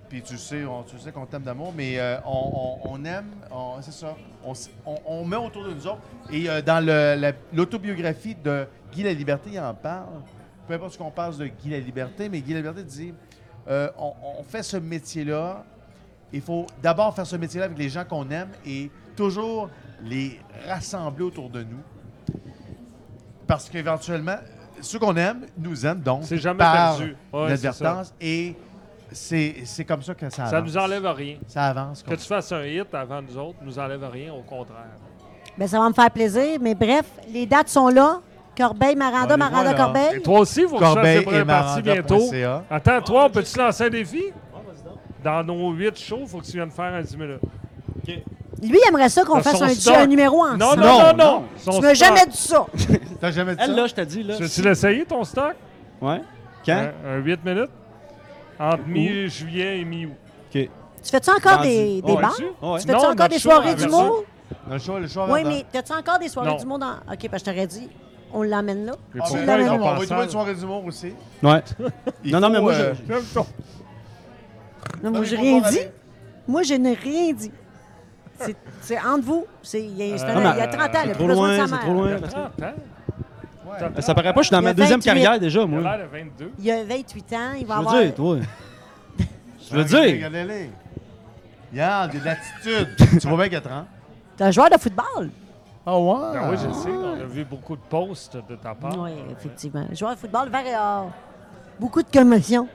S3: puis tu sais, on, tu sais qu'on t'aime d'amour, mais euh, on, on- on aime, on- c'est ça, on, s- on- on met autour de nous autres. Et euh, dans le- la- l'autobiographie de Guy Laliberté, il en parle. Peu importe ce qu'on pense de Guy Laliberté, mais Guy Laliberté dit euh, on, on fait ce métier-là. Il faut d'abord faire ce métier-là avec les gens qu'on aime et toujours les rassembler autour de nous. Parce qu'éventuellement, ceux qu'on aime nous aiment donc.
S4: c'est jamais
S3: par
S4: perdu. Ouais, c'est ça.
S3: l'advertence et c'est c'est comme ça que ça avance.
S4: Ça nous enlève rien.
S3: Ça avance.
S4: Que
S3: comme
S4: tu fasses un hit avant nous autres, nous enlève rien, au contraire.
S1: Ben, ça va me faire plaisir. Mais bref, les dates sont là. Corbeil, Maranda,
S3: On les
S1: Maranda,
S3: voit, là.
S1: Corbeil.
S4: Et toi aussi, vous
S3: Corbeil
S4: recevez
S3: et
S4: une partie bientôt.
S3: Maranda.ca.
S4: Attends, toi, on peut-tu lancer un défi? Dans nos huit shows, il faut que tu viennes faire un 10 minutes.
S1: Lui, il aimerait ça qu'on
S4: Dans
S1: fasse
S4: son
S1: un,
S4: stock.
S1: un numéro ensemble.
S4: Non, non, non, non.
S2: non.
S4: Son
S1: Tu m'as
S4: stock.
S1: jamais dit ça.
S3: T'as jamais dit
S2: Elle,
S3: ça?
S2: là, je t'ai dit, là.
S3: Hein?
S4: Tu veux-tu l'essayer, ton stock?
S2: Ouais. Quand?
S4: Un, un 8 minutes? entre mi-juillet et mi-août.
S2: OK.
S1: Tu fais-tu encore
S2: Vendu.
S1: des, des
S2: Oh, ouais.
S1: bars?
S4: Tu
S2: Oh, ouais.
S1: Tu fais-tu
S4: Non,
S1: encore
S4: notre
S1: des
S4: show
S1: soirées
S4: à
S1: du
S4: Verdun.
S1: mot?
S3: Le choix, le choix
S1: Oui,
S3: avant.
S1: mais t'as-tu encore des soirées
S4: Non.
S1: du monde dans. OK, parce que je t'aurais dit, on l'emmène là.
S4: Mais
S3: Ah,
S4: pourquoi
S3: ben,
S1: la
S4: ils
S1: même
S3: on
S4: ont
S3: va y
S4: pensé
S3: trouver une
S4: à-
S3: soirée d'humour aussi.
S2: Ouais.
S3: Il
S2: Non, non, mais
S3: faut,
S2: moi, je-
S3: euh,
S4: J'aime ton-
S1: Non,
S3: dans
S1: moi,
S3: les
S1: j'ai rien
S3: concours
S1: dit.
S3: aller.
S1: Moi, je n'ai rien dit. C'est- C'est entre vous. C'est- Il y, a- c'est
S4: Euh,
S1: un- il y a 30 ans, il
S4: c'est
S1: a
S2: trop
S1: plus besoin
S2: loin,
S1: de sa
S2: c'est
S1: mère.
S2: trop loin.
S4: Il y a
S2: parce que-
S4: 30 ans.
S3: Ouais.
S4: T'as-
S2: Ça paraît pas, je suis dans
S1: Il y a
S2: ma deuxième
S1: 28.
S2: carrière déjà,
S4: Il a
S2: moi.
S4: l'air de 22.
S1: Il a 28 ans, il va
S2: Je
S1: avoir...
S2: veux dire, toi. Je veux
S3: Regardez,
S2: dire.
S3: Regardez-les. Regarde, il y a de l'attitude. tu vois bien 4 ans.
S1: T'es un joueur de football.
S3: Ah ouais?
S4: Ben oui, je sais. On a vu beaucoup de posts de ta
S2: Ah.
S4: part.
S1: Oui, effectivement. Joueur de football, vert et or. Beaucoup de commotions.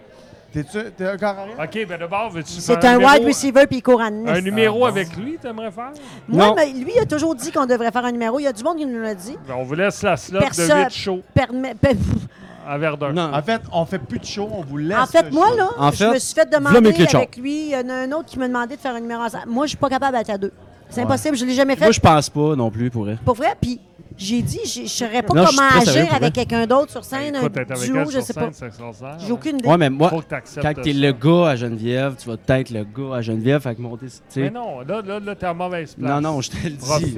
S3: T'es-tu t'es un corps arrière?
S4: OK, ben d'abord, veux-tu
S1: C'est
S4: faire
S1: un
S4: numéro-
S1: wide receiver puis il court en
S4: Un
S1: nest.
S4: numéro
S2: Ah,
S4: avec lui, t'aimerais faire?
S1: Moi,
S2: Non.
S1: mais lui, il a toujours dit qu'on devrait faire un numéro. Il y a du monde qui nous l'a dit.
S4: Ben, on vous laisse la slot
S1: Personne.
S4: de 8 shows
S1: Permet- pe-
S4: à Verdun.
S2: Non.
S3: En fait, on fait plus de show, on vous laisse.
S2: Ah,
S1: En fait,
S3: le
S1: moi,
S3: show.
S1: là,
S2: En
S1: je
S2: fait,
S1: me suis fait
S2: v'là mes clés
S1: demander
S2: de char.
S1: avec lui. Il y en a un autre qui m'a demandé de faire un numéro ensemble. Moi, je suis pas capable d'être à deux. C'est impossible, je l'ai jamais fait.
S2: Moi, je pense pas non plus pour elle.
S1: Pour vrai, puis j'ai dit, je ne saurais pas
S2: Non, je suis
S1: comment
S2: très sérieux,
S1: agir
S2: pour vrai.
S1: avec quelqu'un d'autre sur scène,
S4: Écoute, être
S1: un
S4: avec
S1: duo,
S4: elle
S1: je
S4: sur
S1: sais pas.
S4: scène, c'est extraordinaire.
S1: J'ai aucune idée.
S2: Ouais, mais moi,
S4: Faut que t'acceptes
S2: quand t'es
S4: ça.
S2: le gars à Geneviève, tu vas peut-être le gars à Geneviève, fait que monter. tu sais.
S4: Mais non, là, là, là t'es en mauvaise place.
S2: Non, non, je te le dis.
S4: Profite.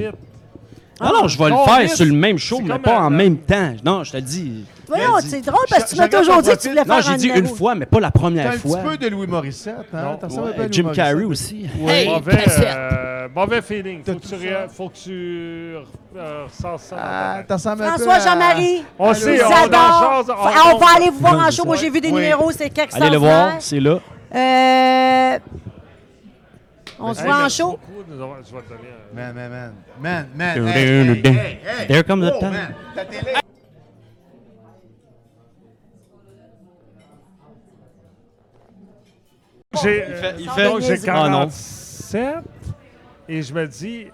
S2: Non, non, je vais le
S4: Oh,
S2: faire
S4: yes.
S2: sur le même show,
S4: C'est
S2: mais
S4: comme
S2: pas
S4: un-
S2: en même temps. Non, je te le dis.
S1: Voyons,
S2: Je-
S1: c'est drôle parce que tu
S3: je
S1: m'as
S3: regarde
S1: toujours
S3: ton
S1: dit que tu voulais
S2: Non,
S1: faire un
S2: j'ai dit une
S1: numéro.
S2: fois, mais pas la
S3: T'as
S2: première
S3: un
S2: fois.
S3: petit peu de Louis Morissette, hein?
S4: Non.
S3: T'as
S2: Ouais,
S3: ça un peu à
S2: Jim
S3: Louis
S2: Carrey
S3: Morissette.
S2: aussi.
S4: mauvais, euh, mauvais feeling. Faut que,
S3: T'as
S4: tu
S3: tout
S4: ré-
S3: ça.
S4: faut que tu euh, ressens ça. dans ta
S3: Ah,
S4: tête.
S3: t'as ça un peu
S1: François
S3: à-
S1: Jean-Marie,
S4: On
S1: ils
S4: sait, on
S1: adorent.
S4: en jase, on-
S1: Fa- On va aller vous voir
S2: Ouais,
S1: en
S2: c'est
S1: show.
S2: ça.
S1: Moi, j'ai vu des
S3: Oui.
S1: numéros, c'est quelque
S2: Allez le voir, c'est là.
S1: Euh, on se
S4: Hey,
S1: voit en
S4: merci
S1: show.
S4: beaucoup. Nous avons- Je vais te donner un-
S3: Man, man, man. Man, man.
S2: Dun,
S3: hey,
S2: dun,
S3: hey,
S2: dun.
S3: hey, hey.
S2: There comes the
S3: Oh,
S2: time. Ah,
S3: man, ta télé.
S4: J'ai
S2: fait- il
S4: euh,
S2: fait-
S4: donc, j'ai
S2: Ah, non.
S4: 47 et je me dis,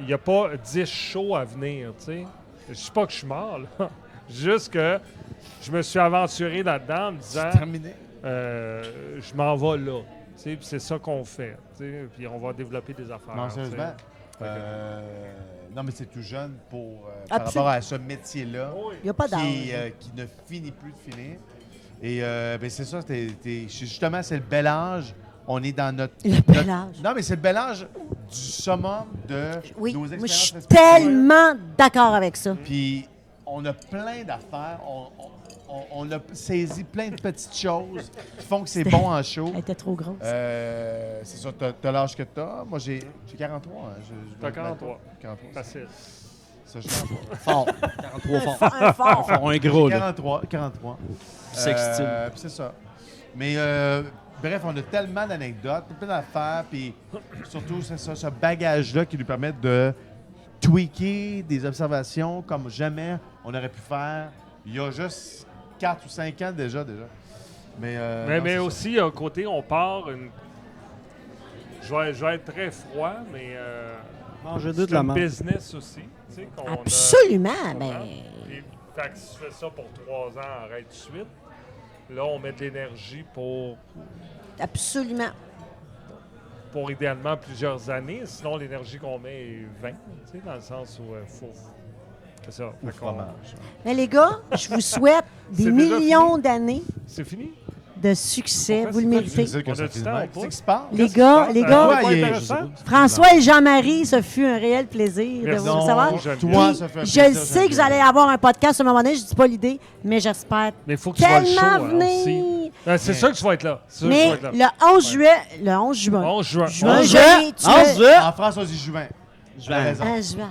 S4: il n'y a pas 10 shows à venir, tu sais. Je sais pas que je suis mort, là. Juste que je me suis aventuré là-dedans en me disant,
S3: Terminé.
S4: euh, je m'en vais là. Tu sais, puis c'est ça qu'on fait. tu sais, Puis on va développer des affaires.
S2: Ah,
S3: Non,
S4: tu sais.
S3: sérieusement. euh, non, mais c'est tout jeune pour, euh,
S1: Absolument.
S3: par rapport à ce métier-là
S1: Il n'y a pas
S3: qui,
S1: d'âge.
S3: euh, qui ne finit plus de finir. Et euh, ben, c'est ça, t'es- t'es- c'est justement, c'est le bel âge. On est dans notre.
S1: Le bel
S3: notre-
S1: âge.
S3: Non, mais c'est le bel âge du summum de
S1: Oui,
S3: nos
S1: moi, je
S3: expériences.
S1: suis
S3: respectives.
S1: tellement d'accord avec ça.
S3: Puis on a plein d'affaires. On, on- on a saisi plein de petites choses qui font que c'est bon en show.
S1: Elle était trop grosse.
S3: Euh, c'est ça, t'as, t'as l'âge que t'as. Moi, j'ai, j'ai 43. hein. Je- je
S4: T'as
S3: me-
S4: 43.
S3: 43.
S4: Facile.
S3: Ça, je change pas.
S2: Fort. 43 Euh, fort.
S1: Un fort.
S2: Fort, un gros, là.
S3: 43, 43.
S2: Sextile.
S3: Euh, puis c'est ça. Mais euh, bref, on a tellement d'anecdotes, plein d'affaires, puis surtout, c'est ça, ce bagage-là qui nous permet de tweaker des observations comme jamais on aurait pu faire il y a juste 4 ou 5 ans déjà. déjà. Mais, euh,
S4: mais
S3: non,
S4: mais
S3: c'est
S4: aussi, un côté, on part une. Je vais, je vais être très froid, mais. euh,
S2: Manger deux
S4: C'est
S2: de la Ah,
S4: un
S2: marde.
S4: business aussi. tu sais, qu'on a-
S1: Absolument.
S4: Hein?
S1: Ben,
S4: Et, fait que si tu fais ça pour trois ans, arrête tout de suite. Là, on met de l'énergie pour,
S1: absolument.
S4: pour idéalement plusieurs années. Sinon, l'énergie qu'on met est vaine, tu sais, dans le sens où il faut. C'est ça.
S3: Ou
S4: Fait qu'on-
S3: fromage.
S1: Mais les gars, je vous souhaite des
S4: C'est déjà
S1: millions d'années
S4: C'est fini?
S1: de succès.
S4: En fait,
S1: Vous le
S4: c'est pas
S1: méritez.
S3: ça que
S4: On a
S3: ça
S4: du
S3: fait mal.
S4: temps ou pas?
S3: Qu'est-ce qui se passe?
S1: Les
S4: Qu'est-ce qui se
S1: gars,
S4: passe?
S1: les
S4: Euh,
S1: gars. ben,
S4: pas
S3: Ouais, il est-
S4: intéressant?
S1: François et Jean-Marie, ce fut un réel plaisir
S4: Merci.
S1: de vous
S4: Non,
S1: recevoir.
S4: j'aime
S3: toi,
S4: bien.
S3: ça fait un
S1: Je le
S3: plaisir,
S1: sais que vous
S3: Jean-Pierre.
S1: allez avoir un podcast à un moment donné, je dis pas l'idée, mais j'espère
S4: Mais il faut que tu vois le show
S1: tellement
S4: hein, aussi.
S1: venir.
S4: Euh, c'est
S3: Mais-
S4: sûr que tu vas être là. C'est sûr que
S1: Mais
S4: tu vas être là.
S1: le 11 juillet, le 11 juin.
S4: 11 juin.
S1: Juin,
S4: 11
S1: juin, tu
S2: En
S1: me-
S2: juin.
S3: En France, on dit juin.
S2: Je
S3: T'as
S2: vais-
S3: raison.
S1: Ah, je vais.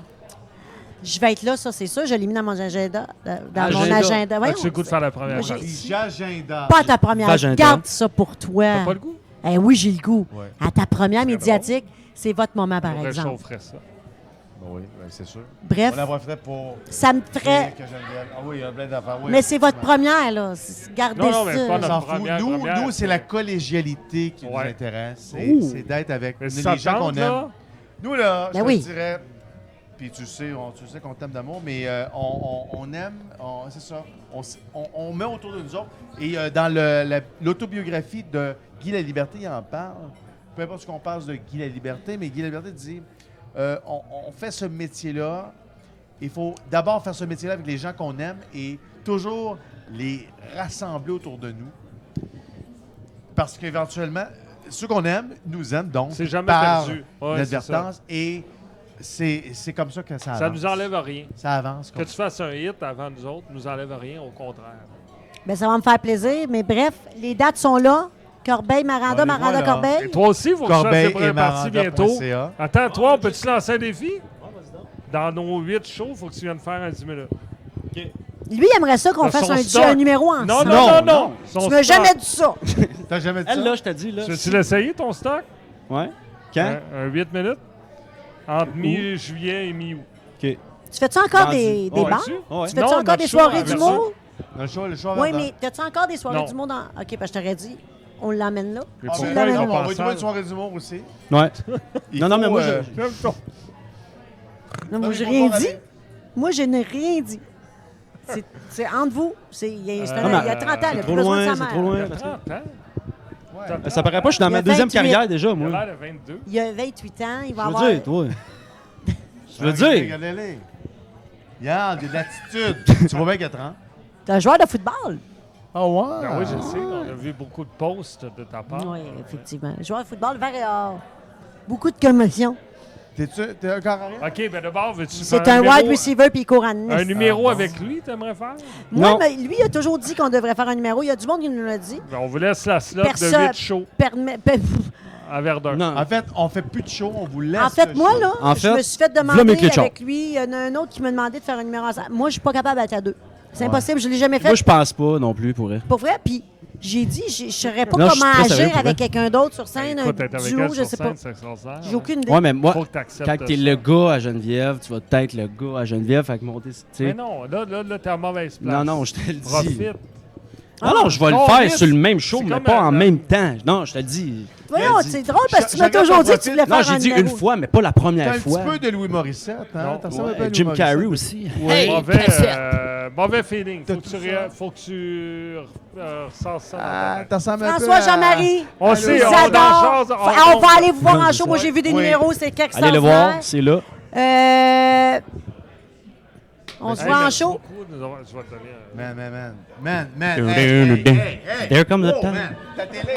S1: Je vais être là, ça, c'est sûr. Je l'ai mis dans mon agenda. euh, Dans mon
S2: Agenda.
S1: agenda. Voyons,
S4: As-tu le goût de faire la première
S1: Moi,
S4: partie?
S3: J'ai agenda.
S1: Pas à ta première.
S2: Vagin
S1: Garde
S2: temps.
S1: ça pour
S4: T'as
S1: toi.
S4: pas le goût?
S1: Eh oui, j'ai le goût.
S3: Ouais.
S1: À ta première
S4: Très
S1: médiatique, c'est votre moment, par
S4: On
S1: exemple.
S4: réchaufferait ça.
S3: Ben oui, ben c'est sûr.
S1: Bref,
S3: On la profiterait pour
S1: ça me
S3: dire
S1: ferait.
S3: que Geneviève. Ah oui, il y a plein d'affaires. oui,
S1: Mais c'est votre
S3: effectivement.
S1: première, là. C'est- Gardez
S4: Non, non, mais
S1: ça.
S4: pas
S3: On s'en
S4: Notre
S3: fout.
S4: première,
S3: Nous,
S4: première.
S3: nous c'est la collégialité qui nous
S4: Ouais.
S3: intéresse. C'est,
S2: Ouh.
S3: c'est d'être avec
S4: Mais
S3: les
S4: si ça
S3: gens qu'on
S4: tente, là,
S3: aime. Nous, là,
S1: Ben
S3: je
S1: oui.
S3: te dirais, puis tu sais, on, tu sais qu'on t'aime d'amour, mais euh, on, on- on aime, on- c'est ça, on, s- on- on met autour de nous autres. Et euh, dans le- la- l'autobiographie de Guy Laliberté, il en parle. Peu importe ce qu'on pense de Guy Laliberté, mais Guy Laliberté dit euh, on, on fait ce métier-là. Il faut d'abord faire ce métier-là avec les gens qu'on aime et toujours les rassembler autour de nous. Parce qu'éventuellement, ceux qu'on aime nous aiment donc
S4: C'est jamais
S3: par
S4: perdu. Ouais,
S3: l'advertance. Et c'est c'est comme ça que ça avance.
S4: Ça nous enlève rien.
S3: Ça avance.
S4: Que
S3: comme
S4: tu fasses un hit avant nous autres, nous enlève rien, au contraire.
S1: Ben, ça va me faire plaisir. Mais bref, les dates sont là. Corbeil, Maranda,
S3: Bon, les
S1: Maranda,
S3: voilà.
S1: Corbeil.
S4: Et toi aussi, vous
S3: Corbeil
S4: recevez
S3: et
S4: un parti bientôt.
S3: maranda.ca.
S4: Attends, toi, on peut-tu lancer un défi? Dans nos huit shows, il faut que tu viennes faire un 10 minutes.
S1: Lui, il aimerait ça qu'on
S4: Dans
S1: fasse
S4: son
S1: un,
S4: stock.
S1: un numéro ensemble.
S4: Non, non,
S3: Non,
S4: non, non.
S3: non.
S4: Son
S1: Tu m'as
S4: stock.
S1: jamais dit ça.
S3: T'as jamais dit
S2: Elle,
S3: ça?
S2: là, je te dis, là.
S4: Tu
S2: si-
S4: veux-tu l'essayer, ton stock?
S2: Ouais.
S3: Hein?
S2: Quand?
S4: Un, 8 minutes? Entre mi-juillet et mi-août.
S3: Ah,
S2: OK.
S1: Tu fais-tu encore
S2: Vendu.
S1: des, des
S2: Oh, ouais.
S1: bars?
S4: Tu-
S2: Oh, ouais.
S1: Tu fais-tu
S4: Non,
S1: encore
S4: notre
S1: des
S4: show hein,
S1: soirées
S4: à
S1: du
S4: Verdun.
S1: mot?
S3: Le show, le show
S1: Oui,
S3: avant.
S1: mais t'as-tu encore des soirées
S4: Non.
S1: du monde en... OK, parce que je t'aurais dit, on l'emmène là.
S4: Mais
S3: Ah,
S1: Tu
S3: ben,
S4: pourquoi
S1: l'avais-
S4: ils ont
S3: non, on va y
S4: pensé
S3: trouver une
S4: à-
S3: soirée d'humour aussi.
S2: Ouais.
S3: Il
S2: Non, non, mais
S3: faut,
S2: moi, je-
S3: euh,
S4: J'aime ton-
S1: Non,
S3: non,
S1: moi,
S3: il
S1: j'ai
S3: faut
S1: rien
S3: pas
S1: dit.
S3: aller.
S1: Moi, je n'ai rien dit. C'est- C'est entre vous. C'est- Il y a, c'est
S4: Euh,
S1: un-
S4: non, mais
S1: il y a 30 ans, il a
S2: C'est
S1: plus
S2: trop
S1: besoin
S2: loin,
S1: de sa
S2: c'est
S1: mère.
S2: trop
S4: Il y a
S2: loin. parce
S4: 30 ans?
S3: Ouais.
S4: T'as-
S2: que- Ça paraît pas, je suis dans
S1: Il y a
S2: ma deuxième
S1: 28.
S2: carrière déjà,
S4: Il a
S2: moi.
S4: l'air de 22.
S1: Il y a 28 ans, il va
S2: Je
S1: avoir...
S2: veux dire, toi. Je veux
S3: Regardez,
S2: dire.
S3: Regardez-les. Regarde, il y a de l'attitude. tu vois bien 4 ans.
S1: T'es un joueur de football.
S3: Ah ouais?
S4: Ben oui, je sais qu'on a vu beaucoup de posts de ta
S2: Ah.
S4: part.
S1: Oui, effectivement. Joueur de football, vert et or. Beaucoup de commotions.
S2: Ben,
S3: T'es-tu t'es un corps arrière?
S4: OK, ben d'abord, veux-tu
S1: C'est
S4: faire
S1: un
S4: numéro-
S1: wide receiver puis il court en
S4: Un
S1: nest.
S3: Ah,
S4: numéro avec lui, t'aimerais faire?
S1: Moi,
S2: Non.
S1: mais lui, il a toujours dit qu'on devrait faire un numéro. Il y a du monde qui nous l'a dit.
S4: Ben, on vous laisse la slot
S1: Personne.
S4: de 8 shows
S1: Permet- pe-
S4: à Verdun.
S2: Non.
S3: En fait, on fait plus de show, on vous laisse.
S1: En fait,
S3: le
S1: moi,
S3: show.
S1: là,
S2: En
S1: je
S2: fait,
S1: me suis fait
S2: v'là mes clés
S1: demander
S2: de
S1: avec lui. Il y en a un autre qui m'a demandé de faire un numéro ensemble. Moi, je suis pas capable d'être à deux. C'est
S3: Ouais.
S1: impossible. Je l'ai jamais fait.
S2: Moi, je pense pas non plus pour elle.
S1: Pour vrai, puis j'ai dit, je ne saurais pas
S2: Non, je suis
S1: comment
S2: très sérieux,
S1: agir
S2: pour
S1: avec
S2: vrai. Ben,
S1: quelqu'un d'autre sur scène,
S4: Écoute, être
S1: un
S4: avec
S1: duo,
S4: elle
S1: je
S4: sur
S1: sais pas.
S4: scène, c'est extraordinaire.
S1: J'ai aucune idée.
S2: Ouais, mais moi,
S4: Faut que t'acceptes
S2: quand t'es
S4: ça.
S2: le gars à Geneviève, tu vas peut-être le gars à Geneviève, fait que monter. tu sais.
S4: Mais non, là, là, là t'es en mauvaise place.
S2: Non, non, je te le dis.
S4: Profite.
S2: Non, Ah, non, je vais le
S4: Oh,
S2: faire
S4: yes.
S2: sur le même show,
S4: C'est
S2: mais
S4: comme
S2: pas
S4: un-
S2: en même temps. Non, je te le dis.
S1: Voyons,
S2: Je te le dis.
S1: c'est drôle parce que tu
S3: Je-
S1: m'as
S3: je regarde
S1: toujours
S3: ton
S1: dit que tu voulais
S2: Non,
S1: faire un
S2: j'ai dit
S1: numéro.
S2: une fois, mais pas la
S3: T'as
S2: première
S3: un
S2: fois.
S3: petit peu de Louis Morissette, hein?
S4: Non.
S3: T'as
S2: Ouais,
S3: ressemble un peu à Louis
S2: Jim
S3: Morissette.
S2: Carrey aussi.
S4: mauvais, euh, mauvais feeling.
S3: T'as
S4: Faut que,
S3: tout
S4: tu
S3: ça.
S4: ré- faut que tu euh, ressens ça. dans
S3: Ah,
S4: ta tête.
S3: t'as ressemble un peu
S1: François
S3: à-
S1: Jean-Marie,
S4: On
S1: je
S4: sait,
S1: vous
S4: on
S1: adore.
S4: en jase, on-
S1: Fa- On va
S4: on-
S1: aller vous voir en
S2: Ouais.
S1: show. Moi, j'ai vu des
S3: Oui.
S1: numéros, c'est
S2: Allez
S1: extraordinaire.
S2: le voir, c'est là.
S1: Euh, On se
S4: Hey,
S1: voit en
S4: merci
S1: show.
S4: beaucoup. Nous avons- je vais te donner un-
S3: Man, man, man. Man, man.
S2: Dun,
S3: hey,
S2: dun,
S3: hey,
S2: dun.
S3: hey, hey.
S2: There comes the
S3: Oh,
S2: time.
S3: man, ta télé.